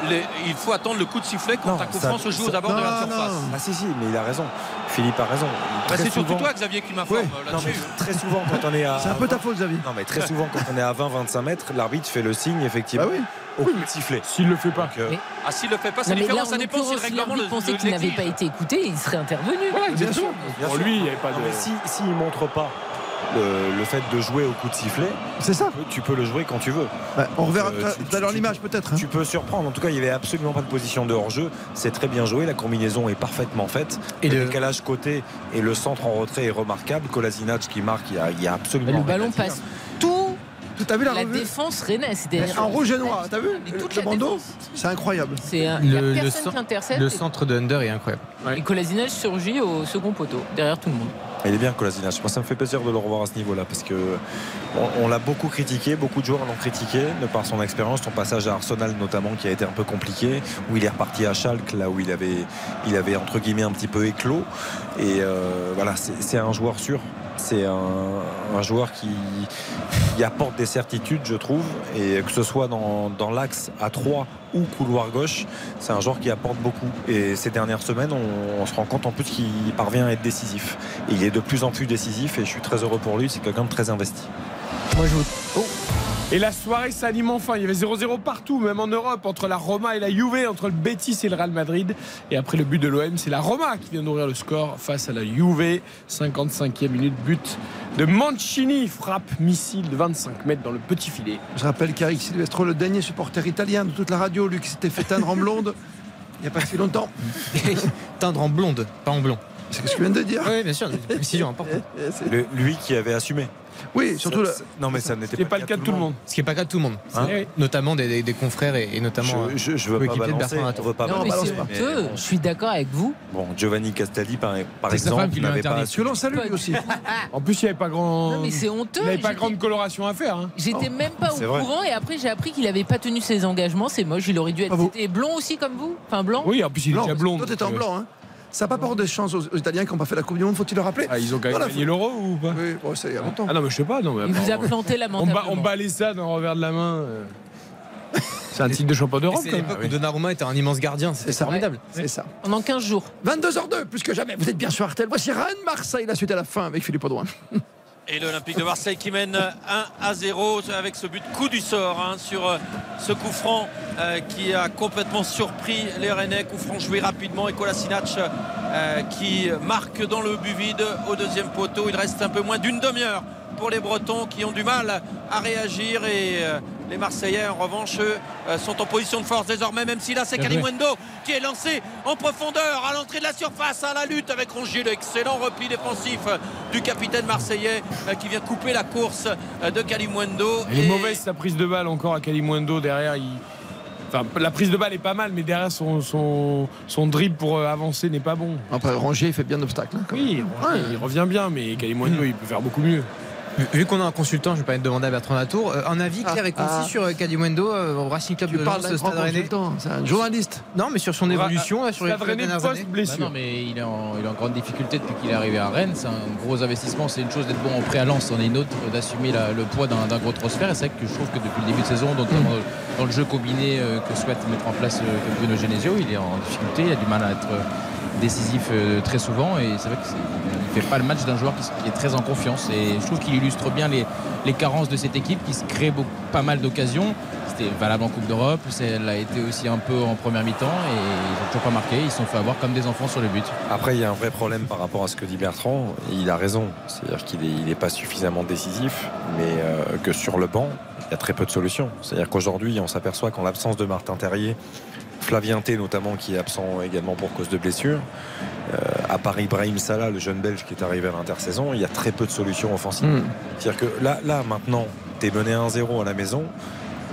Speaker 8: les- il faut attendre le coup de sifflet quand un coup franc se joue aux abords de la surface.
Speaker 9: Ah, si, si, mais il a raison. Philippe a raison.
Speaker 8: Bah,
Speaker 9: Très
Speaker 8: c'est surtout
Speaker 9: souvent-
Speaker 8: toi, Xavier, qui m'informe euh,
Speaker 9: Non,
Speaker 8: là-dessus.
Speaker 9: mais très souvent, quand on est à.
Speaker 3: C'est un peu ta faute, Xavier.
Speaker 9: Non, mais très souvent, quand on est à 20-25 mètres, l'arbitre fait le signe,
Speaker 3: Bah
Speaker 9: effectivement, au coup de sifflet. euh,
Speaker 11: S'il le fait pas.
Speaker 8: Ah, s'il le fait pas,
Speaker 4: Non,
Speaker 8: c'est
Speaker 4: mais
Speaker 8: différent.
Speaker 4: là, en
Speaker 8: Ça dépend si le
Speaker 4: l'occurrence,
Speaker 8: règlement
Speaker 4: l'arbitre
Speaker 8: le-
Speaker 4: pensait
Speaker 8: le-
Speaker 4: qu'il n'avait
Speaker 8: l'exige.
Speaker 4: pas été écouté, il serait intervenu.
Speaker 9: bien sûr.
Speaker 11: Pour lui, il n'y avait pas
Speaker 9: Non,
Speaker 11: de-
Speaker 9: mais si, s'il montre pas le, le fait de jouer au coup de sifflet,
Speaker 3: c'est ça. Bah,
Speaker 9: Tu peux le jouer quand tu veux.
Speaker 3: on
Speaker 9: Donc,
Speaker 3: reverra
Speaker 9: euh,
Speaker 3: tout à-
Speaker 9: tu-
Speaker 3: tout à l'heure
Speaker 9: tu-
Speaker 3: l'image peut-être. hein.
Speaker 9: Tu peux surprendre. En tout cas, il n'y avait absolument pas de position de hors-jeu. C'est très bien joué. La combinaison est parfaitement faite.
Speaker 10: Et
Speaker 9: le
Speaker 10: le-
Speaker 9: décalage côté et le centre en retrait est remarquable. Kolasinac qui marque, il y a, il y a absolument.
Speaker 4: Bah, Le
Speaker 9: rien à
Speaker 4: ballon
Speaker 9: dire.
Speaker 4: passe tout.
Speaker 3: vu la
Speaker 4: la
Speaker 3: revue
Speaker 4: défense rennaise, c'était
Speaker 3: En rouge et noir, t'as vu
Speaker 4: Mais
Speaker 3: Le
Speaker 4: toute la
Speaker 3: le bandeau,
Speaker 4: défense.
Speaker 3: c'est incroyable.
Speaker 4: C'est un- il y a
Speaker 10: Le, le
Speaker 4: personne
Speaker 10: cen-
Speaker 4: qui intercepte.
Speaker 10: le
Speaker 4: et-
Speaker 10: centre de Under est incroyable.
Speaker 4: Et Colasinac surgit au second poteau, derrière tout le monde.
Speaker 9: Il est bien Kolasinac. Moi, ça me fait plaisir de le revoir à ce niveau-là parce que on, on l'a beaucoup critiqué, beaucoup de joueurs l'ont critiqué de par son expérience, son passage à Arsenal notamment qui a été un peu compliqué, où il est reparti à Schalke là où il avait, il avait entre guillemets un petit peu éclos. Et euh, voilà, c'est c'est un joueur sûr. C'est un, un joueur qui, qui apporte des certitudes, je trouve, et que ce soit dans, dans l'axe à 3 ou couloir gauche, c'est un joueur qui apporte beaucoup. Et ces dernières semaines, on, on se rend compte en plus qu'il parvient à être décisif. Et il est de plus en plus décisif, et je suis très heureux pour lui, c'est quelqu'un de très investi.
Speaker 11: Moi, je Oh. Et la soirée s'anime enfin. Il y avait 0-0 partout, même en Europe, entre la Roma et la Juve, entre le Betis et le Real Madrid. Et après le but de l'OM, c'est la Roma qui vient d'ouvrir le score face à la Juve. 55e minute, but de Mancini. Frappe missile de 25 mètres dans le petit filet.
Speaker 3: Je rappelle qu'Eric Silvestro, le dernier supporter italien de toute la radio, lui qui s'était fait teindre en blonde [laughs] il n'y a pas si longtemps.
Speaker 10: [laughs] Teindre en blonde, pas en blond.
Speaker 3: C'est ce que je viens de dire.
Speaker 10: Oui, bien sûr, une décision importante.
Speaker 4: Euh,
Speaker 9: Le- lui qui avait assumé.
Speaker 3: Oui, surtout
Speaker 9: Ça, c'est- Non, mais ça n'était pas, le cas de tout le monde.
Speaker 10: Ce qui n'est pas le cas de tout le monde.
Speaker 9: Hein Oui.
Speaker 10: notamment des, des- des confrères et, et notamment.
Speaker 9: Je- je- je
Speaker 10: euh,
Speaker 9: veux pas
Speaker 10: coéquipiers de
Speaker 9: balancer,
Speaker 10: Bertrand Ratto.
Speaker 9: on veut pas
Speaker 4: Non, mais
Speaker 9: balance
Speaker 4: c'est
Speaker 9: pas.
Speaker 4: honteux. Je suis d'accord avec vous.
Speaker 9: Bon, Giovanni Castaldi, par, par
Speaker 11: C'est sa femme
Speaker 9: exemple,
Speaker 11: qui lui a
Speaker 9: n'avait pas
Speaker 11: interdit.
Speaker 9: assumé.
Speaker 3: salue lui aussi.
Speaker 11: En plus, il n'y avait pas grand.
Speaker 4: Non, mais c'est honteux.
Speaker 11: Il n'y avait pas
Speaker 4: J'étais-
Speaker 11: grande coloration à faire. hein.
Speaker 4: J'étais
Speaker 3: Oh,
Speaker 4: même pas au
Speaker 11: C'est vrai.
Speaker 4: courant et après j'ai appris qu'il n'avait pas tenu ses engagements. C'est moche, il aurait dû être C'était blond aussi comme vous Enfin blanc
Speaker 11: Ah, Oui, en plus, il est déjà blond.
Speaker 3: Toi, t'étais en
Speaker 11: donc, euh,
Speaker 3: blanc, hein. Ça n'a pas porté de chance aux, aux Italiens qui n'ont pas fait la Coupe du Monde, faut-il le rappeler
Speaker 11: Ah, ils ont quand
Speaker 3: Voilà,
Speaker 11: même gagné
Speaker 3: faut-
Speaker 11: l'euro ou pas
Speaker 3: Oui, bon, c'est il y a longtemps.
Speaker 11: Ah non, mais je sais pas. Non, mais
Speaker 4: Il vous a
Speaker 11: apparemment-
Speaker 4: planté la
Speaker 11: on, ba- on balait ça d'un revers de la main. euh. C'est un titre de champion d'Europe.
Speaker 10: C'est
Speaker 11: quand même. Ah
Speaker 10: l'époque où Donnarumma était un immense gardien, c'était formidable.
Speaker 3: C'est ça.
Speaker 4: Pendant 15 jours.
Speaker 3: 22h02, plus que jamais. Vous êtes bien sur Artel. Voici Rennes-Marseille, la suite à la fin avec Philippe Audouin.
Speaker 8: Et l'Olympique de Marseille qui mène 1 à 0 avec ce but coup du sort hein, sur euh, ce coup franc euh, qui a complètement surpris les Rennais. Coup franc joué rapidement et Kolasinac euh, qui marque dans le but vide au deuxième poteau. Il reste un peu moins d'une demi-heure pour les Bretons qui ont du mal à réagir et euh, les Marseillais en revanche eux, euh, sont en position de force désormais même si là c'est
Speaker 7: Bien joué.
Speaker 8: Kalimwendo Fernando qui est lancé en profondeur à l'entrée de la surface à la lutte avec Rongier. Excellent repli défensif du capitaine marseillais euh, qui vient couper la course euh, de Kalimundo.
Speaker 11: Elle est mauvaise sa prise de balle encore à Kalimundo derrière. Il... Enfin, la prise de balle est pas mal, mais derrière son, son, son dribble pour euh, avancer n'est pas bon.
Speaker 3: Ah, Après, Rongier, il fait bien d'obstacle.
Speaker 11: Oui, Rongier, il revient bien, mais Kalimundo, il peut faire beaucoup mieux.
Speaker 10: Vu qu'on a un consultant, je vais pas te demander à Bertrand Latour, euh, un avis clair et concis
Speaker 3: ah.
Speaker 10: sur euh, Cadimundo euh, au Racing Club
Speaker 3: Tu
Speaker 10: de
Speaker 3: parles
Speaker 10: Lens,
Speaker 3: d'un
Speaker 10: au Stade
Speaker 3: grand
Speaker 10: Rennais.
Speaker 3: consultant, c'est un journaliste.
Speaker 10: Non, mais sur son évolution, là, sur les trois dernières années.
Speaker 23: Bah non, mais il est, en, il est en grande difficulté depuis qu'il est arrivé à Rennes. C'est un gros investissement. C'est une chose d'être bon en prêt à Lens, c'en est une autre d'assumer la- le poids d'un d'un gros transfert. Et c'est vrai que je trouve que depuis le début de saison, notamment dans, dans le jeu combiné euh, que souhaite mettre en place euh, Bruno Genesio, il est en difficulté. Il a du mal à être euh, décisif euh, très souvent. Et c'est vrai qu'il ne fait pas le match d'un joueur qui, s- qui est très en confiance. Et je trouve qu'il illustre bien les, les carences de cette équipe qui se crée beaucoup- pas mal d'occasions. C'était valable en Coupe d'Europe, c'est- elle a été aussi un peu en première mi-temps et ils n'ont toujours pas marqué, ils se sont fait avoir comme des enfants sur le but.
Speaker 9: Après, il y a un vrai problème par rapport à ce que dit Bertrand. Il a raison. C'est-à-dire qu'il n'est pas suffisamment décisif, mais euh, que sur le banc, il y a très peu de solutions. C'est-à-dire qu'aujourd'hui, on s'aperçoit qu'en l'absence de Martin Terrier, Flavien T notamment, qui est absent également pour cause de blessure, euh, à part Ibrahim Salah, le jeune belge qui est arrivé à l'intersaison, il y a très peu de solutions offensives.
Speaker 10: Mm.
Speaker 9: C'est-à-dire que là, là maintenant, tu es mené 1-0 à la maison,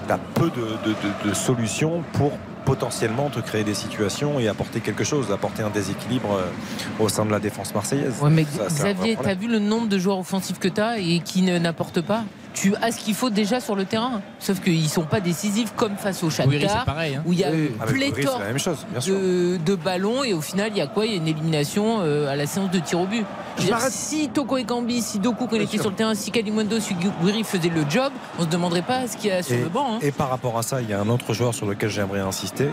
Speaker 9: tu as peu de, de- de- de solutions pour potentiellement te créer des situations et apporter quelque chose, apporter un déséquilibre euh, au sein de la défense marseillaise.
Speaker 4: Ouais, mais
Speaker 9: Ça, c'est un vrai
Speaker 4: Xavier, t'as
Speaker 9: problème.
Speaker 4: vu le nombre de joueurs offensifs que t'as et qui ne- n'apportent pas tu as ce qu'il faut déjà sur le terrain, sauf qu'ils sont pas décisifs comme face au Shakhtar,
Speaker 9: Gouiri, c'est pareil, hein.
Speaker 4: où il y a
Speaker 9: Oui. Ah, mais Gouiri,
Speaker 4: pléthore
Speaker 9: c'est la même chose, bien sûr.
Speaker 4: de, de ballons et au final il y a quoi Il y a une élimination euh, à la séance de tir au but. Je veux dire, si Toko et Gambi, si Doku qu'on
Speaker 9: Bien
Speaker 4: était
Speaker 9: sûr.
Speaker 4: sur le terrain, si Kalimundo, si Gouiri faisaient le job, on se demanderait pas ce qu'il y a sur
Speaker 9: et,
Speaker 4: le banc. hein.
Speaker 9: et par rapport à ça, il y a un autre joueur sur lequel j'aimerais insister,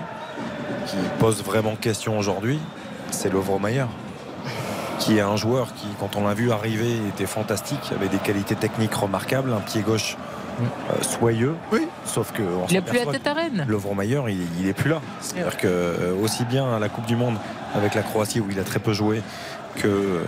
Speaker 9: qui pose vraiment question aujourd'hui, c'est Lovromayer, qui est un joueur qui, quand on l'a vu arriver, était fantastique, avait des qualités techniques remarquables, un pied gauche euh, soyeux. Sauf que on
Speaker 4: Mm. Il a plus la
Speaker 9: s'aperçoit
Speaker 4: tête à Rennes.
Speaker 9: Lovromayer, il, il est plus là. C'est-à-dire que euh, aussi bien à la Coupe du Monde avec la Croatie où il a très peu joué que euh,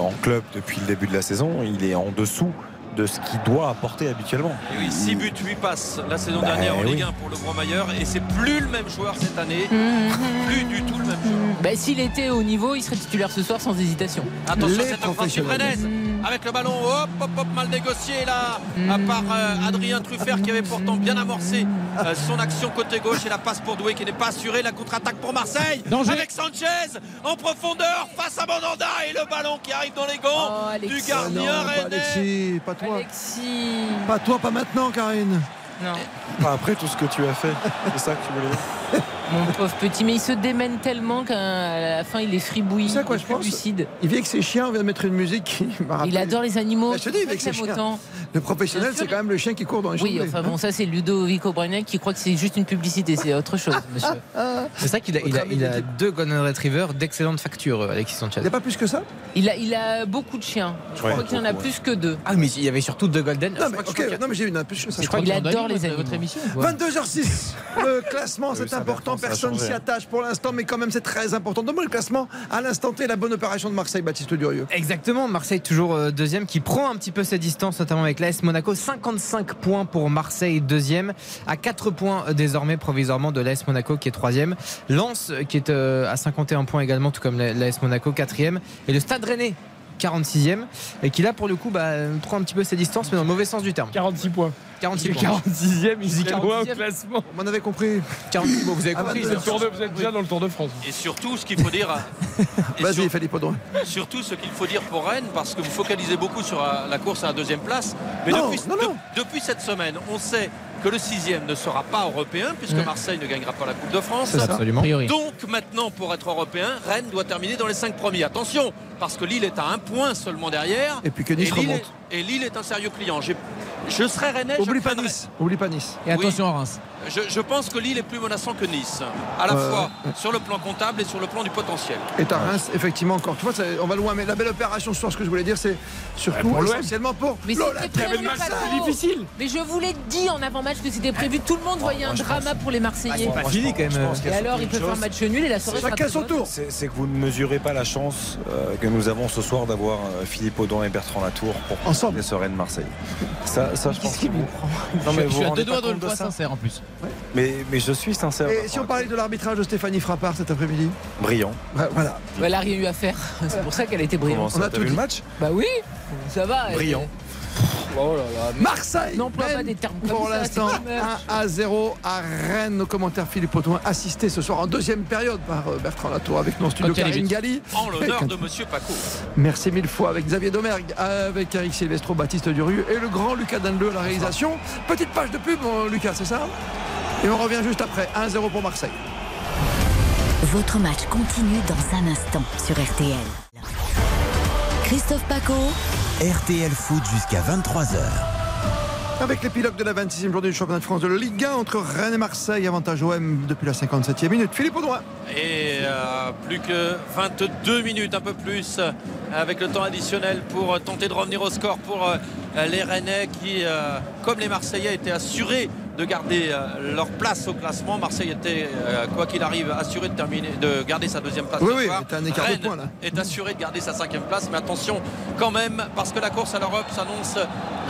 Speaker 9: en club depuis le début de la saison, il est en dessous de ce qu'il doit apporter habituellement.
Speaker 8: Et oui, 6 buts, 8 passes la saison
Speaker 9: Bah,
Speaker 8: dernière en
Speaker 9: oui.
Speaker 8: Ligue 1 pour le Grand Mailleur. Et c'est plus le même joueur cette année.
Speaker 4: Mhm.
Speaker 8: Plus du tout le même joueur.
Speaker 4: Mmh. Bah, S'il était au niveau, il serait titulaire ce soir sans hésitation.
Speaker 8: Attention, cette offensive rennaise avec le ballon hop hop hop mal négocié là à part euh, Adrien Truffert qui avait pourtant bien amorcé euh, son action côté gauche et la passe pour Doué qui n'est pas assurée la contre-attaque pour Marseille avec Sanchez en profondeur face à Mandanda et le ballon qui arrive dans les gants du gardien
Speaker 3: Ah non,
Speaker 8: rennais
Speaker 3: pas Alexis, pas toi. Pas toi, pas maintenant, Karine. Eh,
Speaker 9: Pas après tout ce que tu as fait, c'est ça que tu voulais dire
Speaker 4: Mon pauvre petit, mais il se démène tellement qu'à la fin il est fribouillis,
Speaker 3: Tu sais à quoi
Speaker 4: il est
Speaker 3: je
Speaker 4: plus
Speaker 3: pense
Speaker 4: lucide.
Speaker 3: Il vit avec ses chiens, on vient de mettre une musique qui [laughs] m'a rappelé-
Speaker 4: Il
Speaker 3: Bah,
Speaker 4: adore les animaux.
Speaker 3: Je te dis, il vit avec ses
Speaker 4: Il aime
Speaker 3: chiens.
Speaker 4: autant.
Speaker 3: Le professionnel, c'est quand même le chien qui court dans les
Speaker 4: Oui,
Speaker 3: champs.
Speaker 4: enfin bon, ça c'est Ludovico Bragnac qui croit que c'est juste une publicité, c'est autre chose, monsieur.
Speaker 10: C'est ça qu'il a, il a, il a deux Golden Retrievers d'excellente facture, euh, Alexis Sanchez. Il n'y a
Speaker 3: pas plus que ça
Speaker 4: Il a, il a beaucoup de chiens. Je
Speaker 10: Ouais,
Speaker 4: crois qu'il en a
Speaker 10: beaucoup,
Speaker 4: plus que deux.
Speaker 10: Ah, mais il y avait surtout deux Golden.
Speaker 3: Non, mais, ok, non, mais j'ai une un peu je sais
Speaker 4: Je crois
Speaker 3: pas.
Speaker 4: qu'il adore les animaux.
Speaker 9: [laughs]
Speaker 3: 22h06. Le classement, c'est
Speaker 9: ça,
Speaker 3: important.
Speaker 9: Bertrand, ça a
Speaker 3: Personne
Speaker 9: changé,
Speaker 3: s'y
Speaker 9: hein.
Speaker 3: attache pour l'instant, mais quand même, c'est très important. Donne-moi le classement à l'instant T, la bonne opération de Marseille, Baptiste Durieux.
Speaker 10: Exactement, Marseille toujours euh, deuxième qui prend un petit peu ses distances, notamment avec l'AS Monaco. 55 points pour Marseille deuxième, à 4 points euh, désormais provisoirement de l'AS Monaco qui est troisième. Lens euh, qui est euh, à 51 points également, tout comme la- l'AS Monaco quatrième. Et le Stade Rennais 46e et qui là pour le coup bah, prend un petit peu ses distances mais dans le mauvais sens du terme.
Speaker 11: 46 points.
Speaker 10: 46
Speaker 11: Le
Speaker 10: points.
Speaker 11: 46e, il dit
Speaker 10: Le
Speaker 11: Kawa au
Speaker 10: 46e.
Speaker 11: classement.
Speaker 3: On avait compris.
Speaker 10: 46 points, vous avez
Speaker 3: Ah,
Speaker 10: compris.
Speaker 3: bah,
Speaker 10: ça.
Speaker 3: le tour
Speaker 11: Vous êtes déjà dans le Tour de France.
Speaker 8: et surtout ce qu'il faut dire à- et
Speaker 3: Vas-y,
Speaker 8: sur-
Speaker 3: Philippe Audouin.
Speaker 8: surtout ce qu'il faut dire pour Rennes parce que vous focalisez beaucoup sur euh, la course à la deuxième place mais
Speaker 3: Non,
Speaker 8: depuis, de- depuis cette semaine on sait que le sixième ne sera pas européen puisque Marseille ne gagnera pas la Coupe de France
Speaker 10: C'est ça, absolument. A priori.
Speaker 8: donc maintenant pour être européen Rennes doit terminer dans les cinq premiers attention parce que Lille est à un point seulement derrière
Speaker 3: Et puis que Nice
Speaker 8: Lille
Speaker 3: remonte.
Speaker 8: est- et Lille est un sérieux client J'ai- je serais Rennais je
Speaker 3: Oublie pas
Speaker 8: craindrais-
Speaker 3: Nice. Oublie pas Nice.
Speaker 8: Et attention
Speaker 4: à Reims.
Speaker 8: je, je pense que Lille est plus menaçant que Nice à la
Speaker 3: Euh,
Speaker 8: fois sur le plan comptable et sur le plan du potentiel
Speaker 3: Et à Reims, effectivement, encore. Tu vois, ça- on va loin, mais la belle opération ce soir, ce que je voulais dire, c'est surtout
Speaker 8: Ouais, pour l'OM.
Speaker 3: essentiellement pour
Speaker 4: Mais c'était
Speaker 3: l'Olympique
Speaker 4: prévu,
Speaker 3: de Marseille.
Speaker 4: Paco. Mais je vous l'ai dit en avant-match que c'était prévu. Tout le monde voyait un drama pour les Marseillais.
Speaker 9: Moi, je pense- je pense qu'il y
Speaker 4: Et
Speaker 9: a
Speaker 4: alors,
Speaker 9: surtout
Speaker 4: ils
Speaker 9: une
Speaker 4: peuvent faire un
Speaker 9: chose,
Speaker 4: match nul et la soirée sera très bonne.
Speaker 9: C'est c'est que vous ne mesurez pas la chance euh, que nous avons ce soir d'avoir euh, Philippe Audon et Bertrand Latour pour ensemble les sereines Marseille. Ça, ça je pense. que vous- Non, mais
Speaker 23: je,
Speaker 9: vous
Speaker 23: je suis à
Speaker 9: rendez
Speaker 23: deux
Speaker 9: pas
Speaker 23: doigts
Speaker 9: compte
Speaker 23: de le
Speaker 9: de
Speaker 23: point
Speaker 9: ça.
Speaker 23: sincère en plus.
Speaker 9: Mais, mais je suis sincère. euh,
Speaker 3: Et si on parlait de l'arbitrage de Stéphanie Frappard cet après-midi
Speaker 9: Brillant.
Speaker 3: Ouais, Voilà.
Speaker 4: Bah, elle a rien eu à faire. C'est pour ça qu'elle était brillante.
Speaker 9: Comment ça, On a t'as tout vu dit. le match
Speaker 4: Bah oui, ça va. elle-
Speaker 9: Brillant.
Speaker 2: Oh là là, mais-
Speaker 3: Marseille
Speaker 2: N'emploie
Speaker 3: mène
Speaker 2: pas des termes comme
Speaker 3: Pour
Speaker 2: ça,
Speaker 3: l'instant,
Speaker 2: c'est dommage.
Speaker 3: 1 à 0 à Rennes. Nos commentaires Philippe Autouin, assisté ce soir en deuxième période par euh, Bertrand Latour avec nous en studio
Speaker 8: Ok, les
Speaker 3: Karine
Speaker 8: buts.
Speaker 3: Galli.
Speaker 8: En l'honneur
Speaker 3: Et-
Speaker 8: de Monsieur Paco.
Speaker 3: Merci mille fois avec Xavier Domergue, avec Eric Silvestro, Baptiste Duru et le grand Lucas Danleu à la réalisation. Petite page de pub, mon Lucas, c'est ça Et on revient juste après. 1-0 pour Marseille.
Speaker 13: Votre match continue dans un instant sur RTL. Christophe Paco,
Speaker 1: RTL Foot jusqu'à 23h.
Speaker 3: Avec l'épilogue de la 26e journée du championnat de France de Ligue 1 entre Rennes et Marseille, avantage OM depuis la 57e minute. Philippe Audouin.
Speaker 8: Et euh, plus que 22 minutes, un peu plus, euh, avec le temps additionnel pour euh, tenter de revenir au score pour euh, les Rennais qui, euh, comme les Marseillais, étaient assurés de garder euh, leur place au classement. Marseille était, euh, quoi qu'il arrive, assuré de, terminer, de garder sa deuxième place.
Speaker 3: Oui,
Speaker 8: ce
Speaker 3: oui,
Speaker 8: soir.
Speaker 3: mais t'as un écart de
Speaker 8: Rennes
Speaker 3: points, là.
Speaker 8: est assuré de garder sa cinquième place. Mais attention quand même, parce que la course à l'Europe s'annonce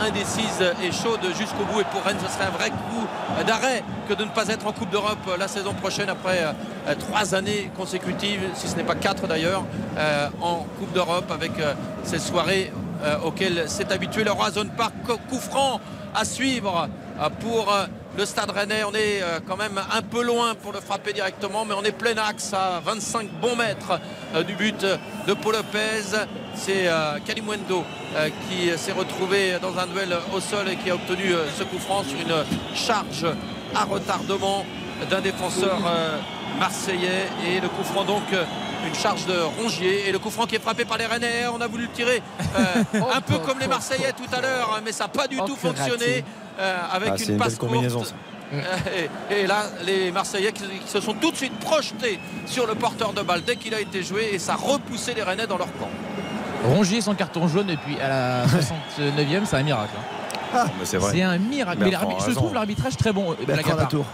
Speaker 8: indécise et chaude jusqu'au bout. Et pour Rennes, ce serait un vrai coup d'arrêt que de ne pas être en Coupe d'Europe la saison prochaine après euh, trois années consécutives, si ce n'est pas quatre d'ailleurs, euh, en Coupe d'Europe avec euh, ces soirées euh, auxquelles s'est habitué le Roi Zone Park. Co- Coup franc à suivre euh, pour euh, le stade rennais. On est euh, quand même un peu loin pour le frapper directement, mais on est plein axe à 25 bons mètres euh, du but euh, de Paul Lopez. C'est euh, Calimundo euh, qui s'est retrouvé dans un duel au sol et qui a obtenu euh, ce coup franc sur une charge à retardement d'un défenseur euh, marseillais et le coup franc donc euh, une charge de Rongier et le coup franc qui est frappé par les Rennais on a voulu le tirer euh,
Speaker 14: [laughs] Oh,
Speaker 8: un peu comme les Marseillais tout à l'heure hein, mais ça n'a pas du tout
Speaker 14: que raté.
Speaker 8: fonctionné euh, avec
Speaker 9: Ah,
Speaker 8: une,
Speaker 9: c'est une
Speaker 8: passe
Speaker 9: belle combinaison,
Speaker 8: courte.
Speaker 9: ça.
Speaker 8: Euh, [laughs] Et, et là, les Marseillais qui, qui se sont tout de suite projetés sur le porteur de balle dès qu'il a été joué et ça repoussait les Rennais dans leur camp.
Speaker 23: Rongier son carton jaune et puis à
Speaker 9: [laughs]
Speaker 23: la 69e, c'est un miracle. hein.
Speaker 9: Ah, c'est vrai.
Speaker 23: un miracle. Mais
Speaker 9: Bertrand a
Speaker 23: l'arbi- je
Speaker 9: raison.
Speaker 23: trouve l'arbitrage très bon. euh,
Speaker 9: Bertrand
Speaker 23: blague à part.
Speaker 9: Latour.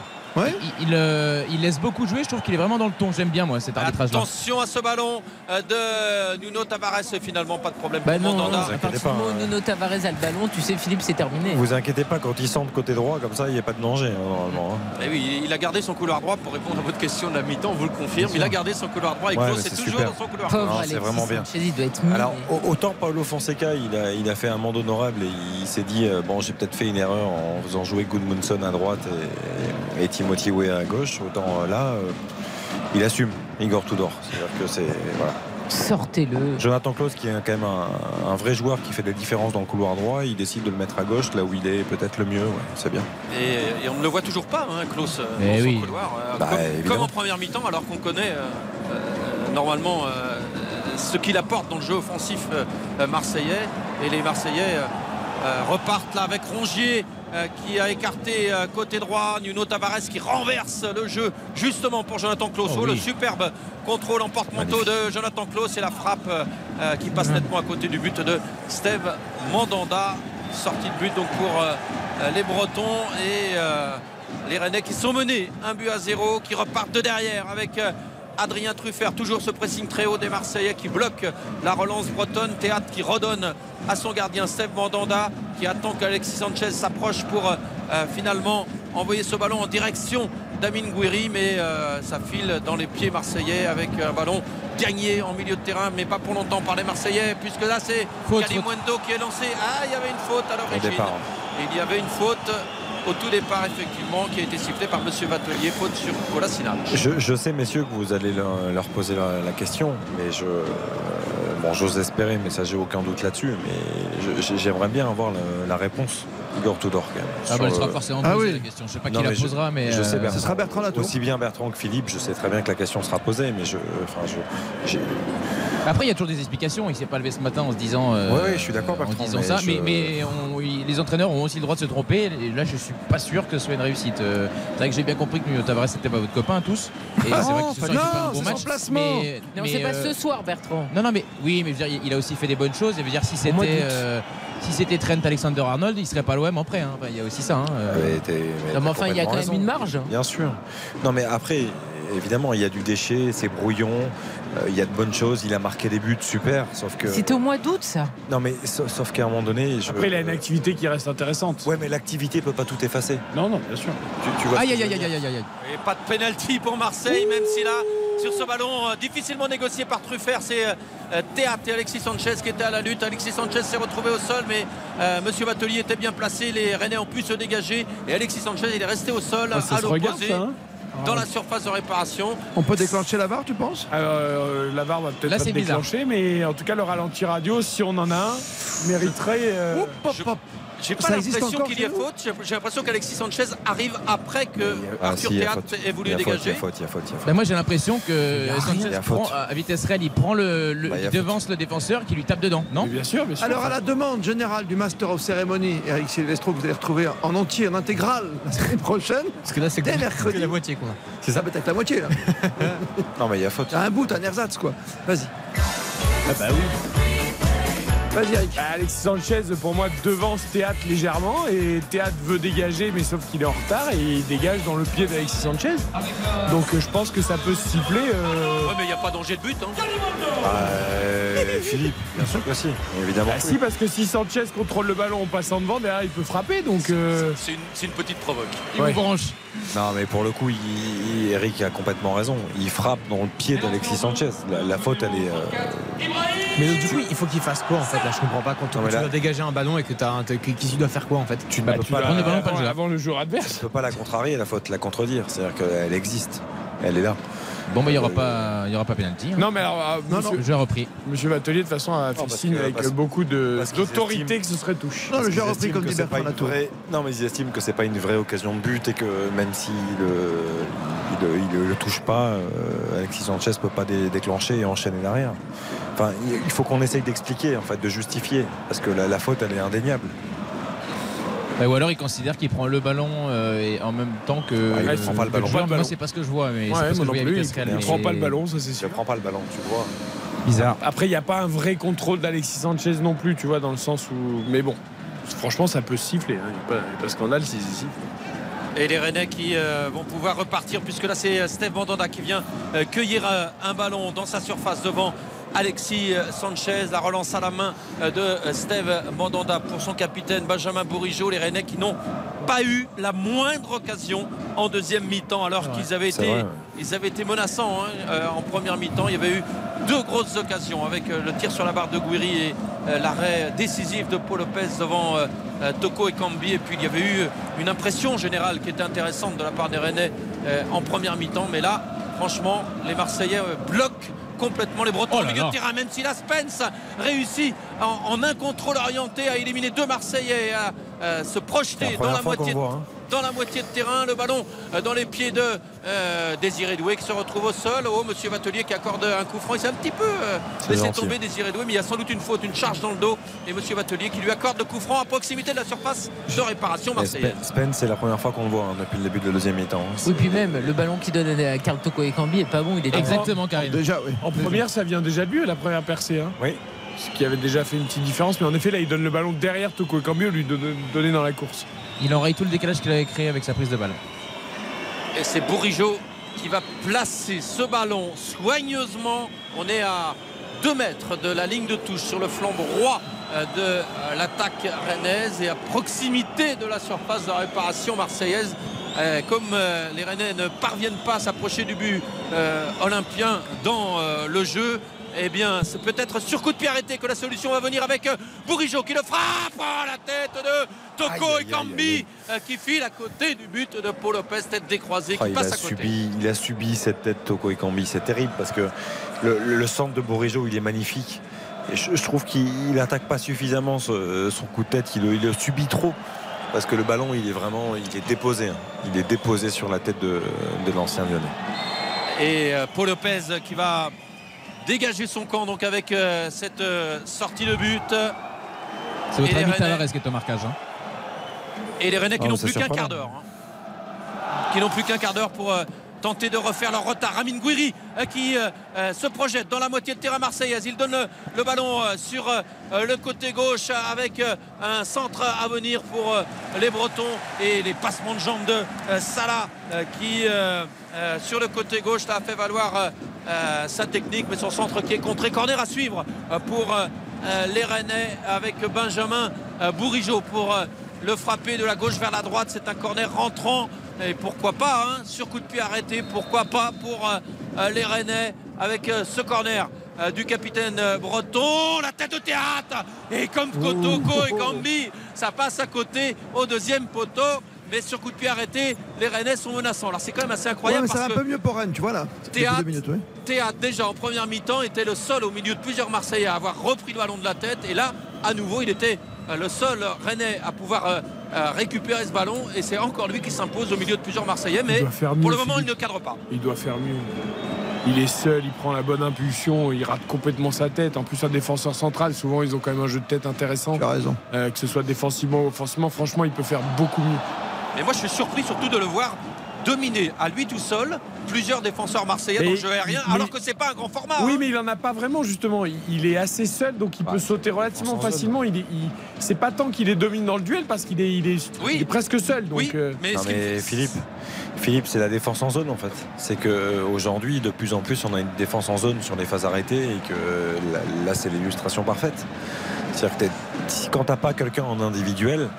Speaker 23: Il, il, euh, il laisse beaucoup jouer. Je trouve qu'il est vraiment dans le ton. J'aime bien moi cet arbitrage-là.
Speaker 8: Attention à ce ballon euh, de Nuno Tavares et finalement pas de problème
Speaker 23: Bah
Speaker 8: pour
Speaker 23: non,
Speaker 8: Mandanda.
Speaker 9: non, vous inquiétez pas, hein.
Speaker 4: Nuno Tavares a le ballon, tu sais, Philippe, c'est terminé.
Speaker 9: Vous inquiétez pas, quand ils sont de côté droit, comme ça, il n'y a pas de danger, hein, normalement. hein.
Speaker 8: Eh oui, il a gardé son couloir droit pour répondre à votre question de la mi-temps, on vous le confirme. Il a gardé son couloir droit et
Speaker 9: Ouais,
Speaker 8: Klose
Speaker 9: mais
Speaker 8: est
Speaker 9: c'est
Speaker 8: toujours
Speaker 9: super.
Speaker 8: dans son couloir
Speaker 9: Non,
Speaker 8: droit.
Speaker 9: c'est vraiment bien. Alors, au- autant Paulo Fonseca, il a, il a fait un mandat honorable et il s'est dit euh, bon, j'ai peut-être fait une erreur en faisant jouer Goodmanson à droite et, et Timothy Way à gauche. Autant euh, là, euh, il assume Igor Tudor. C'est-à-dire que c'est. Voilà.
Speaker 4: Sortez-le.
Speaker 9: Jonathan Klaus, qui est quand même un, un vrai joueur qui fait des différences dans le couloir droit, il décide de le mettre à gauche, là où il est peut-être le mieux. ouais, c'est bien.
Speaker 8: Et, et on ne le voit toujours pas, hein, Klose, euh,
Speaker 9: Eh
Speaker 8: dans
Speaker 9: oui.
Speaker 8: son couloir. euh,
Speaker 9: Bah,
Speaker 8: comme- comme,
Speaker 9: évidemment.
Speaker 8: en première mi-temps, alors qu'on connaît euh, euh, normalement euh, ce qu'il apporte dans le jeu offensif euh, euh, marseillais. Et les Marseillais euh, euh, repartent là avec Rongier. euh, qui a écarté euh, côté droit Nuno Tavares qui renverse le jeu justement pour Jonathan Closso.
Speaker 23: Oh oui.
Speaker 8: Le superbe contrôle en porte-manteau de Jonathan Clos et la frappe euh, euh, qui passe nettement à côté du but de Steve Mandanda. Sortie de but donc pour euh, euh, les Bretons et euh, les Rennais qui sont menés. Un but à zéro qui repartent de derrière avec. euh, Adrien Truffert, toujours ce pressing très haut des Marseillais qui bloque la relance bretonne. Théâtre qui redonne à son gardien Steve Mandanda qui attend qu'Alexis Sanchez s'approche pour euh, euh, finalement envoyer ce ballon en direction d'Amin Gouiri, mais euh, ça file dans les pieds marseillais avec un ballon gagné en milieu de terrain, mais pas pour longtemps par les Marseillais, puisque là c'est
Speaker 23: Faute,
Speaker 8: Calimundo qui est lancé. Ah, il y avait une faute à
Speaker 9: Au
Speaker 8: l'origine.
Speaker 9: départ.
Speaker 8: Il y avait une faute au tout départ, effectivement, qui a été sifflée par M. Vatelier, faute sur Kolasinac.
Speaker 9: Je, je sais, messieurs, que vous allez leur, leur poser la, la question, mais je. euh, Bon, j'ose espérer, mais ça, j'ai aucun doute là-dessus. Mais je- j'ai- j'aimerais bien avoir la, la réponse. Igor Tudor, quand même.
Speaker 23: Ah,
Speaker 9: sur
Speaker 23: bah, elle sera
Speaker 9: le-
Speaker 23: forcément posée, Ah oui. la question. Je sais pas qui la
Speaker 9: je-
Speaker 23: posera, mais,
Speaker 9: Je sais
Speaker 23: euh,
Speaker 9: Bertrand.
Speaker 23: Ce sera Bertrand Latour.
Speaker 9: Aussi bien Bertrand que Philippe, je sais très bien que la question sera posée, mais je. Enfin, je. j'ai-
Speaker 23: Après, il y a toujours des explications. Il s'est pas levé ce matin en se disant. euh,
Speaker 9: Ouais, ouais, je suis d'accord,
Speaker 23: En
Speaker 9: Bertrand,
Speaker 23: disant
Speaker 9: mais
Speaker 23: ça,
Speaker 9: je-
Speaker 23: mais, mais on- oui, les entraîneurs ont aussi le droit de se tromper. Et là, je suis pas sûr que ce soit une réussite. Euh, c'est vrai que j'ai bien compris que Nuno Tavares c'était pas votre copain tous. Et c'est vrai que ce soir, il a fait un Ah bon match, mais-
Speaker 4: non,
Speaker 23: mais,
Speaker 4: c'est pas
Speaker 23: euh,
Speaker 4: ce soir, Bertrand.
Speaker 23: Non, non, mais oui, mais je veux dire, il a aussi fait des bonnes choses. Et je veux dire, si
Speaker 4: Au mois
Speaker 23: c'était
Speaker 4: d'août.
Speaker 23: euh, si c'était Trent Alexander-Arnold, il serait pas à l'OM en prêt. hein. Enfin, il y a aussi ça. hein. Euh,
Speaker 9: Mais t'es- mais
Speaker 23: non, mais
Speaker 9: t'as
Speaker 23: enfin, il y
Speaker 9: complètement
Speaker 23: a quand même
Speaker 9: raison.
Speaker 23: une marge. hein.
Speaker 9: Bien sûr. Non, mais après, évidemment, il y a du déchet, c'est brouillon, euh, il y a de bonnes choses, il a marqué des buts, super. Sauf que.
Speaker 4: C'était au mois d'août, ça.
Speaker 9: Non, mais sauf, sauf qu'à un moment donné. Je...
Speaker 11: Après, il a une activité qui reste intéressante.
Speaker 9: Ouais, mais l'activité peut pas tout effacer.
Speaker 11: Non, non, bien sûr.
Speaker 9: Tu, tu vois ce
Speaker 23: Aïe,
Speaker 9: que
Speaker 23: aïe,
Speaker 9: je veux
Speaker 23: aïe,
Speaker 9: dire
Speaker 23: aïe, aïe, aïe.
Speaker 8: Et pas de pénalty pour Marseille, même si là, sur ce ballon euh, difficilement négocié par Truffert. C'est euh, Théâtre et Alexis Sanchez qui était à la lutte. Alexis Sanchez s'est retrouvé au sol, mais euh, Monsieur Batelier était bien placé. Les Rennais ont pu se dégager et Alexis Sanchez il est resté au sol
Speaker 3: Ah, ça
Speaker 8: à
Speaker 3: se regarde,
Speaker 8: l'opposé
Speaker 3: ça, hein
Speaker 8: dans la surface de réparation.
Speaker 3: On peut déclencher la barre, tu penses
Speaker 11: Euh, la barre va peut-être
Speaker 8: Là,
Speaker 11: pas
Speaker 8: c'est
Speaker 11: se
Speaker 8: bizarre.
Speaker 11: déclencher, mais en tout cas, le ralenti radio, si on en a un, mériterait. euh,
Speaker 8: J'ai pas
Speaker 11: Ça existe
Speaker 8: l'impression
Speaker 11: encore
Speaker 8: qu'il y ait
Speaker 11: chez nous
Speaker 8: faute. J'ai- J'ai l'impression qu'Alexis Sanchez arrive après que
Speaker 14: Ah,
Speaker 8: Arthur
Speaker 14: si, il y a
Speaker 8: Théâtre
Speaker 14: faute.
Speaker 8: ait
Speaker 14: Il y
Speaker 8: voulu
Speaker 14: a faute, il y a
Speaker 8: dégager.
Speaker 14: faute.
Speaker 23: Bah, moi j'ai l'impression que
Speaker 14: Il y a rien. Il y
Speaker 23: Sanchez
Speaker 14: a faute.
Speaker 23: prend, à vitesse réelle, il prend le, le-
Speaker 3: Bah, il y a
Speaker 23: il devance le défenseur qui lui tape dedans, non
Speaker 11: Bien sûr, bien
Speaker 3: Alors, à la demande générale du Master of Ceremony, Eric Silvestro, que vous allez retrouver en entier, en intégrale, la semaine prochaine. Parce
Speaker 10: que là, c'est
Speaker 3: dès
Speaker 10: que-
Speaker 3: mercredi.
Speaker 10: que la moitié, quoi.
Speaker 3: C'est ça, peut-être la moitié,
Speaker 10: [laughs]
Speaker 3: là.
Speaker 9: Non, mais il y a faute.
Speaker 3: T'as un bout, t'as un ersatz, quoi. Vas-y. Ah, bah oui. Vas-y, Eric.
Speaker 11: Bah, Alexis Sanchez, pour moi, devance Théâtre légèrement. Et Théâtre veut dégager, mais sauf qu'il est en retard et il dégage dans le pied d'Alexis Sanchez. Donc euh, je pense que ça peut se siffler. euh,
Speaker 8: Ouais, Ah, mais il n'y a pas danger de but. hein.
Speaker 9: Ah, Euh, Philippe, bien sûr que si, évidemment.
Speaker 23: Bah,
Speaker 11: Ah si, parce que si Sanchez contrôle le ballon en passant devant, derrière, il peut frapper. Donc. euh,
Speaker 8: C'est une, c'est une petite provoque.
Speaker 11: Ouais.
Speaker 9: Non, mais pour le coup, il- il- Eric a complètement raison. Il frappe dans le pied d'Alexis Sanchez. La, la faute, elle est. euh,
Speaker 10: Mais donc, du coup, il faut qu'il fasse quoi en fait Là, je comprends pas quand
Speaker 9: Non,
Speaker 10: tu
Speaker 9: mais là-
Speaker 10: dois dégager un ballon et que t'as un- t'as- qui qui doit faire quoi en fait Tu
Speaker 9: Bah, tu dois-
Speaker 11: avant, avant le joueur adverse.
Speaker 9: Tu ne peux pas la contrarier, la faute, la contredire. C'est-à-dire qu'elle existe. Elle est là. Euh,
Speaker 23: Bon, bah, il n'y aura, pas- il y aura pas pénalty. hein.
Speaker 11: Non, mais alors, euh,
Speaker 23: Non,
Speaker 11: monsieur-
Speaker 23: non. Je repris.
Speaker 11: Monsieur Batelier, de toute façon, a fait
Speaker 9: parce
Speaker 11: signe
Speaker 9: que-
Speaker 11: avec
Speaker 9: parce-
Speaker 11: beaucoup de-
Speaker 9: parce qu'ils
Speaker 11: d'autorité
Speaker 9: estiment-
Speaker 11: que ce serait touche.
Speaker 9: Parce qu'ils estiment que c'est pas une vraie- Non, mais ils estiment que c'est pas une vraie occasion de but et que même s'il ne le touche pas, euh, Alexis Sanchez peut pas dé- déclencher et enchaîner l'arrière. Enfin, il- il faut qu'on essaye d'expliquer, en fait, de justifier, parce que la, la faute, elle est indéniable.
Speaker 23: Bah, ou alors il considère qu'il prend le ballon euh, et en même temps que.
Speaker 9: Ah, il prend pas le ballon. Pas
Speaker 23: joueur.
Speaker 9: le
Speaker 23: Moi,
Speaker 9: ballon.
Speaker 23: c'est pas ce que je vois, mais
Speaker 9: Ouais,
Speaker 23: c'est pas ce
Speaker 9: moi
Speaker 23: que je
Speaker 9: non
Speaker 23: vois à
Speaker 9: plus,
Speaker 23: vitesse
Speaker 9: il
Speaker 23: réelle,
Speaker 9: prend-
Speaker 11: Il
Speaker 9: Mais-
Speaker 11: prend pas le ballon, ça c'est sûr.
Speaker 9: Il prend pas le ballon, tu vois.
Speaker 11: Bizarre. Après, il n'y a pas un vrai contrôle d'Alexis Sanchez non plus, tu vois, dans le sens où. Mais bon, franchement, ça peut siffler. hein. Il n'y a, pas- il y a pas scandale si si siffle.
Speaker 8: Et les Rennais qui euh, vont pouvoir repartir puisque là c'est euh, Steve Mandanda qui vient euh, cueillir euh, un ballon dans sa surface devant Alexis euh, Sanchez. La relance à la main euh, de euh, Steve Mandanda pour son capitaine Benjamin Bourigeau. Les Rennais qui n'ont pas eu la moindre occasion en deuxième mi-temps alors qu'ils avaient
Speaker 9: C'est
Speaker 8: été...
Speaker 9: vrai, ouais.
Speaker 8: Ils avaient été menaçants hein, euh, en première mi-temps. Il y avait eu deux grosses occasions avec euh, le tir sur la barre de Guiri et euh, l'arrêt décisif de Paul Lopez devant euh, euh, Toko et Cambi. Et puis il y avait eu une impression générale qui était intéressante de la part des Rennais euh, en première mi-temps. Mais là, franchement, les Marseillais euh, bloquent complètement les Bretons
Speaker 23: Oh
Speaker 8: au
Speaker 23: là
Speaker 8: milieu
Speaker 23: là.
Speaker 8: de terrain. Même si la Spence réussit en, en un contrôle orienté à éliminer deux Marseillais et à euh, se
Speaker 9: C'est
Speaker 8: projeter
Speaker 9: la
Speaker 8: dans
Speaker 9: première
Speaker 8: la
Speaker 9: fois qu'on
Speaker 8: moitié
Speaker 9: voit. hein.
Speaker 8: dans la moitié de terrain, le ballon euh, dans les pieds de euh, Désiré Doué qui se retrouve au sol. Oh, monsieur Batelier qui accorde un coup franc. Il s'est un petit peu euh,
Speaker 9: C'est
Speaker 8: laissé
Speaker 9: gentil.
Speaker 8: tomber Désiré Doué, mais il y a sans doute une faute, une charge dans le dos. Et monsieur Batelier qui lui accorde le coup franc à proximité de la surface de réparation
Speaker 9: Et Spen-
Speaker 8: marseillaise.
Speaker 9: Spen, c'est la première fois qu'on le voit hein, depuis le début de la deuxième mi-temps. hein.
Speaker 4: Oui, puis même, le ballon qui donne à Carl Toko et Cambi est pas bon, il est
Speaker 11: Exactement,
Speaker 4: Karim.
Speaker 3: Déjà, oui.
Speaker 11: En première, ça vient déjà de lui, la première percée. Hein.
Speaker 9: Ah Oui.
Speaker 11: Ce qui avait déjà fait une petite différence, mais en effet, là, il donne le ballon derrière Toko Ekambi au lieu de de- donner dans la course.
Speaker 23: Il enraye tout le décalage qu'il avait créé avec sa prise de balle.
Speaker 8: Et c'est Bourigeau qui va placer ce ballon soigneusement. On est à 2 mètres de la ligne de touche sur le flanc droit euh, de euh, l'attaque rennaise et à proximité de la surface de la réparation marseillaise. Euh, Comme euh, les Rennais ne parviennent pas à s'approcher du but euh, olympien dans euh, le jeu, eh bien, c'est peut-être sur coup de pied arrêté que la solution va venir avec euh, Bourigeau qui le frappe à la tête de Toko et Cambi euh, qui file à côté du but de Paul Lopez, tête décroisée
Speaker 9: Ah,
Speaker 8: qui
Speaker 9: il,
Speaker 8: passe
Speaker 9: a
Speaker 8: à côté.
Speaker 9: subi, il a subi cette tête Toko Ekambi, c'est terrible parce que le, le- le centre de Boréjo il est magnifique. Et je, je trouve qu'il n'attaque pas suffisamment ce- son coup de tête, il, le- il le subit trop. Parce que le ballon, il est vraiment, il est déposé. hein. Il est déposé sur la tête de, de l'ancien Lyonnais.
Speaker 8: Et euh, Paul Lopez euh, qui va dégager son camp donc avec euh, cette euh, sortie de but.
Speaker 23: C'est
Speaker 8: Et
Speaker 23: votre
Speaker 8: les
Speaker 23: ami
Speaker 8: Rennais-
Speaker 23: Tavares qui est au marquage. hein.
Speaker 8: Et les Rennais qui
Speaker 23: Ah,
Speaker 8: n'ont
Speaker 23: ça
Speaker 8: plus qu'un
Speaker 23: surprend.
Speaker 8: quart d'heure. hein. Qui n'ont plus qu'un quart d'heure pour euh, tenter de refaire leur retard. Ramin Guiri euh, qui euh, euh, se projette dans la moitié de terrain marseillaise. Il donne le, le ballon euh, sur euh, euh, le côté gauche euh, avec euh, un centre à venir pour euh, les Bretons et les passements de jambes de euh, Salah euh, qui euh, euh, sur le côté gauche là, a fait valoir euh, euh, sa technique mais son centre qui est contré. Corner à suivre euh, pour euh, euh, les Rennais avec Benjamin euh, Bourigeau pour euh, le frapper de la gauche vers la droite. C'est un corner rentrant Et pourquoi pas, hein, sur coup de pied arrêté, pourquoi pas pour euh, euh, les Rennais avec euh, ce corner euh, du capitaine euh, Breton. La tête au théâtre Et comme Kotoko et Gambi, ça passe à côté au deuxième poteau. Mais sur coup de pied arrêté, les Rennais sont menaçants. Alors c'est quand même assez
Speaker 3: Ouais,
Speaker 8: incroyable
Speaker 3: mais ça va
Speaker 8: parce
Speaker 3: un
Speaker 8: que
Speaker 3: peu mieux pour Rennes, tu vois là. Depuis
Speaker 8: Théâtre.
Speaker 3: deux minutes, oui.
Speaker 8: Théâtre, déjà en première mi-temps, était le seul au milieu de plusieurs Marseillais à avoir repris le ballon de la tête. Et là, à nouveau, il était euh, le seul Rennais à pouvoir euh, euh, récupérer ce ballon. Et c'est encore lui qui s'impose au milieu de plusieurs Marseillais. Mais
Speaker 11: doit faire
Speaker 8: pour
Speaker 11: mieux,
Speaker 8: le moment, il
Speaker 11: Philippe.
Speaker 8: ne cadre pas.
Speaker 11: Il doit faire mieux. Il est seul, il prend la bonne impulsion, il rate complètement sa tête. En plus, un défenseur central, souvent, ils ont quand même un jeu de tête intéressant. Euh,
Speaker 3: raison.
Speaker 11: que ce soit défensivement ou offensivement, franchement, il peut faire beaucoup mieux.
Speaker 8: Mais moi, je suis surpris surtout de le voir dominer à lui tout seul plusieurs défenseurs marseillais
Speaker 11: Mais-
Speaker 8: dans le jeu aérien,
Speaker 11: mais-
Speaker 8: alors que c'est pas un grand format.
Speaker 11: Oui, mais il en a pas vraiment, justement. Il, il est assez seul, donc
Speaker 9: Bah,
Speaker 11: il peut sauter relativement
Speaker 8: défenseur
Speaker 11: facilement. Il est- il- c'est pas tant qu'il est domine dans le duel, parce qu'il est, il est- il est presque seul. Donc, euh,
Speaker 9: Non, mais Philippe, Philippe, c'est la défense en zone en fait. C'est que euh, aujourd'hui, de plus en plus, on a une défense en zone sur les phases arrêtées et que euh, là, là, c'est l'illustration parfaite. C'est-à-dire que t'es- si- quand t'as pas quelqu'un en individuel,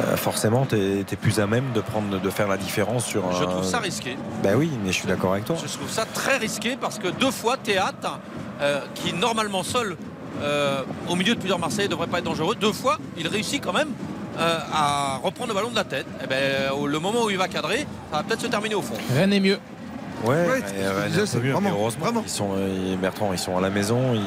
Speaker 9: euh, forcément, t'es es plus à même de prendre, de faire la différence sur.
Speaker 8: Je
Speaker 9: un-
Speaker 8: trouve ça risqué.
Speaker 9: Ben oui, mais je suis d'accord avec toi.
Speaker 8: Je trouve ça très risqué parce que deux fois Théâtre, euh, qui normalement seul euh, au milieu de plusieurs Marseillais devrait pas être dangereux, deux fois il réussit quand même euh, à reprendre le ballon de la tête. Et ben, au- le moment où il va cadrer, ça va peut-être se terminer au fond.
Speaker 23: Rien n'est mieux.
Speaker 9: Ouais,
Speaker 8: Ouais,
Speaker 9: mais,
Speaker 8: c'est ce que
Speaker 9: euh,
Speaker 8: je
Speaker 9: ouais,
Speaker 8: disais,
Speaker 9: un peu
Speaker 8: c'est
Speaker 9: mieux, mais
Speaker 8: vraiment,
Speaker 9: heureusement, ils sont, euh, Bertrand, ils sont à la maison. Ils,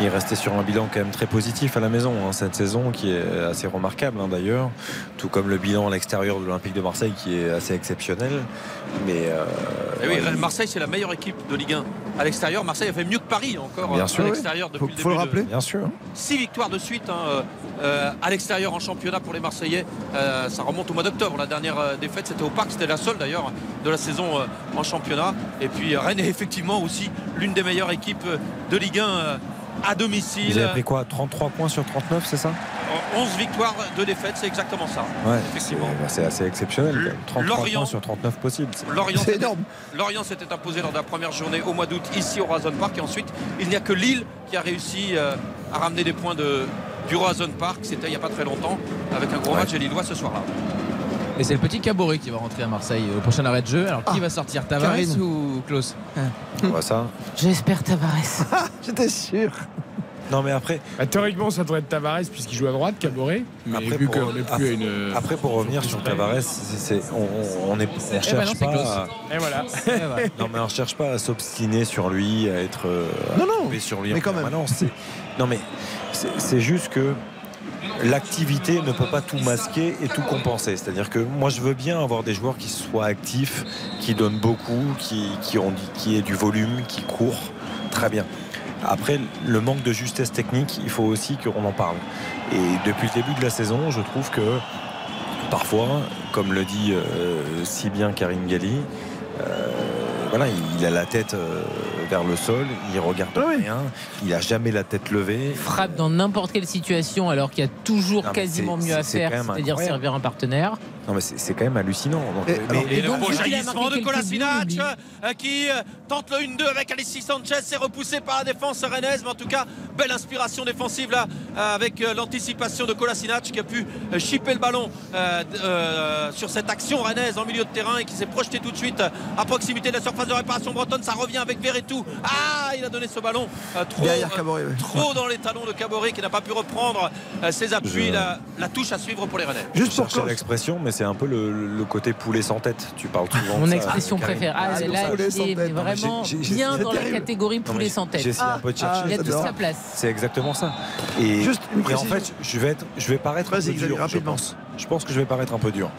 Speaker 9: ils restaient sur un bilan quand même très positif à la maison hein, cette saison, qui est assez remarquable hein, d'ailleurs. Tout comme le bilan à l'extérieur de l'Olympique de Marseille, qui est assez exceptionnel. Mais euh,
Speaker 8: Et Eh oui,
Speaker 9: ouais,
Speaker 8: Marseille c'est la meilleure équipe de Ligue 1 à l'extérieur. Marseille a fait mieux que Paris encore
Speaker 9: Bien
Speaker 8: euh,
Speaker 9: sûr,
Speaker 8: à
Speaker 9: oui.
Speaker 8: l'extérieur depuis le début de-
Speaker 9: Bien sûr.
Speaker 8: 6 victoires de suite hein, euh, euh, à l'extérieur en championnat pour les Marseillais. Euh, ça remonte au mois d'octobre. La dernière euh, défaite, c'était au Parc. C'était la seule d'ailleurs de la saison euh, en championnat. Et puis euh, Rennes est effectivement aussi l'une des meilleures équipes euh, de Ligue 1 euh, à
Speaker 9: Ils
Speaker 8: domicile.
Speaker 9: avaient pris quoi 33 points sur 39, c'est ça
Speaker 8: Euh, 11 victoires de défaite, c'est exactement ça.
Speaker 9: Ouais, c'est bah, c'est assez exceptionnel. quand même. 33
Speaker 8: Lorient.
Speaker 9: points sur 39 possibles.
Speaker 8: Lorient s'était- Lorient s'était imposé lors de la première journée au mois d'août ici au Horizon Park et ensuite il n'y a que Lille qui a réussi euh, à ramener des points de, du Horizon Park. C'était il n'y a pas très longtemps avec un gros match et Lillois ce soir-là.
Speaker 23: Et c'est le petit Caboret qui va rentrer à Marseille au prochain arrêt de jeu. Alors
Speaker 3: Ah.
Speaker 23: qui va sortir Tavares
Speaker 4: Karine.
Speaker 23: ou Klaus
Speaker 9: Ouais, ça. Ah,
Speaker 4: J'espère
Speaker 9: [laughs]
Speaker 4: Tavares.
Speaker 3: J'étais sûr.
Speaker 9: Non, mais après.
Speaker 11: Bah, théoriquement, ça devrait être Tavares, puisqu'il joue à droite, Caboret. Mais
Speaker 9: Après,
Speaker 11: vu
Speaker 9: pour-
Speaker 11: qu'on n'est plus
Speaker 9: après-
Speaker 11: à une. euh,
Speaker 9: Après, pour revenir sur Tavares, c'est- c'est- on, on, on est- on cherche
Speaker 11: ben non, c'est
Speaker 9: pas.
Speaker 11: Et voilà.
Speaker 9: à- [laughs] non, mais on cherche pas à s'obstiner sur lui, à être. euh, à
Speaker 3: Non, non,
Speaker 9: tomber sur lui
Speaker 3: mais
Speaker 9: en
Speaker 3: quand même.
Speaker 9: permanence. C'est- Non, mais c'est c'est juste que l'activité ne peut pas tout masquer et tout compenser. C'est-à-dire que moi, je veux bien avoir des joueurs qui soient actifs, qui donnent beaucoup, qui, qui, ont, qui aient du volume, qui courent. Très bien. Après, le manque de justesse technique, il faut aussi qu'on en parle. Et depuis le début de la saison, je trouve que parfois, comme le dit euh, si bien Karine Galli, euh, voilà, il, il a la tête euh, vers le sol, il regarde
Speaker 4: Ah
Speaker 9: rien, il a jamais la tête levée.
Speaker 4: Frappe dans n'importe quelle situation alors qu'il y a toujours
Speaker 9: Non, mais
Speaker 4: quasiment
Speaker 9: c'est-
Speaker 4: mieux à
Speaker 9: c'est
Speaker 4: faire,
Speaker 9: quand même
Speaker 4: c'est-à-dire
Speaker 9: incroyable.
Speaker 4: servir un partenaire.
Speaker 9: Non mais c'est c'est quand même hallucinant. Donc, euh,
Speaker 4: Et-
Speaker 9: mais-
Speaker 4: alors,
Speaker 8: Et,
Speaker 4: Et
Speaker 8: le
Speaker 4: donc,
Speaker 8: beau
Speaker 4: vu qu'il a
Speaker 8: jaillissement
Speaker 4: marqué
Speaker 8: de
Speaker 4: quelques
Speaker 8: Kolasinac
Speaker 4: buts,
Speaker 8: euh, qui euh, tente le 1-2 avec Alexis Sanchez. C'est repoussé par la défense rennaise. Mais en tout cas, belle inspiration défensive là euh, avec euh, l'anticipation de Kolasinac qui a pu euh, chipper le ballon euh, d- euh, sur cette action rennaise en milieu de terrain et qui s'est projeté tout de suite euh, à proximité de la surface de réparation bretonne. Ça revient avec Verretou. Ah, il a donné ce ballon euh, trop,
Speaker 3: Derrière
Speaker 8: euh,
Speaker 3: Caboret, ouais.
Speaker 8: trop dans les talons de Caboret qui n'a pas pu reprendre euh, ses appuis. La, la touche à suivre pour les Rennais.
Speaker 9: je cherchais l'expression, mais c'est un peu le, le côté poulet sans tête. Tu parles souvent.
Speaker 4: Mon
Speaker 9: de ça,
Speaker 4: expression
Speaker 9: Karine.
Speaker 4: préférée. Ah, elle est là,
Speaker 9: Poulet
Speaker 4: il
Speaker 9: sans
Speaker 4: est
Speaker 9: tête. Non, mais
Speaker 4: vraiment
Speaker 9: j'ai- j'ai-
Speaker 4: bien
Speaker 9: j'ai-
Speaker 4: dans la
Speaker 9: terrible.
Speaker 4: catégorie
Speaker 9: Non, mais
Speaker 4: poulet sans tête.
Speaker 9: J'ai essayé un peu de chercher.
Speaker 4: Ah, Il y a
Speaker 9: ça
Speaker 4: toute
Speaker 9: dehors.
Speaker 4: sa place.
Speaker 9: C'est exactement ça. Et,
Speaker 4: Juste une
Speaker 9: et en
Speaker 4: précision.
Speaker 9: fait, je vais être, je vais paraître un peu
Speaker 3: Vas-y, Xavier,
Speaker 9: dur. Je
Speaker 3: rapidement.
Speaker 9: pense. je pense que je vais paraître un peu dur.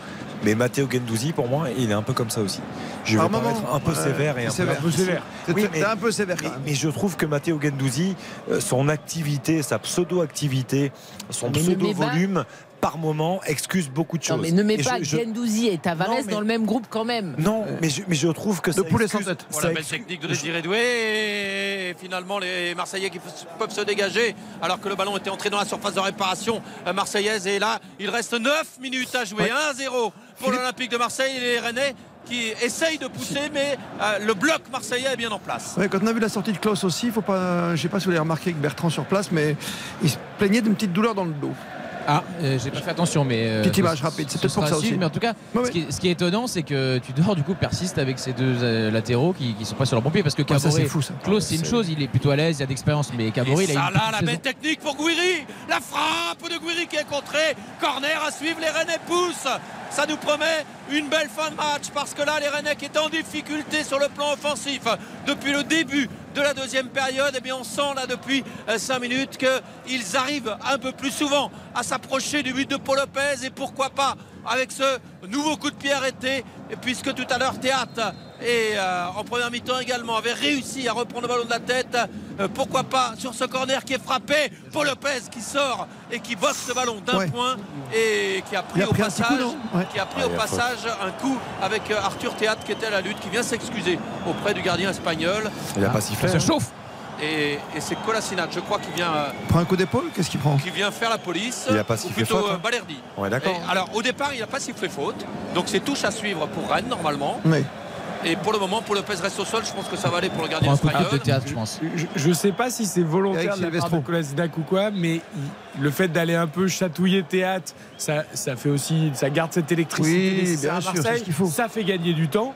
Speaker 9: Mais Matteo Gendouzi, pour moi, il est un peu comme ça aussi. Je vais
Speaker 3: Par
Speaker 9: paraître
Speaker 3: moment,
Speaker 9: un peu
Speaker 3: ouais,
Speaker 9: sévère et un peu,
Speaker 3: sévère. Un peu sévère. T'es-
Speaker 9: Oui,
Speaker 3: t'es
Speaker 9: mais-
Speaker 3: un peu sévère, quand
Speaker 9: Mais, mais je trouve que Matteo Gendouzi, euh, son activité, sa pseudo-activité, son
Speaker 4: Mais ne mets pas-
Speaker 9: pseudo-volume, par moment, excuse beaucoup de choses.
Speaker 4: Non, mais ne mets
Speaker 9: Et
Speaker 4: pas
Speaker 9: je- je-
Speaker 4: Gendouzi et Tavares
Speaker 9: Non, mais-
Speaker 4: dans le même groupe quand même.
Speaker 9: Non, mais je, mais je trouve que ça excuse-
Speaker 8: Pour
Speaker 9: ça
Speaker 8: la belle technique de Désiré Doué. Et finalement, les Marseillais qui f- peuvent se dégager alors que le ballon était entré dans la surface de réparation euh, marseillaise. Et là, il reste 9 minutes à jouer. 1-0 pour l'Olympique de Marseille. Et les Rennais qui essayent de pousser, mais euh, le bloc marseillais est bien en place.
Speaker 3: Ouais, quand on a vu la sortie de Klaus aussi, faut pas, je sais pas si vous l'avez remarqué avec Bertrand sur place, mais il se plaignait d'une petite douleur dans le dos.
Speaker 23: Ah, euh, j'ai pas fait attention, mais. euh,
Speaker 3: Petite image
Speaker 23: ce-
Speaker 3: rapide, c'est
Speaker 23: ce
Speaker 3: peut-être pour
Speaker 23: sera
Speaker 3: ça
Speaker 23: à suivre,
Speaker 3: aussi.
Speaker 23: Mais en tout cas,
Speaker 3: Ouais,
Speaker 23: ce, qui est, ce qui est étonnant, c'est que Tudor, du coup, persiste avec ces deux euh, latéraux qui, qui sont pas sur leur bon pied. Parce que
Speaker 3: Ouais, ça,
Speaker 23: Caboret,
Speaker 3: c'est fou, ça.
Speaker 23: Klose, c'est une chose, il est plutôt à l'aise, il a d'expérience, mais Caboret,
Speaker 8: Et
Speaker 23: il a
Speaker 8: ça
Speaker 23: une
Speaker 8: là,
Speaker 23: petite
Speaker 8: la
Speaker 23: saison.
Speaker 8: belle technique pour Guiri. La frappe de Guiri qui est contrée. Corner à suivre. Les Rennais poussent. Ça nous promet une belle fin de match parce que là, les Rennais qui étaient en difficulté sur le plan offensif depuis le début de la deuxième période, eh bien on sent là depuis 5 minutes qu'ils arrivent un peu plus souvent à s'approcher du but de Paul Lopez et pourquoi pas avec ce nouveau coup de pied arrêté puisque tout à l'heure Théâtre et euh, en première mi-temps également avait réussi à reprendre le ballon de la tête Euh, pourquoi pas sur ce corner qui est frappé Paul Lopez qui sort et qui bosse ce ballon d'un
Speaker 3: Ouais.
Speaker 8: point et qui a pris
Speaker 3: Il a
Speaker 8: au
Speaker 3: pris un petit
Speaker 8: passage
Speaker 3: coup, non Ouais.
Speaker 8: qui a pris
Speaker 3: Ah,
Speaker 8: au
Speaker 3: il a faute.
Speaker 8: passage un coup avec euh, Arthur Théâtre qui était à la lutte qui vient s'excuser auprès du gardien espagnol
Speaker 9: Il a pas sifflé.
Speaker 8: Ça
Speaker 9: hein.
Speaker 8: chauffe. et, et c'est Colasinac je crois qui vient euh,
Speaker 3: Prend un coup d'épaule, qu'est-ce qu'il prend
Speaker 8: qui vient faire la police.
Speaker 9: Il a pas
Speaker 8: ou
Speaker 9: sifflé
Speaker 8: plutôt
Speaker 9: faute,
Speaker 8: euh,
Speaker 9: hein.
Speaker 8: Balerdi.
Speaker 9: Ouais, d'accord.
Speaker 8: Et Alors au départ, il n'a pas sifflé faute. Donc c'est touche à suivre pour Rennes normalement.
Speaker 3: Oui.
Speaker 8: Et pour le moment, pour Lopez reste au sol. Je pense que ça va aller pour le gardien
Speaker 23: Un coup de
Speaker 8: espagnol.
Speaker 23: tête de théâtre, je pense.
Speaker 11: Je- Je sais pas si c'est volontaire de la part de Kolasinac ou quoi, mais il- le fait d'aller un peu chatouiller théâtre, ça, ça fait aussi, ça garde cette électricité
Speaker 3: Oui,
Speaker 11: nécessaire
Speaker 3: bien
Speaker 11: à
Speaker 3: sûr,
Speaker 11: Marseille.
Speaker 3: c'est ce qu'il faut. Hmm.
Speaker 11: Ça fait gagner du
Speaker 3: [laughs]
Speaker 11: temps.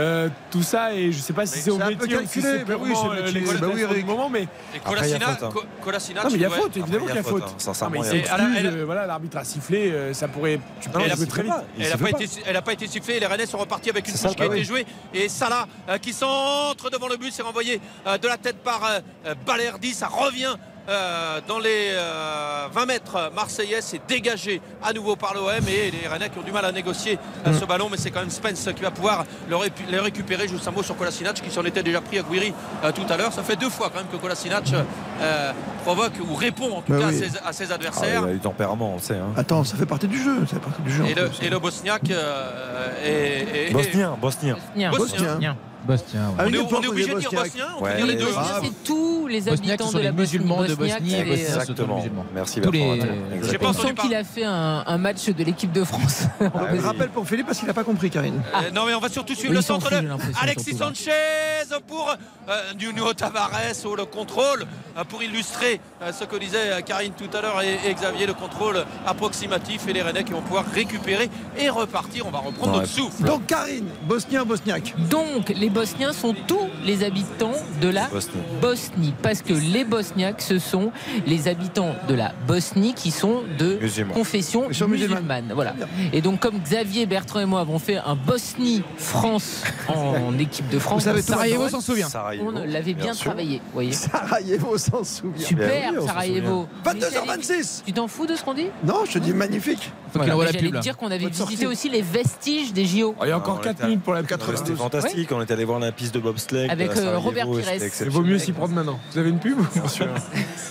Speaker 11: Euh, tout ça et je sais pas si
Speaker 3: Mais
Speaker 11: c'est au
Speaker 3: c'est un peu
Speaker 11: métier ou si
Speaker 3: calculé,
Speaker 11: c'est
Speaker 3: mais oui,
Speaker 11: purement,
Speaker 3: c'est le
Speaker 11: euh,
Speaker 3: métier.
Speaker 11: l'excitation
Speaker 3: Bah oui,
Speaker 11: du
Speaker 3: Eric.
Speaker 11: moment, mais
Speaker 8: Et
Speaker 9: Après, il y a
Speaker 8: Colasina,
Speaker 9: faute, hein.
Speaker 8: Co- Colasina,
Speaker 11: non, mais il y a
Speaker 8: tu vois.
Speaker 11: faute, évidemment qu'il y a faute.
Speaker 9: hein. Sincèrement,
Speaker 11: Non, mais
Speaker 9: il y a
Speaker 11: c'est
Speaker 9: faute.
Speaker 8: Alors,
Speaker 11: exclu,
Speaker 8: elle-
Speaker 11: euh, voilà, l'arbitre a sifflé, euh, ça pourrait.
Speaker 9: Ah
Speaker 11: Tu peux
Speaker 8: Elle a-
Speaker 11: jouer très vite.
Speaker 8: Elle n'a pas, été- elle a pas été sifflée. et Les Rennais sont repartis avec une touche
Speaker 9: bah
Speaker 8: qui a été jouée. Et Salah euh, qui centre devant le but, c'est renvoyé euh, de la tête par euh, euh, Balerdi. Ça revient euh, dans les euh, 20 mètres marseillais. C'est dégagé à nouveau par l'OM. Et les Rennais qui ont du mal à négocier euh,
Speaker 9: Mm.
Speaker 8: ce ballon. Mais c'est quand même Spence qui va pouvoir le, ré- le récupérer. Juste un mot sur Kolasinac qui s'en était déjà pris à Guiri euh, tout à l'heure. Ça fait deux fois quand même que Kolasinac euh, provoque ou répond en tout
Speaker 3: Bah
Speaker 9: Mais
Speaker 8: cas
Speaker 9: Bah oui.
Speaker 8: à ses- à ses
Speaker 9: Ah,
Speaker 8: adversaires.
Speaker 9: il a du tempérament, on le sait. hein.
Speaker 3: Attends, ça fait partie du jeu, ça fait partie du jeu.
Speaker 8: Et le, et le Bosniaque euh, est, est-
Speaker 9: Bosnien, Bosnien.
Speaker 8: Bosnien. Bosnien.
Speaker 23: Bosnien, ouais.
Speaker 3: Ah,
Speaker 8: On est- on est obligé de dire Bosnien, on peut
Speaker 9: Ouais.
Speaker 8: dire les
Speaker 9: Oui,
Speaker 8: deux.
Speaker 9: oui,
Speaker 8: Ah,
Speaker 9: oui.
Speaker 4: C'est tous les
Speaker 23: Bosniaques
Speaker 4: habitants
Speaker 23: sont
Speaker 4: de la
Speaker 23: les
Speaker 4: Bosnie,
Speaker 23: musulmans de
Speaker 4: Bosniaques
Speaker 23: Bosnie et
Speaker 4: et, euh,
Speaker 9: Exactement. Merci
Speaker 23: Tous
Speaker 9: Bertrand.
Speaker 23: les-
Speaker 9: Ratel.
Speaker 23: J'ai
Speaker 9: Exactement.
Speaker 4: On sent qu'il a fait un, un match de l'équipe de
Speaker 23: [laughs]
Speaker 4: France.
Speaker 3: Ah, oui. Rappel pour Philippe parce qu'il n'a pas compris, Karine.
Speaker 8: Euh, non mais on va surtout suivre
Speaker 4: Oui,
Speaker 8: le
Speaker 4: ils s'en
Speaker 8: centre
Speaker 4: foutent,
Speaker 8: de
Speaker 4: j'ai l'impression,
Speaker 8: Alexis
Speaker 4: surtout, là.
Speaker 8: Sanchez pour euh, Nuno Tavares au le contrôle euh, pour illustrer euh, ce que disait euh, Karine tout à l'heure et, et Xavier le contrôle approximatif et les Rennais qui vont pouvoir récupérer et repartir on va reprendre notre souffle
Speaker 3: Donc Karine, Bosnien, Bosniaque.
Speaker 4: Donc, les Bosniens sont tous les habitants de la
Speaker 9: Bosnie.
Speaker 4: Bosnie. Parce que les Bosniaques, ce sont les habitants de la Bosnie qui sont de
Speaker 9: Musulmans.
Speaker 4: confession
Speaker 3: Ils sont Ah bah,
Speaker 4: musulmane.
Speaker 3: musulmanes.
Speaker 4: Voilà. Et donc, comme Xavier, Bertrand et moi avons fait un
Speaker 3: [laughs]
Speaker 4: Bosnie-France en équipe de France,
Speaker 3: Vous savez tout,
Speaker 4: Sarajevo
Speaker 3: maintenant.
Speaker 4: s'en souvient.
Speaker 9: Sarajevo,
Speaker 4: On l'avait bien,
Speaker 9: bien sûr.
Speaker 4: travaillé. Voyez.
Speaker 3: Sarajevo Eh s'en souvient.
Speaker 4: Super, Sarajevo.
Speaker 3: 22h26
Speaker 4: Tu t'en fous de ce qu'on dit
Speaker 3: Non, je te dis magnifique.
Speaker 23: Faut qu'il envoie la
Speaker 4: J'allais
Speaker 23: pub.
Speaker 4: te
Speaker 23: là.
Speaker 4: dire qu'on avait
Speaker 3: Bonne
Speaker 4: visité
Speaker 3: sortie.
Speaker 4: aussi les vestiges des JO.
Speaker 11: Ah, Il y a encore
Speaker 9: Ah, on
Speaker 11: 4
Speaker 9: était à-
Speaker 11: minutes pour la
Speaker 9: Ouais, C'était
Speaker 11: 92.
Speaker 9: fantastique, on est allé voir la piste de bobsleigh.
Speaker 4: Avec,
Speaker 9: à
Speaker 4: euh,
Speaker 9: Sarajevo,
Speaker 4: Robert
Speaker 9: c'était
Speaker 4: Pires.
Speaker 11: Il
Speaker 9: exceptionnel.
Speaker 11: vaut mieux s'y prendre maintenant. Vous avez une pub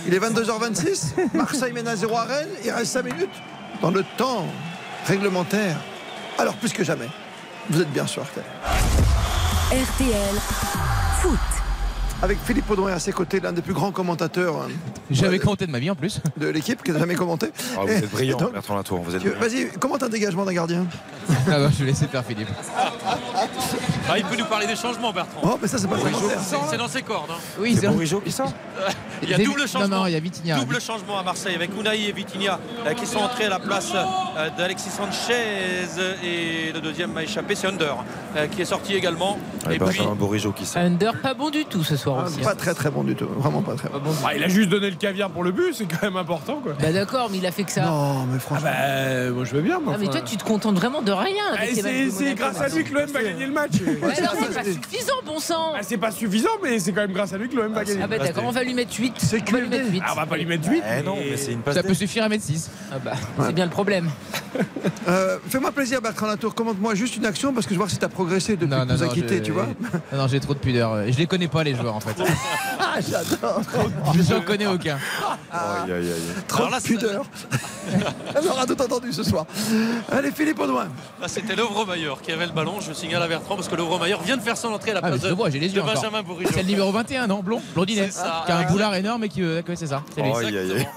Speaker 3: Il est 22h26, Marseille mène à 0 à Rennes, il reste 5 minutes dans le temps réglementaire. Alors plus que jamais, vous êtes bien sur RTL.
Speaker 13: RTL Foot.
Speaker 3: Avec Philippe Audouin à ses côtés, l'un des plus grands commentateurs hein,
Speaker 23: J'avais compté de ma vie en plus.
Speaker 3: de l'équipe qui n'a jamais commenté.
Speaker 9: Ah, vous
Speaker 3: Et-
Speaker 9: êtes brillant,
Speaker 3: et donc,
Speaker 9: Bertrand Latour. Vous êtes
Speaker 3: tu-
Speaker 9: brillant.
Speaker 3: Vas-y, comment un dégagement d'un gardien
Speaker 23: [laughs] Ah bah, je vais laisser faire Philippe.
Speaker 8: Ah, il peut nous parler des changements Bertrand
Speaker 3: Oh, mais ça, c'est pas très
Speaker 8: C'est- c'est dans ses cordes hein.
Speaker 23: Oui, c'est
Speaker 9: Bourigeau qui sort
Speaker 8: Il y a
Speaker 23: Des-
Speaker 8: double changement.
Speaker 23: Non, non, il y a Vitinha.
Speaker 8: Double changement à Marseille avec Unai et Vitinha euh, qui sont entrés à la place euh, d'Alexis Sanchez et le deuxième m'a échappé, c'est Under euh, qui est sorti également.
Speaker 9: Et
Speaker 8: Et puis,
Speaker 9: Benjamin Bourigeau qui sort.
Speaker 4: Under, pas bon du tout ce soir aussi.
Speaker 3: Ah, Pas très très bon du tout, vraiment pas très bon.
Speaker 11: Ah, Il a juste donné le caviar pour le but, c'est quand même important quoi.
Speaker 4: Bah d'accord, mais il a fait que ça.
Speaker 3: Non, mais franchement.
Speaker 11: Bah, moi je veux bien. moi,
Speaker 4: Ah, mais
Speaker 11: enfin.
Speaker 4: toi, tu te contentes vraiment de rien.
Speaker 11: Ah,
Speaker 4: avec les
Speaker 11: et C'est
Speaker 4: matchs de
Speaker 11: c'est
Speaker 4: Monaco,
Speaker 11: grâce à
Speaker 4: maintenant.
Speaker 11: lui que l'OM va gagner le match.
Speaker 4: Mais
Speaker 11: [laughs]
Speaker 4: alors, c'est pas suffisant, bon sang
Speaker 11: Ah, c'est pas suffisant, mais c'est quand même grâce à lui que l'OM va gagner.
Speaker 4: Ah bah d'accord, on va lui mettre 8. On va lui mettre 8.
Speaker 11: Ah, on va pas lui mettre 8.
Speaker 9: Eh non, mais c'est une passe.
Speaker 23: Ça peut
Speaker 9: D.
Speaker 23: suffire à mettre 6.
Speaker 4: Ah bah, c'est bien le problème.
Speaker 3: Euh, Fais-moi plaisir, Bertrand Latour, commente-moi juste une action parce que je vois si t'as progressé depuis que
Speaker 23: Non, non,
Speaker 3: tu nous
Speaker 23: non,
Speaker 3: as quitté,
Speaker 23: je-
Speaker 3: tu vois.
Speaker 23: Non, non, j'ai trop de pudeur. Je les connais pas les joueurs en fait. [laughs]
Speaker 3: Ah, j'adore
Speaker 23: J'en connais aucun.
Speaker 9: Aïe, aïe, aïe.
Speaker 3: Trop de
Speaker 8: [laughs]
Speaker 3: pudeur Elle aura tout entendu ce soir. Allez, Philippe Audouin.
Speaker 8: là, c'était Lovro Maillard qui avait le ballon. Je signale à Bertrand parce que Lovro Maillard vient de faire son entrée à la
Speaker 23: Ah, mais
Speaker 8: place
Speaker 23: je le vois, j'ai les
Speaker 8: de
Speaker 23: yeux encore.
Speaker 8: Benjamin Bourigeau.
Speaker 23: C'est le numéro 21, non Blond Blondinet.
Speaker 8: C'est ça.
Speaker 23: Qui a un boulard énorme et qui. euh, ouais, c'est ça. C'est lui.
Speaker 9: Aïe, aïe, aïe.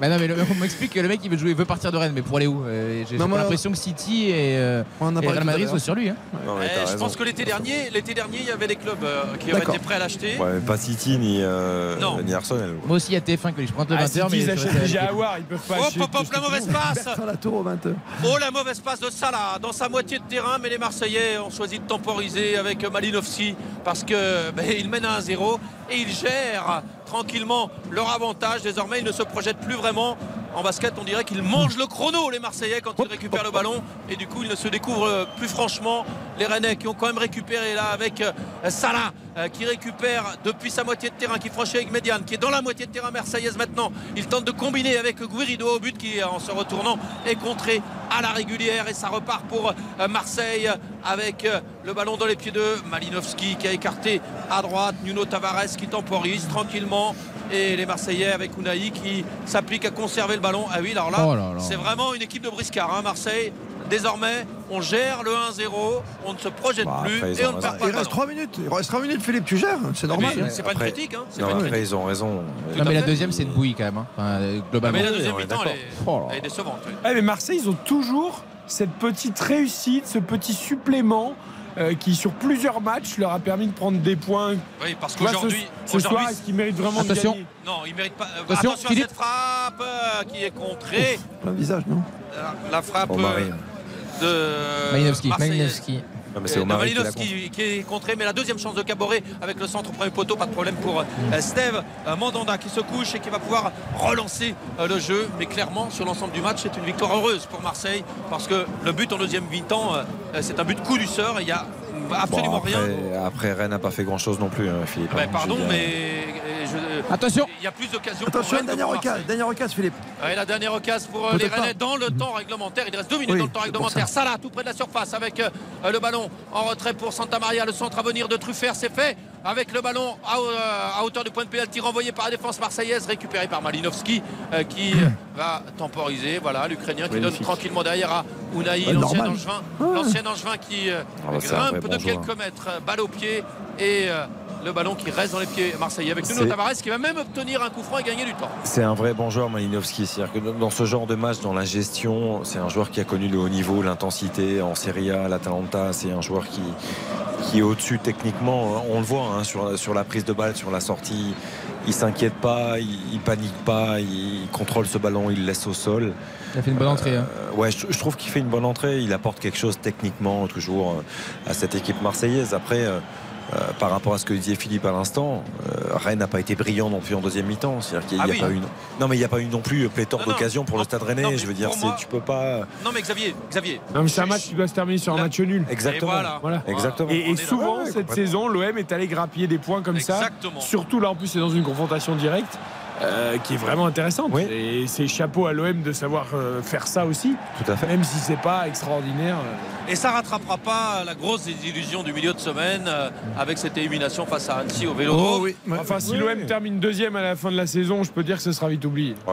Speaker 23: Bah non, [laughs] mais le- on m'explique que le mec il veut jouer, il veut partir de Rennes, mais pour aller où Euh, J'ai j'ai
Speaker 8: Non,
Speaker 23: pas
Speaker 8: mais-
Speaker 23: l'impression que City et, euh,
Speaker 8: en a parlé
Speaker 23: et Real
Speaker 8: tout à
Speaker 23: Madrid
Speaker 8: l'heure.
Speaker 23: sont sur lui. hein.
Speaker 9: mais
Speaker 8: Eh,
Speaker 9: t'as
Speaker 8: je
Speaker 9: raison.
Speaker 8: pense que l'été dernier, l'été dernier, il y avait des clubs euh, qui avaient
Speaker 9: D'accord.
Speaker 8: été prêts à l'acheter.
Speaker 9: Ouais, mais pas City ni, euh,
Speaker 8: Non.
Speaker 9: ni Arsenal.
Speaker 23: Moi aussi, il y a TF1 que je prends de
Speaker 9: Ah,
Speaker 23: 20h,
Speaker 9: City,
Speaker 23: mais
Speaker 9: ils
Speaker 23: je
Speaker 9: achètent
Speaker 23: reste
Speaker 9: déjà
Speaker 23: avec-
Speaker 9: Aouar, ils peuvent pas
Speaker 8: Oh, pop, pop, la mauvaise passe
Speaker 3: la tour au 20
Speaker 8: Oh, la mauvaise passe de Salah dans sa moitié de terrain, mais les Marseillais ont choisi de temporiser avec Malinovski parce que ben, il mène à 1-0 et ils gèrent tranquillement leur avantage. Désormais, ils ne se projettent plus vraiment. En basket, on dirait qu'ils mangent le chrono, les Marseillais, quand ils récupèrent le ballon. Et du coup, ils ne se découvrent euh, plus franchement. Les Rennais qui ont quand même récupéré là avec euh, Salah euh, qui récupère depuis sa moitié de terrain, qui franchit avec Médiane, qui est dans la moitié de terrain marseillaise maintenant. Il tente de combiner avec Guirido au but qui, en se retournant, est contré à la régulière. Et ça repart pour euh, Marseille avec euh, le ballon dans les pieds de Malinowski qui a écarté à droite. Nuno Tavares qui temporise tranquillement. Et les Marseillais avec Unai qui s'applique à conserver le ballon. Ah oui, alors là,
Speaker 23: Oh là là.
Speaker 8: c'est vraiment une équipe de briscard, hein, Marseille. Désormais, on gère le 1-0, on ne se projette plus
Speaker 9: Bah, après, ils
Speaker 8: et
Speaker 9: ont
Speaker 8: on
Speaker 9: raison.
Speaker 8: ne perd pas
Speaker 3: Il
Speaker 8: le ballon.
Speaker 3: reste 3 minutes. Il reste 3 minutes, Philippe, tu gères. C'est normal.
Speaker 8: Mais c'est pas une critique, hein, c'est
Speaker 9: Non,
Speaker 8: pas une
Speaker 9: après,
Speaker 8: critique.
Speaker 9: ils ont raison.
Speaker 23: Non, mais la deuxième, c'est de bouillie quand même. hein. Enfin, euh, globalement.
Speaker 8: Ah, mais la deuxième mi-temps,
Speaker 23: d'accord.
Speaker 8: elle est-
Speaker 23: Oh là
Speaker 8: Elle est décevante. oui.
Speaker 11: Ouais, mais Marseille, ils ont toujours cette petite réussite, ce petit supplément euh, qui, sur plusieurs matchs, leur a permis de prendre des points.
Speaker 8: Oui, parce
Speaker 11: Tu vois,
Speaker 8: qu'aujourd'hui-
Speaker 11: ce, ce soir,
Speaker 8: aujourd'hui-
Speaker 11: est-ce qu'ils méritent vraiment
Speaker 8: Attention.
Speaker 11: de gagner
Speaker 8: Non, il mérite pas. euh,
Speaker 11: Attention,
Speaker 8: Attention,
Speaker 11: Philippe.
Speaker 8: à cette frappe euh, qui est contrée.
Speaker 3: Plein visage, non
Speaker 8: Euh, La frappe
Speaker 9: Bon, Marine.
Speaker 8: euh, de
Speaker 23: Malinowski,
Speaker 8: Marseillaise.
Speaker 23: Malinowski.
Speaker 9: Non, mais
Speaker 8: Euh,
Speaker 9: c'est
Speaker 8: de
Speaker 9: Omar qui la
Speaker 8: Malinowski qui, est contré, mais la deuxième chance de Caboret avec le centre au premier poteau, pas de problème pour euh, Steve euh, Mandanda qui se couche et qui va pouvoir relancer euh, le jeu. Mais clairement, sur l'ensemble du match, c'est une victoire heureuse pour Marseille parce que le but en deuxième mi-temps, euh, euh, c'est un but coup du sort et il n'y a Bah, absolument
Speaker 9: Bon, après,
Speaker 8: rien.
Speaker 9: Après, Rennes n'a pas fait grand-chose non plus, hein, Philippe.
Speaker 8: Ah bah,
Speaker 9: Hein,
Speaker 8: pardon,
Speaker 9: je veux dire.
Speaker 8: mais euh, je-
Speaker 23: Attention.
Speaker 8: il y a plus d'occasions. pour
Speaker 3: Attention,
Speaker 8: Rennes que
Speaker 3: dernière
Speaker 8: pour
Speaker 3: occasion,
Speaker 8: Marseille.
Speaker 3: dernière occasion, Philippe.
Speaker 8: Ouais, la dernière occasion pour euh, les
Speaker 3: Peut-être
Speaker 8: Rennais dans le
Speaker 9: Mhm.
Speaker 8: temps réglementaire. Il reste deux minutes
Speaker 3: Oui,
Speaker 8: dans le temps
Speaker 3: c'est pour
Speaker 8: réglementaire.
Speaker 3: ça.
Speaker 8: Salah tout près de la surface avec euh, le ballon en retrait pour Santa Maria. Le centre à venir de Truffert, c'est fait. Avec le ballon à, euh, à hauteur du point de pénalty renvoyé par la défense marseillaise, récupéré par Malinowski euh, qui
Speaker 9: Mhm.
Speaker 8: euh, va temporiser. Voilà, l'Ukrainien qui donne tranquillement derrière à Unai,
Speaker 9: Ouais,
Speaker 8: l'ancien
Speaker 9: Bah, normal.
Speaker 8: Angevin, l'ancien Angevin qui euh,
Speaker 9: Ah bah, c'est un vrai
Speaker 8: grimpe
Speaker 9: bon
Speaker 8: de
Speaker 9: joueur.
Speaker 8: quelques mètres, euh, balle au pied et euh, le ballon qui reste dans les pieds marseillais avec Nuno
Speaker 9: C'est-
Speaker 8: Tavares qui va même obtenir un coup franc et gagner du temps.
Speaker 9: C'est un vrai bon joueur, Malinowski. C'est-à-dire que dans- dans ce genre de match, dans la gestion, c'est un joueur qui a connu le haut niveau, l'intensité en Serie A, l'Atalanta. C'est un joueur qui, qui est au-dessus techniquement. On le voit hein, sur, la- sur la prise de balle, sur la sortie. Il s'inquiète pas, il, il panique pas, il, contrôle ce ballon, il le laisse au sol.
Speaker 23: Il a fait une bonne entrée. hein.
Speaker 9: Euh, ouais, je, je trouve qu'il fait une bonne entrée. Il apporte quelque chose techniquement toujours euh, à cette équipe marseillaise. Après, euh, euh, par rapport à ce que disait Philippe à l'instant, euh, Rennes n'a pas été brillant non plus en deuxième mi-temps. C'est-à-dire qu'il n'y a,
Speaker 8: Ah
Speaker 9: il y a pas
Speaker 8: oui.
Speaker 9: eu. Non, mais il n'y a pas eu non plus pléthore
Speaker 8: Non, non.
Speaker 9: d'occasions pour le Stade Rennais. je veux dire,
Speaker 8: pour
Speaker 9: c'est-
Speaker 8: moi-
Speaker 9: tu peux pas. euh,
Speaker 8: Non mais Xavier, Xavier.
Speaker 11: Non, mais c'est un match qui doit se terminer sur un match nul.
Speaker 9: Exactement.
Speaker 8: Et voilà.
Speaker 9: Exactement.
Speaker 11: Et, et
Speaker 9: On est
Speaker 11: souvent,
Speaker 9: d'accord. Ouais,
Speaker 11: cette
Speaker 9: complètement.
Speaker 11: saison, l'OM est allé grappiller des points comme
Speaker 8: Exactement.
Speaker 11: ça. Surtout là, en plus, c'est dans une confrontation directe. euh, qui est vraiment intéressante. Et c'est chapeau à l'OM de savoir euh, faire ça aussi.
Speaker 9: Tout à fait.
Speaker 11: Même si c'est pas extraordinaire. euh,
Speaker 8: Et ça rattrapera pas la grosse désillusion du milieu de semaine euh, avec cette élimination face à Annecy au vélo.
Speaker 11: Oh,
Speaker 9: Oh,
Speaker 11: Enfin, si l'OM termine deuxième à la fin de la saison, je peux dire que ce sera vite oublié.
Speaker 8: Oh,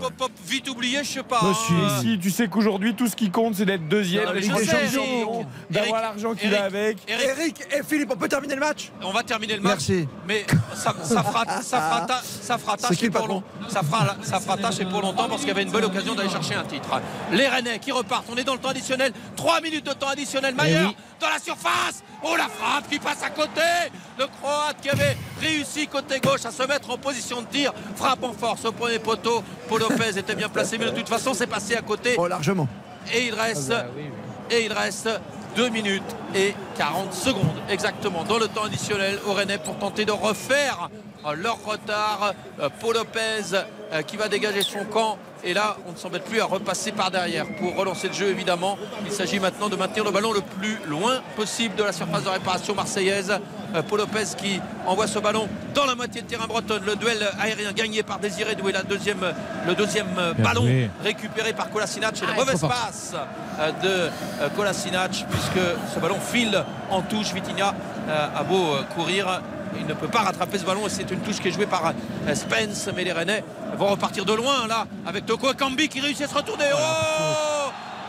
Speaker 8: pop, pop, vite oublié, je sais pas. hein.
Speaker 11: Et Bah, si tu sais qu'aujourd'hui, tout ce qui compte, c'est d'être deuxième,
Speaker 8: Non, mais
Speaker 11: d'être
Speaker 8: je sais,
Speaker 11: champion,
Speaker 8: Eric.
Speaker 11: d'avoir
Speaker 8: Eric,
Speaker 11: l'argent qu'il
Speaker 8: Eric,
Speaker 11: a avec.
Speaker 8: Eric.
Speaker 3: et Philippe, on peut terminer le match
Speaker 8: On va terminer le match.
Speaker 3: Merci.
Speaker 8: Mais ça, ça fera, ça fera, ta- ça fera tâche
Speaker 3: C'est qui,
Speaker 8: et pour
Speaker 3: patron
Speaker 8: long- ça fera, ça fera tâche et pour longtemps parce qu'il y avait une belle occasion d'aller chercher un titre. Les Rennais qui repartent. On est dans le temps additionnel. 3 minutes de temps additionnel.
Speaker 3: Eh
Speaker 8: Maillard dans la surface. Oh la frappe qui passe à côté. Le Croate qui avait réussi côté gauche à se mettre en position de tir. Frappe en force au premier poteau. Paul Lopez était bien placé mais de toute façon c'est passé à côté.
Speaker 3: Oh, largement. Ah, bah
Speaker 8: Et il reste. Et il reste 2 minutes et 40 secondes exactement dans le temps additionnel au Rennais pour tenter de refaire euh, leur retard. Euh, Paul Lopez euh, qui va dégager son camp. Et là, on ne s'embête plus à repasser par derrière pour relancer le jeu, évidemment. Il s'agit maintenant de maintenir le ballon le plus loin possible de la surface de réparation marseillaise. Euh, Paul Lopez qui envoie ce ballon dans la moitié de terrain bretonne. Le duel aérien gagné par Désiré Doué, la deuxième, le deuxième euh,
Speaker 23: Bien
Speaker 8: ballon
Speaker 23: joué.
Speaker 8: récupéré par Kolasinac et la
Speaker 23: Ah,
Speaker 8: mauvaise
Speaker 23: trop fort.
Speaker 8: passe euh, de euh, Kolasinac puisque ce ballon file en touche Vitinha euh, a beau euh, courir il ne peut pas rattraper ce ballon et c'est une touche qui est jouée par euh, Spence mais les Rennais vont repartir de loin là avec Toko Kambi qui réussit à se retourner oh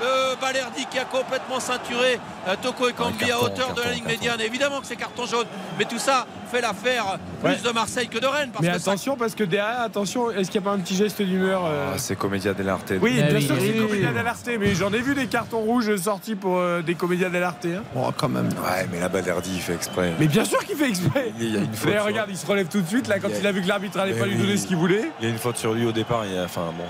Speaker 8: Euh, Balerdi qui a complètement ceinturé euh, Toko et Kambi à hauteur de la ligne médiane. Évidemment que c'est carton jaune, mais tout ça fait l'affaire plus
Speaker 11: Ouais.
Speaker 8: de Marseille que de Rennes. Parce
Speaker 11: Mais
Speaker 8: que ça-
Speaker 11: attention, parce que derrière, attention, est-ce qu'il n'y a pas un petit geste d'humeur euh,
Speaker 9: Ah, c'est Comédia dell'arte.
Speaker 11: Oui,
Speaker 8: Eh
Speaker 11: bien sûr que c'est comédien d'Alarté, mais j'en ai vu des cartons rouges sortis pour euh, des comédiens d'Alarté. hein.
Speaker 3: Oh, quand même.
Speaker 9: Ouais, mais là-bas, Dardy, il fait exprès.
Speaker 11: Mais bien sûr qu'il fait exprès
Speaker 9: Il y a une faute.
Speaker 11: Mais
Speaker 9: sur-
Speaker 11: regarde, il se relève tout de suite, là, quand
Speaker 9: Il y a-
Speaker 11: il a vu que l'arbitre allait
Speaker 9: Mais
Speaker 11: pas lui
Speaker 9: oui.
Speaker 11: donner ce qu'il voulait.
Speaker 9: Il y a une faute sur lui au départ. Il y a... Enfin, bon.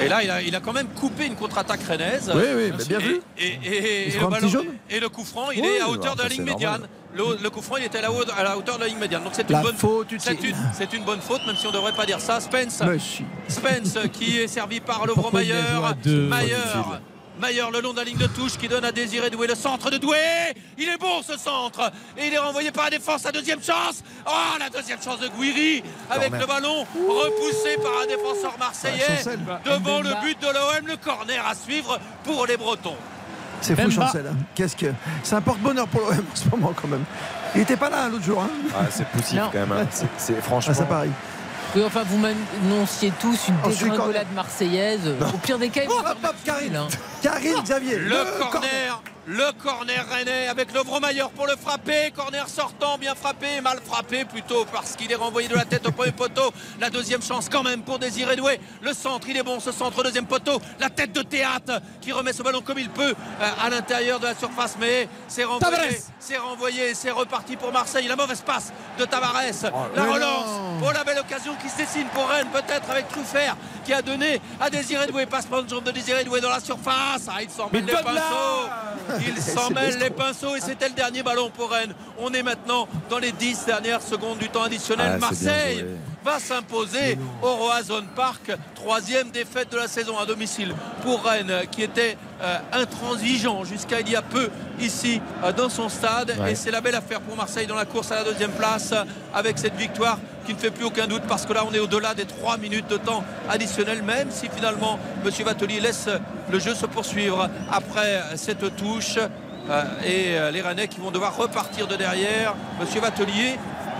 Speaker 8: Et là, il a, il a quand même coupé une contre-attaque rennaise.
Speaker 9: Oui, oui, bah, bien
Speaker 8: Et-
Speaker 9: vu.
Speaker 8: Et, et-
Speaker 9: Il
Speaker 8: et
Speaker 9: se
Speaker 8: le
Speaker 9: prend un
Speaker 8: ballon-
Speaker 9: petit jaune.
Speaker 8: et le coup franc, il
Speaker 9: Oui,
Speaker 8: est à
Speaker 9: bah,
Speaker 8: hauteur de la
Speaker 9: ça,
Speaker 8: ligne
Speaker 9: c'est normal.
Speaker 8: médiane. Le, le coup franc, il était à la, haute- à la hauteur de la ligne médiane. Donc c'est
Speaker 3: La
Speaker 8: une bonne
Speaker 3: faute
Speaker 8: C'est
Speaker 3: utile.
Speaker 8: une, c'est une bonne faute, même si on ne devrait pas dire ça. Spence,
Speaker 3: Mais si.
Speaker 8: Spence qui est servi
Speaker 9: [laughs]
Speaker 8: par Lovro
Speaker 3: Pourquoi il y a
Speaker 8: Mayer.
Speaker 3: joué à deux
Speaker 8: Mayer.
Speaker 3: Faute utile.
Speaker 8: Mayer le long de la ligne de touche qui donne à Désiré Doué le centre de Doué. Il est bon ce centre et il est renvoyé par la défense à deuxième chance. Oh la deuxième chance de Guiri avec
Speaker 3: Corner.
Speaker 8: le ballon repoussé par un défenseur
Speaker 3: Ah,
Speaker 8: marseillais
Speaker 3: Chancel.
Speaker 8: devant le
Speaker 3: Mbemba.
Speaker 8: but de l'OM. Le corner à suivre pour les Bretons.
Speaker 3: C'est fou,
Speaker 8: Mbemba.
Speaker 3: Chancel. hein. Qu'est-ce que. C'est un porte-bonheur pour l'OM en ce moment, quand même. Il n'était pas là hein, l'autre jour. hein.
Speaker 9: Ah, c'est poussif
Speaker 3: Non.
Speaker 9: quand même. hein. C'est- C'est franchement.
Speaker 3: Ah, ça pareil.
Speaker 4: Oui, enfin, vous m'annonciez tous une
Speaker 3: Oh, je suis
Speaker 4: dégringolade marseillaise. Au pire des cas, il Karine.
Speaker 3: Oh, Karine Xavier.
Speaker 8: Le, corner, le corner rennais avec Lovro Mayer pour le frapper. Corner sortant, bien frappé, mal frappé plutôt parce qu'il est renvoyé de la tête au premier poteau. La deuxième chance quand même pour Désiré Doué. Le centre, il est bon ce centre, au deuxième poteau. La tête de théâtre qui remet ce ballon comme il peut euh, à l'intérieur de la surface. Mais c'est renvoyé,
Speaker 3: Tavares.
Speaker 8: c'est renvoyé, c'est reparti pour Marseille. La mauvaise passe de Tavares. la
Speaker 3: mais
Speaker 8: relance.
Speaker 3: non.
Speaker 8: Oh la belle occasion qui se dessine pour Rennes, peut-être avec Truffert qui a donné à Désiré Doué. Passement de jambe de Désiré Doué dans la surface. Ah, il s'en mêle les
Speaker 11: donne-la
Speaker 8: [laughs] pinceaux.
Speaker 9: [laughs]
Speaker 8: Il s'en
Speaker 11: C'est
Speaker 8: mêle les
Speaker 11: l'escroc.
Speaker 8: pinceaux et c'était le dernier ballon pour Rennes. On est maintenant dans les 10 dernières secondes du temps additionnel.
Speaker 9: Ah, c'est bien
Speaker 8: Marseille
Speaker 9: joué.
Speaker 8: va s'imposer au Roazhon Park. Troisième défaite de la saison à domicile pour Rennes qui était euh, intransigeant jusqu'à il y a peu ici euh, dans son stade.
Speaker 9: Ouais.
Speaker 8: Et c'est la belle affaire pour Marseille dans la course à la deuxième place euh, avec cette victoire qui ne fait plus aucun doute parce que là on est au-delà des 3 minutes de temps additionnel même si finalement M. Vatelier laisse le jeu se poursuivre après cette touche Euh, et euh, les Rennais qui vont devoir repartir de derrière. M. Vatelier,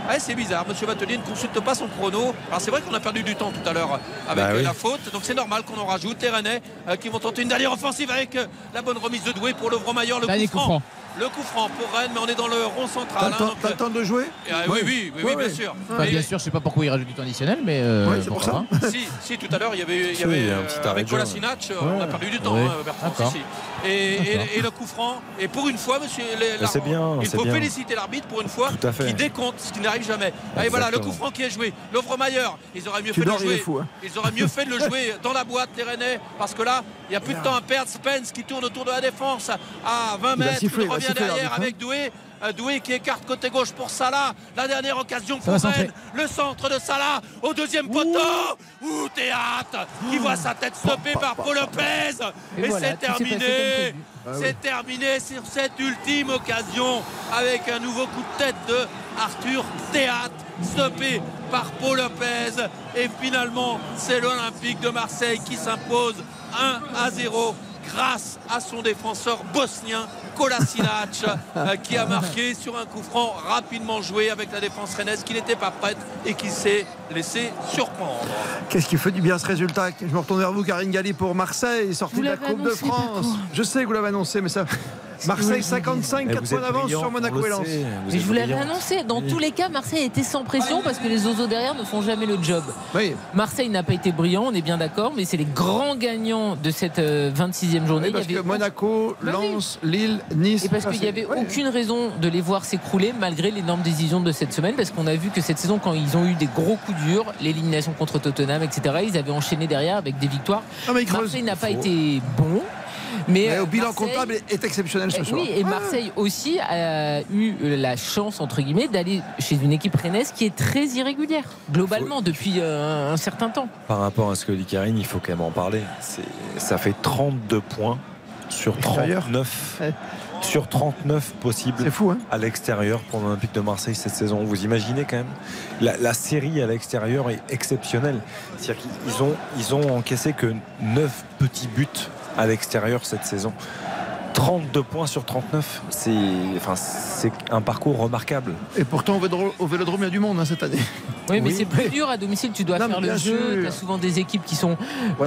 Speaker 8: ah, c'est bizarre, M. Vatelier ne consulte pas son chrono. Alors c'est vrai qu'on a perdu du temps tout à l'heure avec
Speaker 9: Bah
Speaker 8: euh,
Speaker 9: oui.
Speaker 8: la faute, donc c'est normal qu'on en rajoute. Les Rennais euh, qui vont tenter une dernière offensive avec euh, la bonne remise de Doué pour Lovro-Maillard, le
Speaker 3: Dernier
Speaker 8: coup
Speaker 3: coup
Speaker 8: franc.
Speaker 3: franc.
Speaker 8: Le coup franc pour Rennes, mais on est dans le rond
Speaker 3: T'as
Speaker 8: central.
Speaker 3: le
Speaker 8: hein,
Speaker 3: temps-
Speaker 8: donc,
Speaker 3: t'as le temps de jouer
Speaker 8: euh, oui, oui, oui, oui, bien
Speaker 3: Ouais, ouais.
Speaker 8: sûr.
Speaker 3: Ouais.
Speaker 8: Et-
Speaker 23: bien sûr, je sais pas pourquoi il rajoute du temps additionnel, mais. euh,
Speaker 3: Ouais, c'est pour
Speaker 23: pourquoi
Speaker 3: ça.
Speaker 23: pas.
Speaker 8: si, si, tout à l'heure, il y avait, il y
Speaker 23: Oui,
Speaker 8: avait
Speaker 23: il y a
Speaker 8: euh,
Speaker 23: un petit arrêt
Speaker 8: avec
Speaker 23: de jeu.
Speaker 8: Kolasinac, euh, on a
Speaker 23: Ouais.
Speaker 8: perdu du temps,
Speaker 23: Oui.
Speaker 8: hein, Bertrand,
Speaker 23: D'accord.
Speaker 8: si, si. Et, et-
Speaker 23: D'accord.
Speaker 8: et le coup franc. Et pour une fois, monsieur, les-
Speaker 9: Mais c'est bien,
Speaker 8: il
Speaker 9: c'est
Speaker 8: faut
Speaker 9: bien.
Speaker 8: féliciter l'arbitre pour une fois
Speaker 9: Tout à fait.
Speaker 8: qui décompte, ce qui n'arrive jamais. Et voilà, le coup franc qui est joué. Lovre-Mailleur, ils auraient mieux
Speaker 3: Tu
Speaker 8: fait de le
Speaker 3: dors, il est
Speaker 8: jouer.
Speaker 3: fou, hein.
Speaker 8: Ils auraient mieux fait
Speaker 3: [laughs]
Speaker 8: de le jouer dans la boîte, les Rennais, parce que là, il n'y a plus de temps à perdre. Spence qui tourne autour de la défense à 20
Speaker 3: Il va
Speaker 8: mètres, il
Speaker 3: siffler, il va
Speaker 8: revient
Speaker 3: siffler,
Speaker 8: derrière
Speaker 3: l'arbitre, hein.
Speaker 8: avec Doué. Euh, Doué qui écarte côté gauche pour Salah. La dernière occasion
Speaker 3: Ça
Speaker 8: pour
Speaker 3: va centrer.
Speaker 8: Rennes. Le centre de Salah au deuxième poteau. Ouh, Théâtre qui voit sa tête stoppée par Paul Lopez.
Speaker 3: Et
Speaker 8: Et,
Speaker 3: voilà,
Speaker 8: c'est
Speaker 3: tout s'est passé
Speaker 8: terminé.
Speaker 3: comme prévu. Ah
Speaker 8: C'est terminé sur cette ultime occasion avec un nouveau coup de tête de Arthur Théâtre stoppé par Paul Lopez. Et finalement, c'est l'Olympique de Marseille qui s'impose 1 à 0 grâce à son défenseur bosnien Kolasinac euh, qui a marqué sur un coup franc rapidement joué avec la défense rennaise qui n'était pas prête et qui s'est laissé surprendre.
Speaker 3: Qu'est-ce qu'il fait du bien ce résultat Je me retourne vers vous, Karine Galli, pour Marseille, sortie
Speaker 8: Vous
Speaker 3: de la
Speaker 8: l'avez
Speaker 3: Coupe de
Speaker 8: annoncé,
Speaker 3: France.
Speaker 8: Paco.
Speaker 3: Je sais que vous l'avez annoncé, mais ça. Marseille 55,
Speaker 9: Eh,
Speaker 3: 4
Speaker 9: vous
Speaker 3: points
Speaker 9: êtes
Speaker 3: d'avance
Speaker 9: brillant,
Speaker 3: sur
Speaker 9: on
Speaker 3: Monaco
Speaker 9: le
Speaker 3: et Lens.
Speaker 9: sait,
Speaker 4: Mais je vous l'avais
Speaker 9: brillant.
Speaker 4: annoncé, dans tous les cas, Marseille était sans pression parce que les oiseaux derrière ne font jamais le job. Marseille n'a pas été brillant, on est bien d'accord, mais c'est les grands gagnants de cette euh, 26e journée.
Speaker 3: Oui, parce
Speaker 4: Il y
Speaker 3: que
Speaker 4: avait-
Speaker 3: Monaco,
Speaker 4: Bah oui.
Speaker 3: Lens, Lille, Nice.
Speaker 4: Et parce
Speaker 3: Ah,
Speaker 4: qu'il
Speaker 3: c'est-
Speaker 4: n'y avait
Speaker 3: ouais.
Speaker 4: aucune raison de les voir s'écrouler malgré l'énorme décision de cette semaine, parce qu'on a vu que cette saison, quand ils ont eu des gros coups durs, l'élimination contre Tottenham, etc., ils avaient enchaîné derrière avec des victoires.
Speaker 3: Ah,
Speaker 4: Marseille n'a pas
Speaker 3: Faut-
Speaker 4: été bon. Mais, euh,
Speaker 3: Mais au bilan
Speaker 4: Marseille-
Speaker 3: comptable est exceptionnel ce
Speaker 4: Eh
Speaker 3: soir. Ah.
Speaker 4: Oui, et Marseille aussi a eu la chance, entre guillemets, d'aller chez une équipe rennaise qui est très irrégulière, globalement, depuis euh, un certain temps.
Speaker 9: Par rapport à ce que dit Karine, il faut quand même en parler. C'est- Ça fait 32 points sur 39. Sur 39 possibles à l'extérieur pour l'Olympique de Marseille cette saison. Vous imaginez quand même La, la série à l'extérieur est exceptionnelle. C'est-à-dire qu'ils ont, ils ont encaissé que 9 petits buts à l'extérieur cette saison. 32 points sur 39, c'est enfin, c'est un parcours remarquable.
Speaker 3: Et pourtant, au Vélodrome, au Vélodrome, il y a du monde hein, cette année.
Speaker 4: Oui, mais c'est plus dur à domicile, tu dois
Speaker 3: Non,
Speaker 4: faire
Speaker 3: mais
Speaker 4: le
Speaker 3: bien
Speaker 4: jeu,
Speaker 3: sûr.
Speaker 4: tu as souvent des équipes qui sont
Speaker 3: mais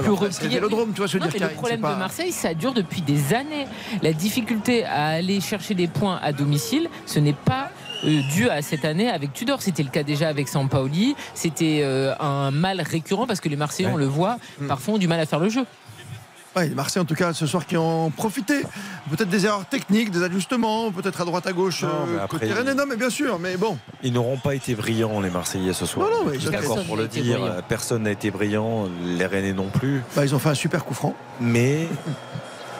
Speaker 4: plus
Speaker 3: après, c'est le
Speaker 4: repliées.
Speaker 3: Vélodrome, tu vois, je veux
Speaker 4: Non,
Speaker 3: dire,
Speaker 4: mais
Speaker 3: Karine,
Speaker 4: le problème
Speaker 3: c'est pas-
Speaker 4: de
Speaker 3: [laughs]
Speaker 4: Marseille, ça dure depuis des années. La difficulté à aller chercher des points à domicile, ce n'est pas euh, due à cette année avec Tudor. C'était le cas déjà avec Sampaoli. C'était euh, un mal récurrent parce que les Marseillais, on le voit,
Speaker 3: Mm.
Speaker 4: parfois ont du mal à faire le jeu.
Speaker 3: Ouais, les Marseillais, en tout cas, ce soir, qui ont profité. Peut-être des erreurs techniques, des ajustements, peut-être à droite, à gauche,
Speaker 9: Non, mais
Speaker 3: euh, côté
Speaker 9: après,
Speaker 3: Rennais. Non, mais bien sûr, mais bon.
Speaker 9: Ils n'auront pas été brillants, les Marseillais, ce soir.
Speaker 3: Non, non, mais
Speaker 9: Je suis
Speaker 3: personne
Speaker 9: d'accord pour
Speaker 3: n'a
Speaker 9: le
Speaker 3: été
Speaker 9: dire.
Speaker 3: brillant.
Speaker 9: Personne n'a été brillant, les Rennais non plus.
Speaker 3: Bah, ils ont fait un super coup franc.
Speaker 9: Mais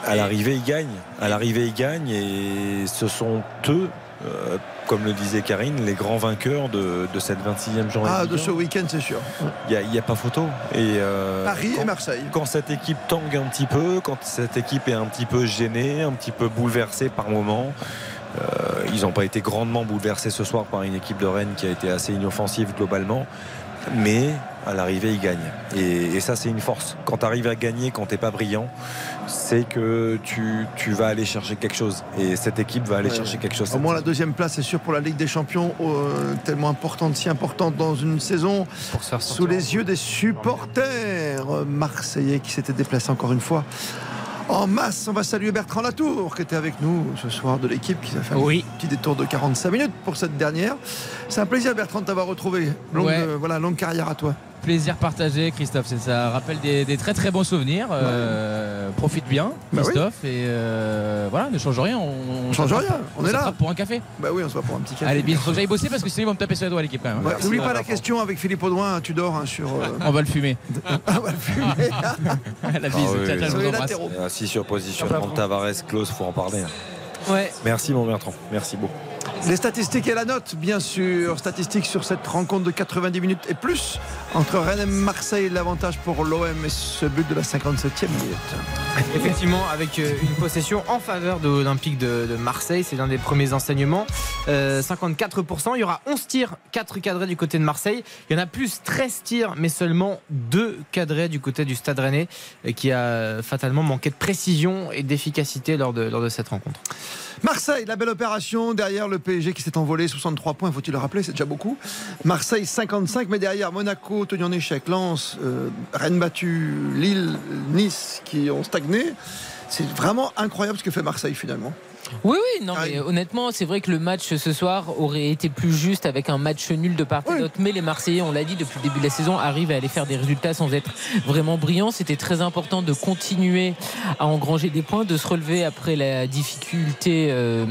Speaker 9: à l'arrivée, ils gagnent. À l'arrivée, ils gagnent et ce sont eux, euh, comme le disait Karine, les grands vainqueurs de, de cette 26e journée.
Speaker 3: Ah,
Speaker 9: de
Speaker 3: de
Speaker 9: Ligue
Speaker 3: ce week-end, c'est sûr.
Speaker 9: il n'y a, pas photo. Et euh,
Speaker 3: Paris et
Speaker 9: quand-
Speaker 3: Marseille.
Speaker 9: Quand cette équipe tangue un petit peu, quand cette équipe est un petit peu gênée, un petit peu bouleversée par moment, euh, ils n'ont pas été grandement bouleversés ce soir par une équipe de Rennes qui a été assez inoffensive globalement. Mais à l'arrivée, ils gagnent. Et, et ça, c'est une force. Quand tu arrives à gagner, quand t'es pas brillant, c'est que tu, tu vas aller chercher quelque chose. Et cette équipe va aller
Speaker 3: Ouais,
Speaker 9: chercher
Speaker 3: ouais.
Speaker 9: quelque chose.
Speaker 3: Au moins la deuxième place, c'est sûr pour la Ligue des Champions, euh, tellement importante, si importante dans une saison, sous les yeux des supporters marseillais qui s'étaient déplacés encore une fois. En masse, on va saluer Bertrand Latour qui était avec nous ce soir de l'équipe qui a fait un petit détour de 45 minutes pour cette dernière. C'est un plaisir Bertrand de t'avoir retrouvé. Longue,
Speaker 23: Ouais.
Speaker 3: euh, voilà, longue carrière à toi.
Speaker 23: Plaisir partagé, Christophe. C'est ça rappelle des, des très très bons souvenirs. Euh, profite bien,
Speaker 3: Bah oui.
Speaker 23: Christophe. Et euh, voilà, ne change rien. On,
Speaker 3: On change
Speaker 23: s'attrape-
Speaker 3: rien, on est là.
Speaker 23: s'attrape pour un café.
Speaker 3: Bah oui, on se voit pour un petit café.
Speaker 23: Allez, Bill, faut que j'aille bosser parce que sinon ils vont me taper sur les doigts l'équipe quand même.
Speaker 3: Ouais, N'oublie pas la question avec Philippe Audouin, tu dors sur. euh,
Speaker 23: Ah, On va
Speaker 3: [laughs]
Speaker 23: le fumer. [laughs] la bise.
Speaker 9: Ah oui,
Speaker 23: Ciao, ciao, je vous
Speaker 9: oui.
Speaker 23: embrasse.
Speaker 9: Et Assis sur positionnement de Tavares, Klose, faut en parler. hein.
Speaker 4: Ouais.
Speaker 9: Merci mon Bertrand, merci beaucoup.
Speaker 3: Les statistiques et la note, bien sûr. Statistiques sur cette rencontre de 90 minutes et plus entre Rennes et Marseille. L'avantage pour l'OM et ce but de la 57e minute.
Speaker 10: Effectivement, avec euh, une possession en faveur de l'Olympique de, de Marseille, c'est l'un des premiers enseignements. Euh, 54%, il y aura 11 tirs, 4 cadrés du côté de Marseille. Il y en a plus 13 tirs, mais seulement 2 cadrés du côté du Stade Rennais, euh, qui a fatalement manqué de précision et d'efficacité lors de, lors de cette rencontre.
Speaker 3: Marseille, la belle opération derrière le PSG qui s'est envolé, 63 points, faut-il le rappeler, c'est déjà beaucoup. Marseille 55, mais derrière Monaco tenu en échec, Lens, euh, Rennes battu, Lille, Nice qui ont stagné. C'est vraiment incroyable ce que fait Marseille finalement.
Speaker 4: Oui, oui, non, mais honnêtement, c'est vrai que le match ce soir aurait été plus juste avec un match nul de part et d'autre. Mais les Marseillais, on l'a dit depuis le début de la saison, arrivent à aller faire des résultats sans être vraiment brillants. C'était très important de continuer à engranger des points, de se relever après la difficulté. euh,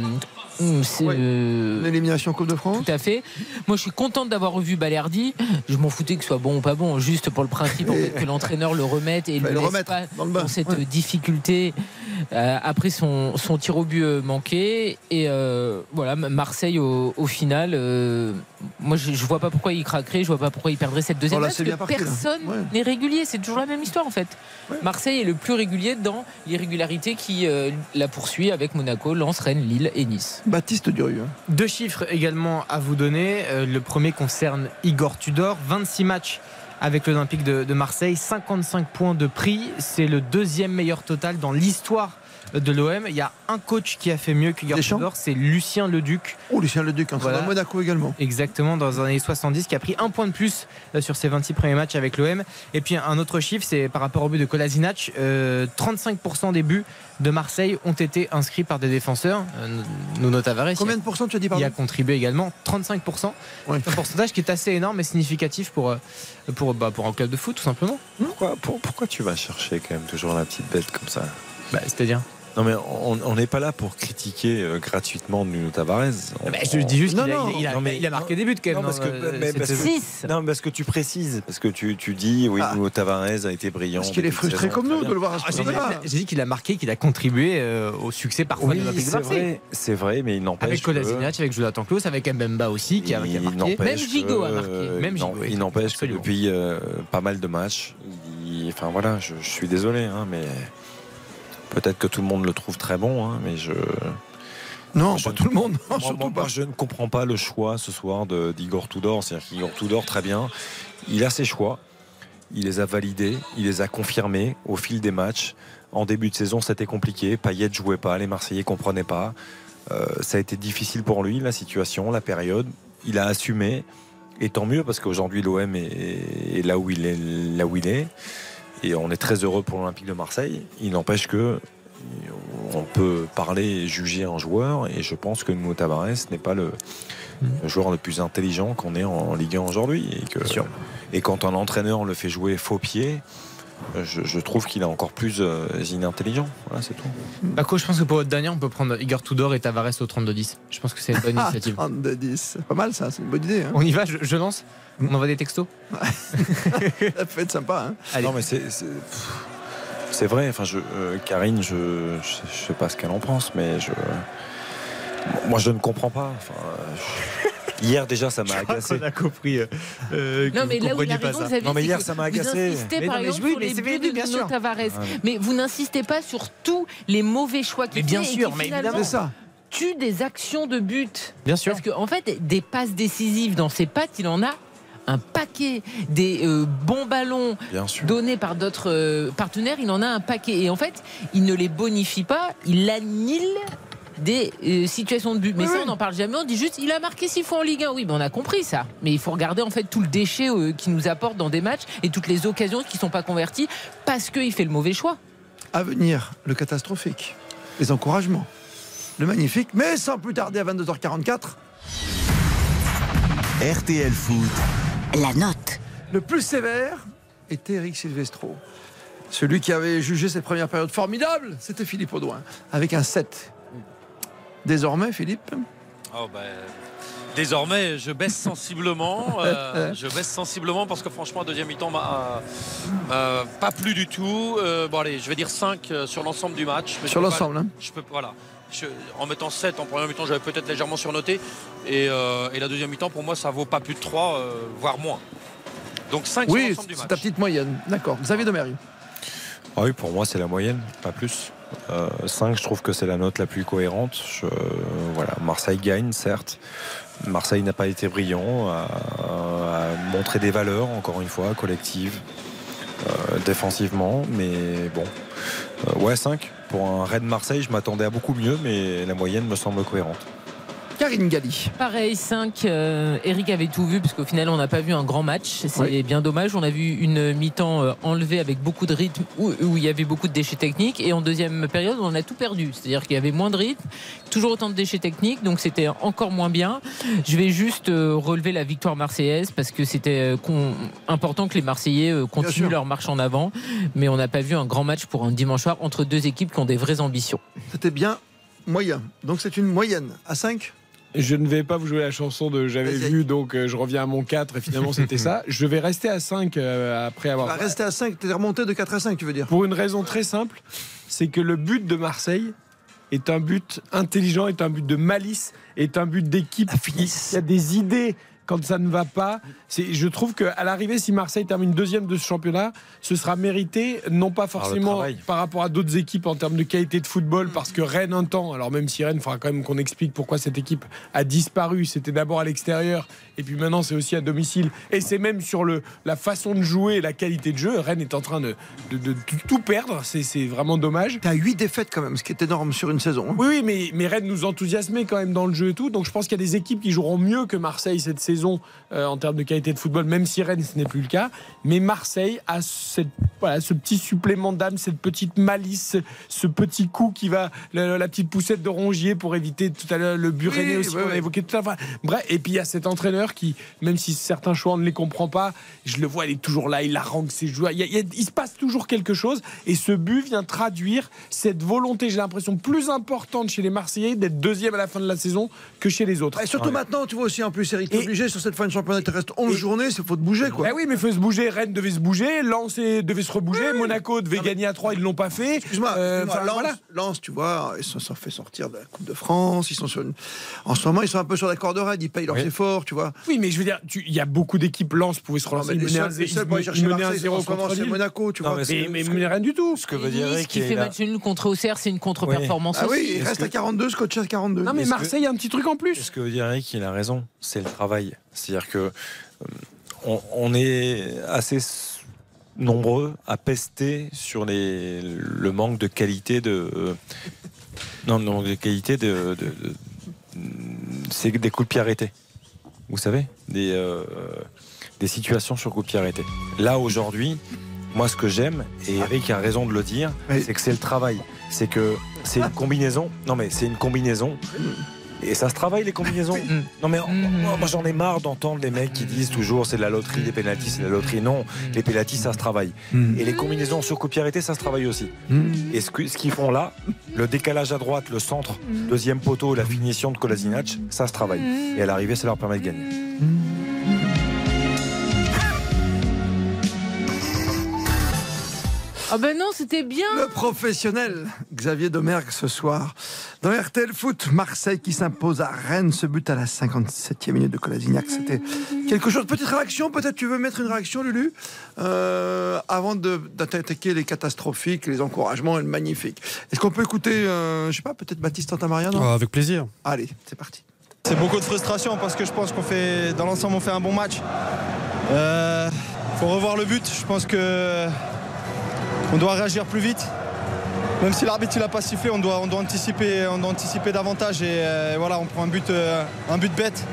Speaker 4: c'est, euh,
Speaker 3: L'élimination Coupe de France
Speaker 4: Tout à fait. Moi, je suis contente d'avoir revu Balerdi. Je m'en foutais que ce soit bon ou pas bon, juste pour le principe en fait, que l'entraîneur le remette et
Speaker 3: Fallait
Speaker 4: le,
Speaker 3: le
Speaker 4: laisse
Speaker 3: remettre
Speaker 4: pas
Speaker 3: dans le bain.
Speaker 4: dans cette
Speaker 3: Ouais.
Speaker 4: difficulté euh, après son, son tir au but euh, manqué. Et euh, voilà, M- Marseille au, au final, euh, moi je, je vois pas pourquoi il craquerait, je vois pas pourquoi il perdrait cette deuxième
Speaker 3: Oh là,
Speaker 4: place,
Speaker 3: c'est bien
Speaker 4: parce que
Speaker 3: parti, là.
Speaker 4: personne
Speaker 3: Ouais.
Speaker 4: n'est régulier, c'est toujours la même histoire en fait. Marseille est le plus régulier dans l'irrégularité qui euh, la poursuit avec Monaco, Lens, Rennes, Lille et Nice.
Speaker 3: Baptiste Durieux.
Speaker 10: Deux chiffres également à vous donner. Euh, le premier concerne Igor Tudor, 26 matchs avec l'Olympique de, de Marseille, 55 points de prix. C'est le deuxième meilleur total dans l'histoire de l'OM. Il y a un coach qui a fait mieux qu'Igor Tudor, c'est Lucien Leduc.
Speaker 3: Oh, Lucien Leduc, entraîneur
Speaker 10: Voilà.
Speaker 3: Monaco également.
Speaker 10: Exactement, dans les années 70, qui a pris un point de plus euh, sur ses 26 premiers matchs avec l'OM. Et puis un autre chiffre, c'est par rapport au but de Kolasinac, euh, 35% des buts de Marseille ont été inscrits par des défenseurs, euh, Nuno Tavares.
Speaker 3: Combien de pourcents tu as dit, pardon
Speaker 10: Il a contribué également, 35%. C'est Un pourcentage qui est assez énorme et significatif pour, euh, pour, bah, pour un club de foot, tout simplement.
Speaker 9: Pourquoi, pour- pourquoi tu vas chercher quand même toujours la petite bête comme ça
Speaker 10: Bah, C'est-à-dire
Speaker 9: Non mais on on n'est pas là pour critiquer euh, gratuitement Nuno Tavares. On-
Speaker 10: Bah, je dis juste
Speaker 9: Non,
Speaker 10: qu'il a,
Speaker 9: non,
Speaker 10: il a-
Speaker 9: non, mais-
Speaker 10: il a marqué des buts quand même.
Speaker 9: Non, parce que,
Speaker 10: dans, euh,
Speaker 9: mais
Speaker 10: cette
Speaker 9: parce que-
Speaker 10: saison.
Speaker 9: non, parce que tu précises, parce que tu, tu dis, oui, Nuno Tavares a été brillant.
Speaker 10: Parce qu'il est
Speaker 9: début de
Speaker 10: frustré
Speaker 9: saison,
Speaker 10: comme
Speaker 9: très
Speaker 10: nous
Speaker 9: bien.
Speaker 10: de le voir à ce Ah, j'ai point-là. dit- j'ai dit qu'il a marqué, qu'il a contribué euh, au succès parfois
Speaker 9: Oui,
Speaker 10: de l'Olympique de
Speaker 9: c'est
Speaker 10: Marseille.
Speaker 9: vrai, c'est vrai, mais il n'empêche
Speaker 10: Avec Kolasinac, avec Jonathan Klaus, avec Mbemba aussi qui a, qui
Speaker 9: Il
Speaker 10: a marqué.
Speaker 9: n'empêche que, euh,
Speaker 10: Même
Speaker 9: il
Speaker 10: Gigot.
Speaker 9: n'en- Il n'empêche que depuis euh, pas mal de matchs, il- enfin voilà, je, je suis désolé, hein, mais peut-être que tout le monde le trouve très bon, hein, mais je.
Speaker 3: Non, pas tout le monde, non,
Speaker 9: Moi,
Speaker 3: surtout
Speaker 9: moi, moi,
Speaker 3: pas.
Speaker 9: je ne comprends pas le choix ce soir de- d'Igor Tudor. C'est-à-dire qu'Igor Tudor, très bien, il a ses choix, il les a validés, il les a confirmés au fil des matchs. En début de saison, c'était compliqué. Payet ne jouait pas, les Marseillais comprenaient pas. Euh, ça a été difficile pour lui, la situation, la période. Il a assumé. Et tant mieux, parce qu'aujourd'hui, l'OM est, est là, où il est, là où il est. Et on est très heureux pour l'Olympique de Marseille. Il n'empêche que on peut parler et juger un joueur. Et je pense que Nuno Tavares n'est pas le, le joueur le plus intelligent qu'on ait en, en Ligue 1 aujourd'hui. Et, que, et quand un entraîneur le fait jouer faux pied, euh, je, je trouve qu'il est encore plus euh, inintelligent. Voilà, c'est tout.
Speaker 10: Bah, quoi, je pense que pour votre dernier, on peut prendre Igor Tudor et Tavares au 32-10. Je pense que c'est une bonne
Speaker 3: Ah. [laughs]
Speaker 10: initiative.
Speaker 3: 32-10, c'est pas mal ça, c'est une bonne idée. hein.
Speaker 10: On y va, je, je lance On envoie des textos
Speaker 3: [laughs] Ça peut être sympa. hein.
Speaker 9: Non, mais c'est. c'est- pff, c'est vrai, enfin, je, euh, Karine, je, je, sais- je sais pas ce qu'elle en pense, mais je. Moi, je ne comprends pas. Enfin, euh, je- hier, déjà,
Speaker 24: [laughs]
Speaker 9: ça m'a agacé.
Speaker 24: On a compris. euh, euh, que
Speaker 4: Non,
Speaker 24: vous
Speaker 4: mais là où il
Speaker 24: compreniez
Speaker 4: a
Speaker 24: pas
Speaker 4: raison,
Speaker 24: ça.
Speaker 4: Xavier,
Speaker 24: Non, mais
Speaker 4: c'est
Speaker 24: hier,
Speaker 4: que
Speaker 24: ça m'a agacé.
Speaker 4: Vous insistez
Speaker 24: Mais
Speaker 4: par
Speaker 24: non, mais
Speaker 4: exemple
Speaker 24: oui,
Speaker 4: sur
Speaker 24: mais
Speaker 4: les
Speaker 24: c'est-
Speaker 4: buts
Speaker 24: oui, bien
Speaker 4: de Nuno
Speaker 24: sûr.
Speaker 4: Tavares.
Speaker 24: Ouais.
Speaker 4: Mais vous n'insistez pas sur tous les mauvais choix qu'il
Speaker 24: Mais
Speaker 4: fait
Speaker 24: bien
Speaker 4: et
Speaker 24: sûr,
Speaker 4: qui
Speaker 24: mais
Speaker 4: finalement
Speaker 24: évidemment. C'est ça.
Speaker 4: tuent des actions de but.
Speaker 10: Bien sûr.
Speaker 4: Parce qu'en en fait, des passes décisives dans ses pattes, il en a un paquet des euh, bons ballons
Speaker 9: Bien sûr.
Speaker 4: donnés par d'autres euh, partenaires, il en a un paquet. Et en fait, il ne les bonifie pas, il annihile des euh, situations de but. Mais ça, on n'en parle jamais. On dit juste, il a marqué six fois en Ligue 1. Oui, mais on a compris ça. Mais il faut regarder en fait tout le déchet euh, qu'il nous apporte dans des matchs et toutes les occasions qui ne sont pas converties parce qu'il fait le mauvais choix.
Speaker 3: À venir, le catastrophique, les encouragements, le magnifique, mais sans plus tarder à 22h44.
Speaker 25: RTL Foot.
Speaker 26: La note.
Speaker 3: Le plus sévère était Eric Silvestro. Celui qui avait jugé ses premières périodes formidables, c'était Philippe Audouin, avec un 7. Désormais, Philippe,
Speaker 8: Oh, ben, désormais, je baisse
Speaker 3: [laughs]
Speaker 8: sensiblement. euh, je baisse sensiblement parce que franchement, deuxième mi-temps m'a euh, pas plu du tout. Euh, bon, allez, je vais dire 5 sur l'ensemble du match. mais je
Speaker 3: Sur
Speaker 8: peux pas-
Speaker 3: l'ensemble, hein.
Speaker 8: Je peux, voilà. Je- en mettant 7 en première mi-temps, j'avais peut-être légèrement surnoté. Et, euh, et la deuxième mi-temps, pour moi, ça vaut pas plus de 3, voire moins. Donc 5 sur
Speaker 3: oui,
Speaker 8: l'ensemble du
Speaker 3: c'est
Speaker 8: match.
Speaker 3: ta petite moyenne. D'accord. Xavier Domery.
Speaker 9: Ah oui, pour moi, c'est la moyenne, pas plus. 5, je trouve que c'est la note la plus cohérente. Je- euh, voilà, Marseille gagne, certes. Marseille n'a pas été brillant, a, a montré des valeurs, encore une fois, collectives, euh, défensivement, mais bon. Euh, ouais, 5. Pour un Rennes Marseille, je m'attendais à beaucoup mieux, mais la moyenne me semble cohérente.
Speaker 3: Karine Galli.
Speaker 4: Pareil, 5. Eric avait tout vu, parce qu'au final, on n'a pas vu un grand match. C'est bien dommage. On a vu une mi-temps euh, enlevée avec beaucoup de rythme, où, où il y avait beaucoup de déchets techniques. Et en deuxième période, on a tout perdu. C'est-à-dire qu'il y avait moins de rythme, toujours autant de déchets techniques, donc c'était encore moins bien. Je vais juste euh, relever la victoire marseillaise, parce que c'était euh, con- important que les Marseillais euh, continuent
Speaker 3: sûr.
Speaker 4: leur marche en avant. Mais on n'a pas vu un grand match pour un dimanche soir entre deux équipes qui ont des vraies ambitions.
Speaker 3: C'était bien moyen. Donc c'est une moyenne à 5.
Speaker 11: Je ne vais pas vous jouer la chanson de J'avais vu, donc euh, je reviens à mon 4 et finalement
Speaker 3: [laughs]
Speaker 11: c'était ça. Je vais rester à 5 euh, après
Speaker 3: Tu
Speaker 11: avoir.
Speaker 3: vas rester à 5, t'es remonté de 4 à 5, tu veux dire
Speaker 11: Pour une raison très simple, c'est que le but de Marseille est un but intelligent, est un but de malice, est un but d'équipe. Il y a des idées quand ça ne va pas. C'est, je trouve qu'à l'arrivée, si Marseille termine deuxième de ce championnat, ce sera mérité, non pas
Speaker 9: le
Speaker 11: forcément
Speaker 9: travail.
Speaker 11: par rapport à d'autres équipes en termes de qualité de football, parce que Rennes un temps, alors même si Rennes, il faudra quand même qu'on explique pourquoi cette équipe a disparu. C'était d'abord à l'extérieur, et puis maintenant c'est aussi à domicile. Et c'est même sur le, la façon de jouer, et la qualité de jeu. Rennes est en train de, de- de tout perdre, c'est, c'est vraiment dommage.
Speaker 3: T'as 8 défaites quand même, ce qui est énorme sur une saison. hein.
Speaker 11: Oui, oui, mais, mais Rennes nous enthousiasmait quand même dans le jeu et tout. Donc je pense qu'il y a des équipes qui joueront mieux que Marseille cette saison euh, en termes de qualité de football, même si Rennes ce n'est plus le cas. Mais Marseille a cette, voilà, ce petit supplément d'âme, cette petite malice, ce petit coup qui va, la, la petite poussette de Rongier pour éviter tout à l'heure le but
Speaker 3: Oui,
Speaker 11: rennais aussi
Speaker 3: oui,
Speaker 11: qu'on a
Speaker 3: oui.
Speaker 11: évoqué tout à l'heure. Enfin, bref, et puis il y a cet entraîneur qui, même si certains choix on ne les comprend pas, je le vois, il est toujours là, il harangue ses joueurs. Il, y a- il y a- il se passe toujours quelque chose et ce but vient traduire cette volonté, j'ai l'impression, plus importante chez les Marseillais d'être deuxième à la fin de la saison que chez les autres.
Speaker 3: Et surtout maintenant, tu vois aussi en plus, Eric, t'es obligé sur cette fin de championnat, il te reste 11 journées, c'est faut te bouger quoi.
Speaker 11: Ah oui, mais il faut se bouger. Rennes devait se bouger, Lens eh, devait se rebouger, Monaco devait gagner à 3, ils ne l'ont pas fait.
Speaker 3: Excuse-moi,
Speaker 11: Euh,
Speaker 3: excuse-moi,
Speaker 11: enfin,
Speaker 3: Lens,
Speaker 11: voilà.
Speaker 3: Lens, tu vois, ils se sont fait sortir de la Coupe de France, ils sont sur une- en ce moment, ils sont un peu sur la corde raide, ils payent leurs efforts, tu vois.
Speaker 11: Oui, mais je veux dire, tu- il y a beaucoup d'équipes. Lens pouvait se relancer.
Speaker 3: Non, mais
Speaker 11: ils
Speaker 3: les
Speaker 11: menaient
Speaker 3: seuls-
Speaker 11: un-
Speaker 3: les
Speaker 11: ils
Speaker 3: seuls pour aller
Speaker 11: menaient
Speaker 3: chercher
Speaker 11: un
Speaker 3: Marseille,
Speaker 11: 0
Speaker 3: en ce moment,
Speaker 11: contre
Speaker 3: c'est
Speaker 11: Lille.
Speaker 3: Monaco, tu
Speaker 11: Non,
Speaker 3: vois.
Speaker 11: mais
Speaker 3: Et-
Speaker 11: c'est- mais rien du tout. Ce que
Speaker 4: Et Nice qui fait match nul contre Auxerre, c'est une contre-performance
Speaker 3: Ah
Speaker 4: aussi.
Speaker 3: oui, il reste à 42, ce coach à 42.
Speaker 11: Non, mais Marseille a un petit truc en plus.
Speaker 9: Ce que dirait qu'il a raison, c'est le travail. C'est-à-dire que euh, on, on est assez s- nombreux à pester sur les, le manque de qualité de euh, non, le manque de qualité de, de- de- c'est des coups de pied arrêtés. Vous savez, des euh, des situations sur coups de pied arrêtés. Là aujourd'hui, moi ce que j'aime et Eric a raison de le dire, c'est que c'est le travail. C'est que c'est une combinaison. Non, mais c'est une combinaison. Et ça se travaille les combinaisons. Non mais moi moi, j'en ai marre d'entendre les mecs qui disent toujours c'est de la loterie, les pénalties, c'est de la loterie. Non, les pénalties ça se travaille. Et les combinaisons sur coup de pied arrêté, ça se travaille aussi. Mm. Et ce que- ce qu'ils font là, le décalage à droite, le centre, deuxième poteau, la finition de Kolasinac, ça se travaille. Et à l'arrivée, ça leur permet de gagner.
Speaker 4: Ah ben non, c'était bien.
Speaker 3: Le professionnel Xavier Domergue ce soir. Dans RTL Foot, Marseille qui s'impose à Rennes, ce but à la 57e minute de Colasinac. C'était quelque chose. Petite réaction, peut-être tu veux mettre une réaction, Lulu, euh, avant de- d'attaquer les catastrophiques, les encouragements et le magnifique. Est-ce qu'on peut écouter, euh, je sais pas, peut-être Baptiste Tantamaria non
Speaker 5: Ah, avec plaisir.
Speaker 3: Allez, c'est parti.
Speaker 20: C'est beaucoup de frustration parce que je pense qu'on fait, dans l'ensemble, on fait un bon match. Euh, faut revoir le but. Je pense que on doit réagir plus vite. Même si l'arbitre il a pas sifflé, on doit, on doit anticiper, on doit anticiper davantage et euh, voilà, on prend un but, euh, un but bête.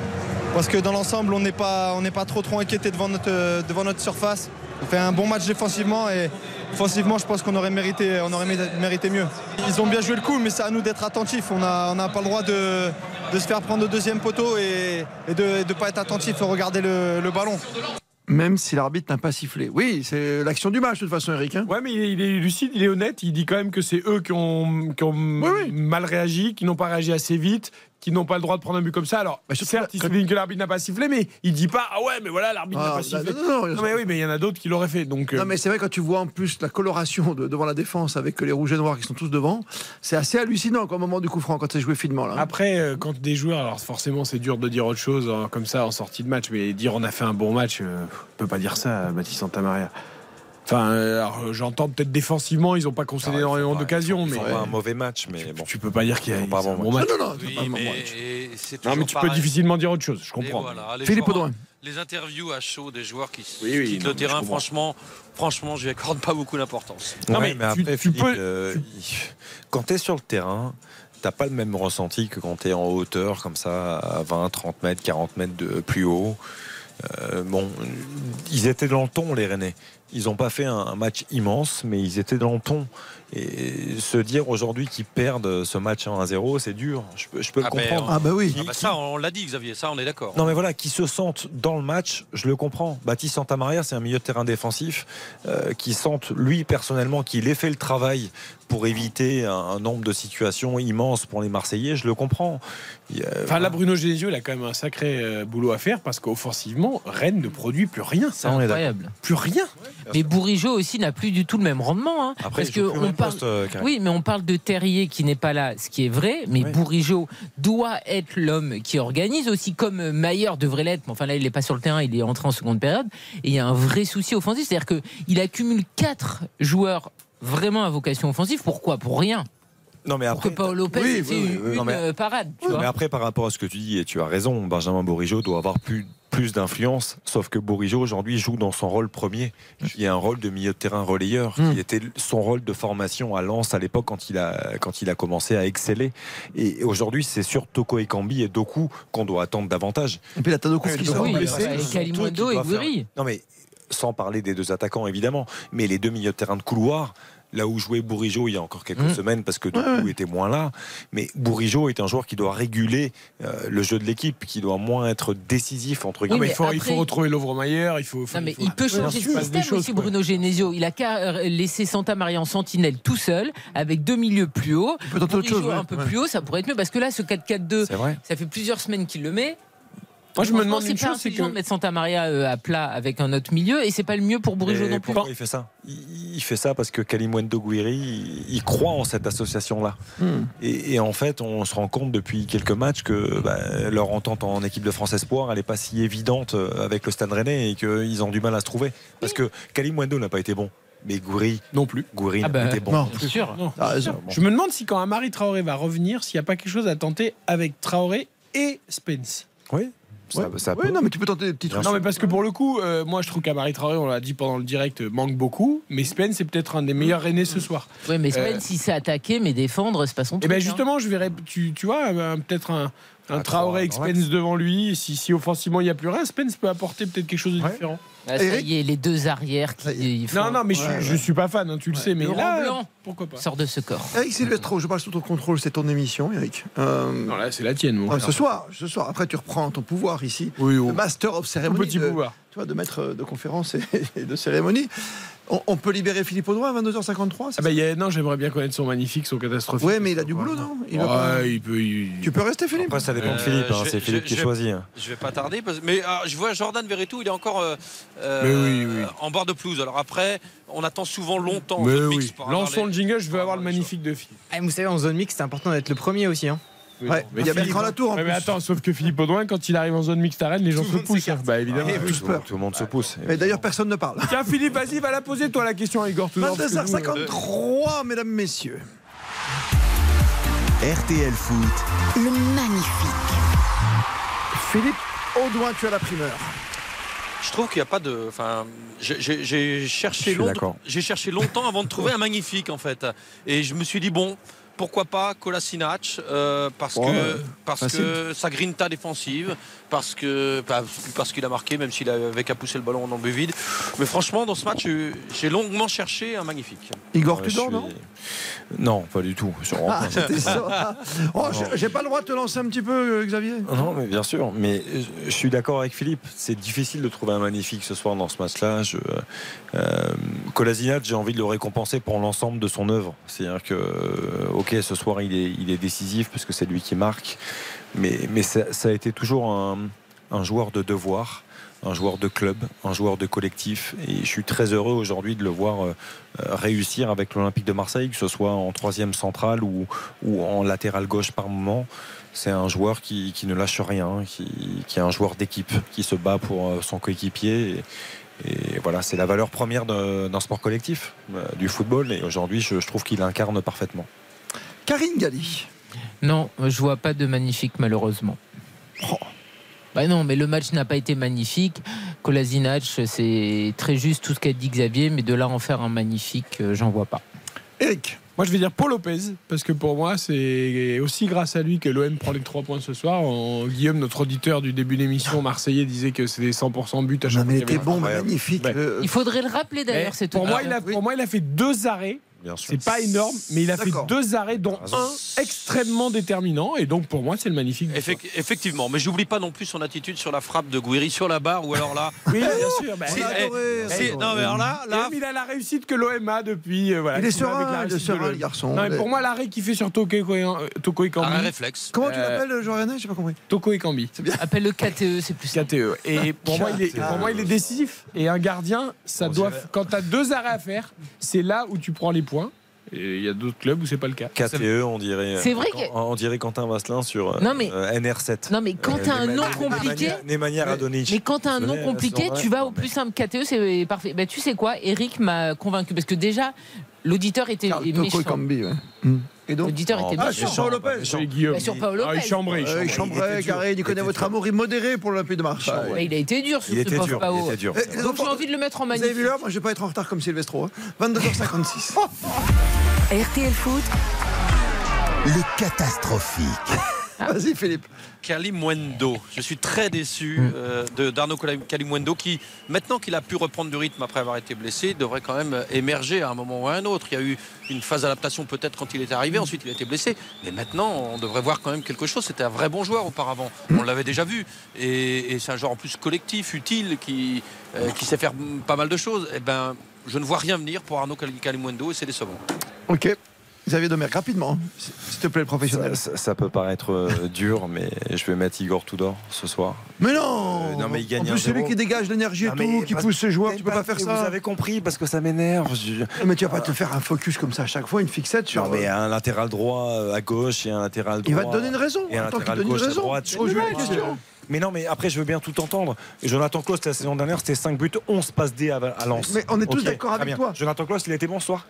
Speaker 20: Parce que dans l'ensemble, on n'est pas, on n'est pas trop trop inquiété devant notre, euh, devant notre surface. On fait un bon match défensivement et offensivement, je pense qu'on aurait mérité, on aurait mé- mérité mieux. Ils ont bien joué le coup, mais c'est à nous d'être attentifs. On n'a on n'a pas le droit de, de se faire prendre au deuxième poteau et, et de ne pas être attentif, regarder le- le ballon.
Speaker 3: Même si l'arbitre n'a pas sifflé. Oui, c'est l'action du match de toute façon, Eric. hein.
Speaker 11: Ouais, mais il est, il est lucide, il est honnête. Il dit quand même que c'est eux qui ont, qui ont mal réagi, qui n'ont pas réagi assez vite, qui n'ont pas le droit de prendre un but comme ça. Alors, certes, il souligne que l'arbitre n'a pas sifflé, mais il dit pas Ah ouais, mais voilà, l'arbitre n'a
Speaker 3: Ah,
Speaker 11: pas
Speaker 3: bah,
Speaker 11: sifflé.
Speaker 3: non, non, non,
Speaker 11: mais oui, mais il y en a d'autres qui l'auraient fait. Donc, euh,
Speaker 3: Non, mais c'est vrai, quand tu vois en plus la coloration de- devant la défense avec les rouges et noirs qui sont tous devant, c'est assez hallucinant quoi, au moment du coup franc, quand c'est joué finement. Là.
Speaker 11: Après, euh, quand des joueurs, alors forcément c'est dur de dire autre chose hein, comme ça en sortie de match, mais dire on a fait un bon match, euh, on peut pas dire ça, euh, Mathis Santamaria. Enfin, euh, alors, euh, j'entends peut-être défensivement, ils n'ont pas concédé énormément d'occasions, mais
Speaker 9: Ils font pas un mauvais match, mais bon.
Speaker 11: tu peux pas dire qu'il y a
Speaker 9: pas
Speaker 11: un
Speaker 9: bon
Speaker 11: bon match.
Speaker 9: match.
Speaker 8: Oui, mais et c'est
Speaker 11: Non, mais
Speaker 8: toujours
Speaker 11: tu peux
Speaker 8: pareil.
Speaker 11: difficilement dire autre chose, je comprends.
Speaker 8: Et voilà, les
Speaker 11: Philippe
Speaker 8: joueurs-
Speaker 11: Audouin.
Speaker 8: Les interviews à chaud des joueurs qui s-
Speaker 11: Oui, oui,
Speaker 8: quittent
Speaker 11: non,
Speaker 8: le
Speaker 11: mais
Speaker 8: terrain,
Speaker 11: je comprends.
Speaker 8: franchement, franchement, je lui accorde pas beaucoup d'importance.
Speaker 9: Non, mais, après, Philippe, euh, quand tu es sur le terrain, t'as pas le même ressenti que quand tu es en hauteur, comme ça, à 20, 30 mètres, 40 mètres de plus haut. Euh, bon, ils étaient dans le ton, les Rennais. Ils n'ont pas fait un, un match immense, mais ils étaient dans le ton. Et se dire aujourd'hui qu'ils perdent ce match 1-0, c'est dur. Je, peux- je peux le
Speaker 8: ben,
Speaker 9: comprendre.
Speaker 8: on- Ah bah ça, on l'a dit, Xavier, ça, on est d'accord.
Speaker 9: Non mais voilà, qui se sentent dans le match, je le comprends. Baptiste Santamaria, c'est un milieu de terrain défensif euh, qui sente lui personnellement qu'il ait fait le travail pour éviter un, un nombre de situations immenses pour les Marseillais, je le comprends. Il y a-
Speaker 11: Enfin, là, Bruno Genesio, il a quand même un sacré euh, boulot à faire parce qu'offensivement, Rennes ne produit plus rien.
Speaker 4: C'est incroyable.
Speaker 11: Plus rien.
Speaker 4: Mais Bourigeau aussi n'a plus du tout le même rendement. hein.
Speaker 11: Après,
Speaker 4: parce
Speaker 11: il
Speaker 4: que
Speaker 11: joue plus au
Speaker 4: on
Speaker 11: même
Speaker 4: parle,
Speaker 11: poste, euh, Karim.
Speaker 4: oui, mais on parle de Terrier qui n'est pas là, ce qui est vrai. Mais Bourigeau doit être l'homme qui organise aussi, comme Maillard devrait l'être. Mais enfin là, il n'est pas sur le terrain, il est entré en seconde période. Et il y a un vrai souci offensif, c'est-à-dire que il accumule quatre joueurs vraiment à vocation offensive. Pourquoi Pour rien.
Speaker 9: Non mais
Speaker 4: Pour que Paul Lopez
Speaker 9: Oui,
Speaker 4: ait fait
Speaker 9: oui, oui, oui.
Speaker 4: une
Speaker 9: Non, mais-
Speaker 4: euh, parade. tu
Speaker 9: Non,
Speaker 4: vois.
Speaker 9: mais après, par rapport à ce que tu dis, et tu as raison, Benjamin Bourigeau doit avoir plus, plus d'influence, sauf que Bourigeau aujourd'hui joue dans son rôle premier, qui est un rôle de milieu de terrain relayeur,
Speaker 4: Hmm.
Speaker 9: qui était son rôle de formation à Lens à l'époque quand il a, quand il a commencé à exceller. Et aujourd'hui, c'est sur Toko Ekambi et Doku qu'on doit attendre davantage.
Speaker 3: Et puis la Tadoko
Speaker 9: Et
Speaker 3: qui
Speaker 9: Doku
Speaker 3: sort.
Speaker 9: est
Speaker 3: Oui,
Speaker 9: blessé,
Speaker 3: et
Speaker 9: surtout
Speaker 3: Kalimundo
Speaker 9: qu'il doit
Speaker 3: et Gouiri.
Speaker 9: faire- Non mais sans parler des deux attaquants évidemment, mais les deux milieux de terrain de couloir, là où jouait Bourigeau il y a encore quelques semaines parce que Doku était moins là, mais Bourigeau est un joueur qui doit réguler euh, le jeu de l'équipe, qui doit moins être décisif entre
Speaker 11: Non,
Speaker 9: guillemets.
Speaker 11: mais il faut, il faut retrouver Lovromayer, il faut.
Speaker 4: Non, mais il peut
Speaker 11: Bien
Speaker 4: changer
Speaker 11: sûr.
Speaker 4: de système aussi, Bruno Genesio. Il a qu'à euh, laisser Santa Maria en sentinelle tout seul, avec deux milieux plus hauts.
Speaker 3: peut tenter autre
Speaker 4: Bourigeau
Speaker 3: chose, ouais.
Speaker 4: un peu
Speaker 3: Ouais.
Speaker 4: plus haut, ça pourrait être mieux. Parce que là, ce 4-4-2,
Speaker 9: C'est vrai.
Speaker 4: ça fait plusieurs semaines qu'il le met.
Speaker 11: Moi, je me
Speaker 4: Franchement,
Speaker 11: demande une
Speaker 4: c'est pas
Speaker 11: chose, c'est
Speaker 4: intelligent
Speaker 11: que-
Speaker 4: de mettre Santa Maria euh, à plat avec un autre milieu, et c'est pas le mieux pour Bourigeau
Speaker 9: Et
Speaker 4: non plus.
Speaker 9: pourquoi il fait ça il, il fait ça parce que Kalimwendo Guiri, il, il croit en cette association-là. Et, et en fait, on se rend compte depuis quelques matchs que bah, leur entente en équipe de France Espoir, elle n'est pas si évidente euh, avec le Stade Rennais et qu'ils ont du mal à se trouver. Parce que Kalimwendo n'a pas été bon. Mais Gouiri
Speaker 11: non plus.
Speaker 9: Gouiri n'a
Speaker 11: Ah bah,
Speaker 9: pas été bon.
Speaker 11: non,
Speaker 9: non plus.
Speaker 11: bien sûr. Non,
Speaker 9: Ah,
Speaker 11: bien sûr.
Speaker 9: bon.
Speaker 11: Je me demande si quand Amari Traoré va revenir, s'il n'y a pas quelque chose à tenter avec Traoré et Spence.
Speaker 9: Oui. Ça, ça
Speaker 3: Oui,
Speaker 9: peut.
Speaker 3: non, mais tu peux tenter des petits trucs.
Speaker 11: Non mais parce que pour le coup, euh, moi je trouve qu'Amari Traoré, on l'a dit pendant le direct, euh, manque beaucoup, mais Spence c'est peut-être un des meilleurs Rennais ce soir.
Speaker 4: Oui, mais Spen,
Speaker 11: Euh,
Speaker 4: si c'est attaquer, mais défendre, c'est pas son
Speaker 11: Et
Speaker 4: truc.
Speaker 11: ben
Speaker 4: hein.
Speaker 11: justement, je verrais, tu, tu vois, euh, peut-être un, Un Traoré et Spence devant lui. Si, si offensivement il n'y a plus rien, Spence peut apporter peut-être quelque chose de différent.
Speaker 4: Ah, ça y est, les deux arrières qui. ils font-
Speaker 11: Non, non, mais je,
Speaker 4: Ouais,
Speaker 11: je
Speaker 4: ouais.
Speaker 11: suis pas fan, hein, tu le sais. Mais
Speaker 4: Laurent
Speaker 11: là,
Speaker 4: Blanc
Speaker 11: pourquoi pas
Speaker 4: sort de ce corps.
Speaker 3: Eric Silvestro, je parle sous ton contrôle, c'est ton émission, Eric. Euh,
Speaker 11: Non, là, c'est la tienne, moi.
Speaker 3: ouais, ce soir, ce soir. Après, tu reprends ton pouvoir ici. Le master of cérémonie.
Speaker 11: petit
Speaker 3: de,
Speaker 11: pouvoir.
Speaker 3: Tu vois, de maître euh, de conférences et, et de cérémonie. On, on peut libérer Philippe Audouin à 22h53
Speaker 11: Ah bah, il y a- non, j'aimerais bien connaître son magnifique, son catastrophique.
Speaker 3: Ouais, mais il a du boulot, non Ah, Il va
Speaker 11: Ouais,
Speaker 3: pas-
Speaker 11: il peut. il-
Speaker 3: Tu peux rester, Philippe
Speaker 9: Après, ça
Speaker 8: Euh,
Speaker 9: dépend de Philippe, hein, c'est Philippe qui choisit. hein.
Speaker 8: Je vais pas tarder, parce- mais ah, je vois Jordan Verretou, il est encore euh,
Speaker 11: Mais oui, oui.
Speaker 8: euh, en bord de pelouse. Alors après, on attend souvent longtemps.
Speaker 11: Mais
Speaker 8: ce
Speaker 11: oui.
Speaker 8: mix pour avoir
Speaker 11: Lançons
Speaker 8: les-
Speaker 11: le jingle, je veux avoir le magnifique de Philippe.
Speaker 10: Ah, vous savez, en zone mixte, c'est important d'être le premier aussi. Hein.
Speaker 11: Non, mais Philippe- Ouais, Mais attends, sauf que Philippe Audouin, quand il arrive en zone mixte arène, les gens se poussent. hein. Bah évidemment.
Speaker 3: Ah, tous peur.
Speaker 9: Tout le monde se pousse.
Speaker 11: Ah.
Speaker 3: Mais d'ailleurs, personne ne parle.
Speaker 11: Tiens, Philippe, vas-y, va la poser, toi, la question à Igor Tudor. parce que nous, euh,
Speaker 3: 22h53, mesdames, messieurs.
Speaker 1: RTL Foot,
Speaker 27: Le magnifique.
Speaker 3: Philippe Audouin, tu as
Speaker 9: [laughs]
Speaker 3: la primeur.
Speaker 8: Je trouve qu'il n'y a pas de. Enfin, j'ai- j'ai j'ai cherché, long-
Speaker 9: d'accord.
Speaker 8: j'ai cherché longtemps avant de trouver un magnifique en fait, et je me suis dit bon. Pourquoi pas Kolasinac euh, parce
Speaker 9: Ouais,
Speaker 8: que parce
Speaker 9: facile.
Speaker 8: que sa grinta défensive parce que bah, parce qu'il a marqué même s'il avait qu'à pousser le ballon en but vide mais franchement dans ce match euh, j'ai longuement cherché un magnifique
Speaker 3: Igor
Speaker 9: Ouais,
Speaker 3: Tudor,
Speaker 9: je suis-
Speaker 3: non
Speaker 9: Non, pas du tout. sûrement
Speaker 3: Ah,
Speaker 9: pas. [laughs]
Speaker 3: c'était ça. Oh, j'ai- j'ai pas le droit de te lancer un petit peu, euh, Xavier
Speaker 9: Non, mais bien sûr. Mais je- je suis d'accord avec Philippe. C'est difficile de trouver un magnifique ce soir dans ce match-là. Je, euh, Kolasinac, j'ai envie de le récompenser pour l'ensemble de son œuvre. C'est-à-dire que, euh, ok, ce soir il est, il est décisif parce que c'est lui qui marque. Mais, mais ça, ça a été toujours un, un joueur de devoir. Un joueur de club, un joueur de collectif. Et je suis très heureux aujourd'hui de le voir euh, euh, réussir avec l'Olympique de Marseille, que ce soit en troisième centrale ou, ou en latéral gauche par moment. C'est un joueur qui, qui ne lâche rien, qui, qui est un joueur d'équipe, qui se bat pour euh, son coéquipier. Et, et voilà, c'est la valeur première de- d'un sport collectif, euh, du football. Et aujourd'hui, je, je trouve qu'il incarne parfaitement.
Speaker 3: Karine Galli.
Speaker 4: Non, je vois pas de magnifique malheureusement.
Speaker 3: Oh.
Speaker 4: Bah non, mais le match n'a pas été magnifique. Kolasinac, c'est très juste tout ce qu'a dit Xavier, mais de là à en faire un magnifique, euh, j'en vois pas.
Speaker 3: Eric.
Speaker 11: Moi, je vais dire Paul Lopez, parce que pour moi, c'est aussi grâce à lui que l'OM prend les trois points ce soir. En- Guillaume, notre auditeur du début de l'émission marseillais, disait que c'était 100% but à chaque fois.
Speaker 3: mais il
Speaker 11: qu'il y avait
Speaker 3: était
Speaker 11: un
Speaker 3: bon,
Speaker 11: travail.
Speaker 3: magnifique.
Speaker 11: Ouais.
Speaker 3: euh,
Speaker 4: Il faudrait le rappeler d'ailleurs,
Speaker 11: Mais
Speaker 4: c'est tout.
Speaker 11: pour moi, il a, pour moi, il a fait deux arrêts.
Speaker 9: Ah, Bien sûr.
Speaker 11: C'est pas énorme, mais il a fait
Speaker 8: D'accord.
Speaker 11: deux arrêts, dont un extrêmement déterminant. Et donc, pour moi, c'est le magnifique. du
Speaker 8: Effec- effectivement, mais j'oublie pas non plus son attitude sur la frappe de Guiri sur la barre ou alors là.
Speaker 11: Oui, [laughs] bien sûr. bah,
Speaker 8: [laughs] Si,
Speaker 11: on a
Speaker 8: eh,
Speaker 11: adoré,
Speaker 8: si,
Speaker 11: on a adoré.
Speaker 8: non, mais alors là,
Speaker 11: Et même, il a la réussite que l'OM a depuis. euh, voilà,
Speaker 3: Il est
Speaker 11: qu'il a
Speaker 3: serein,
Speaker 11: avec la
Speaker 3: il est
Speaker 11: réussite de
Speaker 3: serein,
Speaker 11: l'OM.
Speaker 3: le garçon.
Speaker 11: Non, mais pour moi, l'arrêt qu'il fait sur Toko et Koy- euh, Toko et Kambi.
Speaker 8: Un réflexe.
Speaker 3: Comment tu
Speaker 11: Euh,
Speaker 3: l'appelles, Jean-René J'ai pas compris.
Speaker 11: Toko et Kambi.
Speaker 3: C'est bien.
Speaker 4: Appelle le KTE, c'est plus.
Speaker 11: KTE. E, Et pour moi, il est,
Speaker 3: Ah.
Speaker 11: pour moi, il est décisif. Et un gardien, ça doit. Quand t'as deux arrêts à faire, c'est là où tu prends les points. Et il y a d'autres clubs où c'est pas le cas.
Speaker 9: KTE, on dirait,
Speaker 4: C'est vrai
Speaker 9: on- on dirait Quentin Vasselin sur euh,
Speaker 4: Non, mais-
Speaker 9: euh, NR7.
Speaker 4: Non, mais quand t'as un nom compliqué.
Speaker 9: Euh, Nemanja Radonic.
Speaker 4: Mais quand t'as un
Speaker 9: Vous
Speaker 4: nom
Speaker 9: savez,
Speaker 4: compliqué,
Speaker 9: c'est vrai.
Speaker 4: tu vas au plus simple. KTE, c'est parfait. Bah, tu sais quoi, Eric m'a convaincu. Parce que déjà, l'auditeur était
Speaker 3: Carl Toko
Speaker 4: méchant.
Speaker 3: et Cambi, ouais. Et donc
Speaker 4: L'auditeur était
Speaker 3: Ah,
Speaker 4: méchant.
Speaker 3: sur Paul Lopez.
Speaker 11: Sur Guillaume.
Speaker 4: Bah, sur Paul
Speaker 11: Ah, il
Speaker 4: Lopez.
Speaker 11: chambrait. il
Speaker 3: Euh,
Speaker 11: chambrait.
Speaker 3: Chambray, Carré, il connaît votre amour immodéré pour l'Olympique de Marseille.
Speaker 4: Bah, il a été dur sur
Speaker 9: Il
Speaker 4: ce
Speaker 9: était
Speaker 4: pauvre
Speaker 9: dur,
Speaker 4: Pao.
Speaker 9: il était dur.
Speaker 3: Eh, les
Speaker 4: Donc j'ai
Speaker 3: enfants,
Speaker 4: envie de le mettre en
Speaker 3: Vous avez
Speaker 4: magnifique.
Speaker 3: vu l'heure Moi, je vais pas être en retard comme Silvestro. hein.
Speaker 4: [laughs]
Speaker 3: 22h56.
Speaker 27: RTL Foot,
Speaker 1: le catastrophique.
Speaker 3: Vas-y, Philippe.
Speaker 8: Kalimwendo. Je suis très déçu euh, de d'Arnaud Kalim- Kalimwendo qui, maintenant qu'il a pu reprendre du rythme après avoir été blessé, devrait quand même euh, émerger à un moment ou à un autre. Il y a eu une phase d'adaptation peut-être quand il est arrivé, ensuite il a été blessé. Mais maintenant, on devrait voir quand même quelque chose. C'était un vrai bon joueur auparavant. On l'avait déjà vu. Et, et c'est un joueur en plus collectif, utile, qui, euh, qui sait faire mm, pas mal de choses. Et ben, je ne vois rien venir pour Arnaud Kal- Kalimwendo et c'est décevant.
Speaker 3: Ok. Xavier Domergue, rapidement, hein. S- s'il te plaît, le professionnel.
Speaker 9: Ça, ça- ça peut paraître euh, dur, mais je vais mettre Igor Tudor ce soir.
Speaker 3: Mais non
Speaker 9: Euh, non, mais il gagne
Speaker 3: En
Speaker 9: un
Speaker 3: plus, c'est lui
Speaker 9: zéro.
Speaker 3: qui dégage l'énergie et
Speaker 9: Non,
Speaker 3: tout,
Speaker 9: mais
Speaker 3: qui
Speaker 9: parce-
Speaker 3: pousse ses joueurs.
Speaker 9: mais
Speaker 3: Tu peux pas
Speaker 9: parce
Speaker 3: faire
Speaker 9: que
Speaker 3: ça.
Speaker 9: Vous avez compris parce que ça m'énerve. Je-
Speaker 3: Mais tu vas pas te faire un focus comme ça à chaque fois, une fixette sur.
Speaker 9: Non, Ah, mais un latéral droit euh, à gauche et un latéral droit.
Speaker 3: Il va te donner une raison.
Speaker 9: Et un
Speaker 3: Attends qu'il
Speaker 9: latéral
Speaker 3: donne une
Speaker 9: gauche à
Speaker 3: raison.
Speaker 9: droite.
Speaker 3: C'est posé la question.
Speaker 9: Mais non, mais après, je veux bien tout entendre. Et Jonathan Klaus, la saison dernière, c'était 5 buts, 11 passes D à, à Lens.
Speaker 3: Mais on est tous
Speaker 9: Ok,
Speaker 3: d'accord
Speaker 9: très
Speaker 3: avec
Speaker 9: bien.
Speaker 3: toi.
Speaker 9: Jonathan Klaus, il a été bon ce soir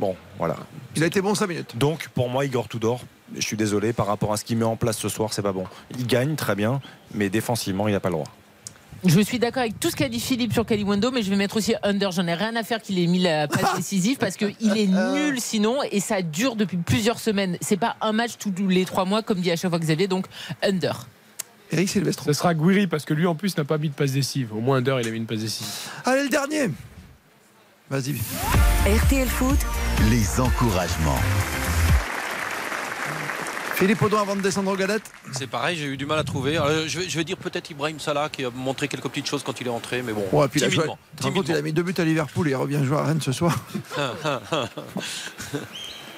Speaker 9: Bon, voilà.
Speaker 3: Il a été bon 5 minutes.
Speaker 9: Donc, pour moi, Igor Tudor, je suis désolé par rapport à ce qu'il met en place ce soir, c'est pas bon. Il gagne, très bien, mais défensivement, il n'a pas le droit.
Speaker 4: Je suis d'accord avec tout ce qu'a dit Philippe sur Kaliwando, mais je vais mettre aussi Under. J'en ai rien à faire qu'il ait mis la passe décisive parce qu'il est nul sinon et ça dure depuis plusieurs semaines. C'est pas un match tous les trois mois comme dit à chaque fois Xavier, donc Under.
Speaker 3: Eric Silvestro.
Speaker 6: Ce sera Guiri parce que lui en plus n'a pas mis de passe décisive. Au moins Under il a mis une passe décisive.
Speaker 3: Allez, le dernier. Vas-y.
Speaker 11: Ah
Speaker 13: RTL Foot.
Speaker 1: Les encouragements.
Speaker 3: Philippe Audouin avant de descendre aux galettes.
Speaker 8: C'est pareil, j'ai eu du mal à trouver. Euh, je, vais, je vais dire peut-être Ibrahim Salah qui a montré quelques petites choses quand il est entré, mais bon.
Speaker 3: Ouais, puis il a joué.
Speaker 8: timidement,
Speaker 3: Tu te rends compte, il a
Speaker 8: timidement.
Speaker 3: mis deux buts à Liverpool et il revient jouer à Rennes ce soir. [laughs]
Speaker 8: [laughs]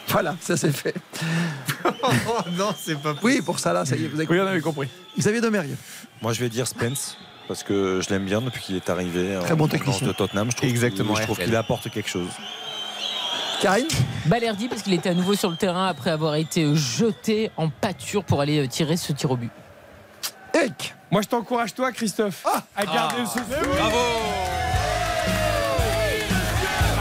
Speaker 3: Voilà, ça
Speaker 9: [laughs]
Speaker 3: c'est fait.
Speaker 9: Oh,
Speaker 3: non, c'est pas Oui, pour ça là, ça y est, vous avez
Speaker 6: Oui, on avait compris.
Speaker 3: Xavier Demerieux.
Speaker 9: Moi, je vais dire Spence. Parce que je l'aime bien depuis qu'il est arrivé
Speaker 3: Très bon
Speaker 9: en provenance
Speaker 3: technicien.
Speaker 9: de Tottenham. Je trouve
Speaker 3: Exactement,
Speaker 9: qu'il- je trouve
Speaker 3: RTL.
Speaker 9: qu'il apporte quelque chose.
Speaker 3: Karine
Speaker 4: Balerdi parce qu'il était à nouveau sur le terrain après avoir été jeté en pâture pour aller euh, tirer ce tir au but.
Speaker 11: Moi, je t'encourage, toi, Christophe, à garder
Speaker 6: Ah.
Speaker 11: le souffle.
Speaker 8: Bravo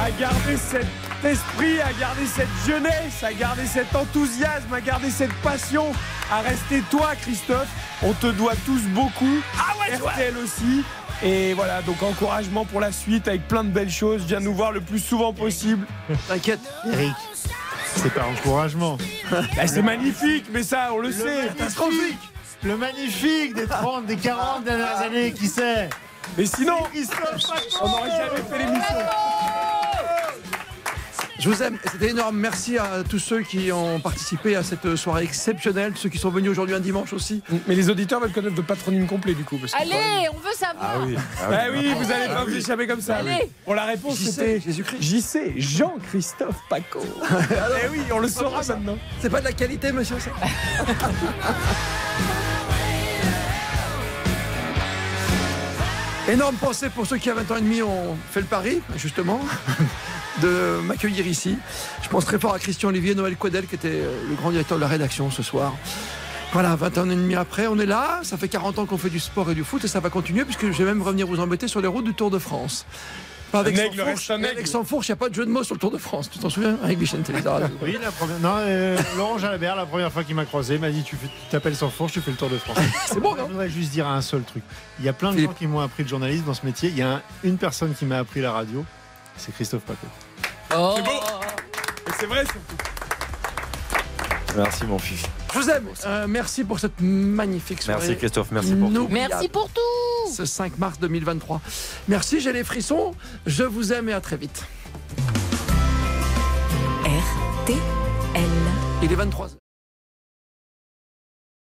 Speaker 11: À garder cet esprit, à garder cette jeunesse, à garder cet enthousiasme, à garder cette passion, à rester toi, Christophe. On te doit tous beaucoup. Ah ouais, RTL aussi. Et voilà, donc encouragement pour la suite avec plein de belles choses. Viens nous voir le plus souvent possible.
Speaker 3: T'inquiète,
Speaker 18: Eric. C'est pas encouragement.
Speaker 11: [laughs] Bah, c'est magnifique, mais ça, on le, sait.
Speaker 18: catastrophique. Le magnifique des 30, des 40 dernières années, qui sait
Speaker 11: Mais sinon,
Speaker 18: on n'aurait
Speaker 11: jamais fait l'émission.
Speaker 3: Je vous aime, c'était énorme. Merci à tous ceux qui ont participé à cette soirée exceptionnelle, ceux qui sont venus aujourd'hui un dimanche aussi.
Speaker 6: Mais les auditeurs veulent connaître le patronyme complet du coup. Parce que-
Speaker 2: Allez, on veut savoir.
Speaker 11: Ah oui, vous allez pas
Speaker 6: Ah
Speaker 11: vous
Speaker 6: oui.
Speaker 11: échapper comme ça.
Speaker 2: Allez.
Speaker 11: Pour la réponse,
Speaker 3: JC,
Speaker 11: c'était
Speaker 3: Jésus-Christ. Ah
Speaker 11: JC, Jean-Christophe Paco. [laughs] eh oui, on le saura maintenant.
Speaker 3: C'est pas de la qualité, monsieur. ça. [laughs] Énorme pensée pour ceux qui, à 20 ans et demi, ont fait le pari, justement, [laughs] de m'accueillir ici. Je pense très fort à Christian Olivier, Noël Quedel, qui était euh, le grand directeur de la rédaction ce soir. Voilà, 21 ans et demi après, on est là. Ça fait 40 ans qu'on fait du sport et du foot et ça va continuer puisque je vais même revenir vous embêter sur les routes du Tour de France. Pas avec
Speaker 11: Un aigle
Speaker 3: sans
Speaker 11: reste un
Speaker 3: fourche, mais
Speaker 11: aigle.
Speaker 3: avec sans fourche, il n'y a pas de jeu de mots sur le Tour de France. Tu t'en souviens Avec Vicente Lizarazu.
Speaker 18: Oui, la première. Non, euh, Laurent Jalabert, la première fois qu'il m'a croisé, m'a dit Tu fais- tu t'appelles sans fourche, tu fais le tour de France.
Speaker 3: [laughs] C'est bon,
Speaker 18: Je voudrais juste dire un seul truc. Il y a plein de gens qui m'ont appris le journalisme dans ce métier. Il y a un- une personne qui m'a appris la radio, c'est Christophe Paco.
Speaker 4: Oh.
Speaker 11: C'est beau. Et c'est vrai, surtout.
Speaker 9: Merci, mon fils.
Speaker 3: Je vous aime. Euh, merci pour cette magnifique soirée.
Speaker 9: Merci, Christophe. Merci pour tout.
Speaker 3: Inoubliable.
Speaker 4: Merci pour tout.
Speaker 3: Ce 5 mars 2023. Merci, j'ai les frissons. Je vous aime et à très vite.
Speaker 13: RTL.
Speaker 3: Il est 23h.